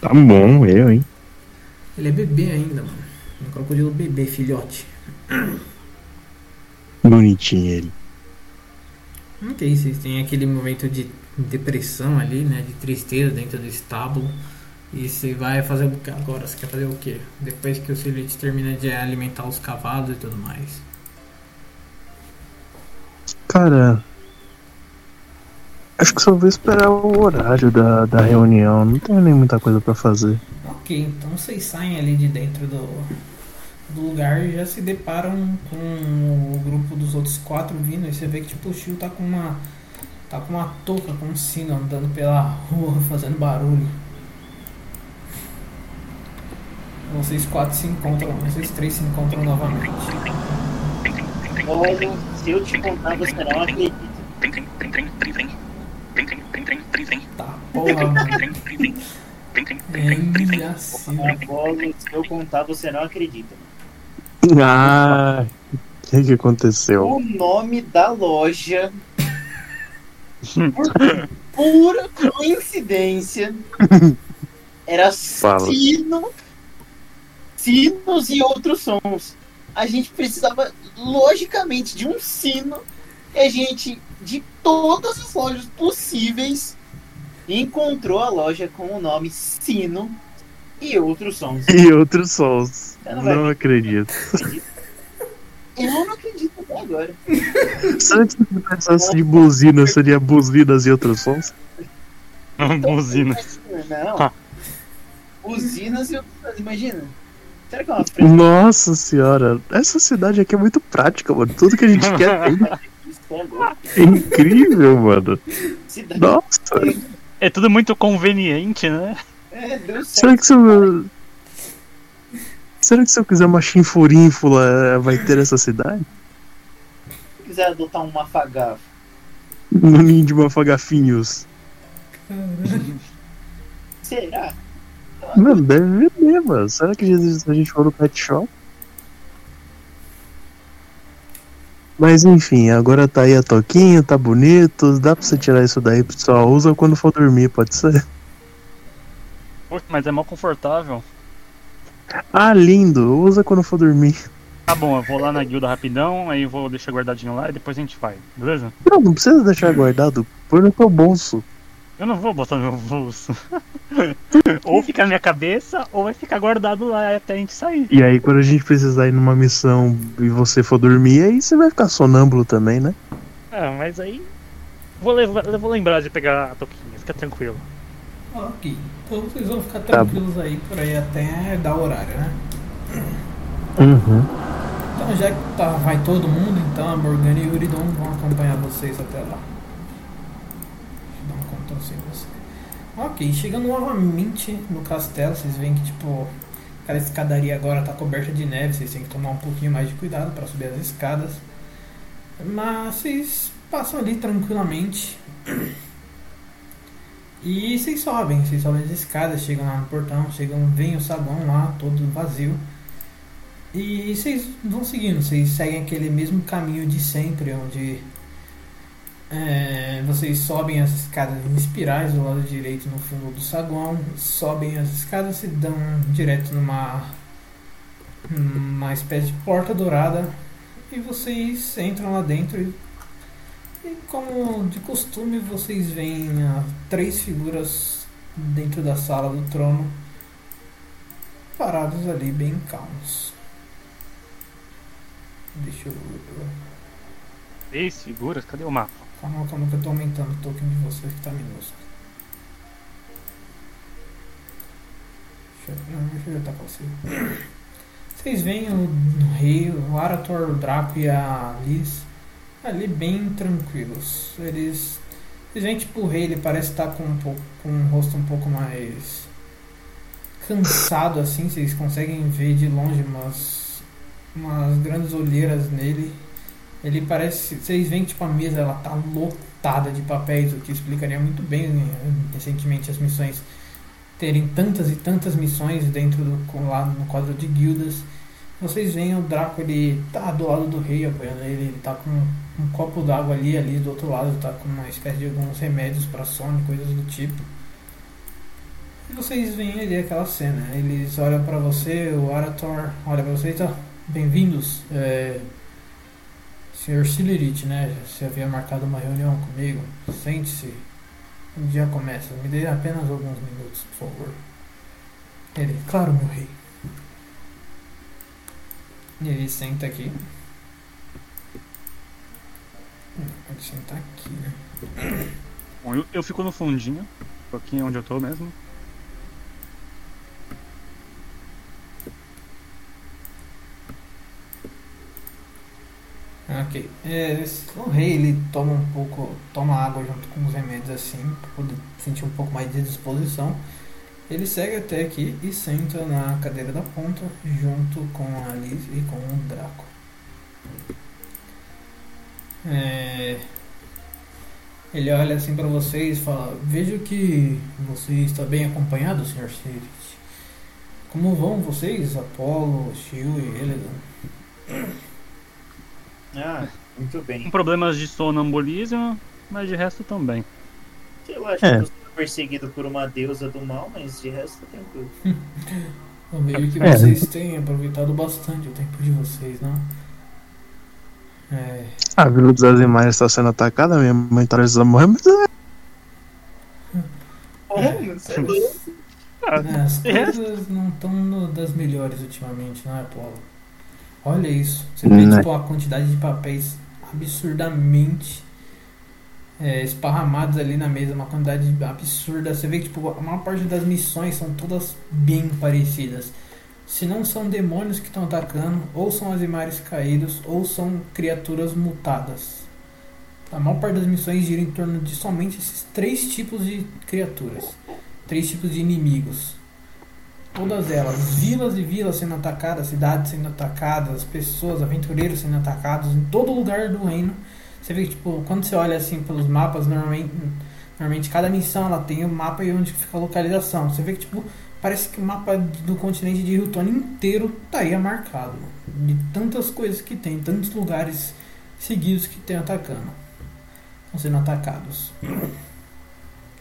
[SPEAKER 3] tá bom, eu, hein?
[SPEAKER 1] Ele é bebê ainda, mano. Um crocodilo bebê, filhote.
[SPEAKER 3] Bonitinho ele.
[SPEAKER 1] Ok, vocês têm aquele momento de depressão ali, né? De tristeza dentro do estábulo. E você vai fazer o que agora? Você quer fazer o quê? Depois que o Silite termina de alimentar os cavalos e tudo mais.
[SPEAKER 3] Cara, acho que só vou esperar o horário da, da reunião. Não tenho nem muita coisa pra fazer.
[SPEAKER 1] Ok, então vocês saem ali de dentro do, do lugar e já se deparam com o grupo dos outros quatro vindo. E você vê que tipo, o Chiu tá com uma. tá com uma touca, com um sino andando pela rua, fazendo barulho. Vocês quatro se encontram, vocês três se encontram novamente.
[SPEAKER 4] Olha, se eu te contar, você não acredita.
[SPEAKER 1] Tá, porra, mano. É Grande
[SPEAKER 4] Na
[SPEAKER 1] acima.
[SPEAKER 4] bola, se eu contar, você não acredita.
[SPEAKER 3] Ah, o que, que aconteceu?
[SPEAKER 4] O nome da loja. por pura coincidência. Era
[SPEAKER 3] Fala.
[SPEAKER 4] sino, sinos e outros sons. A gente precisava, logicamente, de um sino. E a gente, de todas as lojas possíveis, encontrou a loja com o nome Sino e outros sons.
[SPEAKER 3] E outros sons.
[SPEAKER 4] Você não vai
[SPEAKER 3] Não acredito.
[SPEAKER 4] Eu não acredito até agora.
[SPEAKER 3] Se eu pensasse de buzina, seria buzinas e outros sons?
[SPEAKER 2] Buzina.
[SPEAKER 4] Não. Buzinas e outras. Imagina. Será que é uma frase
[SPEAKER 3] Nossa senhora, essa cidade aqui é muito prática, mano. Tudo que a gente quer tem. É incrível, mano.
[SPEAKER 4] Cidade.
[SPEAKER 3] Nossa,
[SPEAKER 2] É tudo muito conveniente, né?
[SPEAKER 4] É, deu certo.
[SPEAKER 3] será que se eu. Será que se eu quiser uma chinfurínfula eh, vai ter essa cidade?
[SPEAKER 4] Se quiser adotar um mafagafo.
[SPEAKER 3] No Um ninho de mafagafinhos.
[SPEAKER 4] Será?
[SPEAKER 3] Mano, deve vender, mano. Será que se a gente for no pet shop? Mas enfim, agora tá aí a toquinha, tá bonito. Dá pra você tirar isso daí, pessoal. Usa quando for dormir, pode ser?
[SPEAKER 2] Poxa, mas é mal confortável.
[SPEAKER 3] Ah, lindo. Usa quando for dormir.
[SPEAKER 2] Tá bom, eu vou lá na guilda rapidão, aí eu vou deixar guardadinho lá e depois a gente vai, beleza?
[SPEAKER 3] Não, não precisa deixar guardado. Põe no teu bolso.
[SPEAKER 2] Eu não vou botar no meu bolso. ou fica na minha cabeça, ou vai ficar guardado lá até a gente sair.
[SPEAKER 3] E aí, quando a gente precisar ir numa missão e você for dormir, aí você vai ficar sonâmbulo também, né?
[SPEAKER 2] Ah, mas aí. Vou, levar, eu vou lembrar de pegar a toquinha, fica tranquilo.
[SPEAKER 1] Ok, então vocês vão ficar
[SPEAKER 3] Tá bom.
[SPEAKER 1] tranquilos aí por aí até dar horário, né?
[SPEAKER 3] Uhum.
[SPEAKER 1] Então já que tá, vai todo mundo, então a Morgana e o Uridon vão acompanhar vocês até lá. Deixa eu dar um control sem você. Ok, chegando novamente no castelo, vocês veem que tipo aquela escadaria agora tá coberta de neve, vocês têm que tomar um pouquinho mais de cuidado para subir as escadas. Mas vocês passam ali tranquilamente. E vocês sobem, vocês sobem as escadas, chegam lá no portão, chegam, vem o saguão lá, todo vazio. E vocês vão seguindo, vocês seguem aquele mesmo caminho de sempre, onde é, vocês sobem as escadas em espirais do lado direito no fundo do saguão, sobem as escadas e dão direto numa uma espécie de porta dourada e vocês entram lá dentro e, e como de costume vocês veem ah, três figuras dentro da sala do trono parados ali bem calmos. Deixa eu.
[SPEAKER 2] Três figuras, cadê o mapa?
[SPEAKER 1] Calma, calma que eu tô aumentando o token de vocês que tá minúsculo. Deixa eu. Não, deixa eu ajeitar pra vocês. Vocês veem o rei, o Arator, o Draco e a Liz ali bem tranquilos. Eles. Vocês veem tipo o rei, ele parece estar com um pouco. com um rosto um pouco mais cansado assim, vocês conseguem ver de longe umas, umas grandes olheiras nele. Ele parece. Vocês veem que tipo, a mesa ela tá lotada de papéis, o que explicaria muito bem né, recentemente as missões terem tantas e tantas missões dentro do com- lá no quadro de guildas. Vocês veem o Draco, ele tá do lado do rei apoiando ele, ele tá com um copo d'água ali, ali do outro lado tá com uma espécie de alguns remédios para sono, e coisas do tipo. E vocês veem ali aquela cena. né, Eles olham pra você, o Arator olha pra vocês, ó. Bem-vindos, é, Sr. Silerite, né? Você havia marcado uma reunião comigo. Sente-se. O dia começa. Me dê apenas alguns minutos, por favor. Ele, claro, meu rei. E ele senta aqui. Hum, Pode sentar aqui, né?
[SPEAKER 2] Bom, eu, eu fico no fundinho, tô aqui onde eu tô mesmo.
[SPEAKER 1] Ok. É, esse- o rei ele toma um pouco, toma água junto com os remédios assim, pra poder sentir um pouco mais de disposição. Ele segue até aqui e senta na cadeira da ponta, junto com a Liz e com o Draco. É, Ele olha assim pra vocês e fala: Vejo que você está bem acompanhado, Sr. Sirius. Como vão vocês, Apolo, Shield e Elegan?
[SPEAKER 4] Ah, muito bem.
[SPEAKER 2] Com problemas de sonambulismo, mas de resto também.
[SPEAKER 4] Eu acho
[SPEAKER 3] É.
[SPEAKER 4] que eu sou perseguido por uma deusa do mal, mas de resto tá tranquilo.
[SPEAKER 1] Eu vejo que
[SPEAKER 3] É.
[SPEAKER 1] vocês têm aproveitado bastante o tempo de vocês, não? É,
[SPEAKER 3] A Vila dos Azimais está sendo atacada, minha mãe tá precisando morrer, mas é,
[SPEAKER 9] Como? Cê é louco.
[SPEAKER 1] né, as coisas não estão das melhores ultimamente, não é, Paulo? Olha isso. Você vê
[SPEAKER 5] Né.
[SPEAKER 1] tipo, a quantidade de papéis absurdamente é, esparramados ali na mesa, uma quantidade absurda. Você vê que tipo, a maior parte das missões são todas bem parecidas. Se não são demônios que estão atacando, ou são azimares caídos, ou são criaturas mutadas. A maior parte das missões gira em torno de somente esses três tipos de criaturas, três tipos de inimigos. Todas elas, vilas e vilas sendo atacadas, cidades sendo atacadas, pessoas, aventureiros sendo atacados, em todo lugar do reino. Você vê que, tipo, quando você olha assim pelos mapas, normalmente, normalmente cada missão ela tem o mapa e onde fica a localização. Você vê que, tipo, parece que o mapa do continente de Hiltone inteiro estaria marcado. De tantas coisas que tem, tantos lugares seguidos que tem atacando. Estão sendo atacados.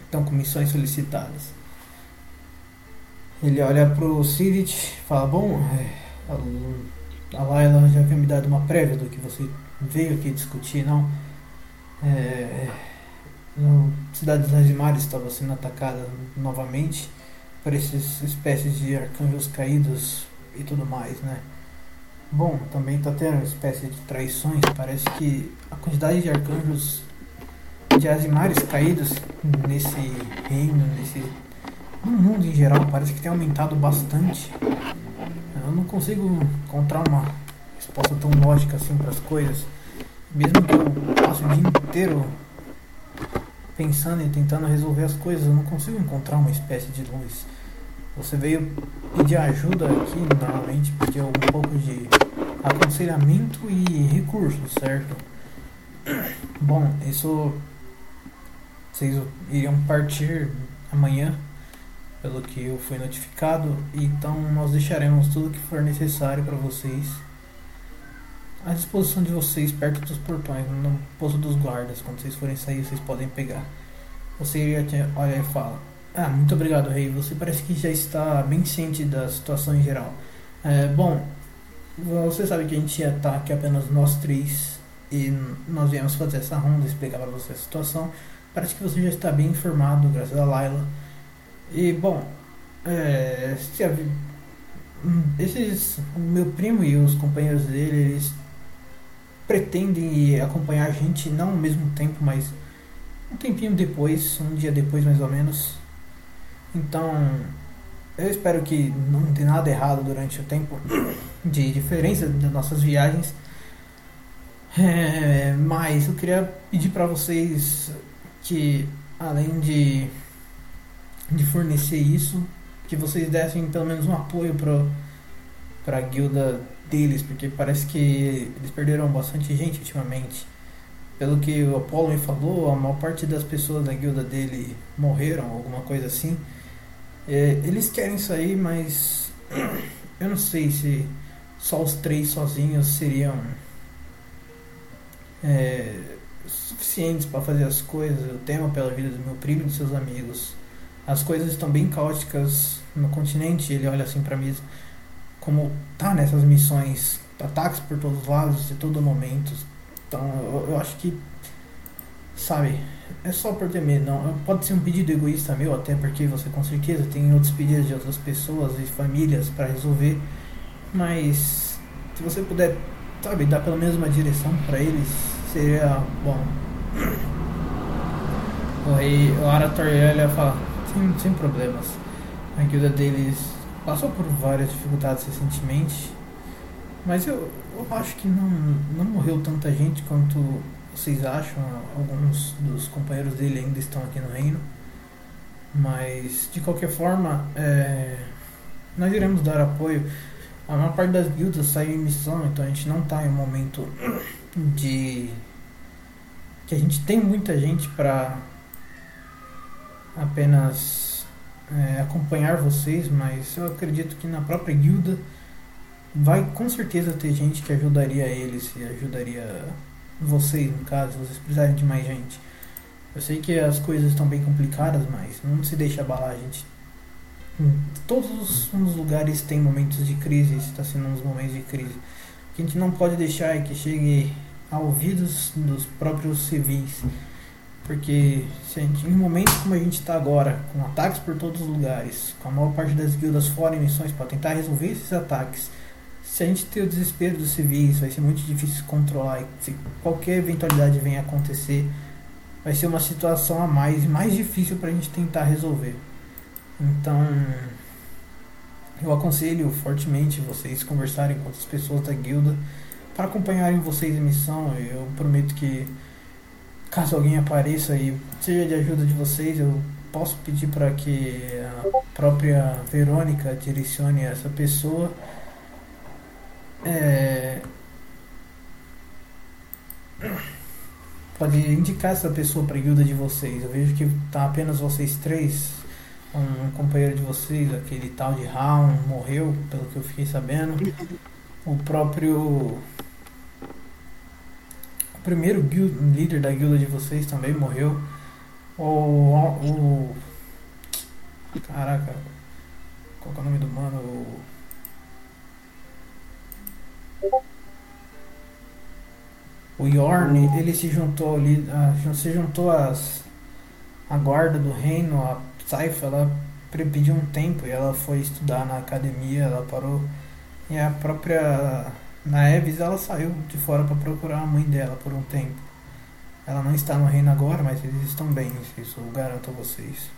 [SPEAKER 1] Estão com missões solicitadas. Ele olha pro Sirit e fala, bom, é, a Lu- a Laila já havia me dado uma prévia do que você veio aqui discutir, não? É, no- cidade dos Azimares estava sendo atacada novamente por essas espécies de arcanjos caídos e tudo mais, né? Bom, também está tendo uma espécie de traições. Parece que a quantidade de arcanjos de azimares caídos nesse reino, nesse no mundo em geral, parece que tem aumentado bastante. Eu não consigo encontrar uma resposta tão lógica assim para as coisas. Mesmo que eu passe o dia inteiro pensando e tentando resolver as coisas, eu não consigo encontrar uma espécie de luz. Você veio pedir ajuda aqui, normalmente pedir um pouco de aconselhamento e recursos, certo? Bom, isso vocês iriam partir amanhã, pelo que eu fui notificado, então nós deixaremos tudo que for necessário para vocês à disposição de vocês perto dos portões, no posto dos guardas. Quando vocês forem sair, vocês podem pegar. Você iria te- olha e fala: Ah, muito obrigado, Rei. Você parece que já está bem ciente da situação em geral. É, bom, você sabe que a gente ia estar aqui apenas nós três e n- nós viemos fazer essa ronda e explicar para você a situação. Parece que você já está bem informado, graças a Laila. E, bom, é, se hav- hum, esses, o meu primo e os companheiros dele, eles pretendem ir acompanhar a gente, não ao mesmo tempo, mas um tempinho depois, um dia depois mais ou menos. Então, eu espero que não dê nada errado durante o tempo de diferença das nossas viagens. É, mas eu queria pedir para vocês que, além de, de fornecer isso, que vocês dessem pelo menos um apoio para a guilda deles, porque parece que eles perderam bastante gente ultimamente. Pelo que o Apollo me falou, a maior parte das pessoas da guilda dele morreram, alguma coisa assim. É, eles querem sair, mas eu não sei se só os três sozinhos seriam é, suficientes para fazer as coisas. Eu temo pela vida do meu primo e de seus amigos. As coisas estão bem caóticas no continente. Ele olha assim para mim, como tá nessas missões, ataques por todos os lados, de todo momento. Então eu, eu acho que, sabe, é só por temer, não. Pode ser um pedido egoísta meu, até porque você com certeza tem outros pedidos de outras pessoas e famílias para resolver. Mas se você puder, sabe, dar pelo menos uma direção para eles, seria bom. O rei o Arator olha e fala, sem, sem problemas. A guilda deles passou por várias dificuldades recentemente, mas eu, eu acho que não, não morreu tanta gente quanto vocês acham. Alguns dos companheiros dele ainda estão aqui no reino. Mas, de qualquer forma, é, nós iremos dar apoio. A maior parte das guildas saiu em missão, então a gente não está em um momento de. que a gente tem muita gente para apenas é, acompanhar vocês, mas eu acredito que na própria guilda vai com certeza ter gente que ajudaria eles e ajudaria vocês, no caso, vocês precisarem de mais gente. Eu sei que as coisas estão bem complicadas, mas não se deixa abalar, gente. Em Todos os um lugares têm momentos de crise, está sendo um dos momentos de crise. O que a gente não pode deixar é que chegue a ouvidos dos próprios civis. Porque se a gente, em um momento como a gente está agora, com ataques por todos os lugares, com a maior parte das guildas fora em missões para tentar resolver esses ataques, se a gente ter o desespero dos civis, vai ser muito difícil controlar. E se qualquer eventualidade venha a acontecer, vai ser uma situação a mais e mais difícil para a gente tentar resolver. Então, eu aconselho fortemente vocês conversarem com outras pessoas da guilda para acompanharem vocês em missão. Eu prometo que caso alguém apareça e seja de ajuda de vocês, eu posso pedir para que a própria Verônica direcione essa pessoa. É, pode indicar essa pessoa para a guilda de vocês. Eu vejo que tá apenas vocês três. Um companheiro de vocês, aquele tal de Raon, morreu, pelo que eu fiquei sabendo. O próprio. O primeiro guil- líder da guilda de vocês também morreu. O. o caraca. Qual que é o nome do mano? O- O Yorn, ele se juntou ali, ah, jun- se juntou às a guarda do reino, a Saifa, ela pre- pediu um tempo e ela foi estudar na academia, ela parou e a própria Naeves, ela saiu de fora para procurar a mãe dela por um tempo. Ela não está no reino agora, mas eles estão bem, isso eu garanto a vocês.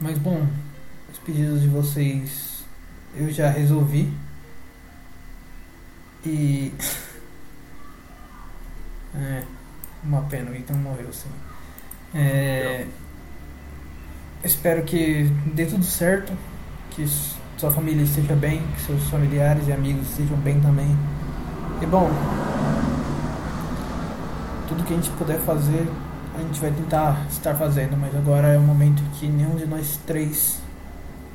[SPEAKER 1] Mas bom, os pedidos de vocês eu já resolvi. E é, uma pena, o Ethan morreu sim. É, espero que dê tudo certo, que s- sua família esteja bem, que seus familiares e amigos estejam bem também. E bom, tudo que a gente puder fazer, a gente vai tentar estar fazendo, mas agora é o momento que nenhum de nós três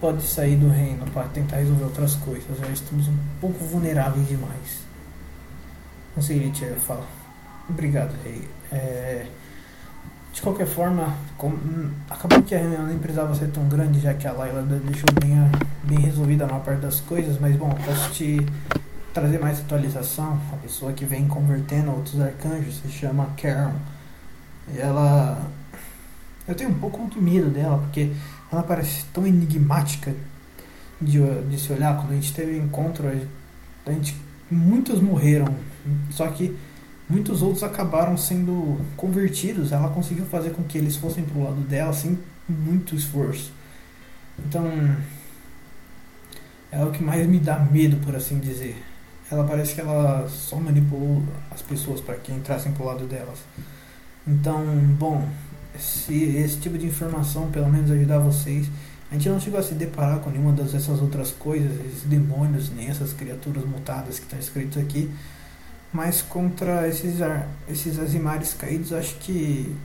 [SPEAKER 1] pode sair do reino para tentar resolver outras coisas. Já estamos um pouco vulneráveis demais. Não sei, Richard, fala. Obrigado, Rei. É, de qualquer forma, com- hum, acabou que a reunião nem precisava ser tão grande, já que a Laila de- deixou bem, a- bem resolvida a maior parte das coisas, mas bom, posso te trazer mais atualização. A pessoa que vem convertendo outros arcanjos se chama Karen. E ela. Eu tenho um pouco de medo dela, porque ela parece tão enigmática de, de se olhar. Quando a gente teve o encontro, a gente, muitos morreram, só que muitos outros acabaram sendo convertidos. Ela conseguiu fazer com que eles fossem pro lado dela sem muito esforço. Então, ela é o que mais me dá medo, por assim dizer. Ela parece que ela só manipulou as pessoas para que entrassem pro lado delas. Então, bom, se esse tipo de informação pelo menos ajudar vocês, a gente não chegou a se deparar com nenhuma dessas outras coisas, esses demônios, nem essas criaturas mutadas que estão escritas aqui. Mas contra esses, ar- esses azimares caídos, acho que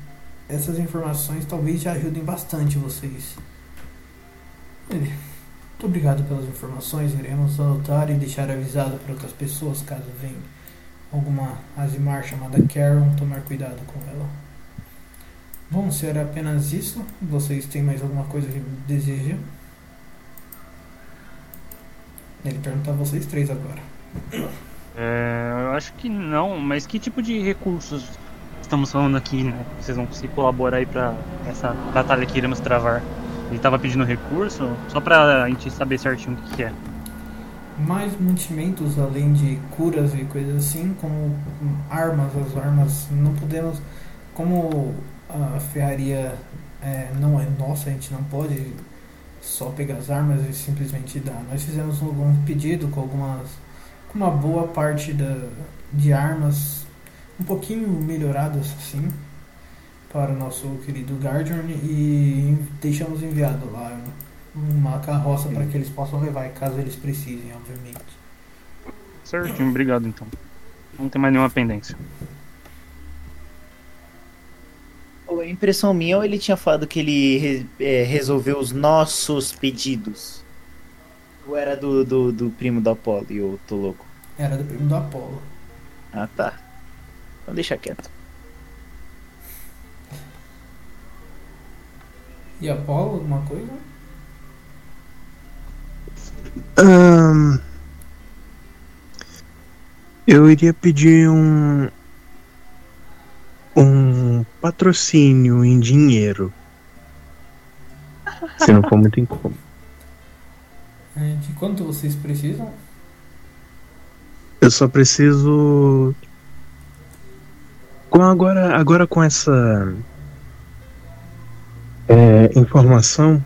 [SPEAKER 1] essas informações talvez já ajudem bastante vocês. É, Muito obrigado pelas informações. Iremos anotar e deixar avisado para outras pessoas caso venha alguma azimar chamada Karen. Tomar cuidado com ela. Bom, se era apenas isso, vocês têm mais alguma coisa que desejam? Ele pergunta a vocês três agora.
[SPEAKER 2] É, eu acho que não, mas que tipo de recursos estamos falando aqui, né? Vocês vão se colaborar aí pra essa batalha que iremos travar. Ele tava pedindo recurso, só pra gente saber certinho o que, que é.
[SPEAKER 1] mais mantimentos além de curas e coisas assim, como armas, as armas não podemos, como a ferraria é, não é nossa, a gente não pode só pegar as armas e simplesmente dar. Nós fizemos algum pedido com algumas, com uma boa parte da, de armas um pouquinho melhoradas assim, para o nosso querido Guardian e deixamos enviado lá uma carroça para que eles possam levar, caso eles precisem, obviamente.
[SPEAKER 2] Certinho, obrigado então. Não tem mais nenhuma pendência.
[SPEAKER 4] Ou é impressão minha ou ele tinha falado que ele re- é, resolveu os nossos pedidos? Ou era do, do, do primo do Apolo e eu tô louco?
[SPEAKER 1] Era do primo do Apolo.
[SPEAKER 4] Ah tá. Então deixa quieto.
[SPEAKER 1] E Apolo, alguma coisa?
[SPEAKER 3] Ahn, eu iria pedir um. Um patrocínio em dinheiro. Se não for muito incômodo.
[SPEAKER 1] É, De quanto vocês precisam?
[SPEAKER 3] Eu só preciso. Com agora, agora com essa é, informação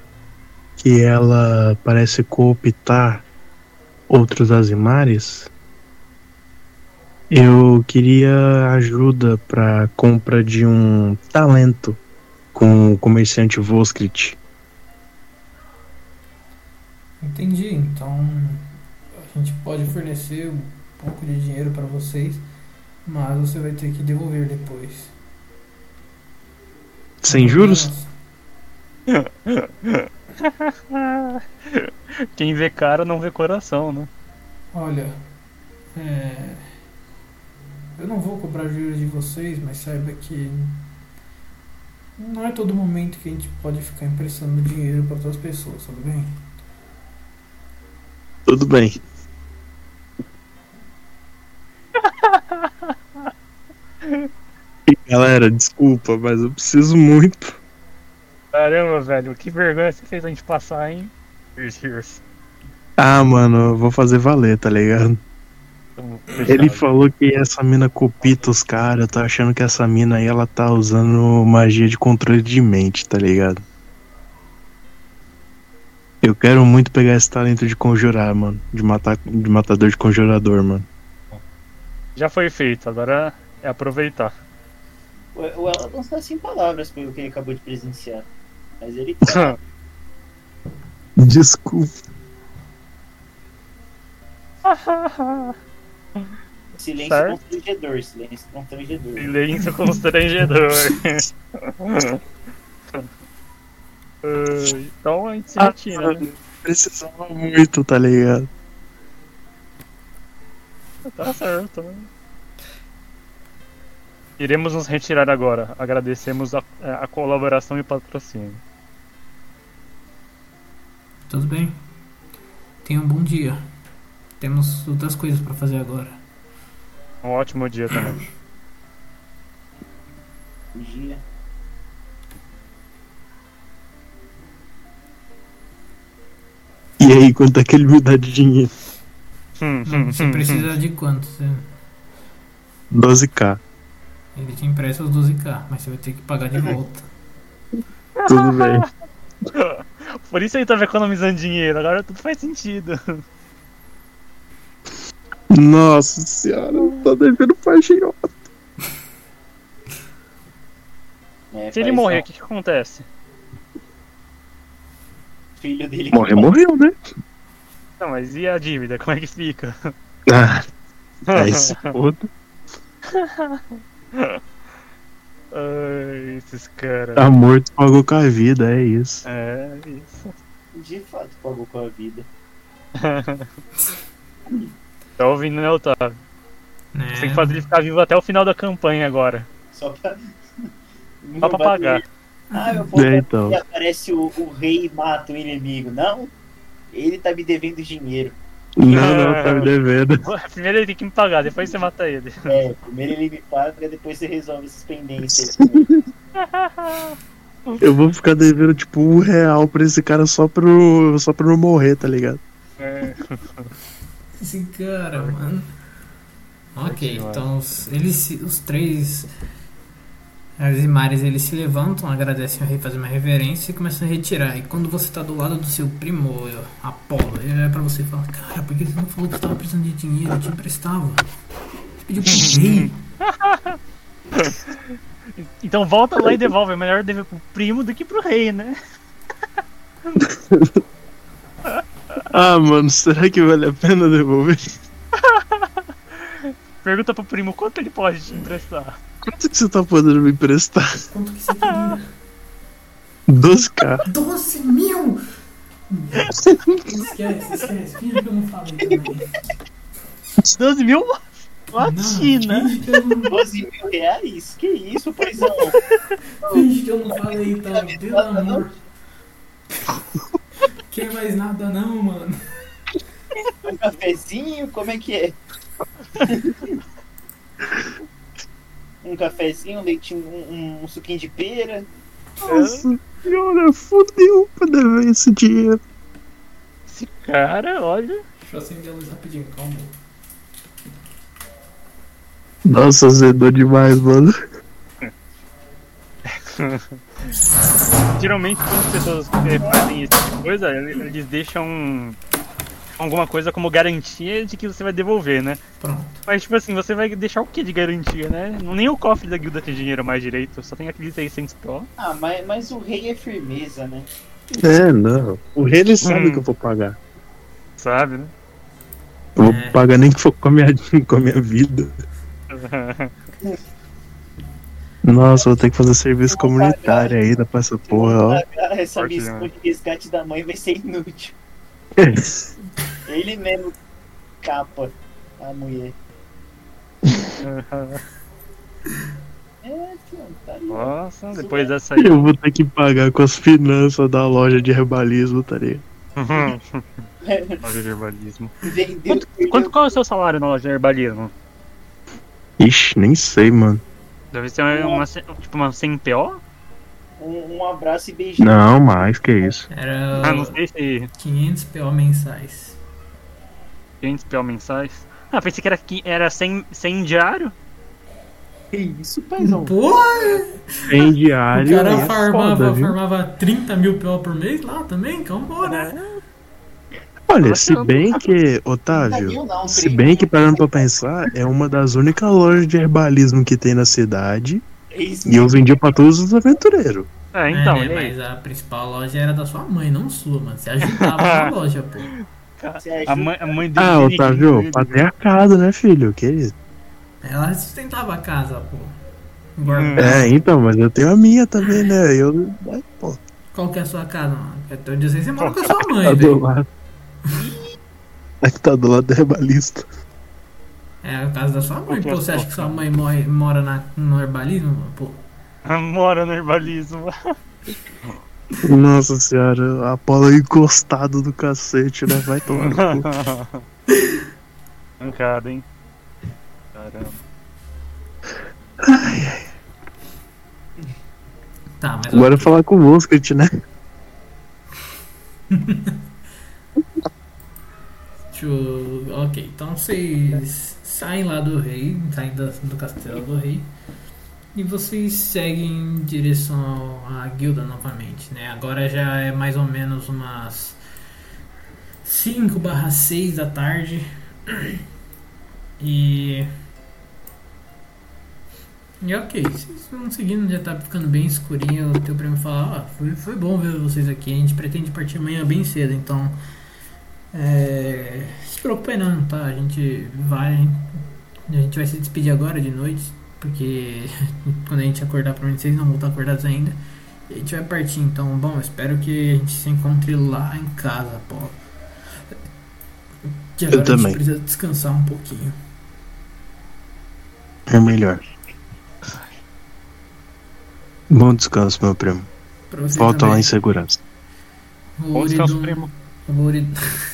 [SPEAKER 3] que ela parece cooptar outros azimares, eu queria ajuda para compra de um talento com o comerciante Voskrit.
[SPEAKER 1] Entendi, então a gente pode fornecer um pouco de dinheiro para vocês, mas você vai ter que devolver depois.
[SPEAKER 3] Sem juros?
[SPEAKER 2] Quem vê cara não vê coração, né?
[SPEAKER 1] Olha, é, eu não vou cobrar juros de vocês, mas saiba que não é todo momento que a gente pode ficar emprestando dinheiro para outras pessoas, tudo bem?
[SPEAKER 3] Tudo bem. Galera, desculpa, mas eu preciso muito.
[SPEAKER 2] Caramba, velho, que vergonha você fez a gente passar, hein? Here's, here's.
[SPEAKER 3] Ah, mano, eu vou fazer valer, tá ligado?
[SPEAKER 2] Então,
[SPEAKER 3] Ele
[SPEAKER 2] fechado.
[SPEAKER 3] falou que essa mina copita os caras, tá achando que essa mina aí ela tá usando magia de controle de mente, tá ligado? Eu quero muito pegar esse talento de conjurar, mano. De, matar, de matador de conjurador, mano.
[SPEAKER 2] Já foi feito, agora é aproveitar.
[SPEAKER 4] Ou ela não está sem palavras pelo que ele acabou de presenciar. Mas ele tá.
[SPEAKER 3] Desculpa.
[SPEAKER 4] Silêncio
[SPEAKER 2] Certo.
[SPEAKER 4] constrangedor, silêncio constrangedor.
[SPEAKER 2] Silêncio constrangedor. Ah, então a gente se retira, né?
[SPEAKER 3] Precisava muito, tá ligado?
[SPEAKER 2] Tá certo. né? Iremos nos retirar agora. Agradecemos a, é, a colaboração e patrocínio.
[SPEAKER 1] Tudo bem. Tenha um bom dia. Temos outras coisas para fazer agora.
[SPEAKER 2] Um ótimo dia também.
[SPEAKER 4] Fugia.
[SPEAKER 3] E aí, quanto é que ele me dá de dinheiro?
[SPEAKER 2] Hum, hum,
[SPEAKER 1] Você
[SPEAKER 2] hum, hum.
[SPEAKER 1] precisa de quanto? Você-
[SPEAKER 3] 12k.
[SPEAKER 1] Ele te empresta os 12k, mas você vai ter que pagar de volta.
[SPEAKER 3] Tudo bem.
[SPEAKER 2] Por isso ele tava economizando dinheiro, agora tudo faz sentido.
[SPEAKER 3] Nossa senhora, eu tô devendo pra Giota.
[SPEAKER 4] É,
[SPEAKER 2] Se ele
[SPEAKER 4] faz-
[SPEAKER 2] morrer, o que, que acontece?
[SPEAKER 4] o filho dele que
[SPEAKER 3] Morrer, morreu, né?
[SPEAKER 2] Não, mas e a dívida? Como é que fica?
[SPEAKER 3] Ah,
[SPEAKER 2] é
[SPEAKER 3] aí se foda.
[SPEAKER 2] Ai, esses caras.
[SPEAKER 3] Tá morto, pagou com a vida, é isso.
[SPEAKER 2] É, isso.
[SPEAKER 4] de fato pagou com a vida.
[SPEAKER 2] Tá ouvindo, né, Otávio?
[SPEAKER 1] Né?
[SPEAKER 2] Tem que fazer ele ficar vivo até o final da campanha agora.
[SPEAKER 4] Só pra. Não
[SPEAKER 2] Só pra
[SPEAKER 4] vai-
[SPEAKER 2] pagar.
[SPEAKER 4] Ah, eu vou
[SPEAKER 3] É, então.
[SPEAKER 4] E aparece o, o rei e mata o inimigo. Não, ele tá me devendo dinheiro.
[SPEAKER 3] Não, não, tá me devendo.
[SPEAKER 2] Primeiro ele tem que me pagar, depois você mata ele.
[SPEAKER 4] É, primeiro ele me paga, depois você resolve essas pendências.
[SPEAKER 3] Eu vou ficar devendo, tipo, um real pra esse cara só pra, eu- só pra eu não morrer, tá ligado?
[SPEAKER 2] É,
[SPEAKER 1] Esse cara, mano. Ok,
[SPEAKER 2] Senhora.
[SPEAKER 1] então os, eles, se- os três Azimares eles se levantam, agradecem ao rei, fazem uma reverência e começam a retirar. E quando você tá do lado do seu primo, eu- Apolo, ele é pra você e fala: Cara, por que você não falou que você tava precisando de um dinheiro? Eu te emprestava. Você pediu pro rei.
[SPEAKER 2] Então volta lá e devolve. É melhor dever pro primo do que pro rei, né?
[SPEAKER 3] Ah, mano, será que vale a pena devolver?
[SPEAKER 2] Pergunta pro primo quanto ele pode te emprestar.
[SPEAKER 3] Quanto que você tá podendo me emprestar?
[SPEAKER 1] Quanto que você queria?
[SPEAKER 3] 12k.
[SPEAKER 1] 12 mil! Esquece, esquece. Finge que eu não falei também.
[SPEAKER 2] 12 mil?
[SPEAKER 1] Não,
[SPEAKER 2] Latina!
[SPEAKER 1] finge que eu não-
[SPEAKER 4] 12 mil reais? Que isso, paizão?
[SPEAKER 1] Finge que eu não falei, então, pelo amor. Quer mais nada não, mano.
[SPEAKER 4] Um cafezinho? Como é que é? um cafezinho, um leitinho, um, um suquinho de pera.
[SPEAKER 3] Nossa senhora, fudeu pra dever esse dinheiro.
[SPEAKER 2] Esse cara, olha.
[SPEAKER 1] Deixa eu acender a luz rapidinho, calma.
[SPEAKER 3] Nossa, azedou demais, mano.
[SPEAKER 2] Geralmente quando as pessoas eh, fazem esse tipo de coisa, eles deixam alguma coisa como garantia de que você vai devolver, né?
[SPEAKER 1] Pronto.
[SPEAKER 2] Mas tipo assim, você vai deixar o que de garantia, né? Nem o cofre da guilda tem dinheiro mais direito, só tem aqueles 600 pro.
[SPEAKER 4] Ah, mas, mas o rei é firmeza, né?
[SPEAKER 3] É, não. O rei ele sabe
[SPEAKER 2] Hum.
[SPEAKER 3] que eu vou pagar.
[SPEAKER 2] Sabe, né?
[SPEAKER 3] Eu vou
[SPEAKER 1] É.
[SPEAKER 3] pagar nem que for com a minha, com a minha vida. Nossa, vou ter que fazer serviço comunitário ainda pra essa porra, ó.
[SPEAKER 4] Ah, Essa
[SPEAKER 2] Forte
[SPEAKER 4] missão
[SPEAKER 2] demais.
[SPEAKER 4] de resgate da mãe vai ser inútil. Ele mesmo capa a mulher. É, tio, tá aí.
[SPEAKER 2] Nossa, depois dessa aí.
[SPEAKER 3] Eu vou ter que pagar com as finanças da loja de herbalismo, tá ligado?
[SPEAKER 2] loja de herbalismo.
[SPEAKER 4] Vendeu
[SPEAKER 2] Quanto qual é o seu salário na loja de herbalismo?
[SPEAKER 3] Ixi, nem sei, mano.
[SPEAKER 2] Deve ser uma, uma, tipo uma 100 PO?
[SPEAKER 4] um, um abraço e beijinho.
[SPEAKER 3] Não, mais que isso.
[SPEAKER 1] Era
[SPEAKER 2] Ah, não sei se
[SPEAKER 1] 500 PO mensais.
[SPEAKER 2] 500 PO mensais. Ah, pensei que era, qui- era 100, 100 diário.
[SPEAKER 4] Que isso, paizão?
[SPEAKER 1] Porra!
[SPEAKER 3] Em
[SPEAKER 1] O
[SPEAKER 3] diário,
[SPEAKER 1] cara
[SPEAKER 3] é foda,
[SPEAKER 1] farmava,
[SPEAKER 3] viu?
[SPEAKER 1] farmava 30 mil PO por mês lá também? Calma, né?
[SPEAKER 3] Olha, se bem que, Otávio,
[SPEAKER 4] Não, não,
[SPEAKER 3] se
[SPEAKER 4] primo.
[SPEAKER 3] bem que parando pra pensar, é uma das únicas lojas de herbalismo que tem na cidade
[SPEAKER 4] Eis
[SPEAKER 3] e eu vendia pra todos os aventureiros.
[SPEAKER 2] É, então,
[SPEAKER 1] é,
[SPEAKER 2] e
[SPEAKER 1] né,
[SPEAKER 2] aí?
[SPEAKER 1] mas a principal loja era da sua mãe, não sua, mano. Você ajudava na loja, pô.
[SPEAKER 4] Você é ajuda
[SPEAKER 2] A mãe, a mãe dele.
[SPEAKER 3] Ah,
[SPEAKER 2] dele-
[SPEAKER 3] Otávio,
[SPEAKER 2] dele-
[SPEAKER 3] patriarcado, né, filho? Que isso?
[SPEAKER 1] Ela sustentava a casa, pô. Agora,
[SPEAKER 2] Hum.
[SPEAKER 3] É, então, mas eu tenho a minha também, né? Eu. Ai, pô,
[SPEAKER 1] qual que é a sua casa, mano? Eu disse que você mora com a sua
[SPEAKER 3] tá
[SPEAKER 1] mãe,
[SPEAKER 3] do
[SPEAKER 1] velho.
[SPEAKER 3] lado. É que tá do lado do herbalista.
[SPEAKER 1] É a casa da sua mãe,
[SPEAKER 2] Qual que é
[SPEAKER 1] pô.
[SPEAKER 2] a
[SPEAKER 1] Você
[SPEAKER 2] sua
[SPEAKER 1] acha que sua
[SPEAKER 2] casa?
[SPEAKER 1] mãe morre- mora na, no herbalismo, mano? Pô.
[SPEAKER 2] Mora no herbalismo.
[SPEAKER 3] Nossa senhora, Apolo encostado do cacete, né? Vai tomar no cu.
[SPEAKER 2] Mancada, hein? Caramba.
[SPEAKER 1] Tá, mas
[SPEAKER 3] Agora falar com o Mosquet, né?
[SPEAKER 1] Deixa eu- Ok, então vocês saem lá do rei, saem da- do castelo do rei, e vocês seguem em direção à guilda novamente, né? Agora já é mais ou menos umas 5 barra 6 da tarde, e... E é ok, vocês vão seguindo, já tá ficando bem escurinho, o teu primo fala, ah, foi, foi bom ver vocês aqui, a gente pretende partir amanhã bem cedo, então... É, se preocupe não, tá? A gente vai. A gente vai se despedir agora de noite, porque quando a gente acordar, provavelmente vocês não vão estar acordados ainda. E a gente vai partir, então, bom, espero que a gente se encontre lá em casa, pô. Que agora a
[SPEAKER 3] também.
[SPEAKER 1] gente precisa descansar um pouquinho.
[SPEAKER 3] É melhor. Bom descanso, meu primo.
[SPEAKER 1] Pra vocês
[SPEAKER 3] Volta lá
[SPEAKER 1] também.
[SPEAKER 3] em segurança.
[SPEAKER 1] O
[SPEAKER 2] Bom descanso,
[SPEAKER 1] Oridon-
[SPEAKER 2] primo.
[SPEAKER 1] O Oridon...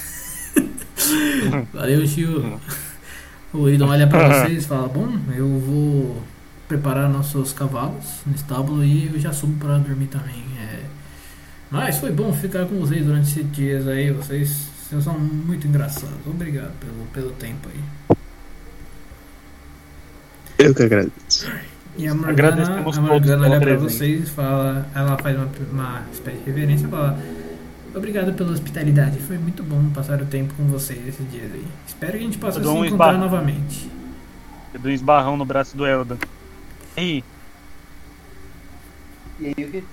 [SPEAKER 1] Valeu, tio. O Oridon olha pra vocês e fala: Bom, eu vou preparar nossos cavalos no estábulo e eu já subo pra dormir também. é. Mas foi bom ficar com vocês durante esses dias aí. Vocês, vocês são muito engraçados. Obrigado pelo, pelo tempo aí.
[SPEAKER 3] Eu que agradeço.
[SPEAKER 1] E a Morgana,
[SPEAKER 2] Agradecemos
[SPEAKER 1] a Morgana
[SPEAKER 2] todos
[SPEAKER 1] olha
[SPEAKER 2] pela
[SPEAKER 1] pra
[SPEAKER 2] presença.
[SPEAKER 1] vocês e fala, ela faz uma, uma espécie de reverência e fala Obrigado pela hospitalidade, foi muito bom passar o tempo com vocês esses dias aí. Espero que a gente possa
[SPEAKER 2] Eu
[SPEAKER 1] se
[SPEAKER 2] dou um
[SPEAKER 1] encontrar
[SPEAKER 2] esbarro.
[SPEAKER 1] novamente.
[SPEAKER 2] Eu dei um esbarrão no braço do Elda. Ei,
[SPEAKER 9] E aí eu vi.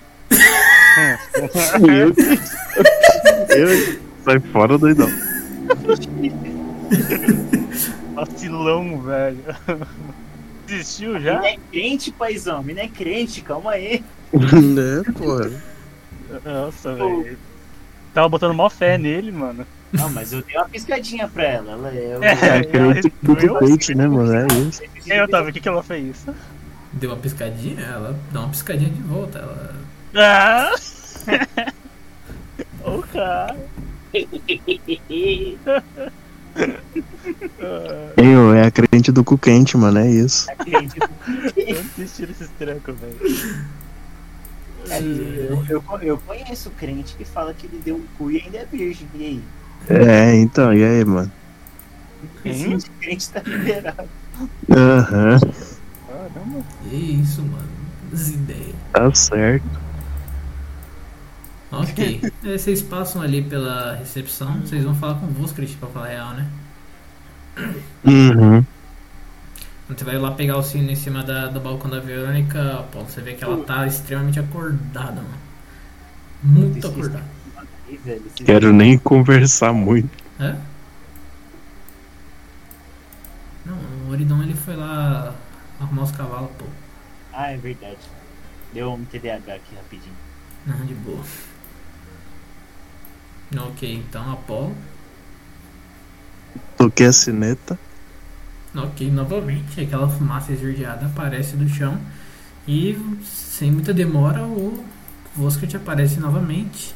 [SPEAKER 3] Fui eu. eu. Sai fora, doidão.
[SPEAKER 2] Vacilão, velho. Desistiu já?
[SPEAKER 4] Mina é crente, paizão. Mina é crente, calma aí.
[SPEAKER 3] né, porra?
[SPEAKER 2] Nossa, velho. Tava botando mó fé nele, mano.
[SPEAKER 4] Não, mas eu dei uma piscadinha pra ela. Ela é. Eu,
[SPEAKER 2] É,
[SPEAKER 3] Aquele
[SPEAKER 2] eu-
[SPEAKER 3] clickbait, né, mano? É isso.
[SPEAKER 2] eu, tava, o que que ela fez?
[SPEAKER 1] Deu uma piscadinha, ela dá uma piscadinha de volta. Ela
[SPEAKER 2] Ah! Ô, cara.
[SPEAKER 3] Eu, é a crente do cu quente, mano. É isso.
[SPEAKER 2] Eu assisti esses trancos, velho.
[SPEAKER 4] É Eu, eu- eu conheço crente que fala que ele deu um cu e ainda é virgem. E aí?
[SPEAKER 3] É, então, e aí, mano?
[SPEAKER 2] Hein?
[SPEAKER 4] Esse crente tá liberado.
[SPEAKER 3] Aham,
[SPEAKER 2] Caramba.
[SPEAKER 1] Que É isso, mano. As ideias.
[SPEAKER 3] tá certo.
[SPEAKER 1] Ok. É, vocês passam ali pela recepção, vocês vão falar com o Christian, pra falar a real, né?
[SPEAKER 3] Uhum.
[SPEAKER 1] Quando você vai lá pegar o sino em cima da, do balcão da Verônica, Paulo, você vê que ela tá extremamente acordada, mano. Muito
[SPEAKER 4] Isso, isso.
[SPEAKER 1] acordada.
[SPEAKER 4] Aí, velho, esse-
[SPEAKER 3] Quero nem conversar muito.
[SPEAKER 1] Hã? Não, o Oridon ele foi lá arrumar os cavalos, pô.
[SPEAKER 4] Ah, é verdade. Deu um TDAH aqui rapidinho.
[SPEAKER 1] Não, de boa. Ok, então Apolo.
[SPEAKER 3] Toquei a sineta.
[SPEAKER 1] Ok, novamente aquela fumaça esverdeada aparece do chão e sem muita demora o Voskert aparece novamente.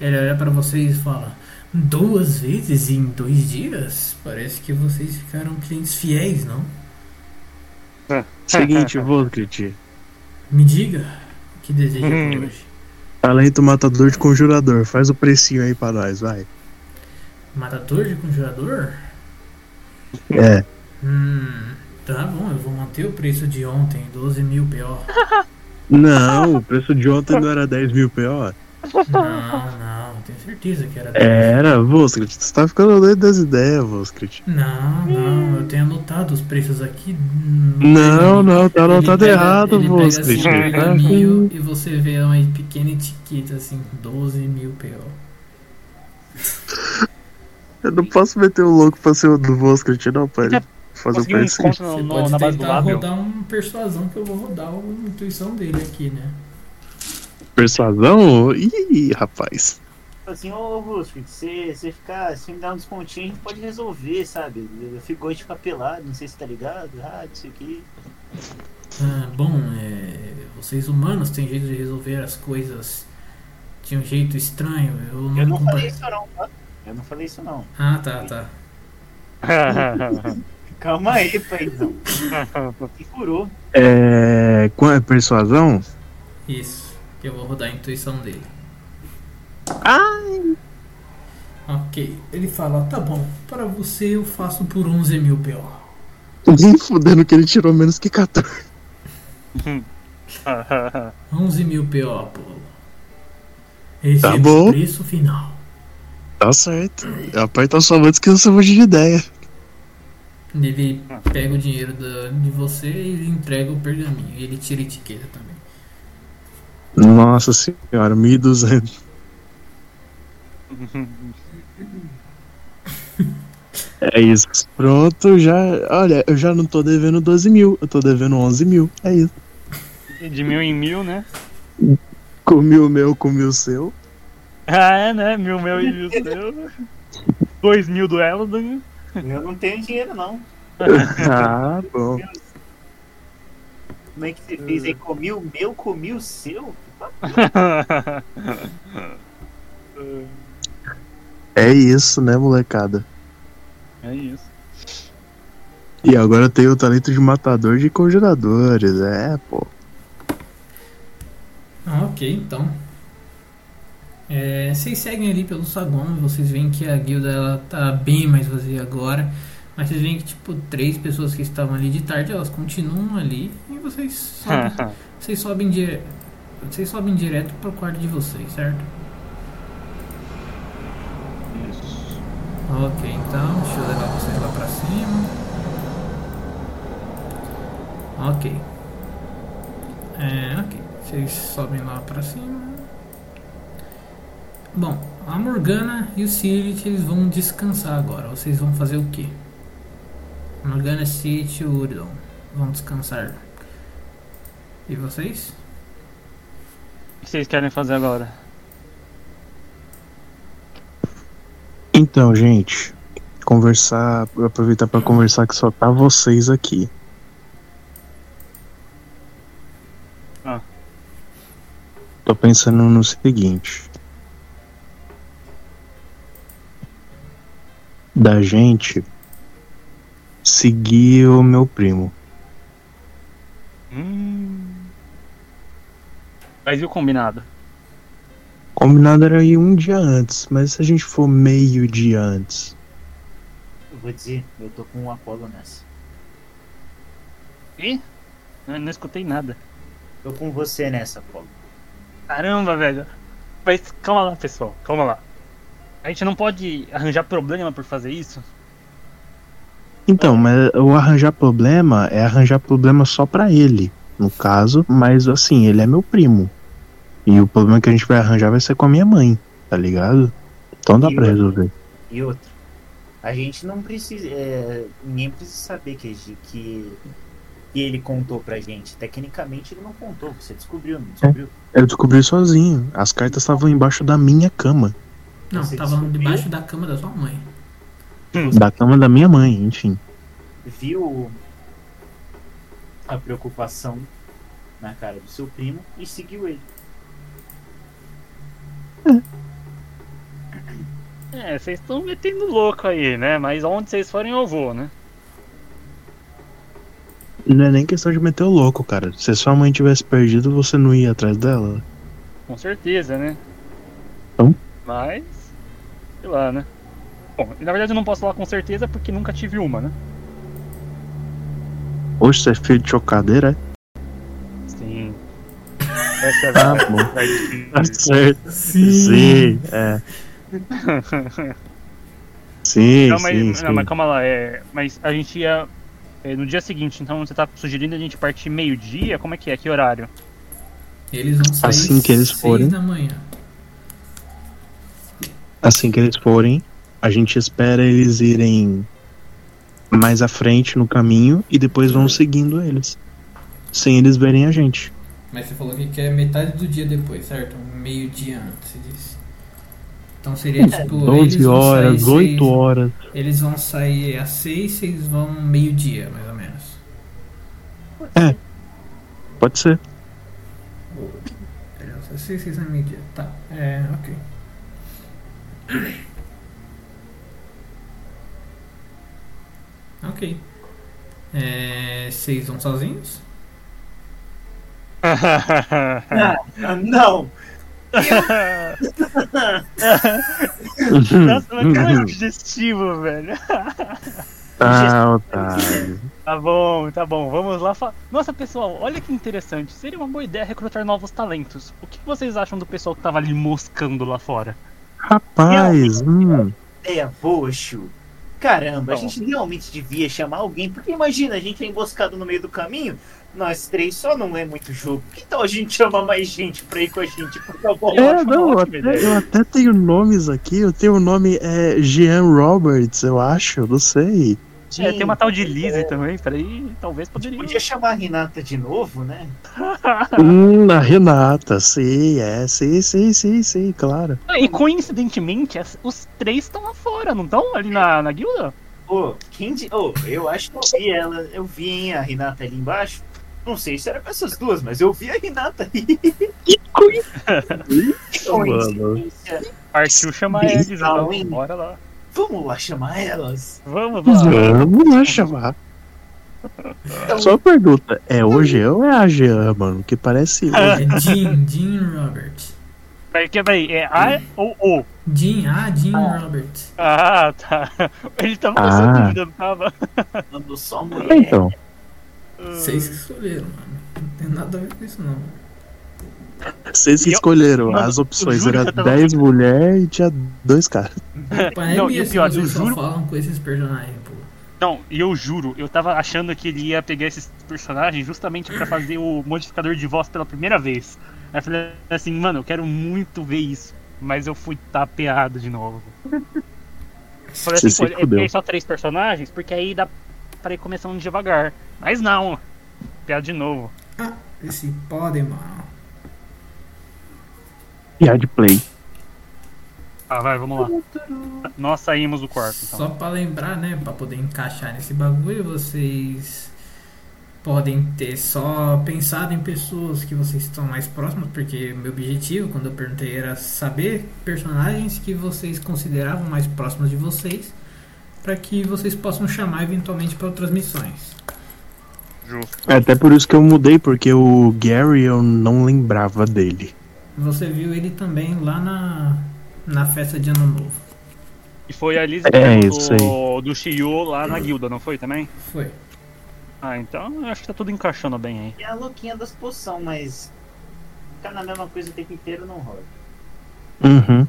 [SPEAKER 1] Ele olha pra vocês e fala: Duas vezes em dois dias? Parece que vocês ficaram clientes fiéis, não?
[SPEAKER 3] Seguinte, Volkrit.
[SPEAKER 1] Me diga o que deseja por hoje.
[SPEAKER 3] Além do matador de conjurador, faz o precinho aí pra nós, vai.
[SPEAKER 1] Matador de congelador?
[SPEAKER 3] É.
[SPEAKER 1] Hum, tá bom, eu vou manter o preço de ontem, 12 mil PO.
[SPEAKER 3] Não, o preço de ontem não era 10 mil PO.
[SPEAKER 1] Não, não, tenho certeza que era 10.
[SPEAKER 3] Era, Volkrit. Você tá ficando doido das ideias, Volkrit.
[SPEAKER 1] Não, não, eu tenho anotado os preços aqui.
[SPEAKER 3] Não, não, tá
[SPEAKER 1] Ele
[SPEAKER 3] anotado
[SPEAKER 1] pega-
[SPEAKER 3] errado, Tá
[SPEAKER 1] ele pega assim,
[SPEAKER 3] Volkrit.
[SPEAKER 1] um
[SPEAKER 2] Christian.
[SPEAKER 1] pergaminho e você vê uma pequena etiqueta assim, 12 mil PO.
[SPEAKER 3] Eu não posso meter o louco pra cima do Volkrit, não, pai. Fazer o
[SPEAKER 2] Conseguiu um
[SPEAKER 3] precinho.
[SPEAKER 2] encontro no-
[SPEAKER 1] Você
[SPEAKER 2] no-
[SPEAKER 1] pode
[SPEAKER 4] é
[SPEAKER 2] na base do
[SPEAKER 1] tentar
[SPEAKER 2] lábio?
[SPEAKER 1] rodar um persuasão que eu vou rodar a intuição dele aqui, né?
[SPEAKER 3] Persuasão? Ih, rapaz.
[SPEAKER 4] Falei assim, ô Augusto, você, você ficar, se me dar um descontinho, a gente pode resolver, sabe? Eu fico hoje de ficar pelado, não sei se tá ligado, ah, isso aqui.
[SPEAKER 1] Ah, bom, é, vocês humanos têm jeito de resolver as coisas de um jeito estranho. Eu não,
[SPEAKER 4] Eu não
[SPEAKER 1] compa-
[SPEAKER 4] falei isso não, tá? Eu não falei isso não.
[SPEAKER 1] Ah, tá, tá.
[SPEAKER 4] Calma aí, paizão. Que furou.
[SPEAKER 3] É. Qual é persuasão?
[SPEAKER 1] Isso. Eu vou rodar a intuição dele. Ai! Ok. Ele fala: tá bom, para você eu faço por 11 mil PO.
[SPEAKER 3] Nem fudendo que ele tirou menos que 14.
[SPEAKER 2] Ah,
[SPEAKER 1] 11 mil PO, Apolo. Esse
[SPEAKER 3] Tá
[SPEAKER 1] é o
[SPEAKER 3] bom.
[SPEAKER 1] preço final.
[SPEAKER 3] Tá certo. Aperta a sua mão antes que você mude de ideia.
[SPEAKER 1] Ele pega o dinheiro da- de você e entrega o pergaminho. E ele tira a etiqueta também.
[SPEAKER 3] Nossa senhora, 1200. É isso. Pronto, já. Olha, eu já não tô devendo 12 mil, eu tô devendo 11 mil. É isso.
[SPEAKER 2] De mil em mil, né?
[SPEAKER 3] Comi o meu, comi o seu.
[SPEAKER 2] Ah, é, né? Mil, meu e mil seu. Dois mil do né? Elden.
[SPEAKER 4] Eu não tenho dinheiro não.
[SPEAKER 3] Ah, bom.
[SPEAKER 4] Como é que você fez aí? Comi o meu, comi o seu?
[SPEAKER 3] É isso, né, molecada?
[SPEAKER 2] É isso.
[SPEAKER 3] E agora eu tenho o talento de matador de congeladores. É, pô.
[SPEAKER 1] Ah, ok, então. É, vocês seguem ali pelo saguão e vocês veem que a guilda ela tá bem mais vazia agora. Mas vocês veem que, tipo, três pessoas que estavam ali de tarde, elas continuam ali e vocês sobem, vocês sobem, dire... vocês sobem direto pro quarto de vocês, certo? Ok, então, deixa eu levar vocês lá pra cima. Ok. É, ok. Vocês sobem lá pra cima. Bom, a Morgana e o Sirit eles vão descansar agora. Vocês vão fazer o quê? Morgana, Sirit e o Urdon vão descansar. E vocês?
[SPEAKER 2] O que vocês querem fazer agora?
[SPEAKER 3] Então, gente, conversar, aproveitar pra conversar que só tá vocês aqui.
[SPEAKER 2] Ah.
[SPEAKER 3] Tô pensando no seguinte. Da gente seguir o meu primo.
[SPEAKER 2] Hum. Mas e o combinado?
[SPEAKER 3] Combinado era ir um dia antes, mas se a gente for meio dia antes.
[SPEAKER 4] Eu vou dizer, eu tô com um Apolo nessa.
[SPEAKER 2] Eu não escutei nada.
[SPEAKER 4] Tô com você nessa, Apolo.
[SPEAKER 2] Caramba, velho. Mas calma lá, pessoal. Calma lá. A gente não pode arranjar problema por fazer isso?
[SPEAKER 3] Então, mas o arranjar problema é arranjar problema só pra ele, no caso, mas assim, ele é meu primo. E o problema que a gente vai arranjar vai ser com a minha mãe, tá ligado? Então dá pra resolver.
[SPEAKER 4] E outro, a gente não precisa. é, ninguém precisa saber que, a gente- que, que ele contou pra gente. Tecnicamente ele não contou, você descobriu, não descobriu?
[SPEAKER 3] Eu descobri sozinho, as cartas estavam embaixo da minha cama,
[SPEAKER 1] Não,
[SPEAKER 4] Você
[SPEAKER 1] tava
[SPEAKER 4] descobriu?
[SPEAKER 1] debaixo da cama da sua mãe.
[SPEAKER 3] da cama da minha mãe, enfim.
[SPEAKER 4] Viu a preocupação na cara do seu primo e seguiu ele.
[SPEAKER 2] É, vocês estão metendo louco aí, né? Mas onde vocês forem eu vou, né?
[SPEAKER 3] Não é nem questão de meter o louco, cara. Se sua mãe tivesse perdido, você não ia atrás dela?
[SPEAKER 2] Com certeza, né?
[SPEAKER 3] Então?
[SPEAKER 2] Mas. Sei lá, né? Bom, na verdade eu não posso falar com certeza porque nunca tive uma, né?
[SPEAKER 3] Hoje você é filho de chocadeira, é?
[SPEAKER 2] Sim. Essa é a verdade.
[SPEAKER 3] Ah, bom. Tá certo.
[SPEAKER 1] Sim.
[SPEAKER 3] Sim, é. Sim,
[SPEAKER 2] Não,
[SPEAKER 3] sim,
[SPEAKER 2] mas,
[SPEAKER 3] sim.
[SPEAKER 2] não, mas calma lá, é. Mas a gente ia. é, no dia seguinte, então você tá sugerindo a gente partir meio-dia? Como é que é? Que horário?
[SPEAKER 1] Eles vão sair
[SPEAKER 3] Assim que eles
[SPEAKER 1] seis
[SPEAKER 3] forem.
[SPEAKER 1] da manhã.
[SPEAKER 3] Assim que eles forem, a gente espera eles irem mais à frente no caminho e depois vão seguindo eles. Sem eles verem a gente.
[SPEAKER 1] Mas você falou que quer metade do dia depois, certo? Meio dia antes, você disse. Então seria tipo.
[SPEAKER 3] 12 horas, 8
[SPEAKER 1] horas.
[SPEAKER 3] horas.
[SPEAKER 1] Eles vão sair às 6, vocês vão meio-dia, mais ou menos.
[SPEAKER 3] Pode ser.
[SPEAKER 1] Melhor, às 6, 6 vão meio-dia. Tá, é, ok. Ok. É, vocês vão sozinhos?
[SPEAKER 4] não!
[SPEAKER 2] Nossa, mas cara, é digestivo, velho.
[SPEAKER 3] ah, otário.
[SPEAKER 2] Tá bom, tá bom, vamos lá. fa- Nossa, pessoal, olha que interessante. Seria uma boa ideia recrutar novos talentos. O que vocês acham do pessoal que tava ali moscando lá fora?
[SPEAKER 3] Rapaz, hum,
[SPEAKER 4] Ideia boa, Chu. É, Caramba, a
[SPEAKER 2] Bom.
[SPEAKER 4] gente realmente devia chamar alguém, porque imagina, a gente é emboscado no meio do caminho, nós três só não é muito jogo. Que tal a gente chama mais gente pra ir com a gente, por favor?
[SPEAKER 2] Eu
[SPEAKER 3] É,
[SPEAKER 2] acho
[SPEAKER 3] não,
[SPEAKER 2] uma
[SPEAKER 3] eu
[SPEAKER 2] ótima
[SPEAKER 3] até,
[SPEAKER 2] ideia.
[SPEAKER 3] eu até tenho nomes aqui. Eu tenho o nome é Jean Roberts, eu acho, eu não sei.
[SPEAKER 2] É, tem uma tal de Lizzie também, peraí, talvez poderia.
[SPEAKER 4] Podia chamar a Renata de novo, né?
[SPEAKER 3] Hum, a Renata, sim, é, sim, sim, sim, sim, claro.
[SPEAKER 2] Ah, e coincidentemente, as- os três estão lá fora, não estão ali na, na guilda?
[SPEAKER 4] Pô, quem de... Ô, eu acho que eu vi ela, eu vi, hein, a Renata ali embaixo. Não sei se era com essas duas, mas eu vi a Renata ali. Que coincidência!
[SPEAKER 2] Partiu chamar eles, então,
[SPEAKER 4] hein?
[SPEAKER 2] bora lá.
[SPEAKER 4] Vamos lá chamar elas.
[SPEAKER 2] Vamos lá.
[SPEAKER 3] Vamos lá chamar. Só uma pergunta, é o Jean ou é a Jean, mano? Que parece.
[SPEAKER 2] Ah.
[SPEAKER 1] É Jean, Jean Roberts.
[SPEAKER 2] Peraí, que- peraí, é A ou O?
[SPEAKER 1] Jean, ah, Jean Roberts.
[SPEAKER 2] Ah, tá. Ele tava com
[SPEAKER 3] Ah.
[SPEAKER 2] essa dúvida, não tava?
[SPEAKER 4] Mandou só mulher.
[SPEAKER 3] Então,
[SPEAKER 1] Vocês que escolheram, mano. Não tem nada a ver com isso, não.
[SPEAKER 3] vocês que
[SPEAKER 2] E eu-
[SPEAKER 3] escolheram
[SPEAKER 2] Mano,
[SPEAKER 3] as opções,
[SPEAKER 2] eu juro
[SPEAKER 3] era
[SPEAKER 2] que eu tava
[SPEAKER 3] 10 mulheres e tinha dois caras.
[SPEAKER 1] Pai,
[SPEAKER 2] Não,
[SPEAKER 1] é
[SPEAKER 2] e o
[SPEAKER 1] isso,
[SPEAKER 2] pior, eu
[SPEAKER 1] vocês só
[SPEAKER 2] juro-
[SPEAKER 1] falam com esses personagens, pô.
[SPEAKER 2] Não, e eu juro, eu tava achando que ele ia pegar esses personagens justamente pra fazer o modificador de voz pela primeira vez. Aí eu falei assim, mano, eu quero muito ver isso. Mas eu fui tapeado de novo. Falei
[SPEAKER 3] Você
[SPEAKER 2] assim,
[SPEAKER 3] se
[SPEAKER 2] pô, eu
[SPEAKER 3] fudeu.
[SPEAKER 2] peguei só três personagens, porque aí dá pra ir começando devagar. Mas não, tapeado de novo.
[SPEAKER 1] Esse Podemon.
[SPEAKER 3] E a de play.
[SPEAKER 2] Ah, vai, vamos lá. Nós saímos do quarto, então.
[SPEAKER 1] Só pra lembrar, né, pra poder encaixar nesse bagulho, vocês podem ter só pensado em pessoas que vocês estão mais próximas, porque meu objetivo quando eu perguntei era saber personagens que vocês consideravam mais próximos de vocês, pra que vocês possam chamar eventualmente para outras missões.
[SPEAKER 2] Justo.
[SPEAKER 3] É até por isso que eu mudei, porque o Gary eu não lembrava dele.
[SPEAKER 1] Você viu ele também lá na, na festa de Ano Novo.
[SPEAKER 2] E foi a Liz
[SPEAKER 3] É,
[SPEAKER 2] do-
[SPEAKER 3] isso aí.
[SPEAKER 2] do Shiryu lá na guilda, não foi também?
[SPEAKER 1] Foi.
[SPEAKER 2] Ah, então eu acho que tá tudo encaixando bem aí.
[SPEAKER 4] É a louquinha das poção, mas ficar na mesma coisa o tempo inteiro não rola.
[SPEAKER 3] Uhum.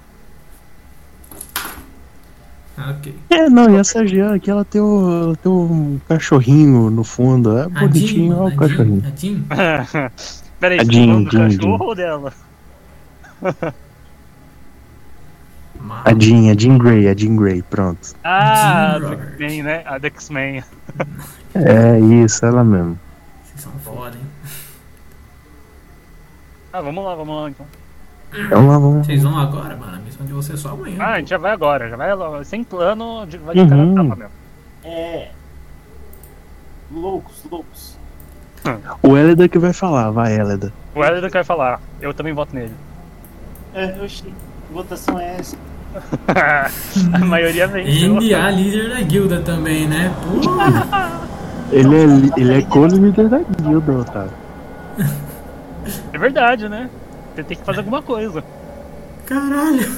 [SPEAKER 1] Ah, ok.
[SPEAKER 3] É, não, e essa Jean aqui, ela tem, o, tem um cachorrinho no fundo. É
[SPEAKER 1] A Jean,
[SPEAKER 3] bonitinho, ó,
[SPEAKER 1] a
[SPEAKER 3] o
[SPEAKER 1] Jean-
[SPEAKER 3] cachorrinho.
[SPEAKER 1] a Jean?
[SPEAKER 2] Peraí,
[SPEAKER 3] É
[SPEAKER 2] você tá
[SPEAKER 3] Jin,
[SPEAKER 2] falando do
[SPEAKER 3] Jin,
[SPEAKER 2] cachorro ou dela?
[SPEAKER 3] Ah,
[SPEAKER 1] Mas-
[SPEAKER 3] A Jean, a Jean Grey, a Jean Grey, pronto.
[SPEAKER 2] Ah, a
[SPEAKER 1] Jin
[SPEAKER 2] do
[SPEAKER 1] Roberts.
[SPEAKER 2] X-Men, né? A do X-Men.
[SPEAKER 3] É isso, ela mesmo.
[SPEAKER 1] Vocês são foda, hein?
[SPEAKER 2] Ah, vamos lá, vamos lá então.
[SPEAKER 3] Então lá vamos.
[SPEAKER 1] Vocês vão agora, mano. A missão de vocês é só amanhã.
[SPEAKER 2] Ah, a gente já vai agora, já vai logo. Sem plano, de- vai de cara
[SPEAKER 3] Uhum.
[SPEAKER 2] a tapa mesmo.
[SPEAKER 4] É. Loucos, loucos.
[SPEAKER 3] O Eleda que vai falar, vai, Eleda.
[SPEAKER 2] O Helder quer falar, eu também voto nele.
[SPEAKER 4] É, oxi. Votação é essa.
[SPEAKER 2] a maioria
[SPEAKER 1] E
[SPEAKER 2] venceu.
[SPEAKER 1] NDA, líder da guilda também, né? Pô,
[SPEAKER 3] Ele é, li- ele é co-líder da guilda, Otávio.
[SPEAKER 2] É verdade, né? Você tem que fazer alguma coisa.
[SPEAKER 1] caralho.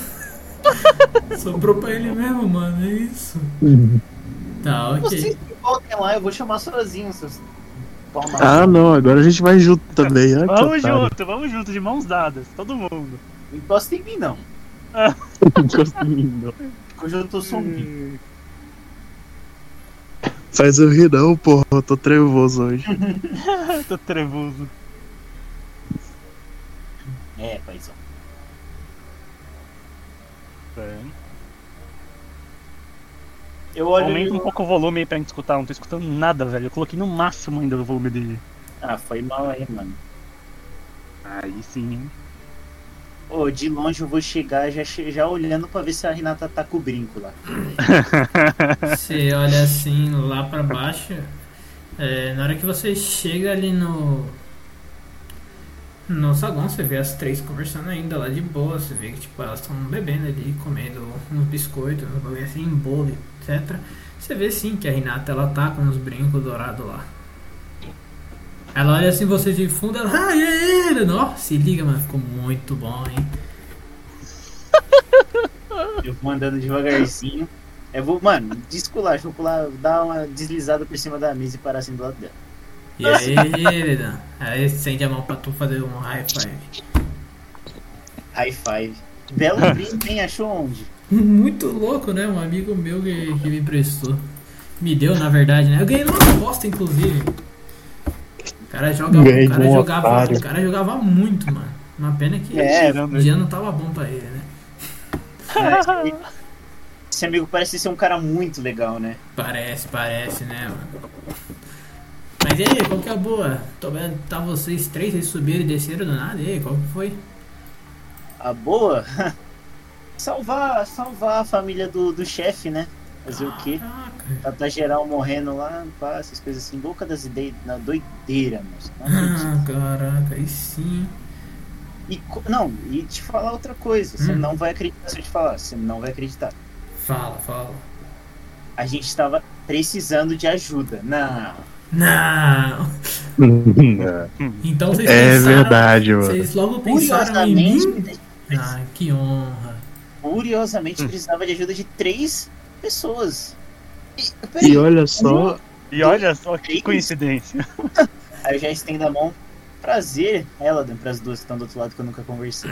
[SPEAKER 1] Sobrou pra ele mesmo, mano. É isso.
[SPEAKER 3] Uhum.
[SPEAKER 1] Tá, ok.
[SPEAKER 4] Vocês que voltem lá, eu vou chamar sozinho, seus pau na
[SPEAKER 3] Ah, não, agora a gente vai junto também. Ah, que
[SPEAKER 2] Vamos
[SPEAKER 3] otário.
[SPEAKER 2] junto, vamos junto, de mãos dadas, todo mundo.
[SPEAKER 4] Não encosta em mim, não.
[SPEAKER 3] Encosta em mim, não.
[SPEAKER 4] porque Hoje eu tô um sombrio.
[SPEAKER 2] Hum.
[SPEAKER 3] Faz eu rir, não, porra. Eu tô trevoso hoje.
[SPEAKER 2] Tô trevoso.
[SPEAKER 4] É, paizão.
[SPEAKER 2] É.
[SPEAKER 4] Eu olho.
[SPEAKER 2] Aumenta um pouco o volume aí pra gente escutar, não tô escutando nada, velho. Eu coloquei no máximo ainda o volume dele.
[SPEAKER 4] Ah, foi mal aí, mano.
[SPEAKER 2] Aí sim, hein?
[SPEAKER 4] Ô, de longe eu vou chegar já, che- já olhando pra ver se a Renata tá com o brinco lá.
[SPEAKER 1] Você olha assim lá pra baixo. é, na hora que você chega ali no. No salão, você vê as três conversando ainda lá de boa. Você vê que tipo, elas estão bebendo ali, comendo uns biscoitos, uns bagulho assim, bolo, etc. Você vê sim que a Renata ela tá com uns brincos dourados lá. Ela olha assim você de fundo, ela. Ah, e aí? Ele, Nossa, se liga, mano, ficou muito bom, hein?
[SPEAKER 4] Eu vou andando devagarzinho. Eu vou, mano, desculacho, vou pular, dar uma deslizada por cima da mesa e parar assim do lado dela.
[SPEAKER 1] E aí, querida? Aí estende a mão pra tu fazer um high five.
[SPEAKER 4] High five. Belo brinco, hein? Achou onde?
[SPEAKER 1] Muito louco, né? Um amigo meu que, que me emprestou. Me deu, na verdade, né? Eu ganhei numa aposta, inclusive. O cara jogava,
[SPEAKER 3] Ganhei
[SPEAKER 1] o cara
[SPEAKER 3] de um
[SPEAKER 1] jogava,
[SPEAKER 3] otário.
[SPEAKER 1] o cara jogava muito, mano. Uma pena que
[SPEAKER 4] É,
[SPEAKER 1] o dia não tava bom pra ele, né?
[SPEAKER 4] Né? Esse amigo parece ser um cara muito legal, né?
[SPEAKER 1] Parece, parece, né, mano? Mas e aí, qual que é a boa? Tô vendo que tá vocês três, vocês subiram e desceram do nada. E aí, qual que foi?
[SPEAKER 4] A boa? salvar, salvar a família do, do chefe, né? Fazer o quê?
[SPEAKER 1] Caraca.
[SPEAKER 4] Tá, tá geral morrendo lá, pá, essas coisas assim, louca das ideias, na doideira, moço. Não acredito.
[SPEAKER 1] Ah, caraca, aí sim.
[SPEAKER 4] E, co- não, e te falar outra coisa, você
[SPEAKER 1] Hum.
[SPEAKER 4] não vai acreditar se eu te falar, você não vai acreditar.
[SPEAKER 1] Fala, fala.
[SPEAKER 4] A gente tava precisando de ajuda. Não,
[SPEAKER 1] Não! Então vocês
[SPEAKER 3] é
[SPEAKER 1] pensaram-
[SPEAKER 3] verdade, mano.
[SPEAKER 1] Vocês logo pensaram em
[SPEAKER 4] curiosamente,
[SPEAKER 1] mim? Ah, que honra.
[SPEAKER 4] curiosamente precisava de ajuda de três pessoas. E, peraí,
[SPEAKER 3] E olha só,
[SPEAKER 2] E olha só que coincidência.
[SPEAKER 4] aí eu já estendo a mão. Prazer, Eladan, pras duas que estão do outro lado que eu nunca conversei.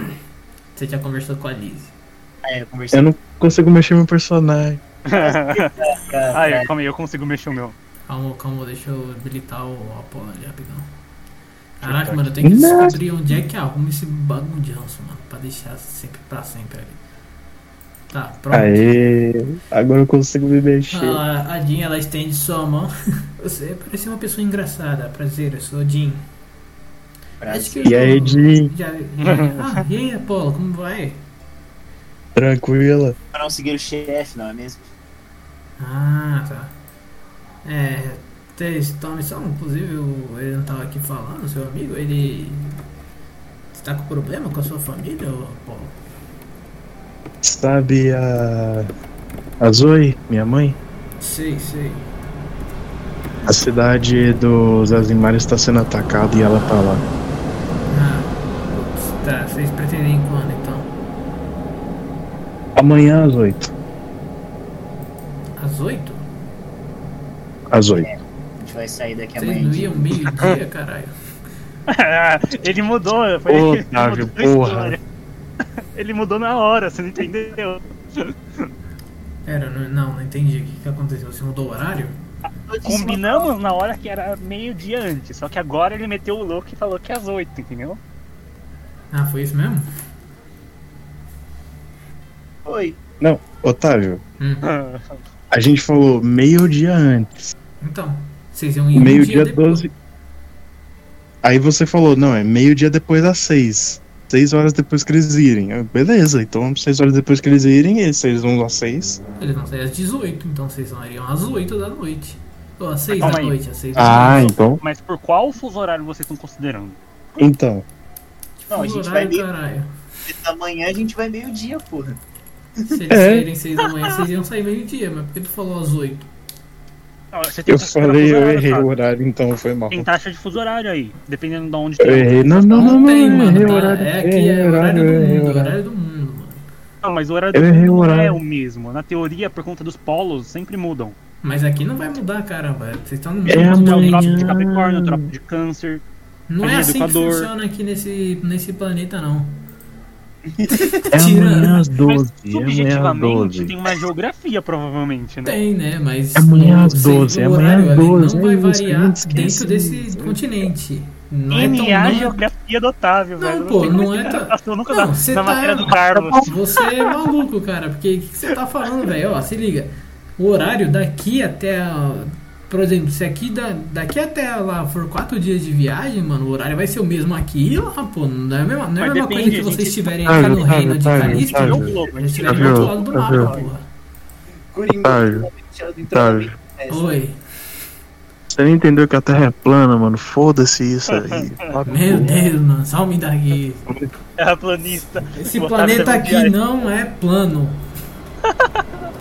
[SPEAKER 1] Você já conversou com a Liz.
[SPEAKER 4] Ah, eu conversei.
[SPEAKER 3] eu não consigo mexer meu personagem.
[SPEAKER 2] Ah, eu, calma aí, eu consigo mexer o meu.
[SPEAKER 1] Calma, calma, deixa eu habilitar o Apollo ali rapidão. Caraca, mano, eu tenho que descobrir onde é que arruma esse bagulho de ranço, mano, pra deixar sempre pra sempre ali. Tá, pronto.
[SPEAKER 3] Aê, agora eu consigo me
[SPEAKER 2] Ah.
[SPEAKER 3] mexer.
[SPEAKER 1] A, a Jean, ela estende sua mão. Você parece uma pessoa engraçada, prazer, eu sou a Jean. Acho que eu
[SPEAKER 3] E aí, Jim,
[SPEAKER 1] Já, já- ah, e aí, Apollo, como vai?
[SPEAKER 3] tranquila?
[SPEAKER 4] Pra não seguir o chefe, não é mesmo?
[SPEAKER 1] Ah, tá. É, vocês estão na missão, inclusive o- ele não tava aqui falando, seu amigo, ele. Você tá com problema com a sua família, ô Paulo?
[SPEAKER 3] Sabe a. A Zoe, minha mãe?
[SPEAKER 1] Sei, sei.
[SPEAKER 3] A cidade dos Azimares está sendo atacada e ela tá lá.
[SPEAKER 1] Ah, putz, tá, vocês pretendem quando então?
[SPEAKER 3] Amanhã às 8.
[SPEAKER 1] Às oito?
[SPEAKER 3] Às 8.
[SPEAKER 4] A gente vai sair
[SPEAKER 2] É
[SPEAKER 4] daqui
[SPEAKER 1] Vocês
[SPEAKER 4] amanhã.
[SPEAKER 1] não
[SPEAKER 4] de-
[SPEAKER 1] iam meio-dia, caralho?
[SPEAKER 2] ele mudou, foi
[SPEAKER 3] Ô,
[SPEAKER 2] ele
[SPEAKER 3] Otávio,
[SPEAKER 2] mudou a
[SPEAKER 3] porra.
[SPEAKER 2] história. Ele mudou na hora, você não entendeu?
[SPEAKER 1] Pera, não, não, não entendi. O que, que aconteceu? Você mudou o horário?
[SPEAKER 2] Combinamos na hora que era meio-dia antes, só que agora ele meteu o louco e falou que é às 8, entendeu?
[SPEAKER 1] Ah, foi isso mesmo?
[SPEAKER 4] Oi.
[SPEAKER 3] Não, Otávio,
[SPEAKER 1] Hum.
[SPEAKER 3] a gente falou meio-dia antes.
[SPEAKER 1] Então, vocês iam ir um
[SPEAKER 3] Meio-dia
[SPEAKER 1] depois.
[SPEAKER 3] 12. Aí você falou, não, é meio-dia depois das 6. 6 horas depois que eles irem. Eu, beleza, então 6 horas depois que eles irem, e vocês vão às 6.
[SPEAKER 1] Eles vão sair às 18, então vocês vão iriam às 8 da noite. Ou às 6
[SPEAKER 2] Calma
[SPEAKER 1] da
[SPEAKER 2] aí.
[SPEAKER 1] noite, às 6 da
[SPEAKER 3] Ah,
[SPEAKER 1] noite.
[SPEAKER 3] então.
[SPEAKER 2] Mas por qual fuso horário vocês estão considerando?
[SPEAKER 3] Então.
[SPEAKER 4] Não, a gente vai
[SPEAKER 1] horário,
[SPEAKER 4] meio
[SPEAKER 1] caralho.
[SPEAKER 4] Amanhã a gente vai meio-dia, porra.
[SPEAKER 1] Se eles
[SPEAKER 3] É.
[SPEAKER 1] saírem 6 da manhã, vocês iam sair meio-dia, mas por que tu falou às 8?
[SPEAKER 2] Ah, Você tem
[SPEAKER 3] Eu
[SPEAKER 2] que considerar
[SPEAKER 3] falei,
[SPEAKER 2] fuso
[SPEAKER 3] eu
[SPEAKER 2] horário,
[SPEAKER 3] errei
[SPEAKER 2] cara.
[SPEAKER 3] o horário, então foi mal.
[SPEAKER 2] Tem taxa de fuso horário aí, dependendo de onde
[SPEAKER 3] Eu
[SPEAKER 2] tem.
[SPEAKER 3] errei. Não, não, não, não.
[SPEAKER 1] tem,
[SPEAKER 3] eu
[SPEAKER 1] mano.
[SPEAKER 3] errei
[SPEAKER 1] tá?
[SPEAKER 3] o horário.
[SPEAKER 1] é
[SPEAKER 3] eu
[SPEAKER 1] aqui,
[SPEAKER 3] errei
[SPEAKER 1] é
[SPEAKER 3] o
[SPEAKER 1] horário
[SPEAKER 3] eu
[SPEAKER 1] do
[SPEAKER 3] errei o
[SPEAKER 1] mundo,
[SPEAKER 3] horário.
[SPEAKER 1] horário do mundo, mano.
[SPEAKER 2] Não, mas o horário
[SPEAKER 3] Eu
[SPEAKER 2] do
[SPEAKER 3] errei o
[SPEAKER 2] mundo é
[SPEAKER 3] horário.
[SPEAKER 2] o mesmo. Na teoria, por conta dos polos, sempre mudam.
[SPEAKER 1] Mas aqui não vai mudar, caramba. Vocês estão no mundo
[SPEAKER 3] É,
[SPEAKER 1] de
[SPEAKER 2] É o
[SPEAKER 3] Amanhã.
[SPEAKER 2] trópico de Capricórnio, o trópico de Câncer.
[SPEAKER 1] Não é
[SPEAKER 2] é
[SPEAKER 1] assim que
[SPEAKER 2] educador.
[SPEAKER 1] funciona aqui nesse, nesse planeta, não.
[SPEAKER 3] É amanhã
[SPEAKER 2] Mas
[SPEAKER 3] às 12. É amanhã às
[SPEAKER 2] subjetivamente
[SPEAKER 3] 12.
[SPEAKER 2] tem uma geografia, provavelmente, né?
[SPEAKER 1] Tem, né? Mas.
[SPEAKER 3] É Amanhã
[SPEAKER 1] o-
[SPEAKER 3] às 12,
[SPEAKER 1] sei- o
[SPEAKER 3] amanhã
[SPEAKER 1] horário
[SPEAKER 3] às
[SPEAKER 1] ali
[SPEAKER 3] 12,
[SPEAKER 1] Não
[SPEAKER 3] é
[SPEAKER 1] vai
[SPEAKER 3] isso,
[SPEAKER 1] variar
[SPEAKER 3] não esquece
[SPEAKER 1] dentro desse
[SPEAKER 3] isso.
[SPEAKER 1] continente. Não é tão.
[SPEAKER 2] NA
[SPEAKER 1] não é-
[SPEAKER 2] Geografia do Otávio,
[SPEAKER 1] Não,
[SPEAKER 2] velho.
[SPEAKER 1] pô,
[SPEAKER 2] sei
[SPEAKER 1] não
[SPEAKER 2] como
[SPEAKER 1] é
[SPEAKER 2] esse
[SPEAKER 1] tão-
[SPEAKER 2] cara passou nunca
[SPEAKER 1] Não,
[SPEAKER 2] na,
[SPEAKER 1] você
[SPEAKER 2] na
[SPEAKER 1] tá-
[SPEAKER 2] matéria do Carlos.
[SPEAKER 1] Você é maluco, cara, porque o que, que você tá falando, velho? Ó, se liga. O horário daqui até. a- Por exemplo, se aqui da, daqui até lá for quatro dias de viagem, mano, o horário vai ser o mesmo aqui e lá, pô. Não é a mesma, não é a
[SPEAKER 2] Mas
[SPEAKER 1] mesma
[SPEAKER 2] depende,
[SPEAKER 1] coisa que
[SPEAKER 2] gente.
[SPEAKER 1] vocês estiverem
[SPEAKER 3] Tá,
[SPEAKER 1] aqui no
[SPEAKER 3] tá,
[SPEAKER 1] reino de
[SPEAKER 3] tá,
[SPEAKER 1] Calista
[SPEAKER 3] tá,
[SPEAKER 1] e
[SPEAKER 2] Virou
[SPEAKER 1] eu
[SPEAKER 3] tá.
[SPEAKER 2] globo, a
[SPEAKER 1] eu
[SPEAKER 2] gente
[SPEAKER 1] estiver
[SPEAKER 3] tá,
[SPEAKER 1] do outro lado do
[SPEAKER 3] tá,
[SPEAKER 1] mapa,
[SPEAKER 3] tá.
[SPEAKER 1] porra.
[SPEAKER 4] Coringa
[SPEAKER 3] Otávio.
[SPEAKER 4] tá fechado em
[SPEAKER 3] Otávio.
[SPEAKER 4] treinamento.
[SPEAKER 1] Oi.
[SPEAKER 3] Você não entendeu que a Terra é plana, mano. Foda-se isso aí.
[SPEAKER 1] Meu Deus, mano, salve daqui.
[SPEAKER 2] É Terraplanista.
[SPEAKER 1] Esse
[SPEAKER 2] O Otávio
[SPEAKER 1] planeta
[SPEAKER 2] tá com
[SPEAKER 1] aqui
[SPEAKER 2] viagem.
[SPEAKER 1] não é plano.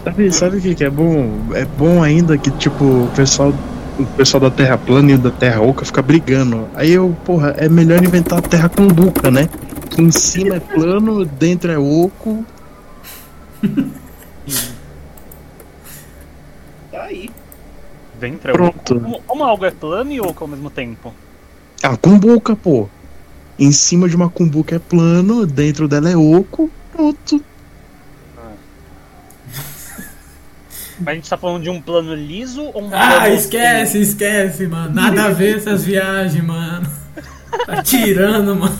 [SPEAKER 3] Sabe, sabe o que, que é bom? É bom ainda que, tipo, o pessoal, o pessoal da Terra plana e da Terra oca fica brigando. Aí eu, porra, é melhor inventar a Terra com buca, né? Que em cima é plano, dentro é oco.
[SPEAKER 4] Tá aí.
[SPEAKER 2] Vem, Trevor.
[SPEAKER 3] Pronto.
[SPEAKER 2] Como, como algo é plano e oco ao mesmo tempo?
[SPEAKER 3] A cumbuca, Ah, pô. Em cima de uma cumbuca é plano, dentro dela é oco. Pronto.
[SPEAKER 2] Mas a gente tá falando de um plano liso ou um plano...
[SPEAKER 1] Ah, esquece, esquece, mano. Nada a ver essas viagens, mano. Tá tirando, mano.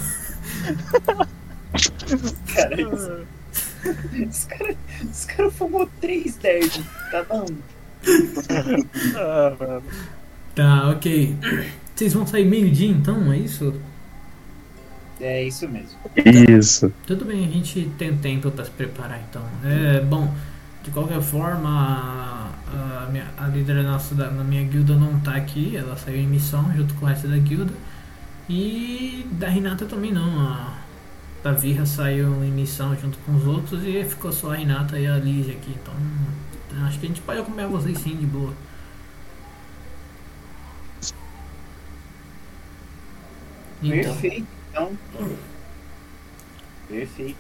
[SPEAKER 4] Cara,
[SPEAKER 1] Ah.
[SPEAKER 4] os caras os cara fumou três nerd, cada um.
[SPEAKER 2] Ah, mano.
[SPEAKER 1] Tá, ok. Vocês vão sair meio-dia então, é isso?
[SPEAKER 4] É isso mesmo.
[SPEAKER 3] Isso.
[SPEAKER 1] Tudo bem, a gente tem tempo pra se preparar então. É bom, de qualquer forma, a, a minha- a líder da nossa, da, da minha guilda não tá aqui, ela saiu em missão junto com essa da guilda. E da Renata também não, a da Virra saiu em missão junto com os outros e ficou só a Renata e a Lígia aqui, então hum, acho que a gente pode acompanhar vocês sim de boa. Então,
[SPEAKER 4] Perfeito, então. Perfeito.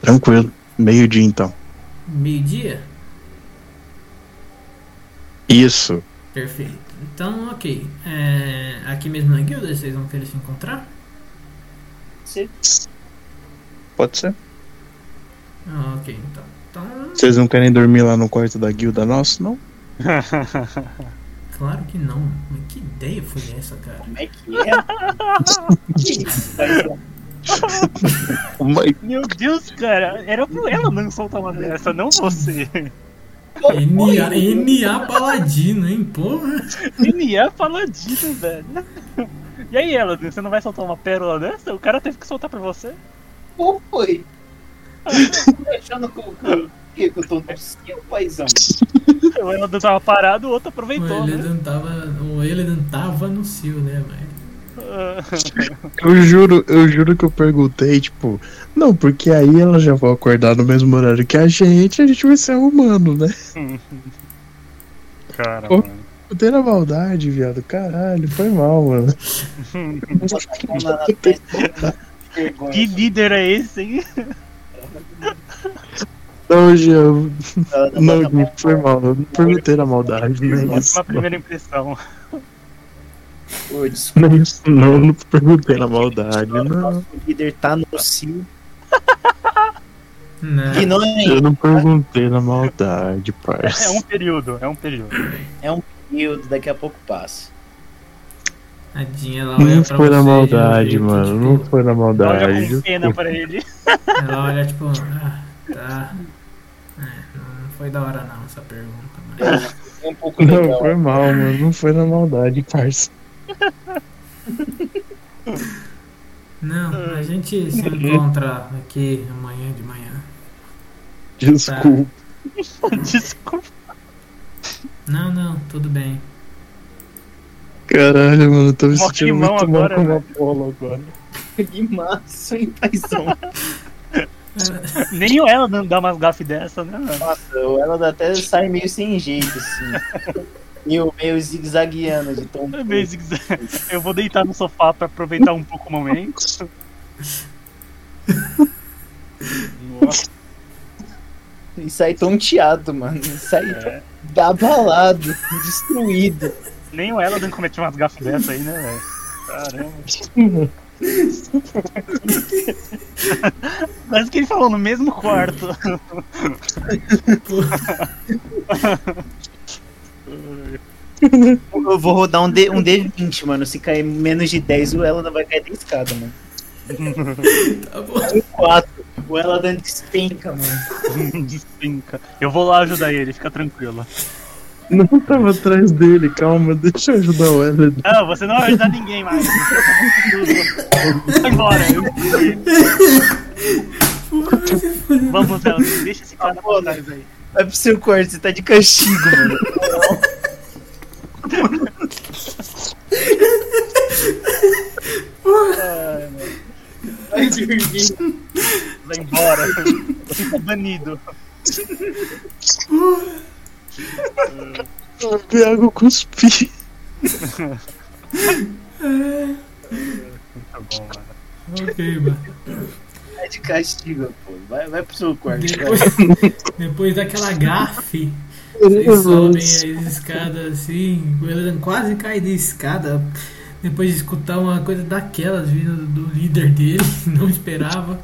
[SPEAKER 3] Tranquilo. Meio-dia então.
[SPEAKER 1] meio-dia?
[SPEAKER 3] Isso.
[SPEAKER 1] Perfeito. Então, ok. É, aqui mesmo na guilda vocês vão querer se encontrar?
[SPEAKER 4] Você
[SPEAKER 3] Pode ser?
[SPEAKER 1] Ah, ok, então. Então,
[SPEAKER 3] Vocês não querem dormir lá no quarto da guilda nossa, não?
[SPEAKER 1] claro que não. Mas que ideia foi essa, cara?
[SPEAKER 4] Como é que é? Que isso, vai ser-
[SPEAKER 2] Meu Deus, cara, era pra ela não soltar uma dessa, não você.
[SPEAKER 1] NA, NA Paladino, hein? Porra!
[SPEAKER 2] NA paladino, velho. E aí, ela, você não vai soltar uma pérola dessa? O cara teve que soltar pra você?
[SPEAKER 4] Qual foi? Eu tô um achando que eu- que eu- que eu tô no seu paizão.
[SPEAKER 2] O Eladan tava parado, o outro
[SPEAKER 1] O
[SPEAKER 2] aproveitou, né?
[SPEAKER 1] Eledan tava, o Eledan tava no Sil, né, velho?
[SPEAKER 2] Ah.
[SPEAKER 3] Eu juro, eu juro que eu perguntei, tipo, não, porque aí ela já vai acordar no mesmo horário que a gente, a gente vai ser humano, né?
[SPEAKER 2] Cara,
[SPEAKER 3] Pô. Botei na maldade, viado. Caralho, foi mal, mano.
[SPEAKER 4] Vamos lá na festa. Vergonha.
[SPEAKER 2] Que líder é esse, hein?
[SPEAKER 3] Não, Jean,
[SPEAKER 4] Ela tá
[SPEAKER 3] não,
[SPEAKER 4] botando-
[SPEAKER 3] Gui, foi mal. Eu não perguntei na maldade, né? Isso,
[SPEAKER 2] Uma primeira impressão.
[SPEAKER 4] Ô, desculpa,
[SPEAKER 3] não, isso não, não perguntei na maldade, não.
[SPEAKER 4] nosso líder tá no cio.
[SPEAKER 1] Não.
[SPEAKER 4] Ignorem,
[SPEAKER 3] Eu não perguntei na maldade, parça.
[SPEAKER 2] É um período, é um período.
[SPEAKER 4] eu daqui a pouco passa.
[SPEAKER 1] Tadinha, ela olha
[SPEAKER 3] Não
[SPEAKER 1] pra
[SPEAKER 3] foi
[SPEAKER 1] você de
[SPEAKER 3] na
[SPEAKER 1] um
[SPEAKER 3] maldade,
[SPEAKER 1] jeito,
[SPEAKER 3] mano. Não
[SPEAKER 1] tipo,
[SPEAKER 3] foi na
[SPEAKER 2] Olha
[SPEAKER 3] maldade.
[SPEAKER 2] com pena pra ele.
[SPEAKER 1] Ela olha tipo, ah, tá. É, não foi da hora não essa pergunta, mas.
[SPEAKER 4] É um pouco
[SPEAKER 3] Não,
[SPEAKER 4] legal.
[SPEAKER 3] foi mal, mano. Não foi na maldade, parça.
[SPEAKER 1] Não, a gente se
[SPEAKER 3] Uhum.
[SPEAKER 1] encontra aqui amanhã de manhã.
[SPEAKER 3] Desculpa.
[SPEAKER 2] Desculpa.
[SPEAKER 1] Não, não, tudo bem.
[SPEAKER 3] Caralho, mano. Eu tô me
[SPEAKER 2] Mó
[SPEAKER 3] sentindo
[SPEAKER 2] climão
[SPEAKER 3] muito mal
[SPEAKER 2] agora,
[SPEAKER 3] com uma bola agora.
[SPEAKER 4] Que massa, hein, paizão.
[SPEAKER 2] Nem o ela não dá umas gafes dessa, né? mano?
[SPEAKER 4] Nossa, Então, ela até sai meio sem jeito, assim. Meio, meio zigue-zagueando de tão.
[SPEAKER 2] É meio zigue-zague. Eu vou deitar no sofá pra aproveitar um pouco o momento. Nossa,
[SPEAKER 4] E sai tonteado, mano. E sai
[SPEAKER 2] É.
[SPEAKER 4] abalado, destruído.
[SPEAKER 2] nem o Eladan cometeu umas gafes dessa aí, né, velho? Caramba. Mas o que ele falou no mesmo quarto.
[SPEAKER 4] Eu vou rodar um, D, um D20, mano. Se cair menos de 10, o Eladan vai cair da escada, mano.
[SPEAKER 1] Tá bom.
[SPEAKER 4] 4. O Eladan despenca, mano.
[SPEAKER 2] Despenca. Eu vou lá ajudar ele, fica tranquilo.
[SPEAKER 3] Não tava atrás dele, calma. Deixa eu ajudar o Ellen.
[SPEAKER 2] Não, você não vai ajudar ninguém mais. Vai embora. Eu... Vamos, Eladan, deixa esse cara pra trás aí.
[SPEAKER 4] Vai pro seu quarto, você tá de castigo, mano. Vai dormir.
[SPEAKER 2] Vai embora. Fica banido.
[SPEAKER 3] Bebi água cuspi.
[SPEAKER 2] Tá bom, mano.
[SPEAKER 1] Ok, mano.
[SPEAKER 4] Tá de castigo, pô. Vai, vai pro seu quarto.
[SPEAKER 1] Depois, depois daquela gafe, vocês sobem
[SPEAKER 3] Nossa.
[SPEAKER 1] as escadas assim, o Eledan quase cai da escada. Depois de escutar uma coisa daquelas vindo do líder dele, não esperava.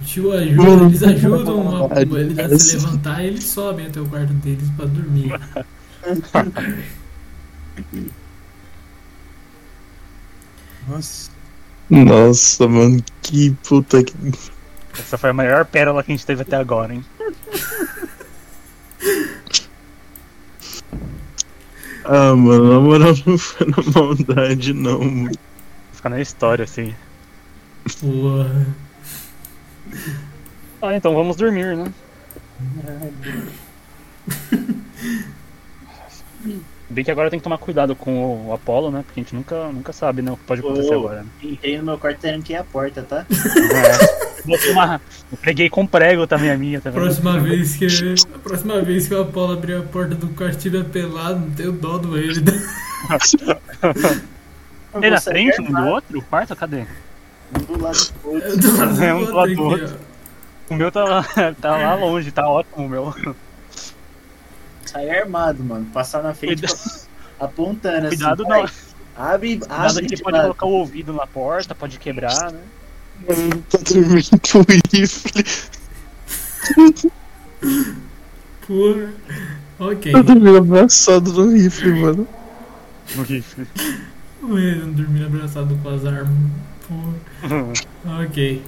[SPEAKER 1] O tio ajuda, eles ajudam a, ele a se levantar e eles sobem até o quarto deles pra dormir.
[SPEAKER 4] Nossa.
[SPEAKER 3] Nossa, mano. Que puta que.
[SPEAKER 2] Essa foi a maior pérola que a gente teve até agora, hein?
[SPEAKER 3] Ah, mano. Na moral, não foi na maldade, não, mano.
[SPEAKER 2] Ficar na história, assim.
[SPEAKER 1] Porra.
[SPEAKER 2] Ah, então vamos dormir, né? Bem que agora tem que tomar cuidado com o Apollo, né? Porque a gente nunca, nunca sabe, né? O que pode acontecer
[SPEAKER 4] Ô.
[SPEAKER 2] agora. Né?
[SPEAKER 4] Entrei no meu quarto e tranquei a porta, tá?
[SPEAKER 2] Vou tomar- Eu peguei com um prego também a minha, tá vendo?
[SPEAKER 1] Próxima vez que a próxima vez que o Apolo abrir a porta do quarto tiver pelado, não tenho dó do ele.
[SPEAKER 4] Eu
[SPEAKER 2] Ele
[SPEAKER 4] vou
[SPEAKER 2] na
[SPEAKER 4] sair
[SPEAKER 2] frente, um do
[SPEAKER 4] armado,
[SPEAKER 2] outro? O quarto? Cadê?
[SPEAKER 4] um do lado do outro.
[SPEAKER 2] É um do lado do outro. O meu tá lá, tá lá longe, tá ótimo o meu.
[SPEAKER 4] Sai armado, mano. Passar na frente
[SPEAKER 2] Cuida-
[SPEAKER 4] pra- apontando assim.
[SPEAKER 2] Cuidado,
[SPEAKER 4] vai.
[SPEAKER 2] não.
[SPEAKER 4] Abre, tipo,
[SPEAKER 2] Cuidado
[SPEAKER 4] abre.
[SPEAKER 2] que ele
[SPEAKER 4] de
[SPEAKER 2] pode
[SPEAKER 4] lado.
[SPEAKER 2] colocar o ouvido na porta, pode quebrar, né?
[SPEAKER 3] Mano, tá dormindo com o rifle.
[SPEAKER 1] Porra. Ok.
[SPEAKER 3] Eu dormi abraçado no rifle, mano.
[SPEAKER 1] Mano, um dormindo abraçado com as armas. Porra. Ok.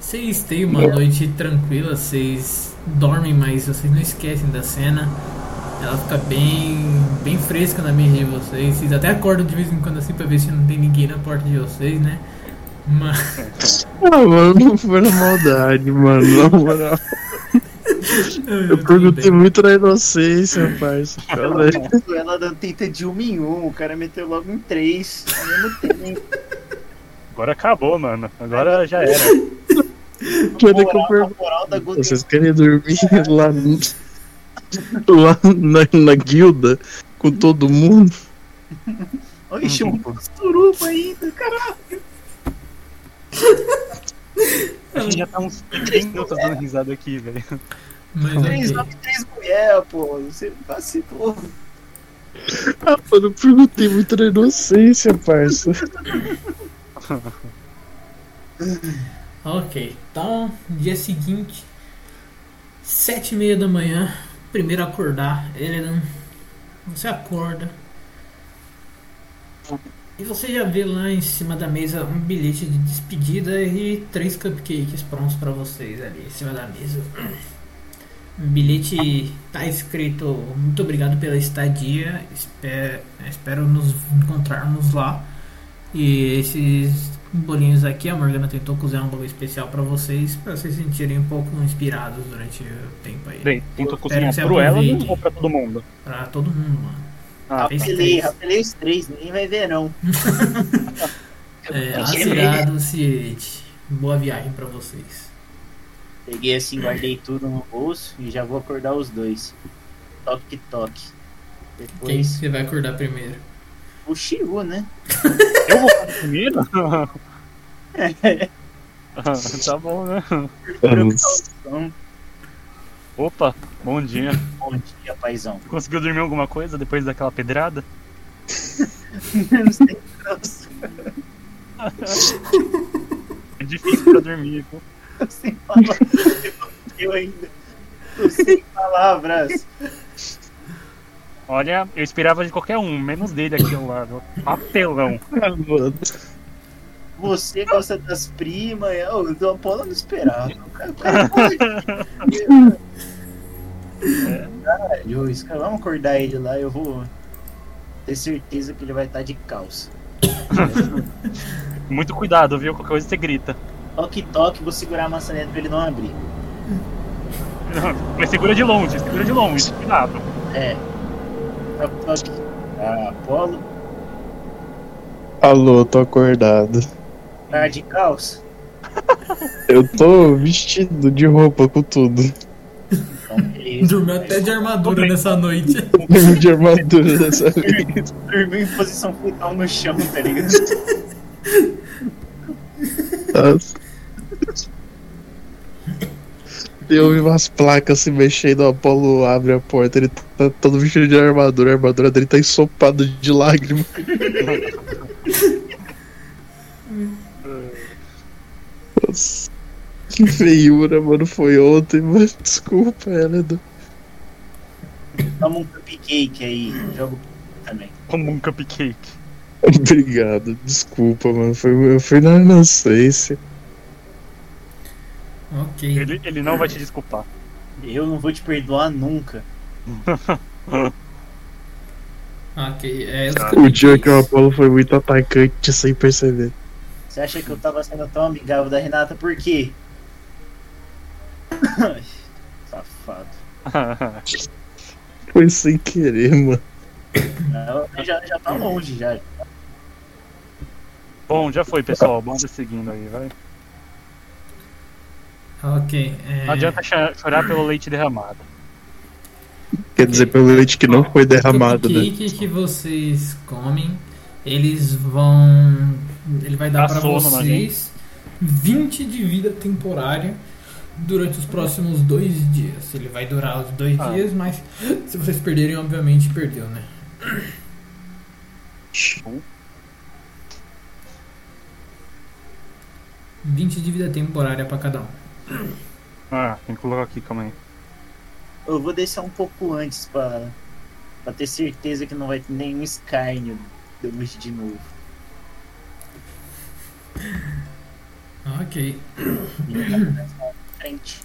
[SPEAKER 1] Vocês têm uma noite tranquila, vocês dormem, mas vocês não esquecem da cena. Ela fica bem, bem fresca na mente de vocês. Vocês até acordam de vez em quando assim pra ver se não tem ninguém na porta de vocês, né? Mas
[SPEAKER 3] Ah, mano, não foi na maldade, mano. Na moral. Eu perguntei muito na inocência, parça. Fala aí.
[SPEAKER 9] Ela não tenta de uma em
[SPEAKER 4] um,
[SPEAKER 9] uma, o cara meteu logo em três ao mesmo tempo.
[SPEAKER 10] Agora acabou, mano. Agora já era.
[SPEAKER 3] Quando que
[SPEAKER 9] Moral,
[SPEAKER 3] eu pergunto?
[SPEAKER 9] a moral da Golden
[SPEAKER 3] Vocês querem dormir lá, no- lá na, na guilda com todo mundo?
[SPEAKER 9] Olha, chama um suruba ainda, cara.
[SPEAKER 2] A gente já tá uns 30 minutos dando risada aqui, velho.
[SPEAKER 1] mas
[SPEAKER 9] Três
[SPEAKER 1] ok.
[SPEAKER 9] homens, três mulher, pô. Você vacilou.
[SPEAKER 3] Ah, mano, eu perguntei muito na inocência, parça.
[SPEAKER 1] Ok, então dia seguinte, sete e meia da manhã, primeiro a acordar, Elenan, você acorda e você já vê lá em cima da mesa um bilhete de despedida e três cupcakes prontos pra vocês ali em cima da mesa. O bilhete tá escrito muito obrigado pela estadia, espero, espero nos encontrarmos lá. E esses bolinhos aqui, a Morgana tentou cozinhar um bolo especial pra vocês, pra vocês se sentirem um pouco inspirados durante o tempo aí.
[SPEAKER 10] Bem, tentou cozinhar
[SPEAKER 1] Espero que
[SPEAKER 10] pro
[SPEAKER 1] você
[SPEAKER 10] ela
[SPEAKER 1] aproveite.
[SPEAKER 10] ou pra todo mundo?
[SPEAKER 1] Pra todo mundo, mano.
[SPEAKER 10] Ah,
[SPEAKER 1] Fez
[SPEAKER 9] Apelei,
[SPEAKER 1] três.
[SPEAKER 9] apelei os três, ninguém vai ver, não.
[SPEAKER 1] É, Acirado, Cirete. Boa viagem pra vocês.
[SPEAKER 4] Peguei assim, guardei tudo no bolso e já vou acordar os dois. Toque, toque.
[SPEAKER 1] Quem
[SPEAKER 4] Depois
[SPEAKER 1] você vai acordar primeiro?
[SPEAKER 4] o Shiru, né?
[SPEAKER 10] Eu vou fazer comida? Ah, tá bom, né?
[SPEAKER 4] Então,
[SPEAKER 10] Opa, bom dia.
[SPEAKER 4] bom dia, paizão.
[SPEAKER 10] Conseguiu dormir alguma coisa depois daquela pedrada?
[SPEAKER 4] Não sei, não sei,
[SPEAKER 10] É difícil pra dormir, pô.
[SPEAKER 4] tô sem palavras. Eu ainda tô sem palavras.
[SPEAKER 10] Olha, eu esperava de qualquer um, menos dele aqui ao lado. Papelão.
[SPEAKER 3] Ah, mano.
[SPEAKER 4] Você gosta das primas, eu do Apolo eu não esperava. O cara- o cara Caralho, isso, cara, vamos acordar ele lá, eu vou ter certeza que ele vai estar de calça.
[SPEAKER 10] Muito cuidado, viu? Qualquer coisa você grita.
[SPEAKER 4] Toque, toque, vou segurar a maçaneta pra ele não abrir.
[SPEAKER 10] Mas segura de longe, segura de longe. Cuidado.
[SPEAKER 4] É. Toque, toque. Ah, Apolo,
[SPEAKER 3] Alô, tô acordado.
[SPEAKER 4] tá de calça?
[SPEAKER 3] Eu tô vestido de roupa com tudo.
[SPEAKER 4] Então, beleza.
[SPEAKER 1] Dormiu até de armadura nessa noite.
[SPEAKER 3] De armadura dessa vez.
[SPEAKER 4] Dormiu em posição fetal no chão, tá ligado?
[SPEAKER 3] Eu vi umas placas se mexendo, o Apolo abre a porta, ele tá todo vestido de armadura, a armadura dele tá ensopada de lágrima. Nossa, que feiura, mano, foi ontem, mano, desculpa, é Helena.
[SPEAKER 4] Toma um cupcake aí, jogo também.
[SPEAKER 10] Como um cupcake.
[SPEAKER 3] Obrigado, desculpa, mano, foi, eu fui na inocência.
[SPEAKER 1] ok.
[SPEAKER 10] Ele, ele não vai te desculpar.
[SPEAKER 4] Eu não vou te perdoar nunca.
[SPEAKER 1] Ok. É, os
[SPEAKER 3] O dia que o
[SPEAKER 1] cupcakes.
[SPEAKER 3] Apolo foi muito atacante sem perceber.
[SPEAKER 4] Você acha que eu tava sendo tão amigável da Renata por quê? Ai, Safado.
[SPEAKER 3] Foi sem querer, mano.
[SPEAKER 4] Ela já, já tá longe já.
[SPEAKER 10] Bom, já foi, pessoal.
[SPEAKER 2] tá
[SPEAKER 10] Bom, seguindo aí, vai.
[SPEAKER 1] Ok.
[SPEAKER 10] Não
[SPEAKER 1] É,
[SPEAKER 10] adianta cho- chorar pelo leite derramado.
[SPEAKER 3] Quer dizer, pelo leite que não foi derramado,
[SPEAKER 1] o
[SPEAKER 3] né?
[SPEAKER 1] cupcake que vocês comem, eles vão. Ele vai dar
[SPEAKER 10] Dá
[SPEAKER 1] pra
[SPEAKER 10] sono na
[SPEAKER 1] vocês 20 de vida temporária durante os próximos dois dias. Ele vai durar os dois
[SPEAKER 10] Ah.
[SPEAKER 1] dias, mas se vocês perderem, obviamente perdeu, né?
[SPEAKER 10] Show.
[SPEAKER 1] 20 de vida temporária pra cada um.
[SPEAKER 2] Ah, tem que colocar aqui, calma aí.
[SPEAKER 4] Eu vou deixar um pouco antes pra, pra ter certeza que não vai ter nenhum escárnio do Luigi de novo.
[SPEAKER 1] Ok,
[SPEAKER 4] Frente.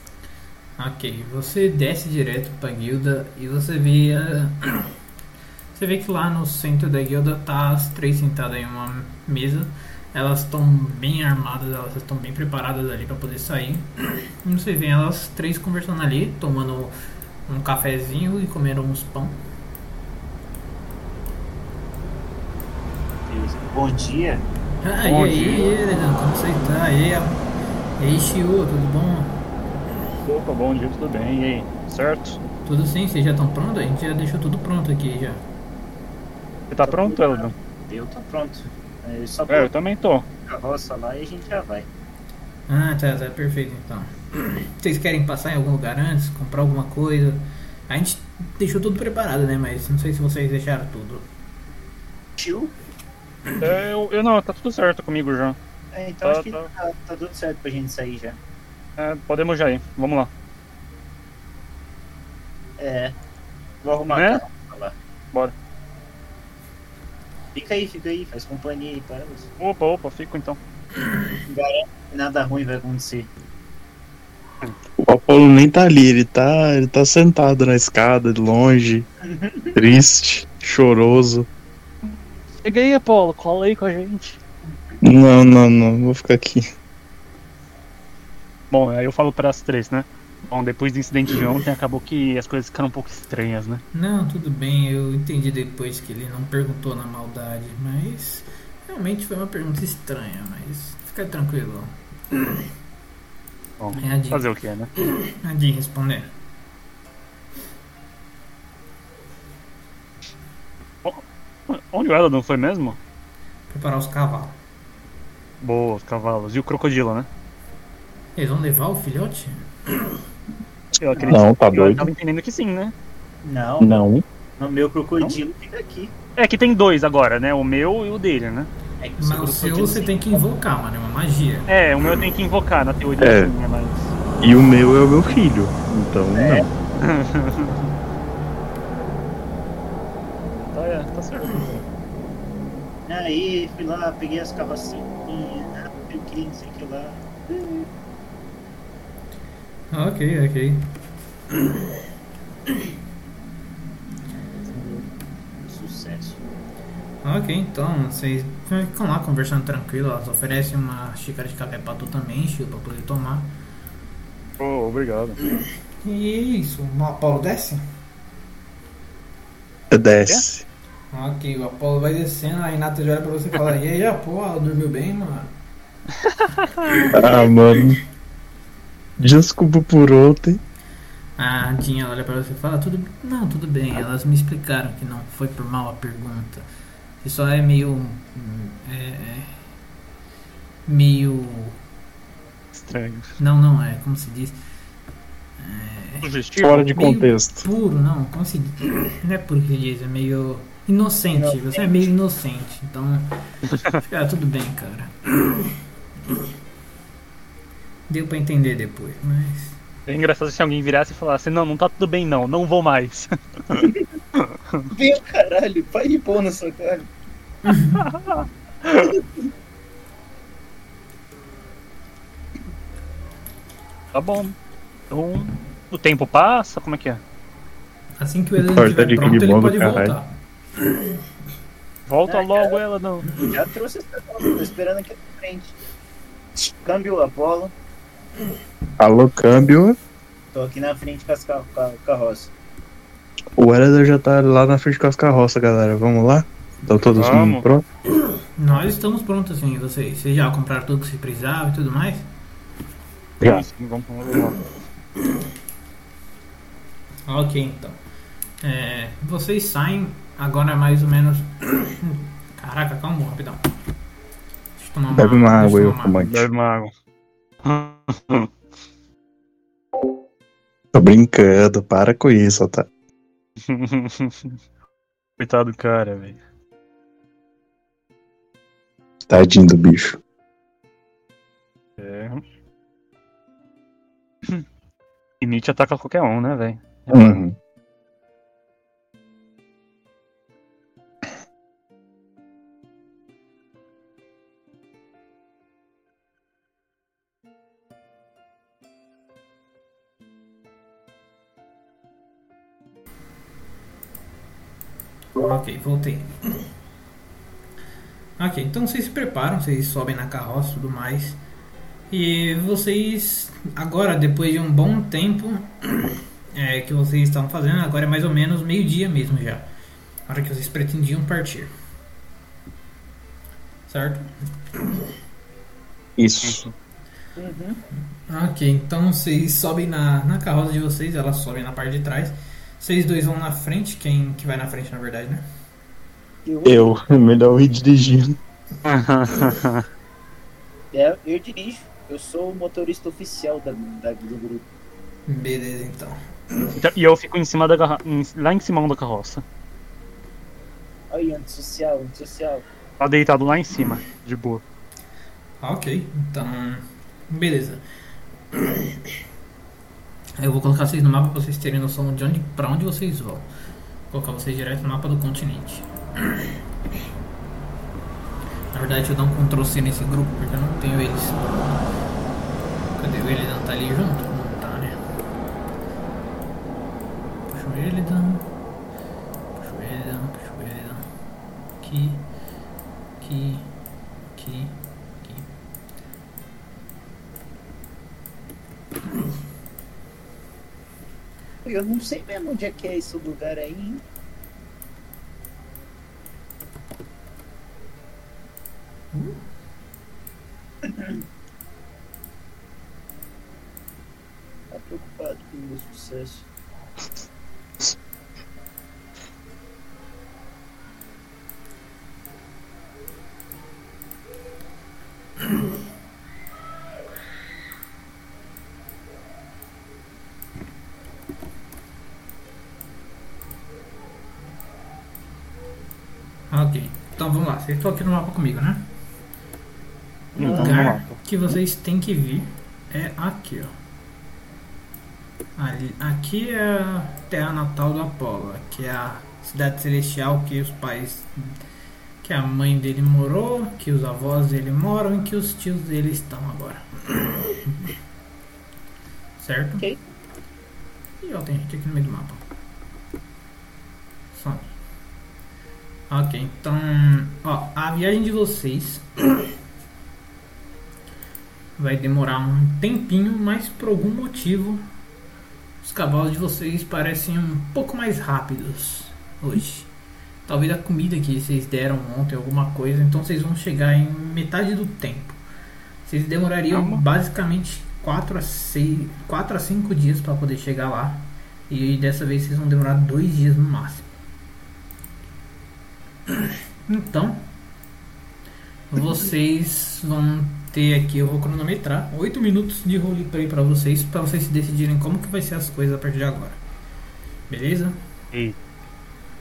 [SPEAKER 1] ok. Você desce direto pra guilda e você vê. a- Você vê que lá no centro da guilda tá as três sentadas em uma mesa. Elas estão bem armadas, elas estão bem preparadas ali pra poder sair. E você vê elas três conversando ali, tomando um cafezinho e comendo uns pão.
[SPEAKER 4] Beleza. Bom dia.
[SPEAKER 1] Ah,
[SPEAKER 2] Bom
[SPEAKER 1] e aí, Eredan, como você tá? E aí, e aí, Shiu, tudo bom?
[SPEAKER 2] Opa, tá bom dia, tudo bem, e aí? Certo?
[SPEAKER 1] Tudo sim, vocês já estão prontos? A gente já deixou tudo pronto aqui já.
[SPEAKER 2] Você tá pronto, Eldon?
[SPEAKER 4] Eu tô pronto. É só
[SPEAKER 2] É, eu
[SPEAKER 4] colocar
[SPEAKER 2] também tô.
[SPEAKER 4] a carroça lá e a gente já vai.
[SPEAKER 1] Ah, tá, tá, perfeito então. Vocês querem passar em algum lugar antes? Comprar alguma coisa? A gente deixou tudo preparado, né? Mas não sei se vocês deixaram tudo.
[SPEAKER 4] Tio?
[SPEAKER 2] É, eu, eu não, tá tudo certo comigo já.
[SPEAKER 4] É, então
[SPEAKER 2] Tá,
[SPEAKER 4] acho que
[SPEAKER 2] tá.
[SPEAKER 4] tá. tá tudo certo pra gente sair já.
[SPEAKER 2] É, podemos já ir, vamos lá.
[SPEAKER 4] É. Vou arrumar
[SPEAKER 2] Né?
[SPEAKER 4] a carroça lá.
[SPEAKER 2] Bora.
[SPEAKER 4] Fica aí, fica aí, faz companhia aí para elas.
[SPEAKER 2] Opa, opa, fico então.
[SPEAKER 4] Nada ruim vai acontecer.
[SPEAKER 3] O Apolo nem tá ali, ele tá, ele tá sentado na escada, de longe, triste, choroso.
[SPEAKER 11] Chega aí, Apolo, cola aí com a gente.
[SPEAKER 3] Não, não, não, vou ficar aqui.
[SPEAKER 10] Bom, aí eu falo para as três, né? Bom, depois do incidente de ontem, acabou que as coisas ficaram um pouco estranhas, né?
[SPEAKER 1] Não, tudo bem, eu entendi depois que ele não perguntou na maldade, mas realmente foi uma pergunta estranha, mas fica tranquilo.
[SPEAKER 10] Bom,
[SPEAKER 1] É a Jean,
[SPEAKER 10] Fazer o que, né?
[SPEAKER 1] a Jean responder.
[SPEAKER 10] Onde o Eladon foi mesmo?
[SPEAKER 1] Preparar os cavalos.
[SPEAKER 10] Boa, os cavalos. E o crocodilo, né?
[SPEAKER 1] Eles vão levar o filhote?
[SPEAKER 10] Eu acredito.
[SPEAKER 3] Não, tá
[SPEAKER 10] Eu
[SPEAKER 3] doido?
[SPEAKER 10] tava entendendo que sim, né?
[SPEAKER 4] Não,
[SPEAKER 3] Não.
[SPEAKER 4] o meu crocodilo fica aqui.
[SPEAKER 10] É que tem dois agora, né? O meu e o dele, né?
[SPEAKER 4] É que
[SPEAKER 1] Mas o seu você tem que invocar, mano, é uma magia.
[SPEAKER 10] É, o meu eu tenho que invocar na teoria,
[SPEAKER 3] É.
[SPEAKER 10] assim, né? mas.
[SPEAKER 3] E o meu é o meu filho. Então, não.
[SPEAKER 10] Tá, é, tá certo.
[SPEAKER 4] Né, Aí, fui lá, peguei as cavacinhas, ah, eu queria não sei o que lá.
[SPEAKER 1] Ok, ok.
[SPEAKER 4] Sucesso.
[SPEAKER 1] Ok, então vocês ficam lá conversando tranquilo. Elas oferecem uma xícara de café pra tu também, Chico, pra poder tomar.
[SPEAKER 2] Oh, obrigado.
[SPEAKER 1] E é isso, o Apolo desce?
[SPEAKER 3] É Desce.
[SPEAKER 1] Ok, o Apolo vai descendo, a Renata já olha pra você e fala: E aí, Apolo, dormiu bem, mano?
[SPEAKER 3] Ah, mano. Desculpa por ontem.
[SPEAKER 1] A Dinha olha pra você e fala: tudo, Não, tudo bem, elas me explicaram que não foi por mal a pergunta. Que só é meio. hum, É, é, meio.
[SPEAKER 10] Estranho.
[SPEAKER 1] Não, não, é como se diz. É,
[SPEAKER 2] Sugestivo?
[SPEAKER 3] Fora de
[SPEAKER 1] meio
[SPEAKER 3] contexto.
[SPEAKER 1] Puro, não, como se diz? Não é puro que se diz, é meio inocente. Você é meio inocente, então. Fica tudo bem, cara. Deu pra entender depois, mas.
[SPEAKER 10] É engraçado se alguém virasse e falasse, não, não tá tudo bem não, não vou mais.
[SPEAKER 9] Meu caralho, pai de pão na sua cara.
[SPEAKER 10] Tá bom. Então, o tempo passa, como é que é?
[SPEAKER 1] Assim que o Elan
[SPEAKER 3] Corta
[SPEAKER 1] estiver
[SPEAKER 3] de
[SPEAKER 1] pronto, ele
[SPEAKER 3] Guilherme,
[SPEAKER 1] pode
[SPEAKER 3] caralho.
[SPEAKER 1] voltar.
[SPEAKER 10] Volta
[SPEAKER 4] Ah,
[SPEAKER 10] logo ela, não.
[SPEAKER 4] Já trouxe essa carroça, tô esperando aqui na frente. Câmbio Apolo,
[SPEAKER 3] Alô, câmbio.
[SPEAKER 4] tô aqui na frente com as ca- ca- carroças.
[SPEAKER 3] O Hereda já tá lá na frente com as carroças, galera. Vamos lá? Estão todos
[SPEAKER 2] Vamos.
[SPEAKER 3] prontos?
[SPEAKER 1] Nós estamos prontos, assim, e vocês. Vocês já compraram tudo que vocês precisavam e tudo mais?
[SPEAKER 3] Já.
[SPEAKER 2] Sim, vamos,
[SPEAKER 10] um
[SPEAKER 2] vamos lá.
[SPEAKER 1] Ok, então. É, vocês saem agora mais ou menos. Caraca, calma, rapidão. Deixa eu tomar uma
[SPEAKER 3] Bebe uma
[SPEAKER 1] deixa eu
[SPEAKER 3] água aí,
[SPEAKER 1] tomar uma água.
[SPEAKER 3] comandante.
[SPEAKER 2] Bebe uma água.
[SPEAKER 3] Tô brincando, para com isso, tá?
[SPEAKER 2] Coitado do cara, velho.
[SPEAKER 3] Tadinho do
[SPEAKER 10] É.
[SPEAKER 3] bicho.
[SPEAKER 2] É.
[SPEAKER 10] E Nietzsche ataca qualquer um, né, velho?
[SPEAKER 5] Uhum.
[SPEAKER 1] Ok, voltei. Ok, então vocês se preparam, vocês sobem na carroça e tudo mais. E vocês, agora, depois de um bom tempo é, que vocês estão fazendo, agora é mais ou menos meio-dia mesmo já. A hora que vocês pretendiam partir. Certo?
[SPEAKER 3] Isso.
[SPEAKER 9] Uhum.
[SPEAKER 1] Ok, então vocês sobem na, na carroça de vocês, elas sobem na parte de trás. Vocês dois vão na frente, quem que vai na frente na verdade, né?
[SPEAKER 3] Eu, melhor ir dirigindo.
[SPEAKER 4] É, eu dirijo. Eu sou o motorista oficial da, da- do grupo.
[SPEAKER 1] Beleza, então.
[SPEAKER 10] Então, E eu fico em cima da garra... em- lá em cima da carroça.
[SPEAKER 4] Aí, antissocial, antissocial.
[SPEAKER 10] Tá deitado lá em cima, de boa.
[SPEAKER 1] Ok, então. Beleza. Eu vou colocar vocês no mapa pra vocês terem noção de onde, pra onde vocês vão. Vou colocar vocês direto no mapa do continente. Na verdade, eu não um Ctrl C nesse grupo porque eu não tenho eles. Cadê o Elidan? Tá ali junto? Não tá, né? Puxa o Elidan. Puxa o Elidan, puxa o Elidan. Aqui. Aqui. Aqui. Aqui.
[SPEAKER 4] Eu não sei mesmo onde é que é esse lugar aí. hein? Tá preocupado com o meu sucesso.
[SPEAKER 1] Ok. Então vamos lá, vocês estão aqui no mapa comigo, né?
[SPEAKER 10] Então,
[SPEAKER 1] o
[SPEAKER 10] vamos
[SPEAKER 1] lugar
[SPEAKER 10] lá.
[SPEAKER 1] que vocês têm que vir é aqui, ó. Ali, aqui é a terra natal do Apolo, que é a cidade celestial que os pais. que a mãe dele morou, que os avós dele moram e que os tios dele estão agora. certo?
[SPEAKER 4] Ok.
[SPEAKER 1] E ó, tem gente aqui no meio do mapa. Some. Ok, então. Ó, a viagem de vocês vai demorar um tempinho, mas por algum motivo os cavalos de vocês parecem um pouco mais rápidos hoje. Talvez a comida que vocês deram ontem, alguma coisa, então vocês vão chegar em metade do tempo. Vocês demorariam basicamente 4 a, 6, 4 a 5 dias para poder chegar lá. E dessa vez vocês vão demorar dois dias no máximo. Então, vocês vão ter aqui, eu vou cronometrar 8 minutos de roleplay pra vocês, pra vocês se decidirem como que vai ser as coisas a partir de agora. Beleza?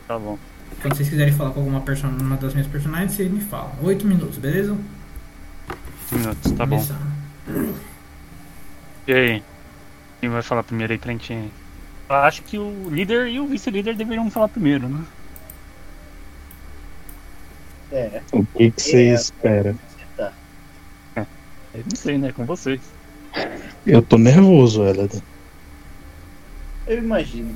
[SPEAKER 10] Tá bom.
[SPEAKER 1] Quando vocês quiserem falar com alguma perso- uma das minhas personagens, vocês me falam. 8 minutos, beleza?
[SPEAKER 10] Minutos, tá bom.
[SPEAKER 1] Começando.
[SPEAKER 10] E aí? Quem vai falar primeiro aí pra gente? Eu acho que o líder e o vice-líder deveriam falar primeiro, né?
[SPEAKER 4] É, tá.
[SPEAKER 3] O que que você espera?
[SPEAKER 10] Eu não sei, né? Com vocês.
[SPEAKER 3] Eu tô nervoso, ela.
[SPEAKER 4] eu imagino.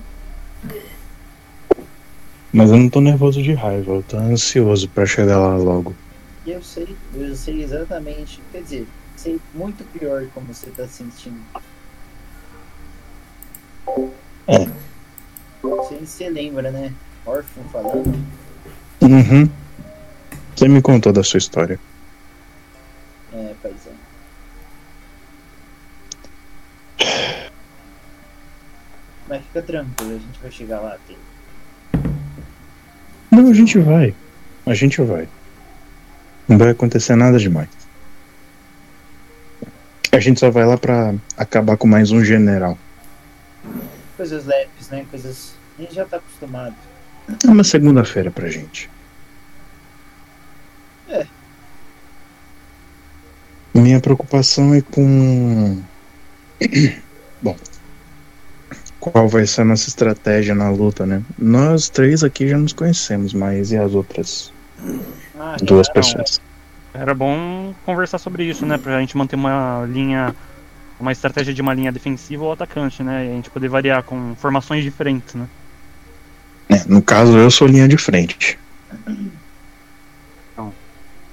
[SPEAKER 3] Mas eu não tô nervoso de raiva, eu tô ansioso pra chegar lá logo.
[SPEAKER 4] E eu sei, eu sei exatamente. Quer dizer, sei muito pior como você tá sentindo.
[SPEAKER 3] É.
[SPEAKER 4] Você, você lembra, né? Órfão falando.
[SPEAKER 3] Uhum. Você me contou da sua história.
[SPEAKER 4] É, paizão. Mas fica tranquilo, a gente vai chegar lá, tem.
[SPEAKER 3] Não, a gente vai. A gente vai. Não vai acontecer nada demais. A gente só vai lá pra acabar com mais um general.
[SPEAKER 4] Coisas leves, né? Coisas. A gente já tá acostumado.
[SPEAKER 3] É uma segunda-feira pra gente.
[SPEAKER 4] É.
[SPEAKER 3] Minha preocupação é com. Bom. qual vai ser a nossa estratégia na luta, né? Nós três aqui já nos conhecemos, mas e as outras
[SPEAKER 2] Ah,
[SPEAKER 3] duas
[SPEAKER 2] cara,
[SPEAKER 3] pessoas?
[SPEAKER 2] Era bom conversar sobre isso, né? Pra gente manter uma linha. Uma estratégia de uma linha defensiva ou atacante, né? E a gente poder variar com formações diferentes, né?
[SPEAKER 3] É, no caso, eu sou linha de frente.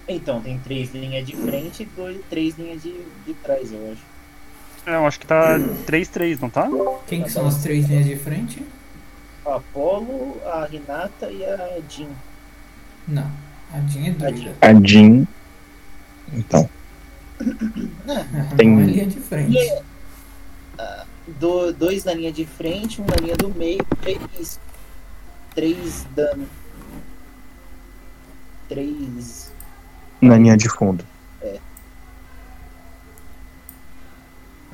[SPEAKER 4] Então, tem três linhas de frente e dois, três linhas de, de trás, eu acho.
[SPEAKER 2] É, Eu acho que tá 3-3, não tá?
[SPEAKER 1] Quem que são as três linhas de frente?
[SPEAKER 4] O Apolo, a Renata e a Jean.
[SPEAKER 1] Não. A Jean é doida.
[SPEAKER 3] A Jean. Então,
[SPEAKER 1] Ela
[SPEAKER 3] Tem-
[SPEAKER 1] Não é linha de frente.
[SPEAKER 4] Do, dois na linha de frente, um na linha do meio, três. Três dano. Três.
[SPEAKER 3] na linha de fundo.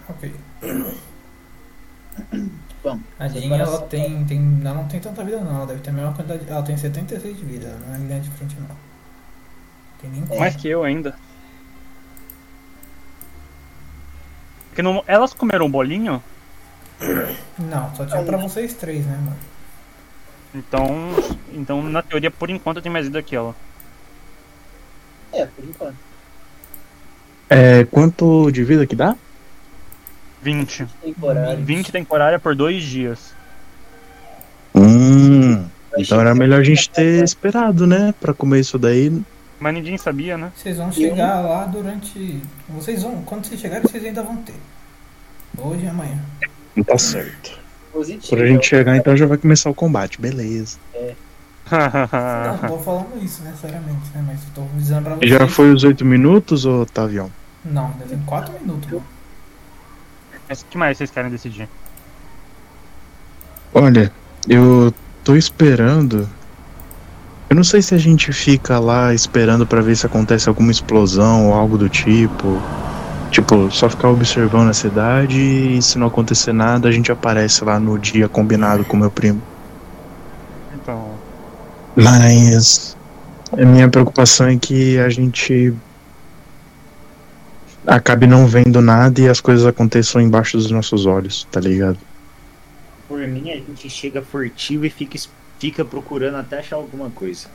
[SPEAKER 1] Ok.
[SPEAKER 4] Bom,
[SPEAKER 1] A Jean,
[SPEAKER 4] agora
[SPEAKER 1] ela
[SPEAKER 4] só-
[SPEAKER 1] tem, tem. Ela não tem tanta vida não, ela deve ter a mesma quantidade. Ela tem 76 de vida, ela não é linha de frente não. Tem nem
[SPEAKER 2] É. Mais que eu ainda. Porque não, elas comeram um bolinho,
[SPEAKER 1] Não, só tinha pra vocês três, né, mano?
[SPEAKER 2] então. Então, na teoria, por enquanto, eu tenho mais vida que ela.
[SPEAKER 4] É, por enquanto.
[SPEAKER 3] É, quanto de vida que dá?
[SPEAKER 2] 20.
[SPEAKER 4] Temporário.
[SPEAKER 2] 20 temporária por dois dias.
[SPEAKER 3] Hum,
[SPEAKER 4] Eu
[SPEAKER 3] então
[SPEAKER 4] achei
[SPEAKER 3] era
[SPEAKER 4] que-
[SPEAKER 3] melhor a gente ter esperado, né? Pra comer isso daí.
[SPEAKER 2] Mas ninguém sabia, né?
[SPEAKER 1] Vocês vão chegar lá durante. Vocês vão. Quando vocês chegarem, vocês ainda vão ter. Hoje e amanhã.
[SPEAKER 3] Não tá certo.
[SPEAKER 4] Positivo.
[SPEAKER 3] Quando a gente chegar, então já vai começar o combate, beleza.
[SPEAKER 2] Ah.
[SPEAKER 1] Não, tô falando isso, né, seriamente, né? Mas eu tô avisando pra vocês.
[SPEAKER 3] Já foi os oito minutos, ô Tavião?
[SPEAKER 1] Não, ainda tem 4 minutos, mano.
[SPEAKER 2] Mas o que mais vocês querem decidir?
[SPEAKER 3] Olha, eu tô esperando. Eu não sei se a gente fica lá esperando pra ver se acontece alguma explosão ou algo do tipo. Tipo, só ficar observando a cidade e se não acontecer nada, a gente aparece lá no dia combinado com meu primo.
[SPEAKER 2] Então.
[SPEAKER 3] Mas a minha preocupação é que a gente acabe não vendo nada e as coisas aconteçam embaixo dos nossos olhos, tá ligado?
[SPEAKER 4] Por mim, a gente chega furtivo e fica, es- fica procurando até achar alguma coisa.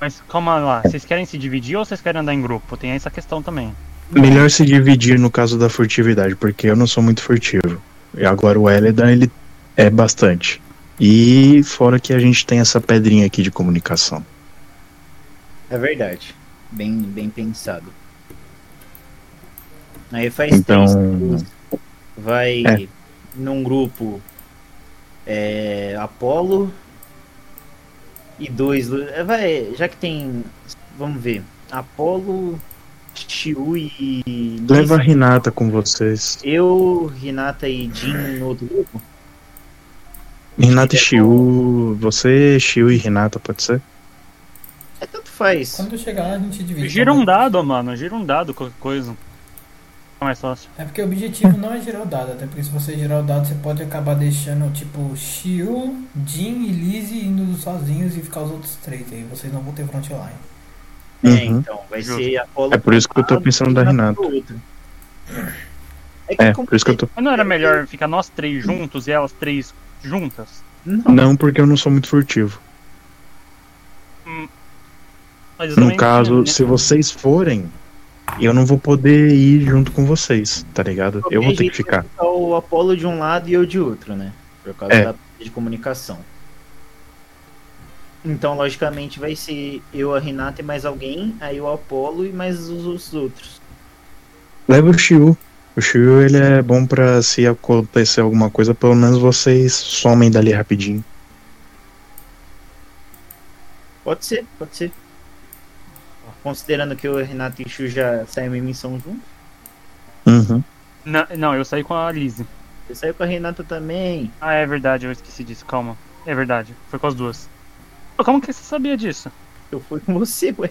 [SPEAKER 2] Mas calma lá, vocês querem se dividir ou vocês querem andar em grupo? Tem essa questão também.
[SPEAKER 3] Melhor se dividir no caso da furtividade, porque eu não sou muito furtivo. E agora o Eledan, ele é bastante. E fora que a gente tem essa pedrinha aqui de comunicação.
[SPEAKER 4] É verdade. Bem, bem pensado. Aí faz
[SPEAKER 3] Então-
[SPEAKER 4] três grupos. vai
[SPEAKER 3] É.
[SPEAKER 4] num grupo é, Apolo e dois. Lu- é, Vai, já que tem. Vamos ver. Apolo, Shiu e.
[SPEAKER 3] Leva a
[SPEAKER 4] Nissa.
[SPEAKER 3] Renata com vocês.
[SPEAKER 4] Eu, Renata e Jin no outro grupo.
[SPEAKER 3] Renata e Shiu, você, Shiu e Renata, pode ser?
[SPEAKER 4] É tanto faz.
[SPEAKER 1] Quando chegar lá, a gente divide.
[SPEAKER 2] Gira um dado, mano. Gira um dado, qualquer coisa. Fica mais fácil.
[SPEAKER 1] É porque o objetivo não é girar o dado, até porque se você girar o dado, você pode acabar deixando, tipo, Shiu, Jin e Lizzie indo sozinhos e ficar os outros três aí. Vocês não vão ter frontline.
[SPEAKER 4] É,
[SPEAKER 3] Uhum.
[SPEAKER 4] então, vai
[SPEAKER 2] Justo.
[SPEAKER 4] ser Apolo.
[SPEAKER 3] É por isso que eu tô
[SPEAKER 4] pro lado
[SPEAKER 3] pensando
[SPEAKER 4] e
[SPEAKER 3] da
[SPEAKER 4] Renata
[SPEAKER 3] Renata.
[SPEAKER 4] pro outro. É que
[SPEAKER 3] É,
[SPEAKER 4] como
[SPEAKER 3] por isso que eu tô.
[SPEAKER 2] Mas não era melhor ficar nós três juntos e elas três juntas?
[SPEAKER 4] Não,
[SPEAKER 3] Não, porque eu não sou muito furtivo.
[SPEAKER 2] Mas eu
[SPEAKER 3] No
[SPEAKER 2] também- né?
[SPEAKER 3] caso, se vocês forem, eu não vou poder ir junto com vocês, tá ligado? Eu vou ter que ficar.
[SPEAKER 4] O Apolo de um lado e eu de outro, né? Por causa
[SPEAKER 3] É.
[SPEAKER 4] da parte de comunicação. Então, logicamente, vai ser eu, a Renata e mais alguém, aí o Apolo e mais os, os outros.
[SPEAKER 3] Leva o Shiu. O Shiu ele é bom pra se acontecer alguma coisa, pelo menos vocês somem dali rapidinho.
[SPEAKER 4] Pode ser, pode ser. Considerando que eu, a Renata e o Chu já saímos em missão juntos,
[SPEAKER 3] Uhum.
[SPEAKER 2] Na- Não, eu saí com a Lizzie.
[SPEAKER 4] você saiu com a Renata também.
[SPEAKER 2] Ah, é verdade, eu esqueci disso, calma. É verdade, foi com as duas. Pô, Como que você sabia disso?
[SPEAKER 4] Eu fui com você, ué.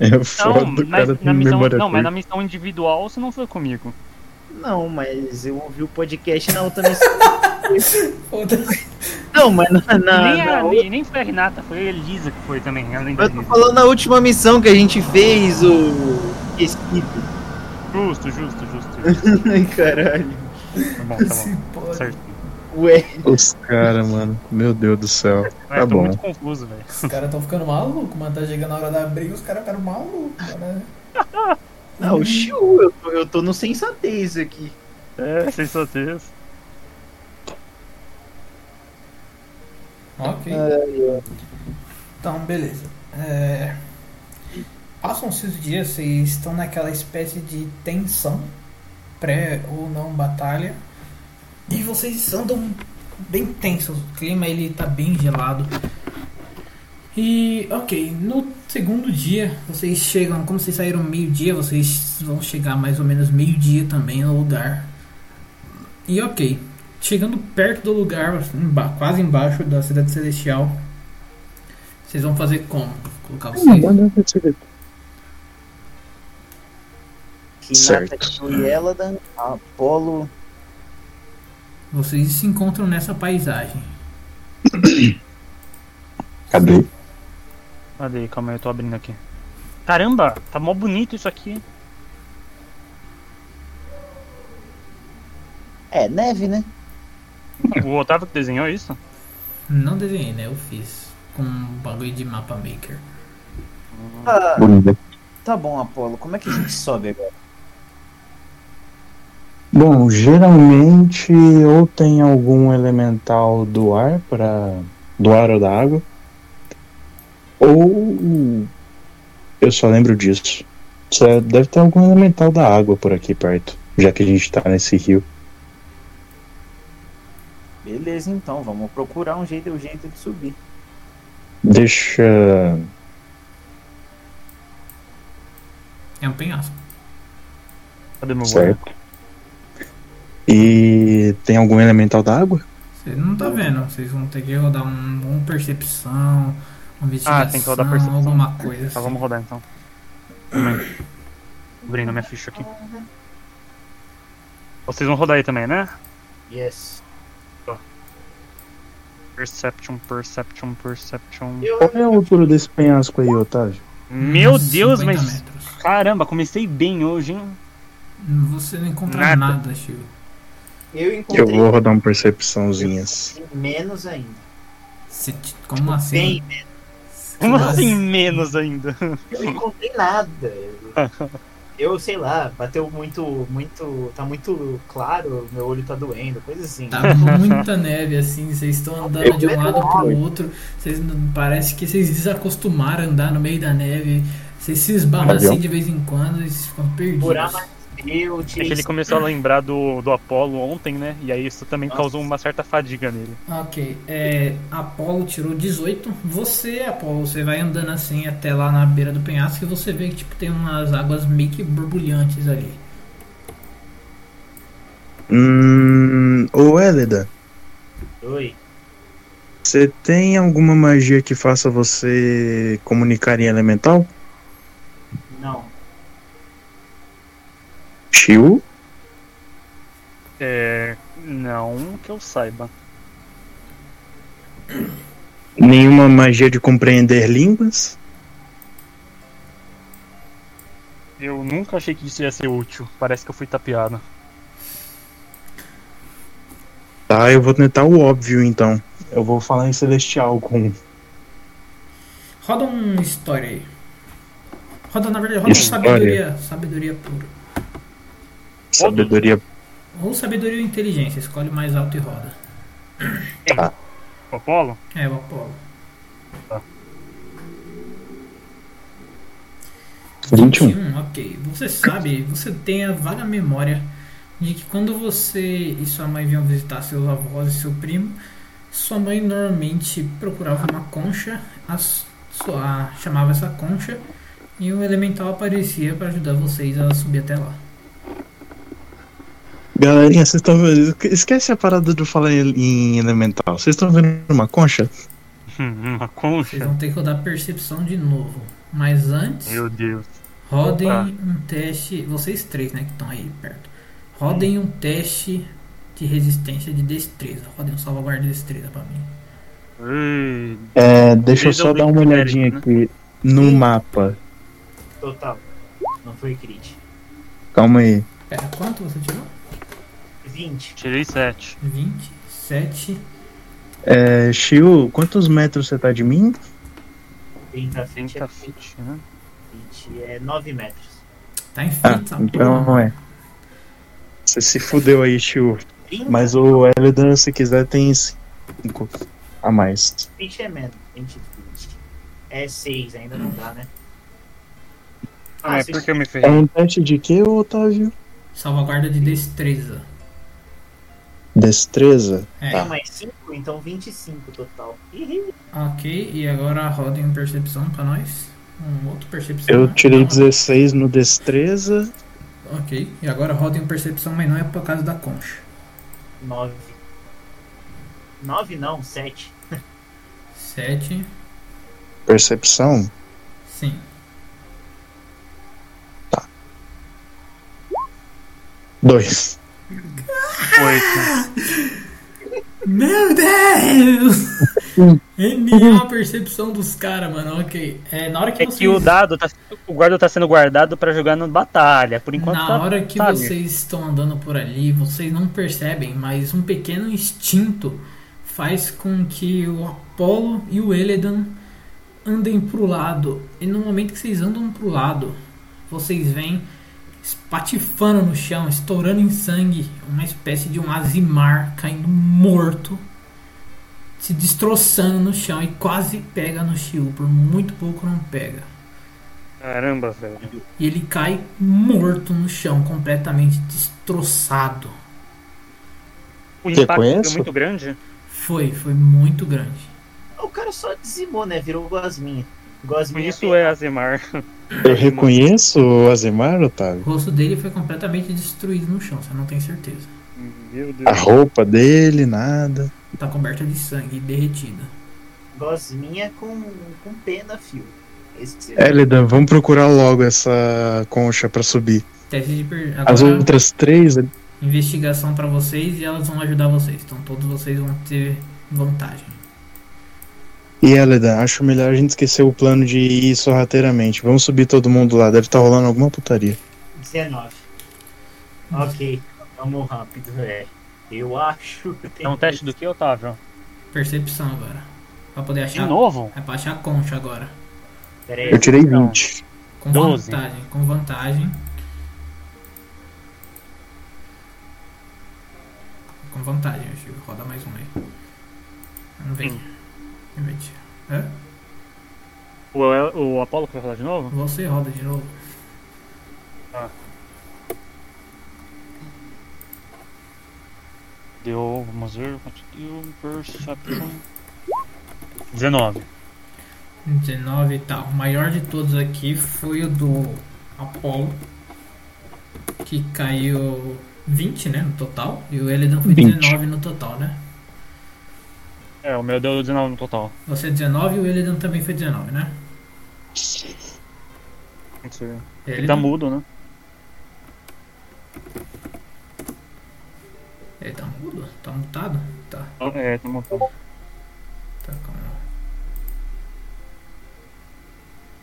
[SPEAKER 3] É
[SPEAKER 2] Não,
[SPEAKER 3] foda, o
[SPEAKER 2] mas
[SPEAKER 3] cara
[SPEAKER 2] na
[SPEAKER 3] tem
[SPEAKER 2] missão,
[SPEAKER 3] memória
[SPEAKER 2] não mas na
[SPEAKER 3] curta.
[SPEAKER 2] missão individual você não foi comigo.
[SPEAKER 4] Não, mas eu ouvi o podcast na outra missão.
[SPEAKER 1] Foda-se.
[SPEAKER 4] Não, mas na, na,
[SPEAKER 2] nem,
[SPEAKER 4] na
[SPEAKER 2] a,
[SPEAKER 4] outra-
[SPEAKER 2] nem, nem foi a Renata, foi a Elisa que foi também, além da
[SPEAKER 4] Eu tô
[SPEAKER 2] Elisa.
[SPEAKER 4] falando na última missão que a gente fez, o. Esquito.
[SPEAKER 2] Justo, justo, justo. justo.
[SPEAKER 4] Ai, caralho.
[SPEAKER 2] Tá bom, tá
[SPEAKER 1] Se
[SPEAKER 2] bom.
[SPEAKER 1] pode.
[SPEAKER 2] Certo.
[SPEAKER 9] Ué,
[SPEAKER 3] Os caras, mano. Meu Deus do céu.
[SPEAKER 10] Mas
[SPEAKER 3] Tá
[SPEAKER 10] tô
[SPEAKER 3] bom.
[SPEAKER 10] muito confuso, velho.
[SPEAKER 1] Os caras estão ficando malucos, mano. Tá chegando a hora da briga, os caras ficaram malucos, né? cara.
[SPEAKER 4] Não, Ah, Xiu, eu tô, eu tô no sensatez aqui.
[SPEAKER 10] É, sem certeza.
[SPEAKER 1] Ok.
[SPEAKER 4] É. Ah,
[SPEAKER 1] Então, beleza. É... Passam-se os dias, vocês estão naquela espécie de tensão, pré ou não batalha, e vocês andam bem tensos. O clima ele tá bem gelado. E, ok, no segundo dia, vocês chegam, como vocês saíram meio-dia, vocês vão chegar mais ou menos meio-dia também no lugar. E, ok, chegando perto do lugar, emba- quase embaixo da Cidade Celestial, vocês vão fazer como? Colocar vocês.
[SPEAKER 3] Certo.
[SPEAKER 9] Hinata Kyeladan, Apolo.
[SPEAKER 1] Vocês se encontram nessa paisagem.
[SPEAKER 3] Cadê?
[SPEAKER 10] Cadê? Calma aí, eu tô abrindo aqui. Caramba, tá mó bonito isso aqui.
[SPEAKER 9] É, neve, né?
[SPEAKER 10] O Otávio que desenhou isso?
[SPEAKER 1] Não desenhei, né? Eu fiz com um bagulho de mapa maker.
[SPEAKER 9] Ah,
[SPEAKER 3] Bonita.
[SPEAKER 9] tá bom, Apolo. Como é que a gente sobe agora?
[SPEAKER 3] Bom, geralmente ou tem algum elemental do ar para do ar ou da água, ou eu só lembro disso. Cê- Deve ter algum elemental da água por aqui perto, já que a gente tá nesse rio.
[SPEAKER 9] Beleza, então. Vamos procurar um jeito, um jeito de subir.
[SPEAKER 3] Deixa.
[SPEAKER 1] É um penhasco.
[SPEAKER 10] Cadê meu boneco?
[SPEAKER 3] certo. E tem algum elemental da água?
[SPEAKER 1] Você não tá vendo. Vocês vão ter que rodar um, um percepção, uma investigação,
[SPEAKER 10] Ah, tem que rodar percepção.
[SPEAKER 1] alguma coisa
[SPEAKER 10] Tá,
[SPEAKER 1] assim.
[SPEAKER 10] vamos rodar então. Calma aí. Abrindo minha ficha aqui. Vocês vão rodar aí também, né?
[SPEAKER 4] Yes.
[SPEAKER 10] Perception, Perception, Perception.
[SPEAKER 3] Qual é a altura desse penhasco aí, Otávio?
[SPEAKER 10] Meu
[SPEAKER 1] Uns
[SPEAKER 10] Deus,
[SPEAKER 1] 50
[SPEAKER 10] mas.
[SPEAKER 1] metros.
[SPEAKER 10] Caramba, comecei bem hoje, hein?
[SPEAKER 1] Você não encontra
[SPEAKER 10] Nada.
[SPEAKER 1] nada, Chico.
[SPEAKER 4] Eu
[SPEAKER 3] Eu
[SPEAKER 4] encontrei
[SPEAKER 3] vou rodar um percepçãozinhas.
[SPEAKER 4] menos ainda.
[SPEAKER 1] Você te- como assim?
[SPEAKER 4] Bem,
[SPEAKER 10] Como
[SPEAKER 1] Mas-
[SPEAKER 10] assim menos ainda?
[SPEAKER 4] eu não encontrei nada. Eu, eu sei lá, bateu muito, muito. Tá muito claro, meu olho tá doendo, coisa assim.
[SPEAKER 1] Tá com muita neve assim, vocês estão andando de um lado pro outro, vocês não- parece que vocês desacostumaram a andar no meio da neve, vocês se esbarram
[SPEAKER 3] Avião.
[SPEAKER 1] assim de vez em quando e vocês ficam perdidos.
[SPEAKER 4] Buraco. Eu
[SPEAKER 10] É que
[SPEAKER 4] tirei
[SPEAKER 10] ele começou a lembrar do, do Apollo ontem, né? E aí isso também causou uma certa fadiga nele.
[SPEAKER 1] Ok, é, Apolo tirou 18. Você, Apolo, você vai andando assim até lá na beira do penhasco e você vê que tipo, tem umas águas meio que borbulhantes ali.
[SPEAKER 3] Hum. Ô, Elida.
[SPEAKER 4] Oi.
[SPEAKER 3] Você tem alguma magia que faça você comunicar em elemental?
[SPEAKER 4] Não.
[SPEAKER 3] Shiu?
[SPEAKER 10] É. Não que eu saiba.
[SPEAKER 3] Nenhuma magia de compreender línguas?
[SPEAKER 10] Eu nunca achei que isso ia ser útil. Parece que eu fui tapeado.
[SPEAKER 3] Tá, eu vou tentar o óbvio então. Eu vou falar em celestial com.
[SPEAKER 1] Roda um história aí. Roda, na verdade, roda um
[SPEAKER 3] História.
[SPEAKER 1] sabedoria. Sabedoria pura.
[SPEAKER 3] Sabedoria.
[SPEAKER 1] Ou sabedoria ou inteligência, escolhe o mais alto e roda.
[SPEAKER 10] O Apollo?
[SPEAKER 1] É, o Apolo.
[SPEAKER 3] 21.
[SPEAKER 1] 21, ok. Você sabe, você tem a vaga memória de que quando você e sua mãe vinham visitar seus avós e seu primo, sua mãe normalmente procurava uma concha, a s- sua- chamava essa concha e um elemental aparecia para ajudar vocês a subir até lá.
[SPEAKER 3] Galerinha, vocês estão vendo. Esquece a parada do falar em- em elemental. Vocês estão vendo uma concha?
[SPEAKER 10] Hum, uma
[SPEAKER 1] Vocês
[SPEAKER 10] concha?
[SPEAKER 1] vão ter que rodar percepção de novo. Mas antes,
[SPEAKER 10] Meu Deus.
[SPEAKER 1] rodem
[SPEAKER 10] Opa.
[SPEAKER 1] um teste. Vocês três, né, que estão aí perto. Rodem um teste de resistência de destreza. Rodem um salvaguarda de destreza para mim.
[SPEAKER 10] Ei,
[SPEAKER 3] É, deixa eu
[SPEAKER 10] Eles
[SPEAKER 3] só
[SPEAKER 10] dão
[SPEAKER 3] dar uma
[SPEAKER 10] bem
[SPEAKER 3] olhadinha
[SPEAKER 10] genérico,
[SPEAKER 3] aqui no mapa.
[SPEAKER 4] Total. Não foi crit.
[SPEAKER 3] Calma aí.
[SPEAKER 1] Pera, quanto você tirou?
[SPEAKER 4] 20.
[SPEAKER 10] tirei sete.
[SPEAKER 1] 20. 7.
[SPEAKER 3] É, Shio, quantos metros você tá de mim?
[SPEAKER 4] 30 feet
[SPEAKER 10] 30
[SPEAKER 4] é,
[SPEAKER 10] feet, né?
[SPEAKER 4] 20, é 9 metros.
[SPEAKER 1] Tá em fita.
[SPEAKER 3] Então não é. Você se fudeu aí, Shio.
[SPEAKER 4] 30
[SPEAKER 3] Mas o Elidan, se quiser, tem 5 a mais.
[SPEAKER 4] feet é menos. 20 feet. É 6, ainda não dá, né?
[SPEAKER 10] Ah, mas por que eu me
[SPEAKER 3] É
[SPEAKER 10] ferrei?
[SPEAKER 3] um teste de quê, Otávio?
[SPEAKER 1] Salvaguarda de destreza.
[SPEAKER 3] Destreza?
[SPEAKER 1] É.
[SPEAKER 4] Tem mais 5, então 25 total. Ih,
[SPEAKER 1] Ok, e agora rodem um percepção pra nós. Um outro percepção.
[SPEAKER 3] Eu
[SPEAKER 1] né?
[SPEAKER 3] tirei
[SPEAKER 1] Não.
[SPEAKER 3] 16 no destreza.
[SPEAKER 1] Ok, e agora rodem um percepção, mas não é por causa da concha.
[SPEAKER 4] 9. 9 não, 7.
[SPEAKER 1] 7,
[SPEAKER 3] Percepção?
[SPEAKER 1] sim.
[SPEAKER 3] dois.
[SPEAKER 10] Oito.
[SPEAKER 1] Meu Deus! é minha percepção dos caras, mano. Ok, é, na hora que
[SPEAKER 10] É
[SPEAKER 1] vocês...
[SPEAKER 10] que o dado tá. O guarda tá sendo guardado pra jogar na batalha. Por enquanto
[SPEAKER 1] Na
[SPEAKER 10] tá.
[SPEAKER 1] hora que
[SPEAKER 10] tá ali.
[SPEAKER 1] vocês estão andando por ali, vocês não percebem, mas um pequeno instinto faz com que o Apollo e o Eledan andem pro lado. E no momento que vocês andam pro lado, vocês vêm espatifando no chão, estourando em sangue, uma espécie de um azimar caindo morto, se destroçando no chão e quase pega no Shiu, por muito pouco não pega.
[SPEAKER 10] Caramba, velho.
[SPEAKER 1] E ele cai morto no chão, completamente destroçado.
[SPEAKER 10] O
[SPEAKER 3] Que,
[SPEAKER 10] impacto
[SPEAKER 3] conheço?
[SPEAKER 10] foi muito grande.
[SPEAKER 1] Foi, foi muito grande.
[SPEAKER 4] Ah, O cara só dizimou, né? Virou gosminha. Gosminha
[SPEAKER 10] Isso é Azemar.
[SPEAKER 3] Eu reconheço o Azemar,
[SPEAKER 1] O
[SPEAKER 3] Otávio.
[SPEAKER 1] rosto dele foi completamente destruído no chão, você não tem certeza.
[SPEAKER 10] Meu
[SPEAKER 3] A
[SPEAKER 10] Deus.
[SPEAKER 3] roupa dele, nada.
[SPEAKER 1] Tá coberta de sangue e derretida.
[SPEAKER 4] Gosminha com, com pena, fio. Esse que você-
[SPEAKER 3] Elidan, vamos procurar logo essa concha pra subir.
[SPEAKER 1] Teste de per...
[SPEAKER 3] As
[SPEAKER 1] Agora,
[SPEAKER 3] outras três,
[SPEAKER 1] investigação pra vocês e elas vão ajudar vocês. Então todos vocês vão ter vantagem.
[SPEAKER 3] E Elida, acho melhor a gente esquecer o plano de ir sorrateiramente. Vamos subir todo mundo lá, deve estar rolando alguma putaria.
[SPEAKER 4] 19. Ok, vamos rápido, é. Eu acho.
[SPEAKER 10] É um teste do que, Otávio?
[SPEAKER 1] Percepção agora. Pra poder
[SPEAKER 10] De
[SPEAKER 1] achar.
[SPEAKER 10] novo?
[SPEAKER 1] É pra achar a concha agora.
[SPEAKER 4] Peraí,
[SPEAKER 3] Eu tirei
[SPEAKER 10] Não.
[SPEAKER 3] 20.
[SPEAKER 1] Com
[SPEAKER 10] Doze.
[SPEAKER 1] vantagem, com vantagem. Com vantagem, Chico. Roda mais um aí. Não vem. Realmente. Hã?
[SPEAKER 10] O, o Apolo que vai falar de novo?
[SPEAKER 1] Você roda de novo.
[SPEAKER 10] Deu, vamos ver, conseguiu, um percepção. 19.
[SPEAKER 1] 19 e tal. tá. O maior de todos aqui foi o do Apollo. Que caiu 20, né? No total. E o Elidan foi
[SPEAKER 3] 20.
[SPEAKER 1] 19 no total, né?
[SPEAKER 10] É, o meu deu 19 no total.
[SPEAKER 1] Você é 19 e o Elidan também foi 19, né?
[SPEAKER 10] Não sei. Ele tá
[SPEAKER 1] Elidan,
[SPEAKER 10] mudo, né?
[SPEAKER 1] ele tá mudo? Tá mutado? Tá.
[SPEAKER 10] É, tá mutado.
[SPEAKER 1] Tá, calma lá.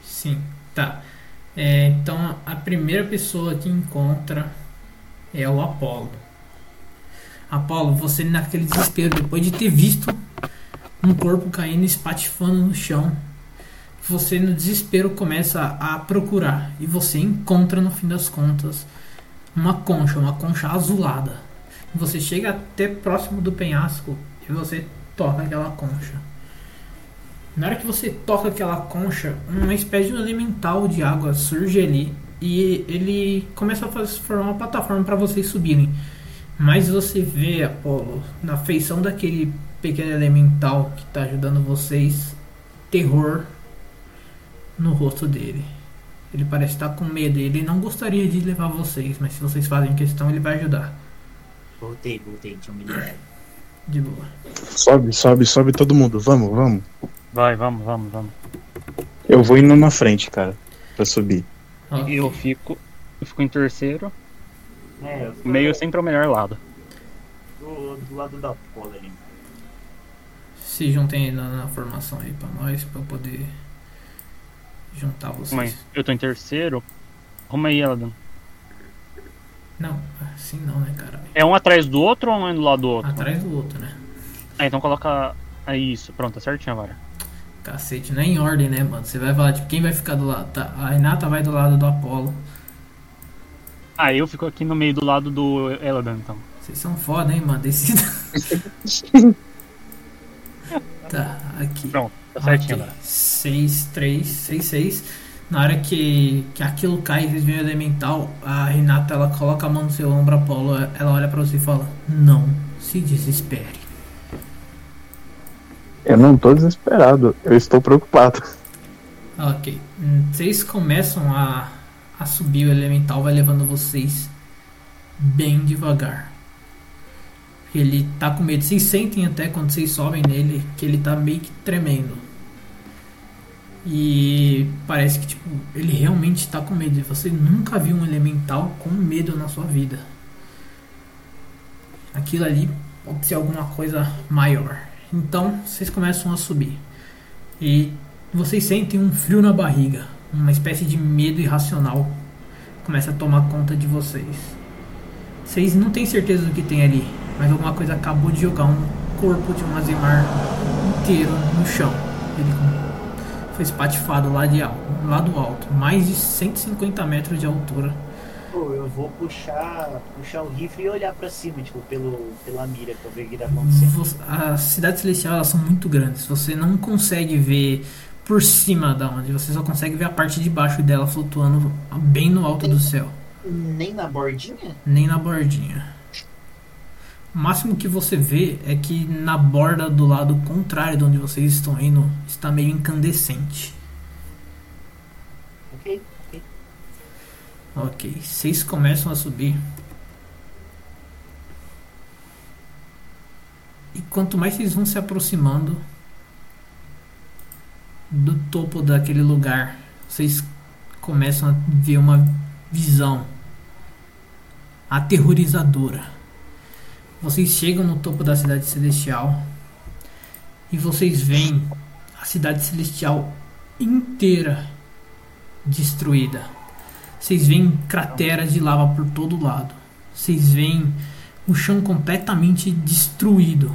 [SPEAKER 1] Sim, tá. É, então a primeira pessoa que encontra é o Apolo. Apolo, você naquele desespero, depois de ter visto um corpo caindo e espatifando no chão, você no desespero começa a procurar e você encontra no fim das contas uma concha, uma concha azulada. Você chega até próximo do penhasco e você toca aquela concha. Na hora que você toca aquela concha, uma espécie de um elemental de água surge ali e ele começa a faz- formar uma plataforma para vocês subirem. Mas você vê, Apolo, na feição daquele pequeno elemental que está ajudando vocês, terror no rosto dele. Ele parece estar com medo, ele não gostaria de levar vocês, mas se vocês fazem questão, ele vai ajudar.
[SPEAKER 4] voltei, voltei, tinha um milhão.
[SPEAKER 1] De boa.
[SPEAKER 3] Sobe, sobe, sobe todo mundo. Vamos, vamos.
[SPEAKER 10] Vai, vamos, vamos, vamos.
[SPEAKER 3] Eu vou indo na frente, cara, pra subir.
[SPEAKER 1] Ok.
[SPEAKER 10] Eu fico. Eu fico em terceiro.
[SPEAKER 4] É, eu
[SPEAKER 10] O
[SPEAKER 4] fui
[SPEAKER 10] meio sempre é o melhor lado.
[SPEAKER 4] do, do lado da cola ali.
[SPEAKER 1] Se juntem aí na, na formação aí pra nós, pra eu poder juntar vocês.
[SPEAKER 10] Mãe, eu tô em terceiro. Arruma aí, Eladan.
[SPEAKER 1] Não, assim não, né, caralho.
[SPEAKER 10] É um atrás do outro ou um do lado do outro?
[SPEAKER 1] Atrás do outro, né?
[SPEAKER 2] Ah, então coloca. Aí, isso, pronto, tá certinho agora.
[SPEAKER 1] Cacete, não é em ordem, né, mano? Você vai falar, tipo, quem vai ficar do lado? Tá, a Renata vai do lado do Apollo.
[SPEAKER 2] Ah, eu fico aqui no meio do lado do Eladan, então.
[SPEAKER 1] Vocês são foda, hein, mano? Decida. tá, aqui.
[SPEAKER 2] Pronto, tá
[SPEAKER 1] Ah,
[SPEAKER 2] certinho agora.
[SPEAKER 1] 6, 3, 6, 6. Na hora que, que aquilo cai e vocês veem o elemental, a Renata ela coloca a mão no seu ombro, Apolo, ela olha pra você e fala: Não se desespere.
[SPEAKER 3] Eu não tô desesperado, eu estou preocupado.
[SPEAKER 1] Ok. Hum, Vocês começam a, a subir, o elemental vai levando vocês bem devagar. Ele tá com medo. Vocês sentem até quando vocês sobem nele que ele tá meio que tremendo. E parece que tipo, ele realmente tá com medo. E Você nunca viu um elemental com medo na sua vida. Aquilo ali pode ser alguma coisa maior. Então vocês começam a subir. E vocês sentem um frio na barriga, uma espécie de medo irracional começa a tomar conta de vocês. Vocês não têm certeza do que tem ali, mas alguma coisa acabou de jogar um corpo de um Azimar inteiro no chão. Ele com- foi espatifado lá, de alto, lá do alto, mais de 150 metros de altura.
[SPEAKER 4] Pô, eu vou puxar, puxar o rifle e olhar pra cima, tipo, pelo, pela mira pra ver o que tá acontecendo.
[SPEAKER 1] Vo- As cidades celestiais elas são muito grandes. Você não consegue ver por cima da onde. Você só consegue ver a parte de baixo dela flutuando bem no alto do céu,
[SPEAKER 4] Nem na bordinha?
[SPEAKER 1] nem na bordinha. O máximo que você vê é que na borda do lado contrário de onde vocês estão indo está meio incandescente.
[SPEAKER 4] Ok.
[SPEAKER 1] Ok, vocês começam a subir. E quanto mais vocês vão se aproximando do topo daquele lugar, vocês começam a ver uma visão aterrorizadora. Vocês chegam no topo da cidade celestial e vocês veem a cidade celestial inteira destruída. Vocês veem crateras de lava por todo lado. Vocês veem o chão completamente destruído.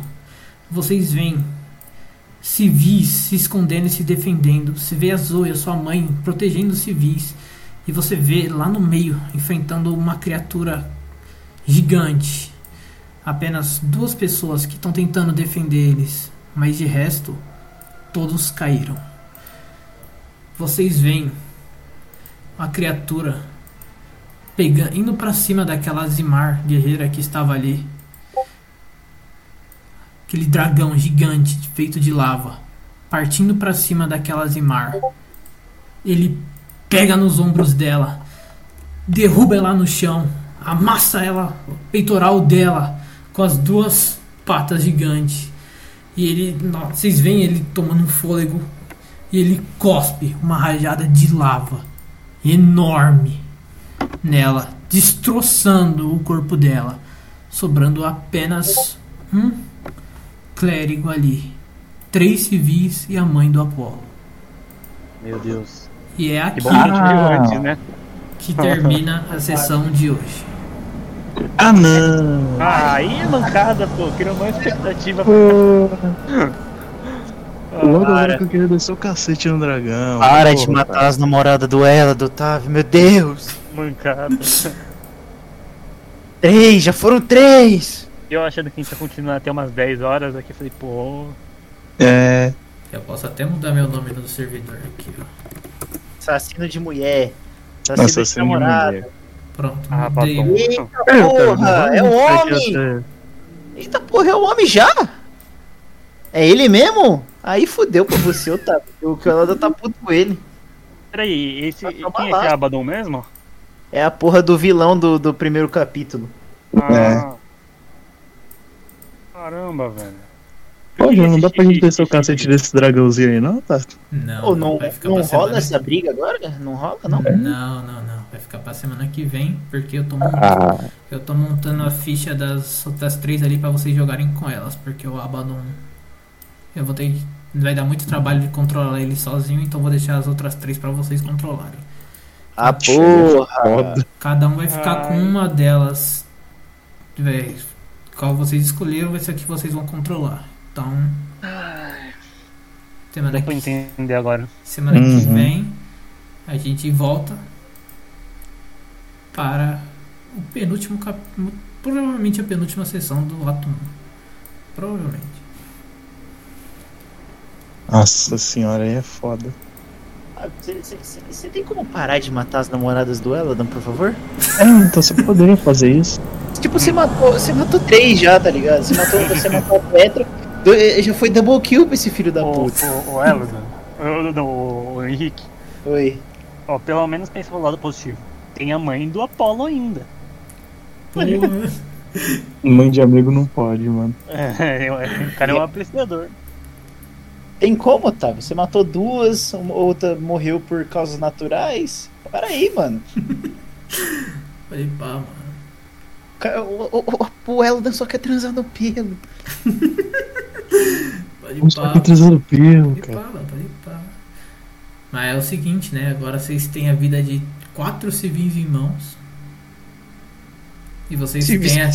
[SPEAKER 1] Vocês veem civis se escondendo e se defendendo. Você vê a Zoe, a sua mãe, protegendo os civis. E você vê lá no meio, enfrentando uma criatura gigante. Apenas duas pessoas que estão tentando defender eles. Mas de resto, todos caíram. Vocês veem a criatura pegando, indo para cima daquela Zimar guerreira que estava ali. Aquele dragão gigante feito de lava, partindo para cima daquela Zimar. Ele pega nos ombros dela, derruba ela no chão, amassa ela, o peitoral dela, com as duas patas gigantes. E ele, nossa, vocês veem ele tomando um fôlego e ele cospe uma rajada de lava enorme nela, destroçando o corpo dela, sobrando apenas um clérigo ali, três civis e a mãe do Apolo.
[SPEAKER 2] Meu Deus.
[SPEAKER 1] E é
[SPEAKER 2] Que
[SPEAKER 1] aqui
[SPEAKER 2] bom que a gente viu antes, né?
[SPEAKER 1] que termina a sessão de hoje.
[SPEAKER 3] Ah, não!
[SPEAKER 2] Ah, aí é mancada, pô. Criou uma expectativa.
[SPEAKER 3] Logo na
[SPEAKER 4] Para.
[SPEAKER 3] hora que eu queria descer o cacete no dragão.
[SPEAKER 4] Para de
[SPEAKER 3] Porra,
[SPEAKER 4] matar as namoradas do Ela, do Otávio, meu Deus!
[SPEAKER 2] Mancada.
[SPEAKER 4] Três, já foram três!
[SPEAKER 2] Eu achando que a gente ia continuar até umas 10 horas aqui. eu Falei, pô.
[SPEAKER 3] É.
[SPEAKER 1] Eu posso até mudar meu nome no servidor aqui, ó.
[SPEAKER 4] Assassino de mulher, assassino
[SPEAKER 3] Nossa,
[SPEAKER 4] de
[SPEAKER 3] assim,
[SPEAKER 4] namorada.
[SPEAKER 1] Pronto,
[SPEAKER 2] Ah,
[SPEAKER 1] mudei.
[SPEAKER 2] batom.
[SPEAKER 4] Eita porra, é um homem! Eita porra, é um homem já? É ele mesmo? Aí fudeu pra você, Otávio. O Canadá tá puto com ele.
[SPEAKER 2] Peraí, esse.
[SPEAKER 4] Tá
[SPEAKER 2] Quem é que
[SPEAKER 4] lá.
[SPEAKER 2] é Abaddon mesmo?
[SPEAKER 4] É a porra do vilão do, do primeiro capítulo.
[SPEAKER 2] Ah. Caramba, velho.
[SPEAKER 3] Pô, já não dá pra gente descer o cacete desse dragãozinho aí, não, tá?
[SPEAKER 1] Não,
[SPEAKER 4] Pô, não,
[SPEAKER 1] vai ficar
[SPEAKER 4] não
[SPEAKER 1] pra
[SPEAKER 4] rola
[SPEAKER 1] semana. É.
[SPEAKER 4] essa briga agora? Não rola, não?
[SPEAKER 1] Não, não, não. Vai ficar pra semana que vem, porque eu tô montando, eu tô montando a ficha das outras três ali pra vocês jogarem com elas, porque o Abaddon. Eu vou ter que. Vai dar muito trabalho de controlar ele sozinho, então vou deixar as outras três pra vocês controlarem.
[SPEAKER 4] Ah, porra!
[SPEAKER 3] Foda.
[SPEAKER 1] Cada um vai ficar
[SPEAKER 2] Ai.
[SPEAKER 1] com uma delas. Véi, qual vocês escolheram vai ser a que vocês vão controlar. Então. Semana
[SPEAKER 2] Dá pra
[SPEAKER 1] que,
[SPEAKER 2] entender agora.
[SPEAKER 1] semana que
[SPEAKER 3] Uhum.
[SPEAKER 1] vem a gente volta para o penúltimo cap... Provavelmente a penúltima sessão do ato 1. Provavelmente.
[SPEAKER 3] Nossa senhora, aí é foda.
[SPEAKER 4] Ah,
[SPEAKER 12] Você tem como parar de matar as namoradas do Eladon, por favor?
[SPEAKER 3] É, então você poderia fazer isso.
[SPEAKER 4] Tipo, você matou, você matou três já, tá ligado? Você matou, você matou a Petra. Do- eh, Já foi double kill pra esse filho da
[SPEAKER 2] O,
[SPEAKER 4] puta.
[SPEAKER 2] o, o Elodon, o, não, o, o Henrique,
[SPEAKER 4] Oi.
[SPEAKER 2] ó, pelo menos pensa pelo lado positivo. Tem a mãe do Apollo ainda.
[SPEAKER 1] Porra.
[SPEAKER 3] Mãe de amigo não pode, mano.
[SPEAKER 2] o cara é um apreciador.
[SPEAKER 4] Tem como, Otávio? Você matou duas, uma- outra morreu por causas naturais. Para aí, mano.
[SPEAKER 1] Falei, pá, mano.
[SPEAKER 4] O ca- O, o, o, o Eladon só quer transar no pelo.
[SPEAKER 1] Pode
[SPEAKER 3] Vamos
[SPEAKER 1] pá.
[SPEAKER 3] ficar trazendo pelo,
[SPEAKER 1] Pode
[SPEAKER 3] cara.
[SPEAKER 1] pá, mano, pode pá. tá Mas é o seguinte, né? Agora vocês têm a vida de quatro civis em mãos. E vocês têm a.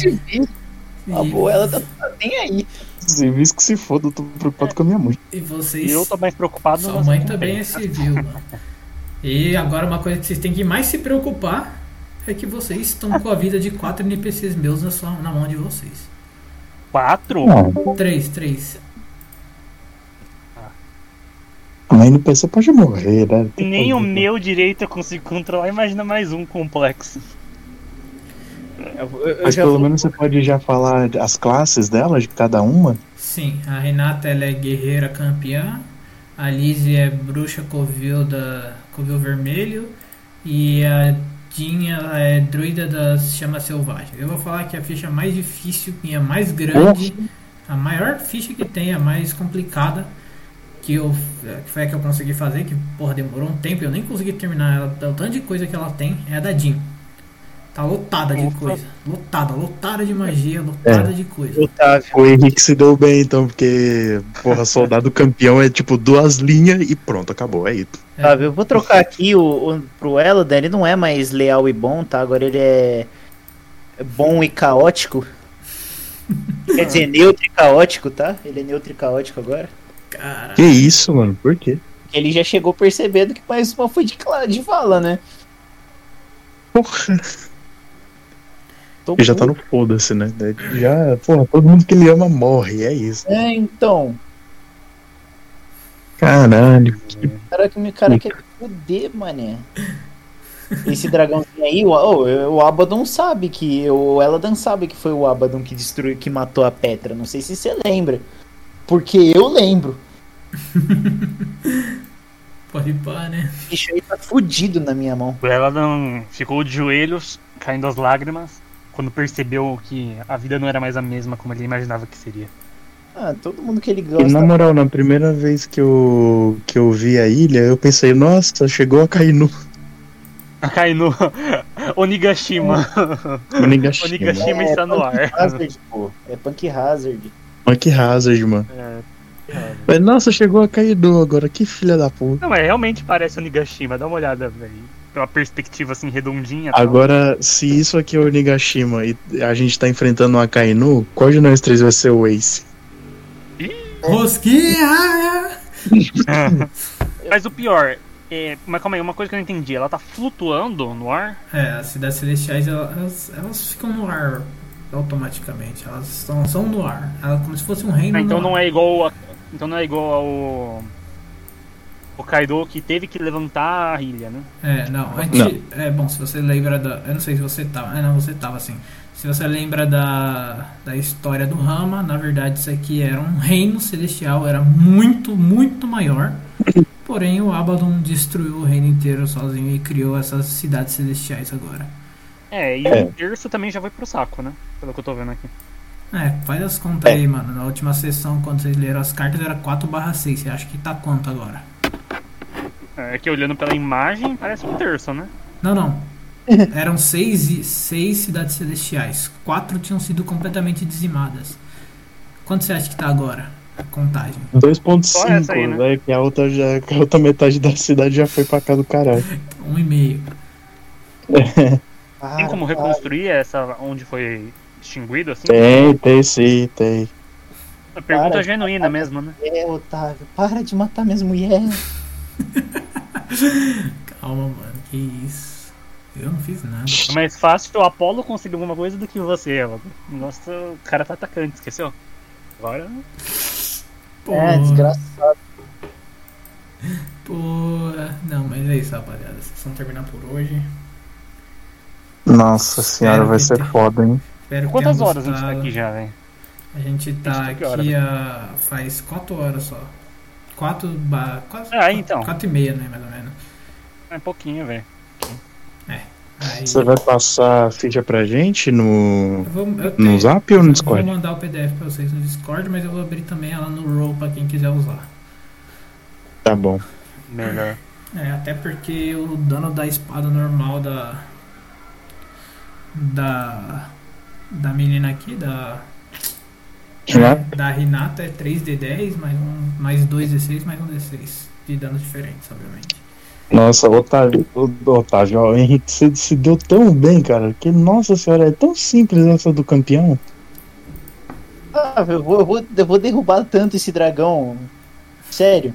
[SPEAKER 4] A
[SPEAKER 1] e-
[SPEAKER 4] boa, ela tá tá nem aí.
[SPEAKER 3] Civis que se foda, eu tô preocupado com a minha mãe.
[SPEAKER 1] E vocês.
[SPEAKER 2] E eu tô mais preocupado
[SPEAKER 1] Sua
[SPEAKER 2] nas-
[SPEAKER 1] mãe também é civil, mano. E agora uma coisa que vocês têm que mais se preocupar é que vocês estão com a vida de quatro NPCs meus na, sua, na mão de vocês.
[SPEAKER 2] Quatro?
[SPEAKER 3] Não,
[SPEAKER 1] Três, três.
[SPEAKER 3] a NPC pode morrer, né?
[SPEAKER 2] Nem o meu direito eu consigo controlar, imagina mais um complexo.
[SPEAKER 4] Eu, eu- eu
[SPEAKER 3] Mas
[SPEAKER 4] já
[SPEAKER 3] pelo
[SPEAKER 4] vou-
[SPEAKER 3] menos você pode já falar as classes dela, de cada uma.
[SPEAKER 1] Sim, a Renata ela é guerreira campeã, a Lizzie é bruxa covil da covil vermelho e a Jean ela é druida das chamas selvagens. Eu vou falar que a ficha mais difícil e a mais grande, a maior ficha que tem, a mais complicada que eu que foi a que eu consegui fazer, que porra demorou um tempo, eu nem consegui terminar ela, pelo tanto de coisa que ela tem, é a da Jean. Tá lotada de
[SPEAKER 2] Opa.
[SPEAKER 1] coisa, lotada, lotada de magia, lotada de coisa.
[SPEAKER 4] Otávio.
[SPEAKER 3] O Henrique se deu bem, então, porque, porra, soldado campeão é tipo duas linhas e pronto, acabou, é isso.
[SPEAKER 1] É.
[SPEAKER 4] Sabe, eu vou trocar aqui o, o, pro Elodan, ele não é mais leal e bom, tá? Agora ele é é bom e caótico. Quer dizer, neutro e caótico, tá? Ele é neutro e caótico agora.
[SPEAKER 1] Cara,
[SPEAKER 3] Que isso, mano, por quê?
[SPEAKER 4] Porque ele já chegou percebendo que mais uma foi de, cla- de fala, né?
[SPEAKER 3] Porra,
[SPEAKER 4] Tô
[SPEAKER 3] ele já tá no foda-se, né? Daí Já, porra, todo mundo que ele ama morre, é isso.
[SPEAKER 4] É, então.
[SPEAKER 3] Caralho.
[SPEAKER 4] Cara, que o cara quer fuder, mané. Esse dragãozinho aí, o, o, o Abaddon sabe que. O Eladan sabe que foi o Abaddon que destruiu, que matou a Petra. Não sei se você lembra. Porque eu lembro.
[SPEAKER 1] pode ir pá, né?
[SPEAKER 4] bicho aí tá fudido na minha mão.
[SPEAKER 2] O Eladon ficou de joelhos, caindo as lágrimas, quando percebeu que a vida não era mais a mesma como ele imaginava que seria.
[SPEAKER 4] Ah, todo mundo que ele
[SPEAKER 3] E
[SPEAKER 4] gosta.
[SPEAKER 3] na moral, na primeira vez que eu, que eu vi a ilha, eu pensei, nossa, chegou a cair no
[SPEAKER 2] Cai no Onigashima.
[SPEAKER 3] Onigashima.
[SPEAKER 2] Onigashima
[SPEAKER 4] É,
[SPEAKER 2] está no ar.
[SPEAKER 4] Punk Hazard, pô. É Punk Hazard.
[SPEAKER 3] Punk Hazard, mano.
[SPEAKER 2] É.
[SPEAKER 3] Mas, nossa, chegou a cair no agora, que filha da puta.
[SPEAKER 2] Não, mas realmente parece Onigashima, dá uma olhada, velho. Pela perspectiva assim, redondinha. tal.
[SPEAKER 3] Agora, se isso aqui é o Onigashima e a gente tá enfrentando uma Kainu, qual de nós três vai ser o Ace?
[SPEAKER 1] Rosquinha!
[SPEAKER 2] Mas o pior, é, mas calma aí, uma coisa que eu não entendi, ela tá flutuando no ar?
[SPEAKER 1] É, as cidades celestiais elas, elas ficam no ar automaticamente. Elas são, são no ar. Ela, como se fosse um reino.
[SPEAKER 2] Ah, então
[SPEAKER 1] no
[SPEAKER 2] não
[SPEAKER 1] ar.
[SPEAKER 2] é igual a, então não é igual ao o Kaido que teve que levantar a ilha, né?
[SPEAKER 1] É, não. Antes, É bom, se você lembra da. Eu não sei se você tava. É, não, você tava assim. Se você lembra da, da história do Rama, na verdade isso aqui era um reino celestial, era muito, muito maior. Porém o Abaddon destruiu o reino inteiro sozinho e criou essas cidades celestiais agora.
[SPEAKER 2] É, e
[SPEAKER 3] É.
[SPEAKER 2] o terço também já foi pro saco, né? Pelo que eu tô vendo aqui.
[SPEAKER 1] É, faz as contas aí, mano. Na última sessão, quando vocês leram as cartas, era 4 barra 6. Você acha que tá quanto agora?
[SPEAKER 2] É que olhando pela imagem, parece um terço, né?
[SPEAKER 1] Não, não. Eram 6 seis cidades celestiais. Quatro tinham sido completamente dizimadas. Quanto você acha que tá agora? A contagem.
[SPEAKER 2] Só essa aí, né?
[SPEAKER 3] 2.5, velho, que a outra já, que a outra metade da cidade já foi pra cá do caralho.
[SPEAKER 1] Um e meio.
[SPEAKER 2] Tem
[SPEAKER 4] Ah,
[SPEAKER 2] como
[SPEAKER 3] É.
[SPEAKER 2] reconstruir essa onde foi extinguido assim?
[SPEAKER 3] Tem, tem sim, tem.
[SPEAKER 13] A pergunta
[SPEAKER 4] Para.
[SPEAKER 13] genuína mesmo, né?
[SPEAKER 4] É, Otávio, para de matar minhas mulheres.
[SPEAKER 1] Calma, mano. Que isso. Eu não fiz nada.
[SPEAKER 13] Ixi.
[SPEAKER 2] É mais fácil o Apollo conseguir alguma coisa do que você, Eva. Nossa, o cara tá atacante, esqueceu? Agora.
[SPEAKER 1] Hum.
[SPEAKER 4] É, desgraçado.
[SPEAKER 1] Porra. Não, mas é isso, rapaziada. Vocês vão terminar por hoje.
[SPEAKER 3] Nossa senhora,
[SPEAKER 1] Espero
[SPEAKER 3] vai
[SPEAKER 2] É,
[SPEAKER 1] que
[SPEAKER 3] ser
[SPEAKER 1] tenha.
[SPEAKER 3] foda, hein?
[SPEAKER 1] Espero que
[SPEAKER 2] Quantas
[SPEAKER 1] tenham
[SPEAKER 2] horas a gente tá
[SPEAKER 1] gostado.
[SPEAKER 2] aqui já, velho?
[SPEAKER 1] A gente tá
[SPEAKER 2] A gente tá que
[SPEAKER 1] aqui a... faz 4 horas só. 4 ba... quase.
[SPEAKER 2] Ah, então.
[SPEAKER 1] 4 e meia, né, mais ou menos.
[SPEAKER 2] É pouquinho, velho.
[SPEAKER 1] Aí...
[SPEAKER 3] Você vai passar a ficha pra gente
[SPEAKER 1] Eu
[SPEAKER 3] no,
[SPEAKER 1] vou, eu
[SPEAKER 3] no
[SPEAKER 1] tenho-
[SPEAKER 3] zap ou no
[SPEAKER 1] Eu
[SPEAKER 3] Discord?
[SPEAKER 1] vou mandar o PDF pra vocês no Discord, mas eu vou abrir também ela no Roll pra quem quiser usar.
[SPEAKER 3] Tá bom.
[SPEAKER 2] Melhor.
[SPEAKER 1] É, até porque o dano da espada normal da. Da. Da menina aqui, da.
[SPEAKER 3] Renata?
[SPEAKER 1] Da Renata é 3D10, mais, um, mais 2D6, mais 1D6. De danos diferentes, obviamente.
[SPEAKER 3] Nossa, Otávio, o- o Otávio, ó, o Henrique se, se deu tão bem, cara, que nossa senhora, é tão simples essa do campeão.
[SPEAKER 4] Otávio, Ah, eu vou, eu, vou, eu vou derrubar tanto esse dragão. Sério.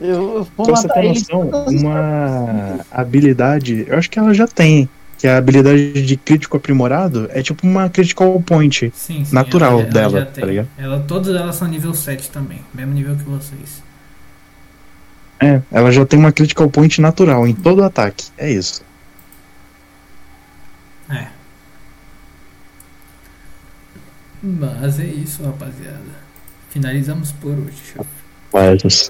[SPEAKER 4] Eu eu
[SPEAKER 3] Pra
[SPEAKER 4] vou
[SPEAKER 3] Então você
[SPEAKER 4] matar
[SPEAKER 3] ter
[SPEAKER 4] ele.
[SPEAKER 3] noção, uma habilidade, eu acho que ela já tem, que é a habilidade de crítico aprimorado, é tipo uma critical point.
[SPEAKER 1] Sim, sim.
[SPEAKER 3] Natural
[SPEAKER 1] ela- ela
[SPEAKER 3] dela,
[SPEAKER 1] já
[SPEAKER 3] tá
[SPEAKER 1] tem.
[SPEAKER 3] ligado?
[SPEAKER 1] Ela, todas elas são nível 7 também, mesmo nível que vocês.
[SPEAKER 3] É, ela já tem uma critical point natural em todo ataque. É isso.
[SPEAKER 1] Mas é isso, rapaziada. Finalizamos por hoje.
[SPEAKER 3] Vai, do céu.